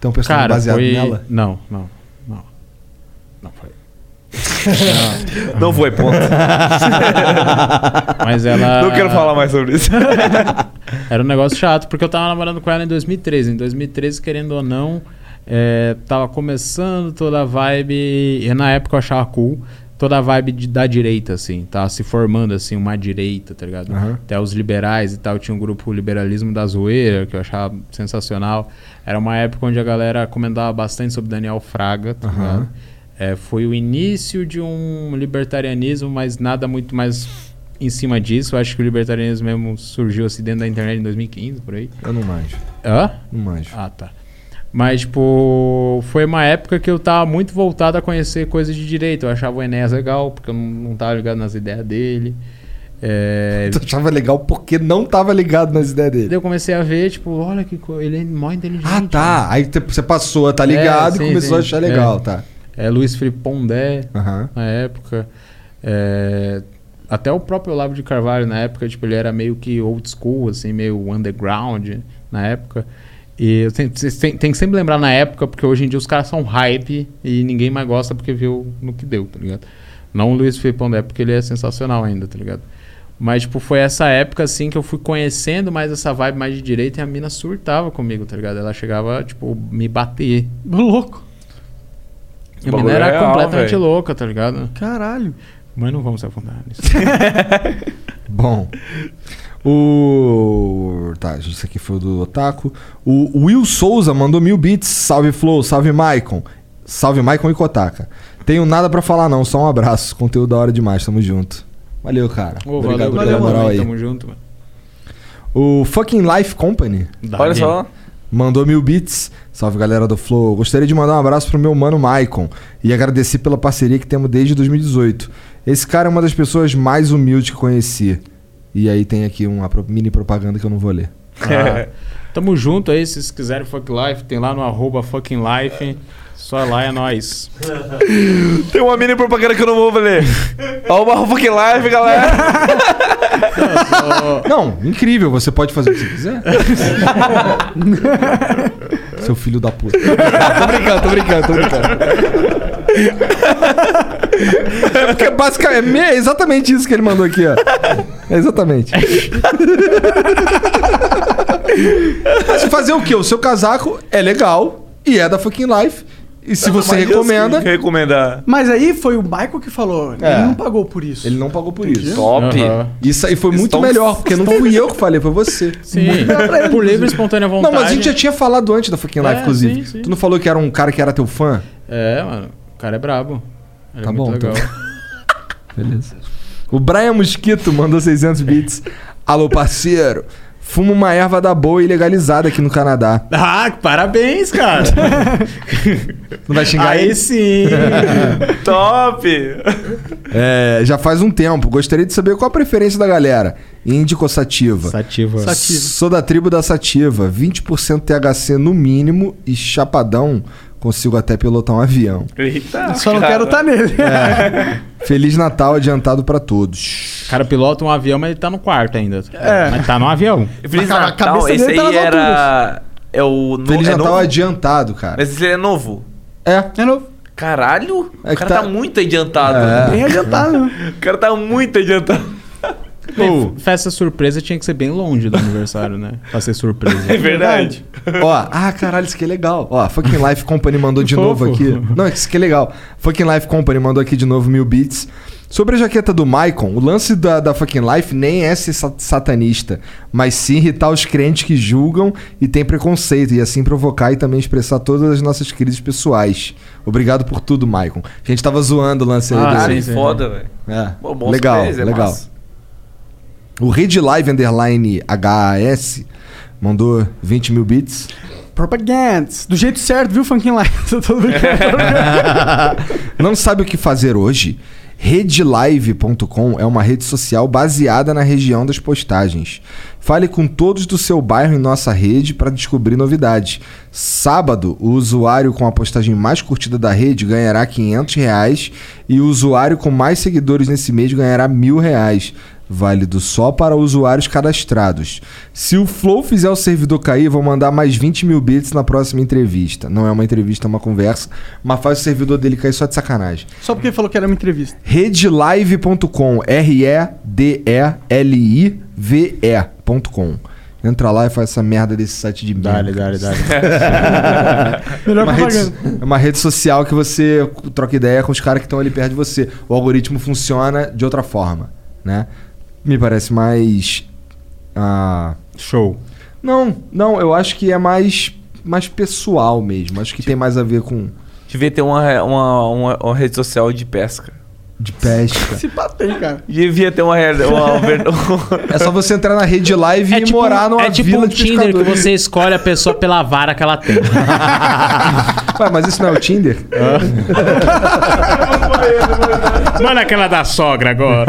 Então o personagem Cara, baseado foi- nela? Não, não, não. Não foi. Não foi, ponto. (laughs) Mas ela. Não quero falar mais sobre isso. (laughs) Era um negócio chato, porque eu tava namorando com ela em 2013. Em 2013, querendo ou não, é, tava começando toda a vibe. E na época eu achava cool. Toda a vibe de- da direita, assim, tá se formando, assim, uma direita, tá ligado? Aham. Até os liberais e tal, tinha um grupo Liberalismo da Zoeira, que eu achava sensacional. Era uma época onde a galera comentava bastante sobre Daniel Fraga, tá Aham. ligado? É, foi o início de um libertarianismo, mas nada muito mais em cima disso. Eu acho que o libertarianismo mesmo surgiu assim dentro da internet em 2015, por aí. Eu não manjo. Hã? Não manjo. Ah, tá. Mas, tipo, foi uma época que eu tava muito voltado a conhecer coisas de direito. Eu achava o Enéas legal, porque eu não, não tava ligado nas ideias dele. É... (laughs) Tu achava legal porque não tava ligado nas ideias dele. Daí eu comecei a ver, tipo, olha que co... ele é mó inteligente. Ah, tá. Aí te- você passou a tá ligado É, sim, e começou sim. a achar legal, É. tá? É, Luiz Felipe Pondé, Aham. na época. É, até o próprio Olavo de Carvalho, na época, tipo, ele era meio que old school, assim, meio underground, na época. E eu tenho, vocês têm- tem que sempre lembrar na época, porque hoje em dia os caras são hype e ninguém mais gosta porque viu no que deu, tá ligado? Não o Luiz Felipe Pondé, porque ele é sensacional ainda, tá ligado? Mas, tipo, foi essa época, assim, que eu fui conhecendo mais essa vibe mais de direita e a mina surtava comigo, tá ligado? Ela chegava, tipo, me bater. Louco. A bagulho mina era é real, completamente velho. louca, tá ligado? Caralho. Mas não vamos se afundar (laughs) nisso. Bom. O. Tá, isso aqui foi o do Otaku. O Will Souza mandou mil bits. Salve Flow, salve Maicon. Salve Maicon e Kotaka. Tenho nada pra falar, não. Só um abraço. Conteúdo da hora demais. Tamo junto. Valeu, cara. Ô, Obrigado valeu, pela valeu, moral mano. aí. Tamo junto, mano. O Fucking Life Company. Olha só. Mandou mil bits. Salve galera do Flow. Gostaria de mandar um abraço pro meu mano Maicon e agradecer pela parceria que temos desde 2018. Esse cara é uma das pessoas mais humildes que conheci. E aí tem aqui uma pro- mini propaganda que eu não vou ler. Ah, tamo junto aí, se vocês quiserem Fuck Life, tem lá no arroba fucking life. Só lá é nóis. (laughs) Tem uma mini propaganda que eu não vou ler. Ó, o Barro que Live, galera. Não, incrível, você pode fazer o que você quiser. Seu filho da puta. tô brincando, tô brincando, tô brincando. É porque basicamente é exatamente isso que ele mandou aqui, ó. É exatamente. Mas fazer o quê? O seu casaco é legal e é da fucking life. E se (laughs) você Mas eu recomenda. sei que Recomendar. Mas aí foi o Michael que falou. É. Ele não pagou por isso. Ele não pagou por isso. Top. Aham. Isso aí foi muito Stonks. melhor, porque não fui eu que falei, foi você. Sim, por livre e espontânea vontade. Não, mas a gente já tinha falado antes da Fucking Life, É, inclusive. sim, sim. Tu não falou que era um cara que era teu fã? É, mano, o cara é brabo. Ele Tá é muito bom, tá legal. Beleza. O Brian Mosquito mandou 600 bits. Alô, parceiro. Fumo uma erva da boa e legalizada aqui no Canadá. Ah, parabéns, cara. (laughs) Não vai xingar Aí ele? (laughs) sim. Top. É, já faz um tempo. Gostaria de saber qual a preferência da galera. Índico ou sativa? Sativa. Sativa. Sou da tribo da sativa. 20% THC no mínimo e chapadão. Consigo até pilotar um avião. É. Eita. Só não cara. quero tá estar nele. Feliz Natal adiantado pra todos. O cara pilota um avião, mas ele tá no quarto ainda. É. Mas tá no avião. Feliz Mas, cara, a Natal, cabeça esse dele tá aí nas era... É o... no- Feliz é Natal novo? adiantado, cara. Mas esse é novo. É. É novo. Caralho. É o que cara tá... tá- muito adiantado. né? É. Bem adiantado. O cara tá muito adiantado. Pô, festa surpresa tinha que ser bem longe do aniversário, né? (laughs) Pra ser surpresa. É verdade. Ó, ah, caralho, isso aqui é legal. Ó, Fucking Life Company mandou de novo Fofo. aqui. Não, isso aqui é legal. Fucking Life Company mandou aqui de novo mil beats. Sobre a jaqueta do Maicon, o lance da, da Fucking Life nem é ser sa- satanista, mas sim irritar os crentes que julgam e têm preconceito, e assim provocar e também expressar todas as nossas crises pessoais. Obrigado por tudo, Maicon. A gente tava zoando o lance aí. Ah, do- sim, foda, velho. É. Pô, bons legal, players, é legal. massa. O Red Live Underline HAS mandou 20 mil bits. Propagandas. Do jeito certo, viu, Funkin' Light? (laughs) Tô (laughs) brincando. Não sabe o que fazer hoje? Redlive.com é uma rede social baseada na região das postagens. Fale com todos do seu bairro em nossa rede para descobrir novidades. Sábado, o usuário com a postagem mais curtida da rede ganhará R$ 500 reais e o usuário com mais seguidores nesse mês ganhará R$ 1.000. reais. Válido só para usuários cadastrados. Se o Flow fizer o servidor cair, vou mandar mais 20 mil bits na próxima entrevista. Não é uma entrevista, é uma conversa, mas faz o servidor dele cair só de sacanagem. Só porque ele falou que era uma entrevista. Redlive.com, R-E-D-E-L-I-V-E.com. Entra lá e faz essa merda desse site de merda. Dale, dale, dale. (laughs) Melhor uma rede, propaganda. é uma rede social que você troca ideia com os caras que estão ali perto de você. O algoritmo funciona de outra forma, né? Me parece mais... ah, Show. Não, não, eu acho que é mais, mais pessoal mesmo. Acho que tem mais a ver com... devia ter uma, uma, uma, uma rede social de pesca. De pesca. Se patei, cara. Devia ter uma rede. Uma, uma- É só você entrar na rede live e morar numa é tipo vila um de Tinder que pescadores. você escolhe a pessoa pela vara que ela tem. Ué, mas isso não é o Tinder? (laughs) Manda aquela da sogra agora.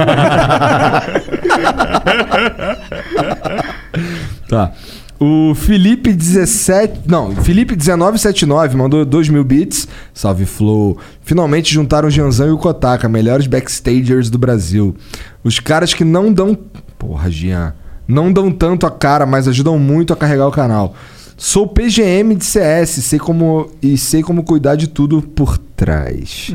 Tá. O Felipe 17. Não, Felipe 1979 mandou 2 mil bits. Salve Flow. Finalmente juntaram o Janzão e o Kotaka, melhores backstagers do Brasil. Os caras que não dão. Porra, Jean. Não dão tanto a cara, mas ajudam muito a carregar o canal. Sou PGM de CS, sei como. E sei como cuidar de tudo por trás.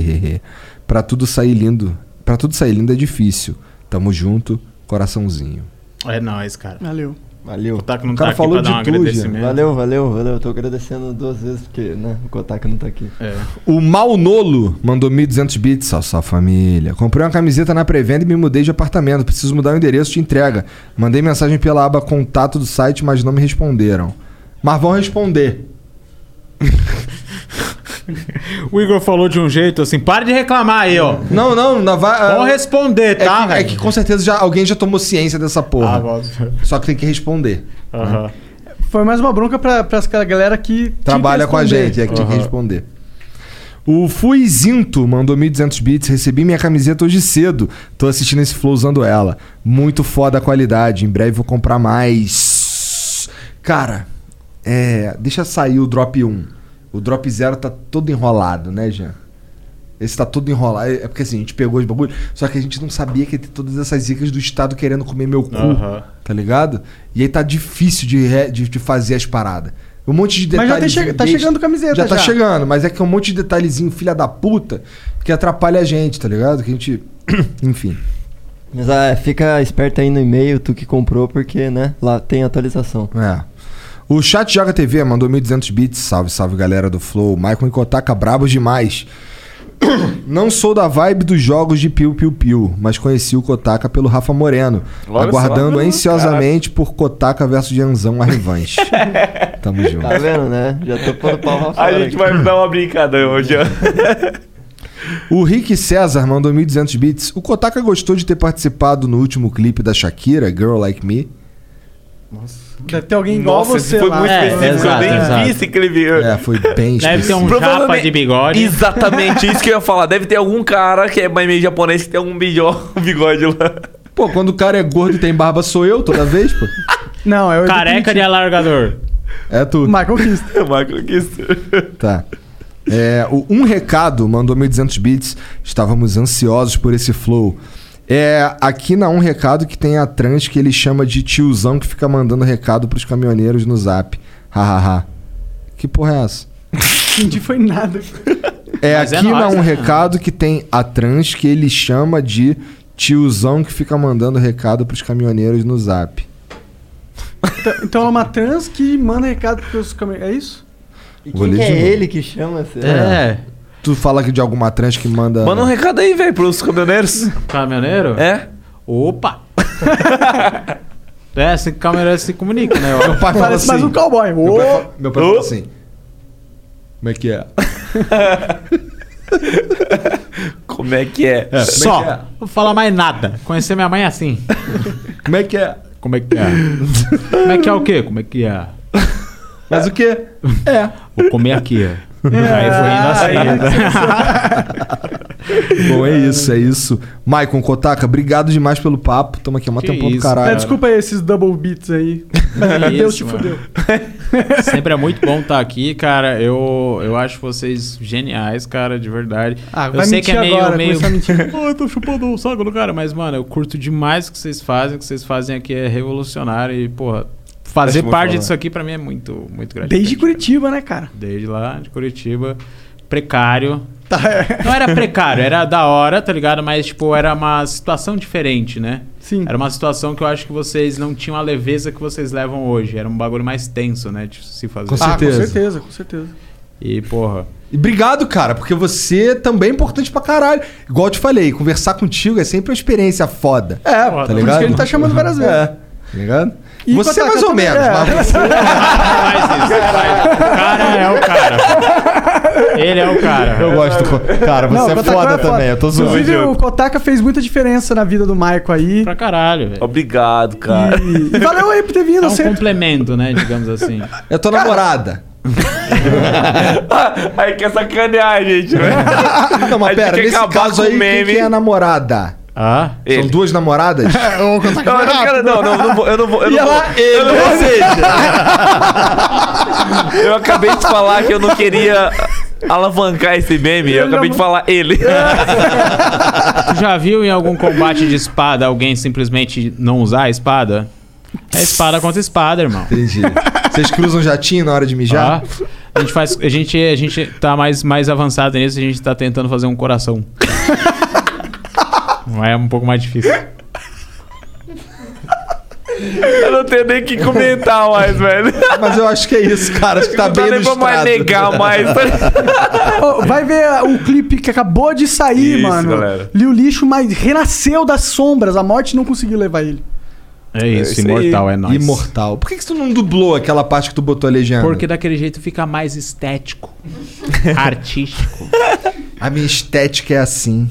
(laughs) pra tudo sair lindo. Pra tudo sair lindo é difícil. Tamo junto, coraçãozinho. É nóis, cara. Valeu. Valeu. O Taco não O cara tá aqui falou pra dar um de tudo, agradecimento. Valeu, valeu, valeu. Eu tô agradecendo duas vezes porque, né, o Kotaka não tá aqui. É. O Malnolo mandou 1.200 bits. Salve, salve família. Comprei uma camiseta na pré-venda e me mudei de apartamento. Preciso mudar o endereço de entrega. Mandei mensagem pela aba contato do site, mas não me responderam. Mas vão responder. (laughs) O Igor falou de um jeito assim, para de reclamar aí, ó. Não, não, não vai. ah, Vão é, responder, tá, que, é velho? Ah, que com certeza já, alguém já tomou ciência dessa porra. Só que tem que responder. né? Foi mais uma bronca pra, pra aquela galera que. tinha que Trabalha com a responder. gente, é que tinha que responder. O Fuizinto mandou 1.200 bits. Recebi minha camiseta hoje cedo. Tô assistindo esse flow usando ela. Muito foda a qualidade. Em breve vou comprar mais. Cara, é, deixa sair o drop 1. O drop 0 tá todo enrolado, né, Jean? Esse tá todo enrolado. É porque assim, a gente pegou os bagulho, só que a gente não sabia que ia ter todas essas zicas do Estado querendo comer meu cu. Aham. Tá ligado? E aí tá difícil de, re- de, de fazer as paradas. Um monte de Mas já detalhezinho tem che- tá besta. chegando camiseta Já tá já. chegando, mas é que é um monte de detalhezinho, filha da puta, que atrapalha a gente, tá ligado? Que a gente. (clears throat) Enfim. Mas ah, fica esperto aí no e-mail, tu que comprou, porque, né, lá tem atualização. É. O Chat Joga TV mandou 1.200 bits. Salve, salve galera do Flow. Michael e Kotaka brabos demais. (clears throat) Não sou da vibe dos jogos de Piu Piu Piu, mas conheci o Kotaka pelo Rafa Moreno, Olha só. aguardando ansiosamente por Kotaka versus Janzão a (laughs) revanche. (laughs) Tamo junto. Tá vendo, né? Já tô pondo pau lá A fora gente aqui. vai dar uma brincada hoje. ó. O Rick César mandou 1.200 bits. O Kotaka gostou de ter participado no último clipe da Shakira, Girl Like Me. Deve ter alguém igual Nossa, você esse foi lá. É, muito específico. eu nem vi esse clipe. É, (laughs) foi bem Deve ter um japa de bigode. Exatamente isso que eu ia falar. Deve ter algum cara que é mais meio japonês que tem algum bijo- (laughs) bigode lá. (laughs) Pô, quando o cara é gordo e tem barba, sou eu toda vez, pô. Não, é o Careca de alargador. É tu. Michael Kister. Michael Kister. Tá. É, o Um Recado mandou 1.200 bits. Estávamos ansiosos por esse flow. É aqui na Um Recado que tem a trans que ele chama de tiozão que fica mandando recado pros caminhoneiros no zap. Hahaha. que porra é essa? Entendi, foi nada. É Mas é aqui na nóis, né? Um Recado que tem a trans que ele chama de tiozão que fica mandando recado pros caminhoneiros no zap. Então- Então ela é uma trans que manda recado pros caminhoneiros. É isso? E Vou ler quem que de é novo. ele que chama? será? É. Tu fala que de alguma trans que manda. Manda um recado aí, velho, pros caminhoneiros. Caminhoneiro? É. (laughs) Opa! é, assim que caminhoneiro se comunica, né? Meu pai fala Parece mais assim. um cowboy. Meu pai, fa- meu pai fala assim. Como é que é? (laughs) Como é que é? É, Só. Como é que Não vou falar mais nada. Conhecer minha mãe é assim. Como é que é? (laughs) Como é que é? Como é que é o quê? Como é que é? Mas o quê? É. Vou comer aqui. ó. Aí foi indo assim. Bom, é isso, é isso. Maicon, Kotaka, obrigado demais pelo papo. Tamo aqui, é mó um Que tempão do isso, caralho. É, desculpa aí esses double beats (laughs) aí. Que Deus te isso, mano. fudeu. (laughs) Sempre é muito bom estar aqui, cara. Eu, eu acho vocês geniais, cara, de verdade. Ah, eu vai sei que é mentir meio. agora, meio... começar a mentir. Pô, eu tô chupando o saco do cara, mas, mano, eu curto demais o que vocês fazem. O que vocês fazem aqui é revolucionário e, porra, fazer Ótimo parte falar. disso aqui pra mim é muito, muito gratificante. Desde Curitiba, né, cara? Desde lá de Curitiba. Precário. Não era precário, era da hora, tá ligado? Mas, tipo, era uma situação diferente, né? Sim. Era uma situação que eu acho que vocês não tinham a leveza que vocês levam hoje. Era um bagulho mais tenso, né? De se fazer. Com Ah, certeza. com certeza, com certeza. E, porra. E obrigado, cara, porque você também é importante pra caralho. Igual eu te falei, conversar contigo é sempre uma experiência foda. É, por isso que ele tá chamando várias vezes. É, tá ligado? E você Kotaka mais ou também, (laughs) menos, é. mas você- Cara, é o cara. ele é o cara. Eu gosto do. co- Cara, você Não, é o Kotaka foda é também. Eu tô zoando. Inclusive, o Kotaka fez muita diferença na vida do Maico aí. Pra caralho, velho. Obrigado, cara. (laughs) E valeu aí por ter vindo. É um sempre. complemento, né? Digamos assim. É tua namorada. Aí quer sacanear, gente. Não, mas Ah, pera, nesse caso aí, quem que é a namorada? Ah? São duas (laughs) (laughs) namoradas? Não, eu não quero, não, não, não vou, eu não vou, eu E não ela- é vou. Eu não vou- Eu acabei de falar que eu não queria alavancar esse meme, eu acabei de falar ele. É. Ah, Tu já viu em algum combate de espada alguém simplesmente não usar a espada? É espada contra espada, irmão. Entendi. Vocês cruzam jatinho na hora de mijar? Ah, a gente faz, a gente, a gente tá mais mais avançado nisso, a gente tá tentando fazer um (laughs) coração. Mas é um pouco mais difícil. Eu não tenho nem o que comentar mais, velho. Mas eu acho que é isso, cara. Acho que tá não dá bem nem pra mais negar (laughs) mais. Ô, vai ver ah, o clipe que acabou de sair, Isso, mano. galera. Liu Lixo, mas renasceu das sombras. A morte não conseguiu levar ele. É isso, imortal, é nóis. Imortal. Por que, que tu não dublou aquela parte que tu botou a legenda? Porque daquele jeito fica mais estético. (laughs) artístico. A minha estética é assim.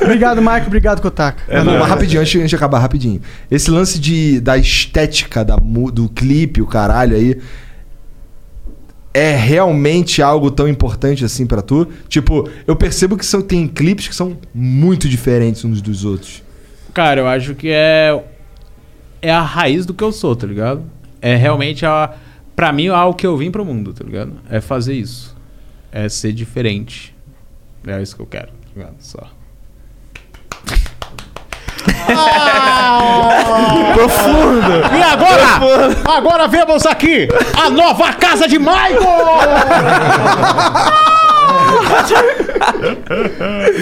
Obrigado, Maico. Obrigado, Kotaka. É, não, mas rapidinho, antes, antes de acabar, rapidinho. Esse lance de, da estética da, mu- do clipe, o caralho aí. É realmente algo tão importante assim pra tu? Tipo, eu percebo que são, tem clipes que são muito diferentes uns dos outros. Cara, eu acho que é. É a raiz do que eu sou, tá ligado? É realmente a. Pra mim, é algo que eu vim pro mundo, tá ligado? É fazer isso. É ser diferente. É isso que eu quero, tá ligado? Só. Profundo. E agora? Agora vemos aqui a nova casa de Michael!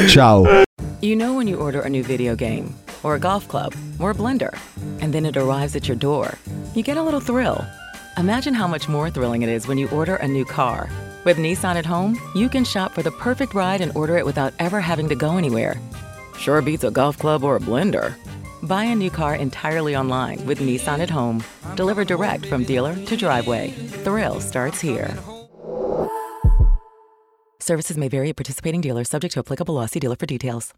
Tchau. You know when you order a new video game, or a golf club, or a blender, and then it arrives at your door, you get a little thrill. Imagine how much more thrilling it is when you order a new car. With Nissan at home, you can shop for the perfect ride and order it without ever having to go anywhere. Sure beats a golf club or a blender. Buy a new car entirely online with Nissan at home. Delivered direct from dealer to driveway. Thrill starts here. Services may vary at participating dealers, subject to applicable law. See dealer for details.